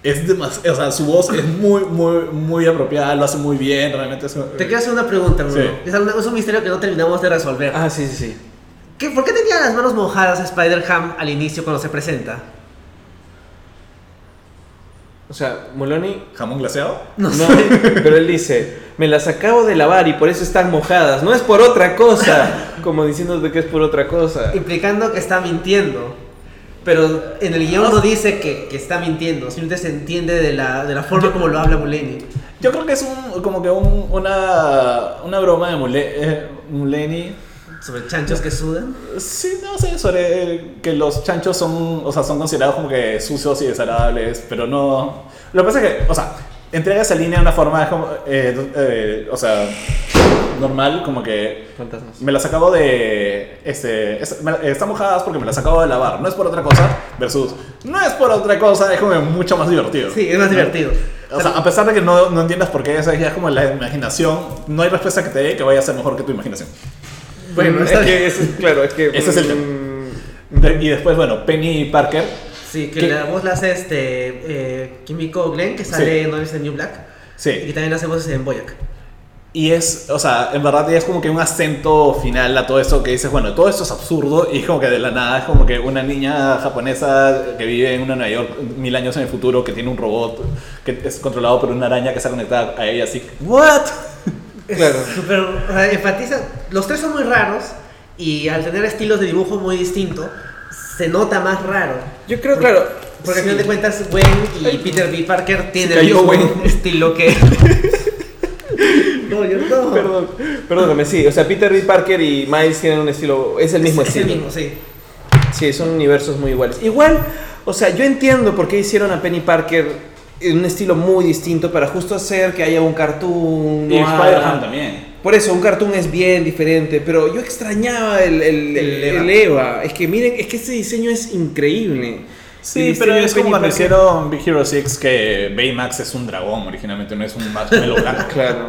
Speaker 2: Es demasiado, o sea, su voz es muy, muy, muy apropiada, lo hace muy bien, realmente es...
Speaker 3: Te quiero hacer una pregunta, Bruno.
Speaker 2: Sí.
Speaker 3: Es, algo- es un misterio que no terminamos de resolver.
Speaker 1: ah, sí, sí, sí.
Speaker 3: ¿Qué- ¿Por qué tenía las manos mojadas Spider-Ham al inicio cuando se presenta?
Speaker 1: O sea, Moloney...
Speaker 2: ¿Jamón glaseado?
Speaker 1: No, pero él dice, me las acabo de lavar y por eso están mojadas. No es por otra cosa. Como diciéndote que es por otra cosa.
Speaker 3: Implicando que está mintiendo. Pero en el guión no dice que, que está mintiendo. Simplemente se entiende de la, de la forma como lo habla Mulaney.
Speaker 2: Yo creo que es un, como que un- una, una broma de Mule- eh, Mulaney.
Speaker 3: Sobre chanchos que sudan.
Speaker 2: Sí, no sé, sobre el- que los chanchos son, o sea, son considerados como que sucios y desagradables, pero no... Lo que pasa es que, o sea, entrega esa línea de una forma, como, eh, eh, o sea, normal, como que
Speaker 1: Fantasmas.
Speaker 2: me las acabo de... Este, es- me la- están mojadas porque me las acabo de lavar, no es por otra cosa, versus no es por otra cosa, es como que mucho más divertido.
Speaker 3: Sí, es más
Speaker 2: ¿No?
Speaker 3: divertido.
Speaker 2: O sea, a pesar de que no, no entiendas por qué, esa ya es como la imaginación, no hay respuesta que te dé que vaya a ser mejor que tu imaginación.
Speaker 3: Bueno,
Speaker 1: Mm,
Speaker 3: está
Speaker 1: es que,
Speaker 3: bien.
Speaker 1: eso es- claro, es que...
Speaker 2: Ese es el tema.
Speaker 1: mm,
Speaker 2: De- y después, bueno, Penny Parker,
Speaker 3: Sí, que
Speaker 2: ¿Qué?
Speaker 3: la voz la hace este eh, Kimiko Glenn, que sale en Orange is the New Black. Y que
Speaker 2: Sí,
Speaker 3: también hace voces en Boyac.
Speaker 2: y es, o sea, en verdad es como que un acento final a todo esto que dices, bueno, todo esto es absurdo y es como que de la nada es como que una niña japonesa que vive en una Nueva York mil años en el futuro que tiene un robot que es controlado por una araña que está conectada a ella así. ¿What?
Speaker 1: Claro.
Speaker 3: Súper, o sea, enfatiza. Los tres son muy raros y al tener estilos de dibujo muy distintos, se nota más raro.
Speaker 1: Yo creo,
Speaker 3: Por-
Speaker 1: claro.
Speaker 3: Porque al
Speaker 1: sí.
Speaker 3: final de cuentas, Gwen y
Speaker 1: Ay.
Speaker 3: Peter B. Parker tienen el
Speaker 1: cayó
Speaker 3: mismo
Speaker 1: Gwen.
Speaker 3: estilo que. no, yo no.
Speaker 1: Perdón, perdóname, sí. O sea, Peter B. Parker y Miles tienen un estilo. Es el mismo
Speaker 3: es, es
Speaker 1: estilo.
Speaker 3: el mismo, sí.
Speaker 1: Sí, son universos muy iguales. Igual, o sea, yo entiendo por qué hicieron a Penny Parker en un estilo muy distinto para justo hacer que haya un cartoon.
Speaker 2: Y
Speaker 1: noir.
Speaker 2: Spider-Man también.
Speaker 1: Por eso, un cartoon es bien diferente, pero yo extrañaba el, el,
Speaker 2: El
Speaker 1: el-
Speaker 2: Eva.
Speaker 1: el Eva. Es que miren, es que ese diseño es increíble. El
Speaker 2: Sí,
Speaker 1: diseño
Speaker 2: pero
Speaker 1: de
Speaker 2: es
Speaker 1: Penny
Speaker 2: como cuando
Speaker 1: Parker-
Speaker 2: hicieron Big Hero 6 que Baymax es un dragón originalmente, no es un marshmallow blanco.
Speaker 1: Claro.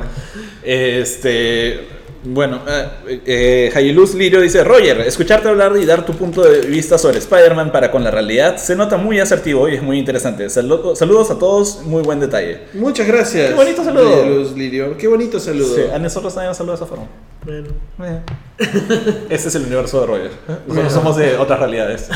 Speaker 2: Este. Bueno, eh, eh, Jailuz Lirio dice: Roger, escucharte hablar y dar tu punto de vista sobre Spider-Man para con la realidad se nota muy asertivo y es muy interesante. Salu- saludos a todos, muy buen detalle.
Speaker 1: Muchas gracias.
Speaker 2: Qué bonito saludo.
Speaker 1: Luz Lirio. Qué bonito saludo.
Speaker 2: Sí, a nosotros nadie nos saluda de esa forma.
Speaker 3: Bueno.
Speaker 2: Eh. Este es el universo de Roger. Nosotros somos de otras realidades.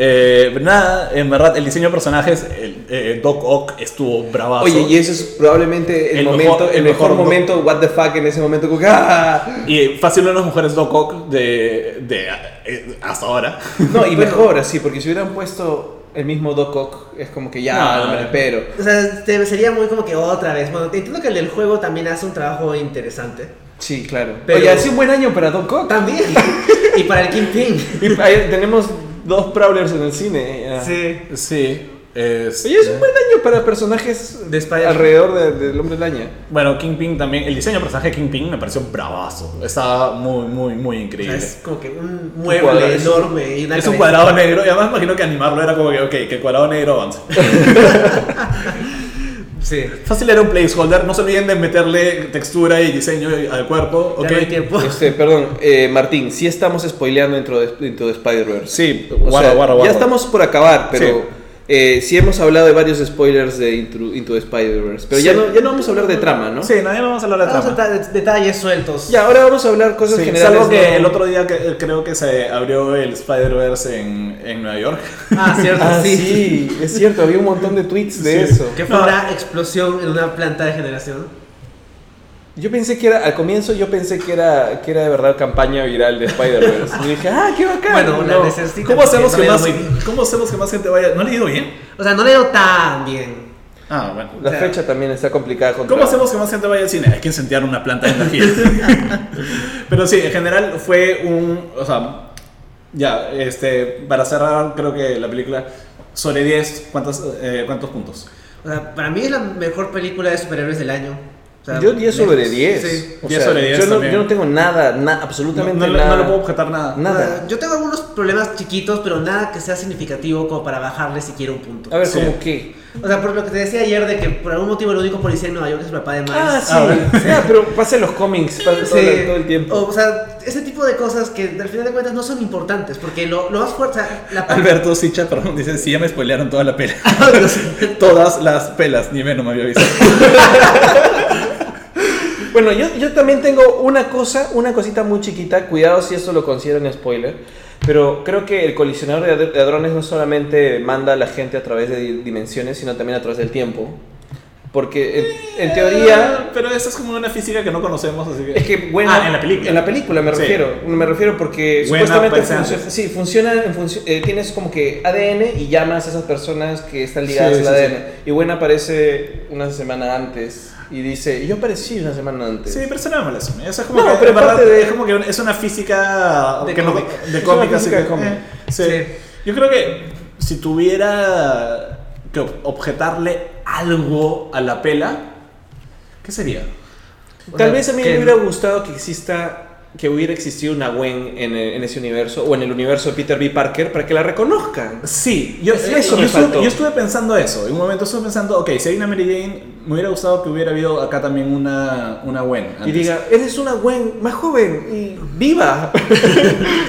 Speaker 2: Eh, pero nada, en verdad, el diseño de personajes, el, eh, Doc Ock estuvo bravazo.
Speaker 1: Oye, y ese es probablemente el,
Speaker 2: El
Speaker 1: momento,
Speaker 2: mejor-
Speaker 1: el
Speaker 2: el
Speaker 1: mejor,
Speaker 2: mejor-
Speaker 1: momento, what the fuck, en ese momento, como que, ¡ah!
Speaker 2: Y fácil una de las mujeres Doc Ock de, de, eh, hasta ahora.
Speaker 1: No, y mejor así, porque si hubieran puesto el mismo Doc Ock, es como que ya,
Speaker 2: No, no,
Speaker 1: me
Speaker 2: no.
Speaker 1: espero.
Speaker 3: O sea, te- sería muy como que otra vez. Bueno, entiendo que el del juego también hace un trabajo interesante.
Speaker 1: Sí, claro.
Speaker 3: Pero-
Speaker 1: Oye, ha sido un buen año para Doc Ock.
Speaker 3: También. y para el Kingpin.
Speaker 1: Y ahí tenemos dos Prowlers en el cine. ya.
Speaker 3: Sí.
Speaker 2: Sí. es-
Speaker 1: Oye, es un buen año para personajes
Speaker 3: De Spider-Man.
Speaker 1: alrededor de- del hombre laña.
Speaker 2: Bueno, Kingpin también. El diseño del personaje de Kingpin me pareció bravazo. Estaba muy, muy, muy
Speaker 3: O sea,
Speaker 2: increíble.
Speaker 3: es como que un
Speaker 1: cuadrado,
Speaker 3: mueble
Speaker 1: es-
Speaker 3: enorme y una
Speaker 2: Es un
Speaker 3: cabeza.
Speaker 2: cuadrado negro. Y además imagino que animarlo era como que, ok, que el cuadrado negro avance.
Speaker 3: Sí.
Speaker 2: Fácil era un placeholder. No se olviden de meterle textura y diseño al cuerpo.
Speaker 3: Ya
Speaker 2: Ok.
Speaker 3: no hay tiempo.
Speaker 1: Este, perdón, eh, Martín, sí estamos spoileando dentro de, dentro de Spider-Verse.
Speaker 2: Sí,
Speaker 1: O
Speaker 2: guarda,
Speaker 1: sea,
Speaker 2: guarda, guarda.
Speaker 1: Ya estamos por acabar, pero
Speaker 2: Sí.
Speaker 1: eh, sí hemos hablado de varios spoilers de Intro, Into the Spider-Verse. Pero ya,
Speaker 2: Sí.
Speaker 1: no, ya no vamos a hablar de trama, ¿no?
Speaker 2: Sí, nadie vamos a hablar de
Speaker 3: Vamos a
Speaker 2: trama.
Speaker 3: ta- detalles sueltos.
Speaker 1: Ya, ahora vamos a hablar cosas
Speaker 2: Sí,
Speaker 1: generales.
Speaker 2: salvo que
Speaker 1: ¿no?
Speaker 2: el otro día que- eh, creo que se abrió el Spider-Verse en, en Nueva York.
Speaker 3: Ah, cierto,
Speaker 1: Ah,
Speaker 3: sí.
Speaker 1: sí, es cierto, había un montón de tweets de
Speaker 2: Sí.
Speaker 1: eso.
Speaker 3: Que fue
Speaker 2: No.
Speaker 3: una explosión en una planta de generación.
Speaker 1: Yo pensé que era, al comienzo yo pensé que era, que era de verdad campaña viral de Spider-Verse. Y dije, ah, qué bacán.
Speaker 3: Bueno, la
Speaker 1: No.
Speaker 3: necesito.
Speaker 2: ¿Cómo hacemos,
Speaker 3: porque
Speaker 2: que
Speaker 3: no
Speaker 2: más,
Speaker 3: le ha ido muy bien.
Speaker 2: ¿Cómo hacemos que más gente vaya? ¿No le he ido bien?
Speaker 3: O sea, no leo tan bien.
Speaker 2: Ah, bueno.
Speaker 1: La
Speaker 3: O sea,
Speaker 1: fecha también está complicada. Contra...
Speaker 2: ¿Cómo hacemos que más gente vaya al cine? Hay que incendiar una planta de energía. Pero sí, en general fue un. O sea, ya, este. Para cerrar, creo que la película. Sobre 10, ¿cuántos, eh, ¿cuántos puntos?
Speaker 3: O sea, para mí es la mejor película de superhéroes del año. O sea,
Speaker 1: yo 10 sobre
Speaker 3: lejos.
Speaker 1: 10.
Speaker 3: Sí.
Speaker 1: O
Speaker 2: 10
Speaker 1: sea,
Speaker 2: sobre 10
Speaker 1: yo, no,
Speaker 2: también.
Speaker 1: yo no tengo nada, na-
Speaker 2: No,
Speaker 1: absolutamente
Speaker 2: no le-
Speaker 1: nada.
Speaker 2: no le puedo objetar nada.
Speaker 1: Nada.
Speaker 3: O sea, yo tengo algunos problemas chiquitos, pero nada que sea significativo como para bajarle siquiera un punto.
Speaker 1: A ver,
Speaker 2: Sí.
Speaker 1: ¿cómo qué?
Speaker 3: O sea, por lo que te decía ayer de que por algún motivo el único policía en Nueva York es el papá de Miles.
Speaker 1: Ah, sí.
Speaker 2: A ver.
Speaker 1: Ya, pero pasa en los cómics pasa todo,
Speaker 3: Sí.
Speaker 1: el- todo el tiempo.
Speaker 3: O, o sea, ese tipo de cosas que al final de cuentas no son importantes, porque lo, lo más fuerte, o sea, la parte-
Speaker 2: Alberto Sicha, perdón, dice: Sí, ya me spoilearon toda la pela.
Speaker 1: Ah,
Speaker 2: Todas las pelas, ni menos me había visto.
Speaker 1: Bueno, yo, yo también tengo una cosa, una cosita muy chiquita, cuidado si esto lo consideran spoiler, pero creo que el colisionador de hadr- de hadrones no solamente manda a la gente a través de di- dimensiones, sino también a través del tiempo. Porque en, en teoría...
Speaker 2: Pero esa es como una física que no conocemos, así que.
Speaker 1: Es que bueno,
Speaker 2: Ah, en la película.
Speaker 1: En la película me
Speaker 2: Sí.
Speaker 1: refiero. Me refiero porque
Speaker 2: Buena
Speaker 1: supuestamente
Speaker 2: parece
Speaker 1: funciona.
Speaker 2: antes.
Speaker 1: Sí, funciona en función. eh, tienes como que ADN y llamas a esas personas que están ligadas
Speaker 2: Sí,
Speaker 1: al
Speaker 2: sí,
Speaker 1: ADN. Y Gwen aparece una semana antes y dice: Yo aparecí una semana antes.
Speaker 2: Sí, pero eso no me lo asume. Eso es como
Speaker 1: No,
Speaker 2: que,
Speaker 1: pero
Speaker 2: en verdad,
Speaker 1: parte de-
Speaker 2: es como que un- es una física
Speaker 3: De
Speaker 2: que no-
Speaker 3: cómic.
Speaker 2: de
Speaker 1: Es
Speaker 2: cómic,
Speaker 1: una
Speaker 2: así
Speaker 1: física
Speaker 2: que,
Speaker 1: de cómic.
Speaker 2: eh, sí.
Speaker 3: Sí.
Speaker 2: Yo creo que si tuviera que ob- objetarle algo a la pela, ¿qué sería?
Speaker 1: Tal
Speaker 3: O sea,
Speaker 1: vez a mí
Speaker 3: que-
Speaker 1: me hubiera gustado que exista, que hubiera existido una Gwen en, eh, en ese universo o en el universo de Peter B. Parker para que la reconozcan.
Speaker 2: Sí, yo,
Speaker 1: Eso
Speaker 2: yo,
Speaker 1: Eh, me
Speaker 2: estuve-
Speaker 1: faltó.
Speaker 2: yo estuve pensando eso. En un momento estuve pensando, ok, si hay una Mary Jane, me hubiera gustado que hubiera habido acá también una, una Gwen.
Speaker 1: Y
Speaker 2: antes.
Speaker 1: diga, eres una Gwen más joven y viva.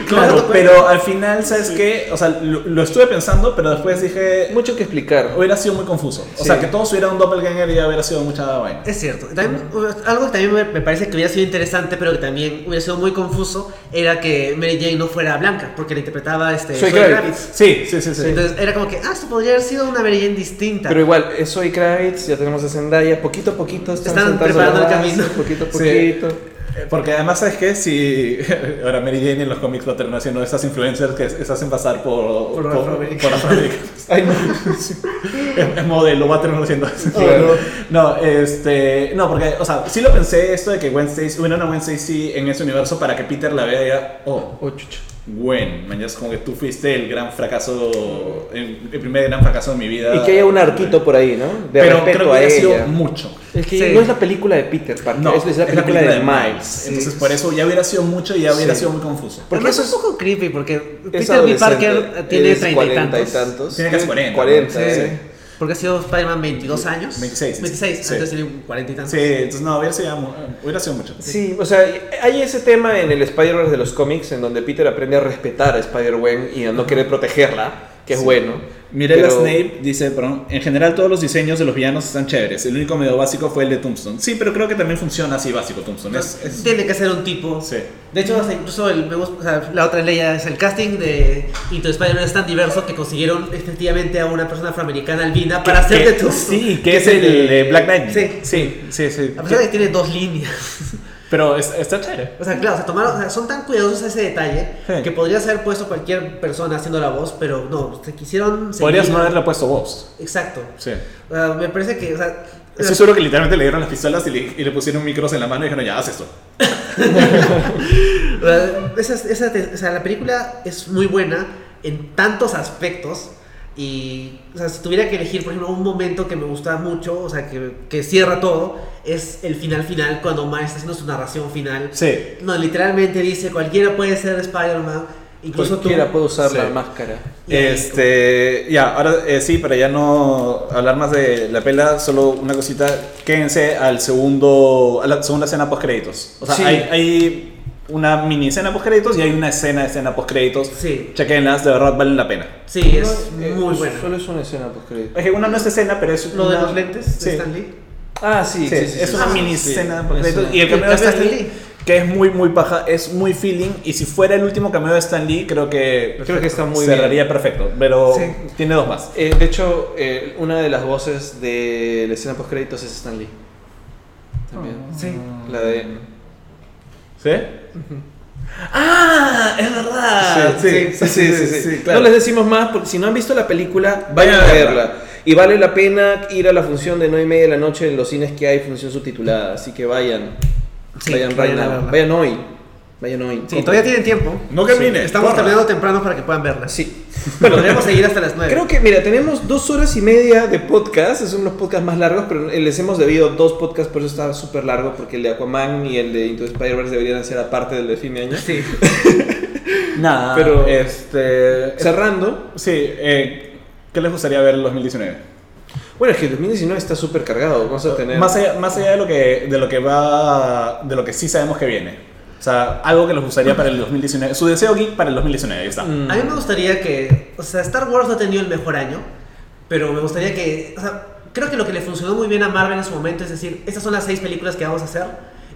Speaker 2: claro, pero al final, ¿sabes qué? O sea, lo, lo estuve pensando, pero después dije,
Speaker 1: Mucho que explicar.
Speaker 2: Hubiera sido muy confuso. O
Speaker 1: Sí.
Speaker 2: sea, que todos hubieran un doppelganger y ya hubiera sido mucha vaina.
Speaker 3: Es cierto. También, uh, algo que también me- me parece que hubiera sido interesante, pero que también hubiera sido muy confuso, era que Mary Jane no fuera blanca, porque la interpretaba este,
Speaker 1: Zoe
Speaker 3: Zoe
Speaker 1: Kravitz.
Speaker 3: Kravitz.
Speaker 2: Sí, sí, sí, sí.
Speaker 3: Entonces era como que, ah, esto podría haber sido una Mary Jane distinta.
Speaker 1: Pero igual, es Zoe Kravitz, ya tenemos ese Zendaya, poquito a poquito.
Speaker 3: Están
Speaker 1: sentando
Speaker 3: preparando
Speaker 1: la
Speaker 3: el
Speaker 1: base,
Speaker 3: camino.
Speaker 1: Poquito a
Speaker 2: Sí.
Speaker 1: poquito.
Speaker 2: Porque además, ¿sabes qué? Si ahora Mary Jane en los cómics lo terminó haciendo esas influencers que se hacen pasar por,
Speaker 3: Por afroamericanos.
Speaker 2: por afroamericanos.
Speaker 1: Ay, no.
Speaker 2: Es es modelo, va a terminar siendo así.
Speaker 1: Claro.
Speaker 2: No, este. No, porque, o sea, sí lo pensé esto de que Wednesday, hubiera una Wednesday sí en ese universo para que Peter la vea y diga, oh,
Speaker 1: Oh, chucha.
Speaker 2: Gwen, man, ya es como que tú fuiste el gran fracaso, el, el primer gran fracaso de mi vida.
Speaker 1: Y que haya un arquito por ahí, ¿no? De
Speaker 2: Pero
Speaker 1: respeto
Speaker 2: creo que
Speaker 1: a
Speaker 2: hubiera
Speaker 1: ella.
Speaker 2: sido mucho.
Speaker 1: Es que
Speaker 3: Sí.
Speaker 1: no es la película de Peter Parker,
Speaker 2: No,
Speaker 1: es, la película de Miles.
Speaker 2: Entonces,
Speaker 1: Sí.
Speaker 2: por eso ya hubiera sido mucho y ya hubiera
Speaker 1: Sí.
Speaker 2: sido muy confuso.
Speaker 1: Porque
Speaker 3: Además,
Speaker 1: eso
Speaker 3: es un poco creepy porque
Speaker 1: es
Speaker 3: Peter B.
Speaker 1: adolescente,
Speaker 3: Parker tiene
Speaker 1: es
Speaker 3: treinta y
Speaker 1: 40
Speaker 3: tantos.
Speaker 2: Tiene casi 40, ¿no?
Speaker 1: 40,
Speaker 2: Sí.
Speaker 1: sí.
Speaker 3: Porque ha sido Spider-Man 22 años.
Speaker 2: 26,
Speaker 3: 26,
Speaker 2: sí.
Speaker 3: antes tenía 40 y tantos.
Speaker 2: Sí, entonces no, hubiera sido, mu- hubiera sido mucho.
Speaker 1: Sí, o sea, hay ese tema en el Spider-Verse de los cómics en donde Peter aprende a respetar a Spider-Gwen y a no querer protegerla, que es bueno.
Speaker 2: Mirela
Speaker 1: Pero-
Speaker 2: Snape dice, perdón, en general todos los diseños de los villanos están chéveres. El único medio básico fue el de Tombstone. Sí, pero creo que también funciona así básico Tombstone. Es, es-
Speaker 3: Tiene que ser un tipo.
Speaker 2: sí.
Speaker 3: De hecho, hasta incluso el- me gusta- o sea, la otra ley ya es el casting de Into the Spider-Man es tan diverso que consiguieron efectivamente a una persona afroamericana albina para hacer de todo.
Speaker 2: Sí, que es el de Black Knight.
Speaker 3: Sí.
Speaker 2: sí, sí. sí.
Speaker 3: A pesar de que tiene dos líneas.
Speaker 2: Pero es- está chévere.
Speaker 3: O sea, claro, se tomaron, o sea, son tan cuidadosos a ese detalle
Speaker 2: Sí.
Speaker 3: que podría ser puesto cualquier persona haciendo la voz, pero no, se quisieron.
Speaker 2: Podrías
Speaker 3: seguir-
Speaker 2: no haberle puesto voz.
Speaker 3: Exacto.
Speaker 2: Sí.
Speaker 3: O sea, me parece que, o sea,
Speaker 2: Estoy seguro que literalmente le dieron las pistolas y le, y le pusieron micros en la mano y dijeron, ya, haz esto.
Speaker 3: Eh, esa, esa- o sea, la película es muy buena en tantos aspectos. Y o sea, si tuviera que elegir, por ejemplo, un momento que me gusta mucho, o sea, que, que cierra todo, es el final final, cuando Miles está haciendo su narración final.
Speaker 2: Sí.
Speaker 3: No, literalmente dice, cualquiera puede ser Spider-Man, incluso
Speaker 1: Cualquiera
Speaker 3: tú.
Speaker 1: puede usar la
Speaker 2: Sí.
Speaker 1: máscara.
Speaker 3: Y-
Speaker 2: Este, ya, ahora eh, sí, para ya no hablar más de la pela, solo una cosita, quédense al segundo, a la segunda escena post créditos. O sea,
Speaker 1: Sí.
Speaker 2: hay, hay una mini escena post créditos y hay una escena escena post créditos.
Speaker 3: Sí.
Speaker 2: Chequenlas, de verdad valen la pena.
Speaker 3: Sí, es
Speaker 1: No, eh,
Speaker 3: muy buena.
Speaker 1: Solo es una escena post
Speaker 2: Es que una no es escena, pero es
Speaker 3: Lo de
Speaker 2: una-
Speaker 3: los lentes de
Speaker 2: Sí.
Speaker 3: Stan Lee.
Speaker 1: Ah, sí,
Speaker 2: Sí,
Speaker 1: sí, sí,
Speaker 2: es
Speaker 1: sí,
Speaker 2: una
Speaker 1: sí,
Speaker 2: mini
Speaker 1: sí.
Speaker 2: escena
Speaker 1: Es
Speaker 2: post-créditos.
Speaker 1: una-
Speaker 2: Y el
Speaker 3: Y el
Speaker 2: cameo de
Speaker 3: cameo de
Speaker 2: Stan
Speaker 3: Stan
Speaker 2: Lee, que es muy, muy paja, es muy feeling. Y si fuera el último cameo de Stan Lee, creo que
Speaker 1: Creo que está muy bien.
Speaker 2: cerraría perfecto. Pero
Speaker 3: Sí.
Speaker 2: tiene dos más.
Speaker 1: Eh, de hecho, eh, una de las voces de la escena post créditos es Stan Lee. También.
Speaker 3: Sí.
Speaker 1: La de.
Speaker 2: ¿Sí? ¡Ah! ¡Es verdad!
Speaker 1: No les decimos más porque si no han visto la película,
Speaker 2: Vayan
Speaker 1: vayan
Speaker 2: a
Speaker 1: a
Speaker 2: verla.
Speaker 1: verla. Y vale la pena ir a la función de 9 y media de la noche en los cines que hay función subtitulada. Así que vayan.
Speaker 3: Sí,
Speaker 1: vayan right
Speaker 3: vayan a
Speaker 1: now.
Speaker 3: verla.
Speaker 1: Vayan hoy. Vayan hoy.
Speaker 3: Sí, todavía tienen tiempo.
Speaker 2: No camines,
Speaker 3: Estamos
Speaker 2: corra.
Speaker 3: terminando temprano para que puedan verla.
Speaker 1: Sí.
Speaker 3: Podríamos seguir hasta las 9.
Speaker 1: Creo que, mira, tenemos dos horas y media de podcast. Es uno de los podcasts más largos, pero eh, les hemos debido dos podcasts, por eso está súper largo, porque el de Aquaman y el de Into the Spider-Verse deberían ser aparte del de fin de año.
Speaker 3: Sí.
Speaker 2: Nada.
Speaker 1: Pero-
Speaker 2: Este.
Speaker 1: Cerrando,
Speaker 2: Sí, eh, ¿qué les gustaría ver el 2019?
Speaker 1: bueno, es que el 2019 está súper cargado. Vamos a tener.
Speaker 2: Más allá, más allá de, lo que, de lo que va. de lo que sí sabemos que viene. O sea, algo que les gustaría para el 2019. Su deseo geek para el 2019, ahí está.
Speaker 1: Mm.
Speaker 3: A mí me gustaría que, o sea, Star Wars no ha tenido el mejor año, pero me gustaría que, o sea, creo que lo que le funcionó muy bien a Marvel en su momento es decir, estas son las seis películas que vamos a hacer,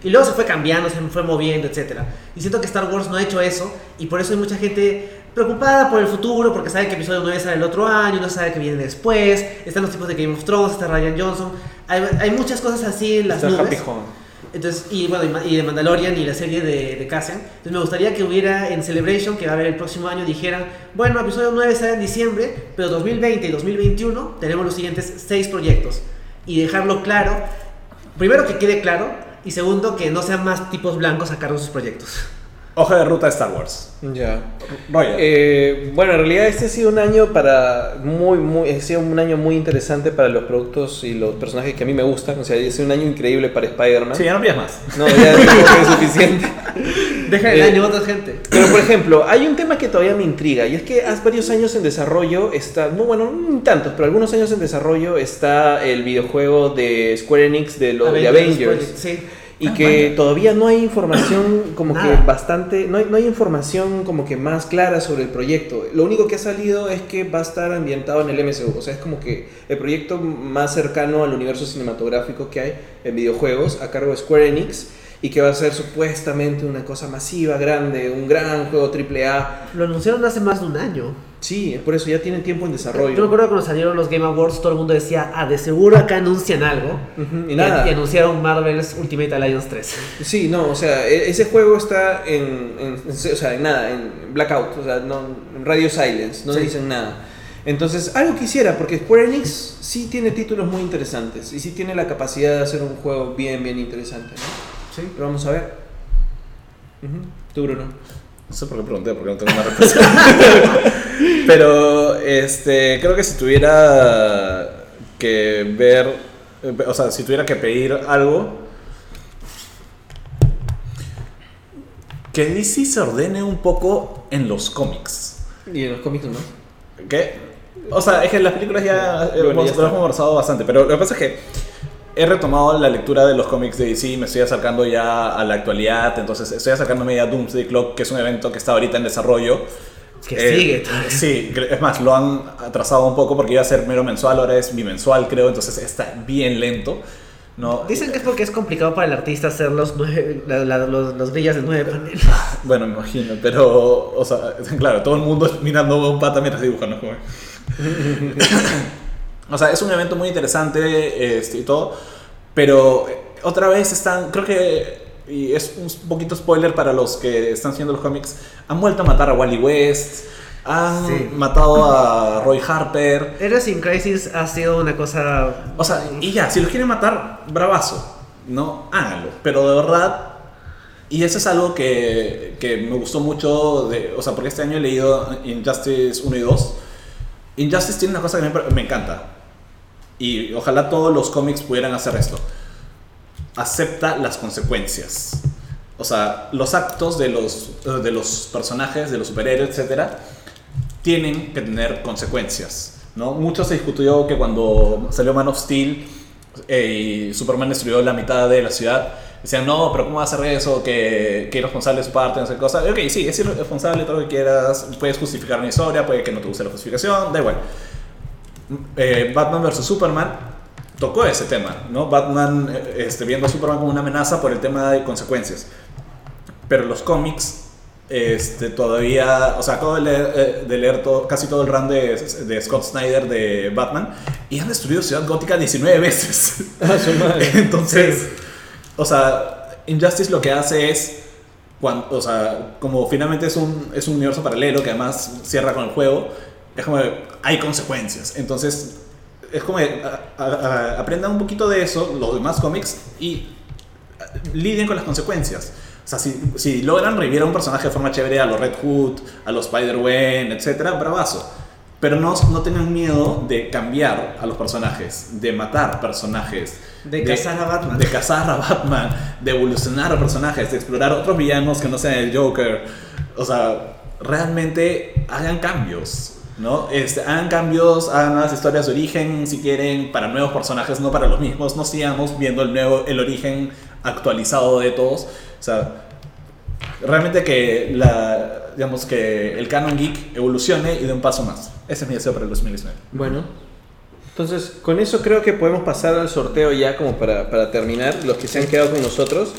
Speaker 3: y luego se fue cambiando, se fue moviendo, etc. Y siento que Star Wars no ha hecho eso, y por eso hay mucha gente preocupada por el futuro, porque sabe que episodio 9 sale el otro año, no sabe qué viene después, están los tipos de Game of Thrones, está Ryan Johnson, hay, hay muchas cosas así en las
Speaker 1: está
Speaker 3: nubes.
Speaker 1: Happy Home.
Speaker 3: Entonces, y bueno, y Ma- y de Mandalorian y la serie de, de Cassian. Entonces, me gustaría que hubiera en Celebration, que va a haber el próximo año, dijeran: Bueno, episodio 9 sale en diciembre, pero 2020 y 2021 tenemos los siguientes seis proyectos. Y dejarlo claro, primero que quede claro, y segundo que no sean más tipos blancos a cargo de sus proyectos.
Speaker 2: Hoja de ruta de Star Wars.
Speaker 1: Ya.
Speaker 2: Roger.
Speaker 1: Eh, bueno, en realidad este ha sido un año para muy, muy, ha sido un año muy interesante para los productos y los personajes que a mí me gustan. O sea, ha sido un año increíble para Spider-Man.
Speaker 2: sí, ya no pidas más.
Speaker 1: No, ya creo que es suficiente.
Speaker 3: Deja el
Speaker 1: Eh,
Speaker 3: año a otra gente.
Speaker 1: Pero por ejemplo, hay un tema que todavía me intriga y es que hace varios años en desarrollo está, no bueno, no tantos, pero algunos años en desarrollo está el videojuego de Square Enix de los de
Speaker 3: Project,
Speaker 1: Avengers
Speaker 3: Sí.
Speaker 1: y que todavía no hay información como que
Speaker 3: Ah, Nada.
Speaker 1: bastante, no hay, no hay información como que más clara sobre el proyecto. Lo único que ha salido es que va a estar ambientado en el MCU, o sea, es como que el proyecto más cercano al universo cinematográfico que hay en videojuegos a cargo de Square Enix y que va a ser supuestamente una cosa masiva, grande, un gran juego triple A.
Speaker 3: Lo anunciaron hace más de un año.
Speaker 1: Sí, por eso ya tienen tiempo en desarrollo.
Speaker 3: Yo me acuerdo que cuando salieron los Game Awards, todo el mundo decía, ah, de seguro acá anuncian algo.
Speaker 1: Ujú, y nada.
Speaker 3: Y anunciaron Marvel's Ultimate Alliance 3.
Speaker 1: Sí, no, o sea, e- ese juego está en, en- en- o sea, en nada, en blackout, o sea, no, en radio silence, no
Speaker 3: Sí.
Speaker 1: dicen nada. Entonces, algo quisiera, porque Square Enix sí tiene títulos muy interesantes y sí tiene la capacidad de hacer un juego bien, bien interesante, ¿no?
Speaker 3: Sí.
Speaker 1: Pero vamos a ver. Ujú. Tú, Bruno.
Speaker 2: No sé por qué pregunté, porque no tengo una respuesta. Pero este, creo que si tuviera que ver, eh, o sea, si tuviera que pedir algo, que DC se ordene un poco en los cómics.
Speaker 1: Y en los cómics no.
Speaker 2: ¿Qué? O sea, es que en las películas ya, eh,
Speaker 1: Bueno, ya
Speaker 2: hemos-
Speaker 1: está.
Speaker 2: lo hemos conversado bastante, pero lo que pasa es que he retomado la lectura de los cómics de DC, me estoy acercando ya a la actualidad, entonces estoy acercándome ya a Doomsday Clock, que es un evento que está ahorita en desarrollo.
Speaker 3: Que
Speaker 2: Eh,
Speaker 3: sigue todavía.
Speaker 2: Sí, cre- es más, lo han atrasado un poco porque iba a ser mero mensual, ahora es bimensual, creo, entonces está bien lento. ¿no?
Speaker 3: Dicen que es porque es complicado para el artista hacer los, nueve- la- la- los, los grillas de nueve paneles.
Speaker 2: Bueno, me imagino, pero, o sea, claro, todo el mundo mirando a un pata mientras dibuja, ¿no? Como- o sea, es un evento muy interesante este, y todo, pero eh, otra vez están, creo que, y es un poquito spoiler para los que están siendo los cómics, han vuelto a matar a Wally West, han
Speaker 3: Sí.
Speaker 2: matado a Roy Harper,
Speaker 3: Eres in Crisis ha sido una cosa.
Speaker 2: o sea, y ya, si los quieren matar, bravazo, ¿no? Háganlo. Pero de verdad, y eso es algo que, que me gustó mucho, de, o sea, porque este año he leído Injustice 1 y 2. Injustice tiene una cosa que me, me encanta. Y ojalá todos los cómics pudieran hacer esto. Acepta las consecuencias. O sea, los actos de los, de los personajes, de los superhéroes, etcétera, tienen que tener consecuencias. ¿no? Mucho se discutió que cuando salió Man of Steel eh, y Superman destruyó la mitad de la ciudad, decían, no, pero ¿cómo va a hacer eso? Que, que irresponsable es su parte, no sé qué cosa. Y, Ok, sí, es irresponsable, todo lo que quieras, puedes justificar una historia, puede que no te guste la justificación, da igual. Eh, Batman vs. Superman tocó ese tema, ¿no? Batman eh, este, viendo a Superman como una amenaza por el tema de consecuencias. Pero los cómics este, todavía, o sea, acabo de leer, eh, de leer todo- casi todo el run de, de Scott Snyder de Batman y han destruido Ciudad Gótica 19 veces. Entonces, o sea, Injustice lo que hace es, cuan- o sea, como finalmente es un, es un universo paralelo que además cierra con el juego, es como, hay consecuencias. Entonces, es como, que, a- a- a- aprendan un poquito de eso, los demás cómics, y a- lidien con las consecuencias. O sea, si, si logran revivir a un personaje de forma chévere, a los Red Hood, a los Spider-Man, etcétera, bravazo. Pero no, no tengan miedo de cambiar a los personajes, de matar personajes,
Speaker 3: De cazar a Batman.
Speaker 2: de cazar a Batman, de evolucionar a personajes, de explorar otros villanos que no sean el Joker. O sea, realmente hagan cambios, ¿no? Este, hagan cambios, hagan las historias de origen, si quieren, para nuevos personajes, no para los mismos. No sigamos viendo el, nuevo, el origen actualizado de todos. O sea, realmente que, la, digamos, que el canon geek evolucione y dé un paso más. Ese es mi deseo para el 2019.
Speaker 1: Bueno. Entonces, con eso creo que podemos pasar al sorteo ya como para, para terminar, los que se han quedado con nosotros.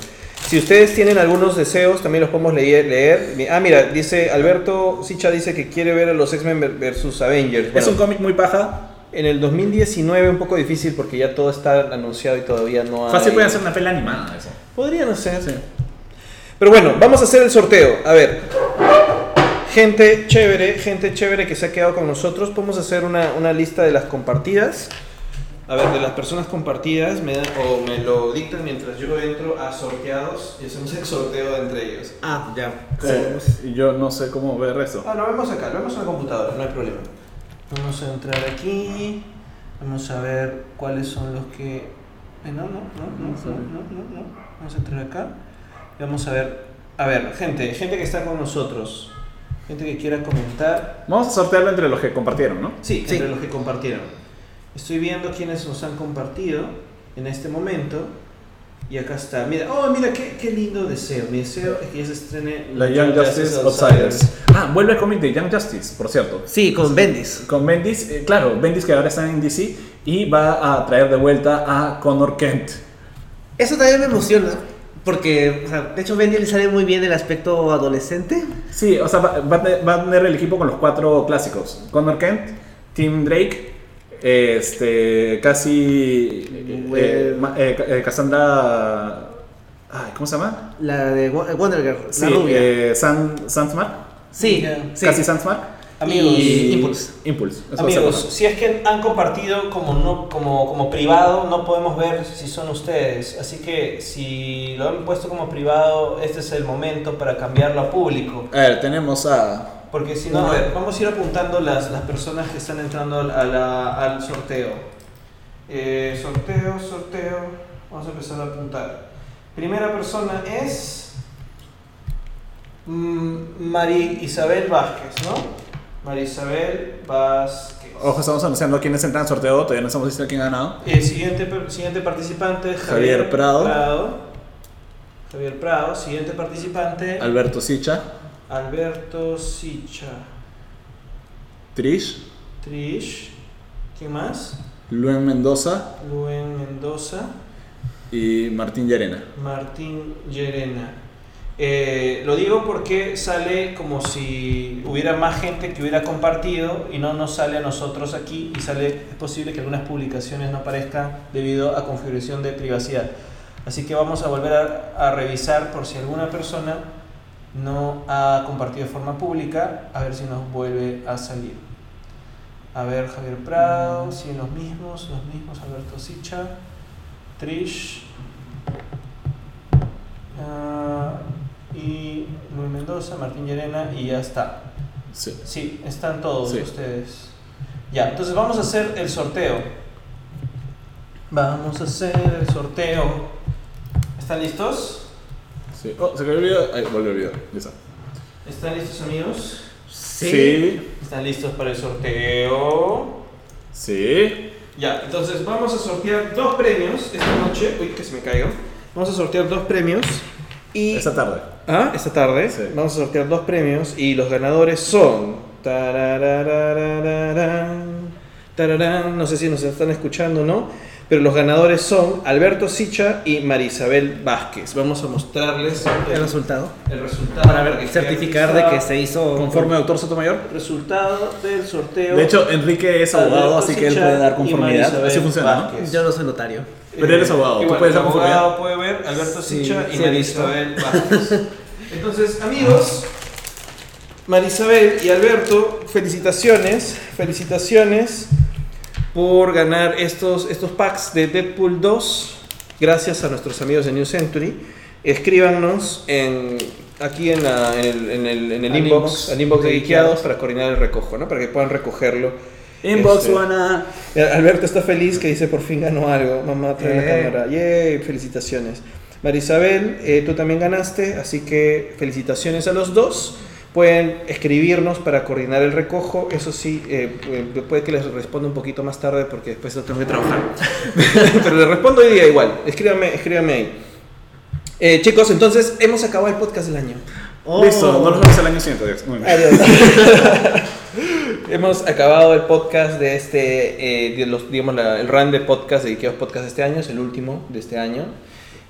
Speaker 1: Si ustedes tienen algunos deseos, también los podemos leer. leer. Mi- Ah, mira, dice Alberto Sicha dice que quiere ver a los X-Men ver- versus Avengers.
Speaker 2: es
Speaker 1: Bueno,
Speaker 2: un cómic muy paja.
Speaker 1: en el 2019 un poco difícil porque ya todo está anunciado y todavía no hay...
Speaker 2: Fácil pueden hacer una peli animada, eso.
Speaker 1: Podría no ser.
Speaker 2: Sí.
Speaker 1: Pero bueno, vamos a hacer el sorteo. A ver. Gente chévere, gente chévere que se ha quedado con nosotros. Podemos hacer una, una lista de las compartidas. A ver, de las personas compartidas, me dan- o me lo dictan mientras yo entro a sorteados y hacemos el sorteo entre ellos.
Speaker 3: Ah, ya.
Speaker 2: Yo no sé cómo ver eso.
Speaker 1: Ah, lo vemos acá, lo vemos en la computadora, no hay problema. Vamos a entrar aquí, vamos a ver cuáles son los que... eh, no, no, no, no, no, no, no, no. Vamos a entrar acá y vamos a ver... A ver, gente, gente que está con nosotros, gente que quiera comentar.
Speaker 2: Vamos a sortearlo entre los que compartieron, ¿no?
Speaker 1: Sí,
Speaker 3: Sí.
Speaker 1: entre los que compartieron. Estoy viendo quiénes nos han compartido en este momento. Y acá está, mira, oh, mira qué, qué lindo deseo. Mi deseo es que ya se estrene
Speaker 2: La Young Justice Outsiders. Ah, vuelve el cómic de Young Justice, por cierto.
Speaker 3: Sí, con Bendis.
Speaker 2: Con Bendis, eh, claro, Bendis que ahora está en DC y va a traer de vuelta a Connor Kent.
Speaker 3: Eso también me emociona. Porque, o sea, de hecho, Bendy le sale muy bien el aspecto adolescente.
Speaker 2: Sí, o sea, va, va a tener- va a tener el equipo con los cuatro clásicos. Connor Kent, Tim Drake, este, casi... eh, eh, ma- eh, eh, Cassandra... ay, ¿Cómo se llama?
Speaker 3: La de Wo- eh, Wonder Girl,
Speaker 2: Sí,
Speaker 3: la rubia.
Speaker 2: eh, San, Sandsmark.
Speaker 3: sí,
Speaker 4: ya.
Speaker 3: sí.
Speaker 2: Casi Sandsmark.
Speaker 4: Amigos.
Speaker 2: Y-
Speaker 3: Impulse.
Speaker 2: Impulse. Eso va a ser
Speaker 4: Amigos,
Speaker 2: bueno.
Speaker 4: si es que han compartido como, no, como, como privado, no podemos ver si son ustedes. Así que si lo han puesto como privado, este es el momento para cambiarlo a público.
Speaker 2: A ver, tenemos a...
Speaker 4: Porque si no, a ver, vamos a ir apuntando las, las personas que están entrando al- a la- al sorteo. Eh, sorteo, sorteo. Vamos a empezar a apuntar. Primera persona es mm, Mari Isabel Vázquez, ¿no? María Isabel Vázquez.
Speaker 2: Ojo, estamos anunciando quiénes entran al sorteo, todavía no estamos diciendo quién ha ganado.
Speaker 4: El Eh, siguiente, per- siguiente participante es
Speaker 2: Javier Prado.
Speaker 4: Javier Prado. Siguiente participante,
Speaker 2: Alberto Sicha,
Speaker 4: Alberto Sicha.
Speaker 2: Trish,
Speaker 4: Trish. ¿Quién más?
Speaker 2: Luen Mendoza
Speaker 4: Luen Mendoza.
Speaker 2: y Martín Llarena.
Speaker 4: Martín Llerena. Eh, lo digo porque sale como si hubiera más gente que hubiera compartido y no nos sale a nosotros aquí y sale, es posible que algunas publicaciones no aparezcan debido a configuración de privacidad. Así que vamos a volver a, a revisar por si alguna persona no ha compartido de forma pública, a ver si nos vuelve a salir. A ver, Javier Prado, si los mismos, los mismos, Alberto Sicha, Trish, Ah, y Luis Mendoza, Martín Llerena y ya está.
Speaker 2: Sí.
Speaker 4: Sí, están todos
Speaker 2: Sí.
Speaker 4: ustedes. Ya, entonces vamos a hacer el sorteo. Vamos a hacer el sorteo. ¿Están listos?
Speaker 2: sí. Oh, se cayó el video. Ahí, volvió el video. Ya está.
Speaker 4: ¿Están listos amigos?
Speaker 2: Sí.
Speaker 4: ¿Están listos para el sorteo?
Speaker 2: Sí.
Speaker 4: Ya, entonces vamos a sortear dos premios esta noche. Uy, que se me caigo. Vamos a sortear dos premios. Y
Speaker 2: Esta tarde.
Speaker 1: Ah, esta tarde
Speaker 2: Sí.
Speaker 1: vamos a sortear dos premios y los ganadores son. Tararararararán, tararán, no sé si nos están escuchando o no, pero los ganadores son Alberto Sicha y Marisabel Vázquez. Vamos a mostrarles
Speaker 3: el
Speaker 1: el,
Speaker 3: resultado.
Speaker 4: el resultado.
Speaker 3: Para ver, certificar de que se hizo
Speaker 2: Conforme doctor Sotomayor.
Speaker 4: Resultado del sorteo.
Speaker 2: De hecho, Enrique es abogado, así que él puede dar conformidad. Así funciona, ¿no?
Speaker 3: Yo no soy notario.
Speaker 2: Pero eres abogado, tú
Speaker 4: igual,
Speaker 2: puedes
Speaker 4: el
Speaker 2: dar
Speaker 4: abogado puede ver Alberto
Speaker 3: Sí,
Speaker 4: Sicha y
Speaker 3: sí he visto.
Speaker 4: Marisabel Vázquez. Entonces, amigos,
Speaker 1: Ah.
Speaker 4: Marisabel y Alberto,
Speaker 1: felicitaciones, felicitaciones por ganar estos, estos packs de Deadpool 2. Gracias a nuestros amigos de New Century. Escríbanos en, aquí en, la- en el, en el- en el
Speaker 2: Al
Speaker 1: inbox,
Speaker 2: inbox
Speaker 1: al inbox de
Speaker 2: de
Speaker 1: Guiqueados
Speaker 2: Geekeados.
Speaker 1: para coordinar el recojo, ¿no? Para que puedan recogerlo.
Speaker 2: Inbox
Speaker 1: Este,
Speaker 2: wanna.
Speaker 1: Mira, Alberto está feliz que dice por fin ganó algo. Mamá, trae la
Speaker 3: Eh.
Speaker 1: cámara. Yay, felicitaciones. Marisabel, eh, tú también ganaste, así que felicitaciones a los dos. Pueden escribirnos para coordinar el recojo. Eso sí, eh, eh, puede que les responda un poquito más tarde porque después no tengo que trabajar. Pero les respondo hoy día igual. Escríbame, escríbame ahí. Eh, chicos, entonces hemos acabado el podcast del año.
Speaker 3: Oh.
Speaker 2: Listo, no los vemos el año siguiente. Dios. Muy bien.
Speaker 1: Adiós. Hemos acabado el podcast de este, eh, de los, digamos, la- el run de podcast de Ikeos Podcast de este año, es el último de este año.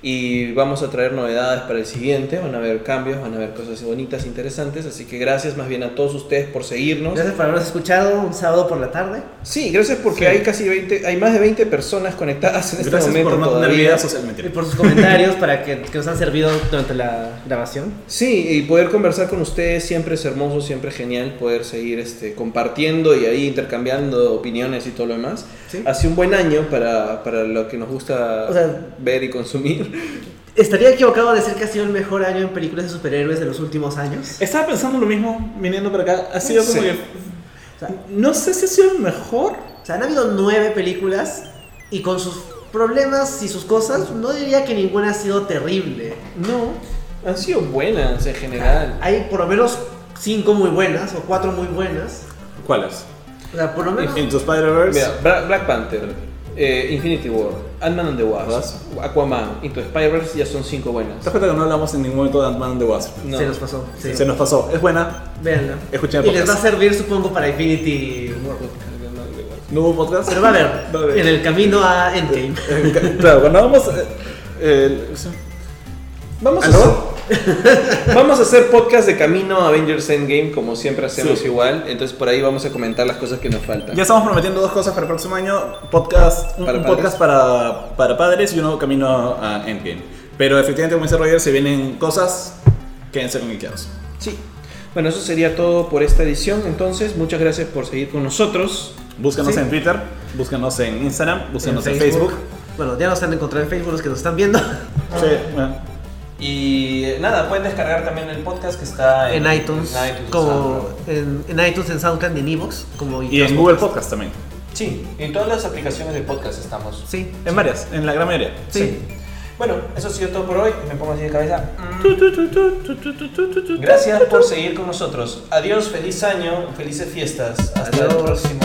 Speaker 1: Y vamos a traer novedades para el siguiente, van a haber cambios, van a haber cosas bonitas, interesantes. Así que gracias más bien a todos ustedes por seguirnos.
Speaker 3: Gracias por habernos escuchado un sábado por la tarde.
Speaker 1: Sí, gracias porque hay casi 20, hay más de 20 personas conectadas en este
Speaker 2: Gracias
Speaker 1: momento
Speaker 2: por no tener
Speaker 1: todavía.
Speaker 2: vida social. Mentira.
Speaker 3: Y por sus comentarios para que, que nos han servido durante la grabación.
Speaker 1: Sí, y poder conversar con ustedes siempre es hermoso, siempre genial poder seguir este, compartiendo y ahí intercambiando opiniones y todo lo demás.
Speaker 3: Sí.
Speaker 1: Hace un buen año para, para lo que nos gusta
Speaker 3: O sea-
Speaker 1: ver y consumir.
Speaker 3: Estaría equivocado de decir que ha sido el mejor año en películas de superhéroes de los últimos años.
Speaker 2: Estaba pensando lo mismo viniendo para acá. Ha sido como
Speaker 1: Sí.
Speaker 2: que.
Speaker 3: O sea,
Speaker 2: No sé si ha sido el mejor.
Speaker 3: O sea, han habido nueve películas y con sus problemas y sus cosas, no diría que ninguna ha sido terrible.
Speaker 1: No, han sido buenas en general.
Speaker 3: Hay por lo menos cinco muy buenas o cuatro muy buenas.
Speaker 2: ¿Cuáles?
Speaker 3: O sea, por lo menos.
Speaker 2: Into Spider-Verse.
Speaker 1: Mira,
Speaker 3: Pues-
Speaker 1: Bra- Black Panther, eh, Infinity War, Ant-Man and the Wasp, Aquaman, Into Spider-Verse ya son cinco buenas.
Speaker 2: ¿Te das cuenta que no hablamos en ningún momento de Ant-Man and the Wasp?
Speaker 1: No.
Speaker 3: Se nos pasó. Sí.
Speaker 2: Se nos pasó. Es buena.
Speaker 3: Véanla.
Speaker 2: Escuchen el
Speaker 3: Y les va a
Speaker 2: podcast.
Speaker 3: servir, supongo, para Infinity War.
Speaker 2: ¿No hubo podcast?
Speaker 3: Pero va a haber
Speaker 2: Va a haber.
Speaker 3: en el camino a Endgame.
Speaker 2: Eh, ca- claro, cuando vamos. eh, el-
Speaker 1: Vamos a, hacer, vamos a hacer podcast de camino a Avengers Endgame, como siempre hacemos
Speaker 2: Sí.
Speaker 1: igual. Entonces por ahí vamos a comentar las cosas que nos faltan.
Speaker 2: Ya estamos prometiendo dos cosas para el próximo año: podcast, un,
Speaker 1: Para
Speaker 2: un
Speaker 1: padres.
Speaker 2: podcast para, para padres y uno camino a Endgame. Pero efectivamente, como dice Roger, se vienen cosas, quédense conectados.
Speaker 1: Sí. Bueno, eso sería todo por esta edición. Entonces, muchas gracias por seguir con nosotros.
Speaker 2: Búscanos
Speaker 3: Sí.
Speaker 2: en Twitter, búscanos en Instagram, búscanos en
Speaker 3: Facebook.
Speaker 2: Facebook.
Speaker 3: Bueno, ya nos han encontrado en Facebook los que nos están viendo.
Speaker 2: Sí, eh, bueno.
Speaker 4: Y eh, nada, pueden descargar también el podcast que está
Speaker 3: En iTunes,
Speaker 4: en iTunes, ah,
Speaker 3: como
Speaker 4: SoundCloud.
Speaker 3: en, en iTunes, en SoundCloud, en Evox, como
Speaker 2: Y en Google Podcast también.
Speaker 4: Sí, en todas las aplicaciones de podcast estamos.
Speaker 3: Sí,
Speaker 2: En varias, en la gran mayoría.
Speaker 3: sí.
Speaker 4: Bueno, eso ha sido todo por hoy. Me pongo así de cabeza. Gracias por seguir con nosotros. Adiós, feliz año, felices fiestas. Hasta el
Speaker 3: Adiós.
Speaker 4: próximo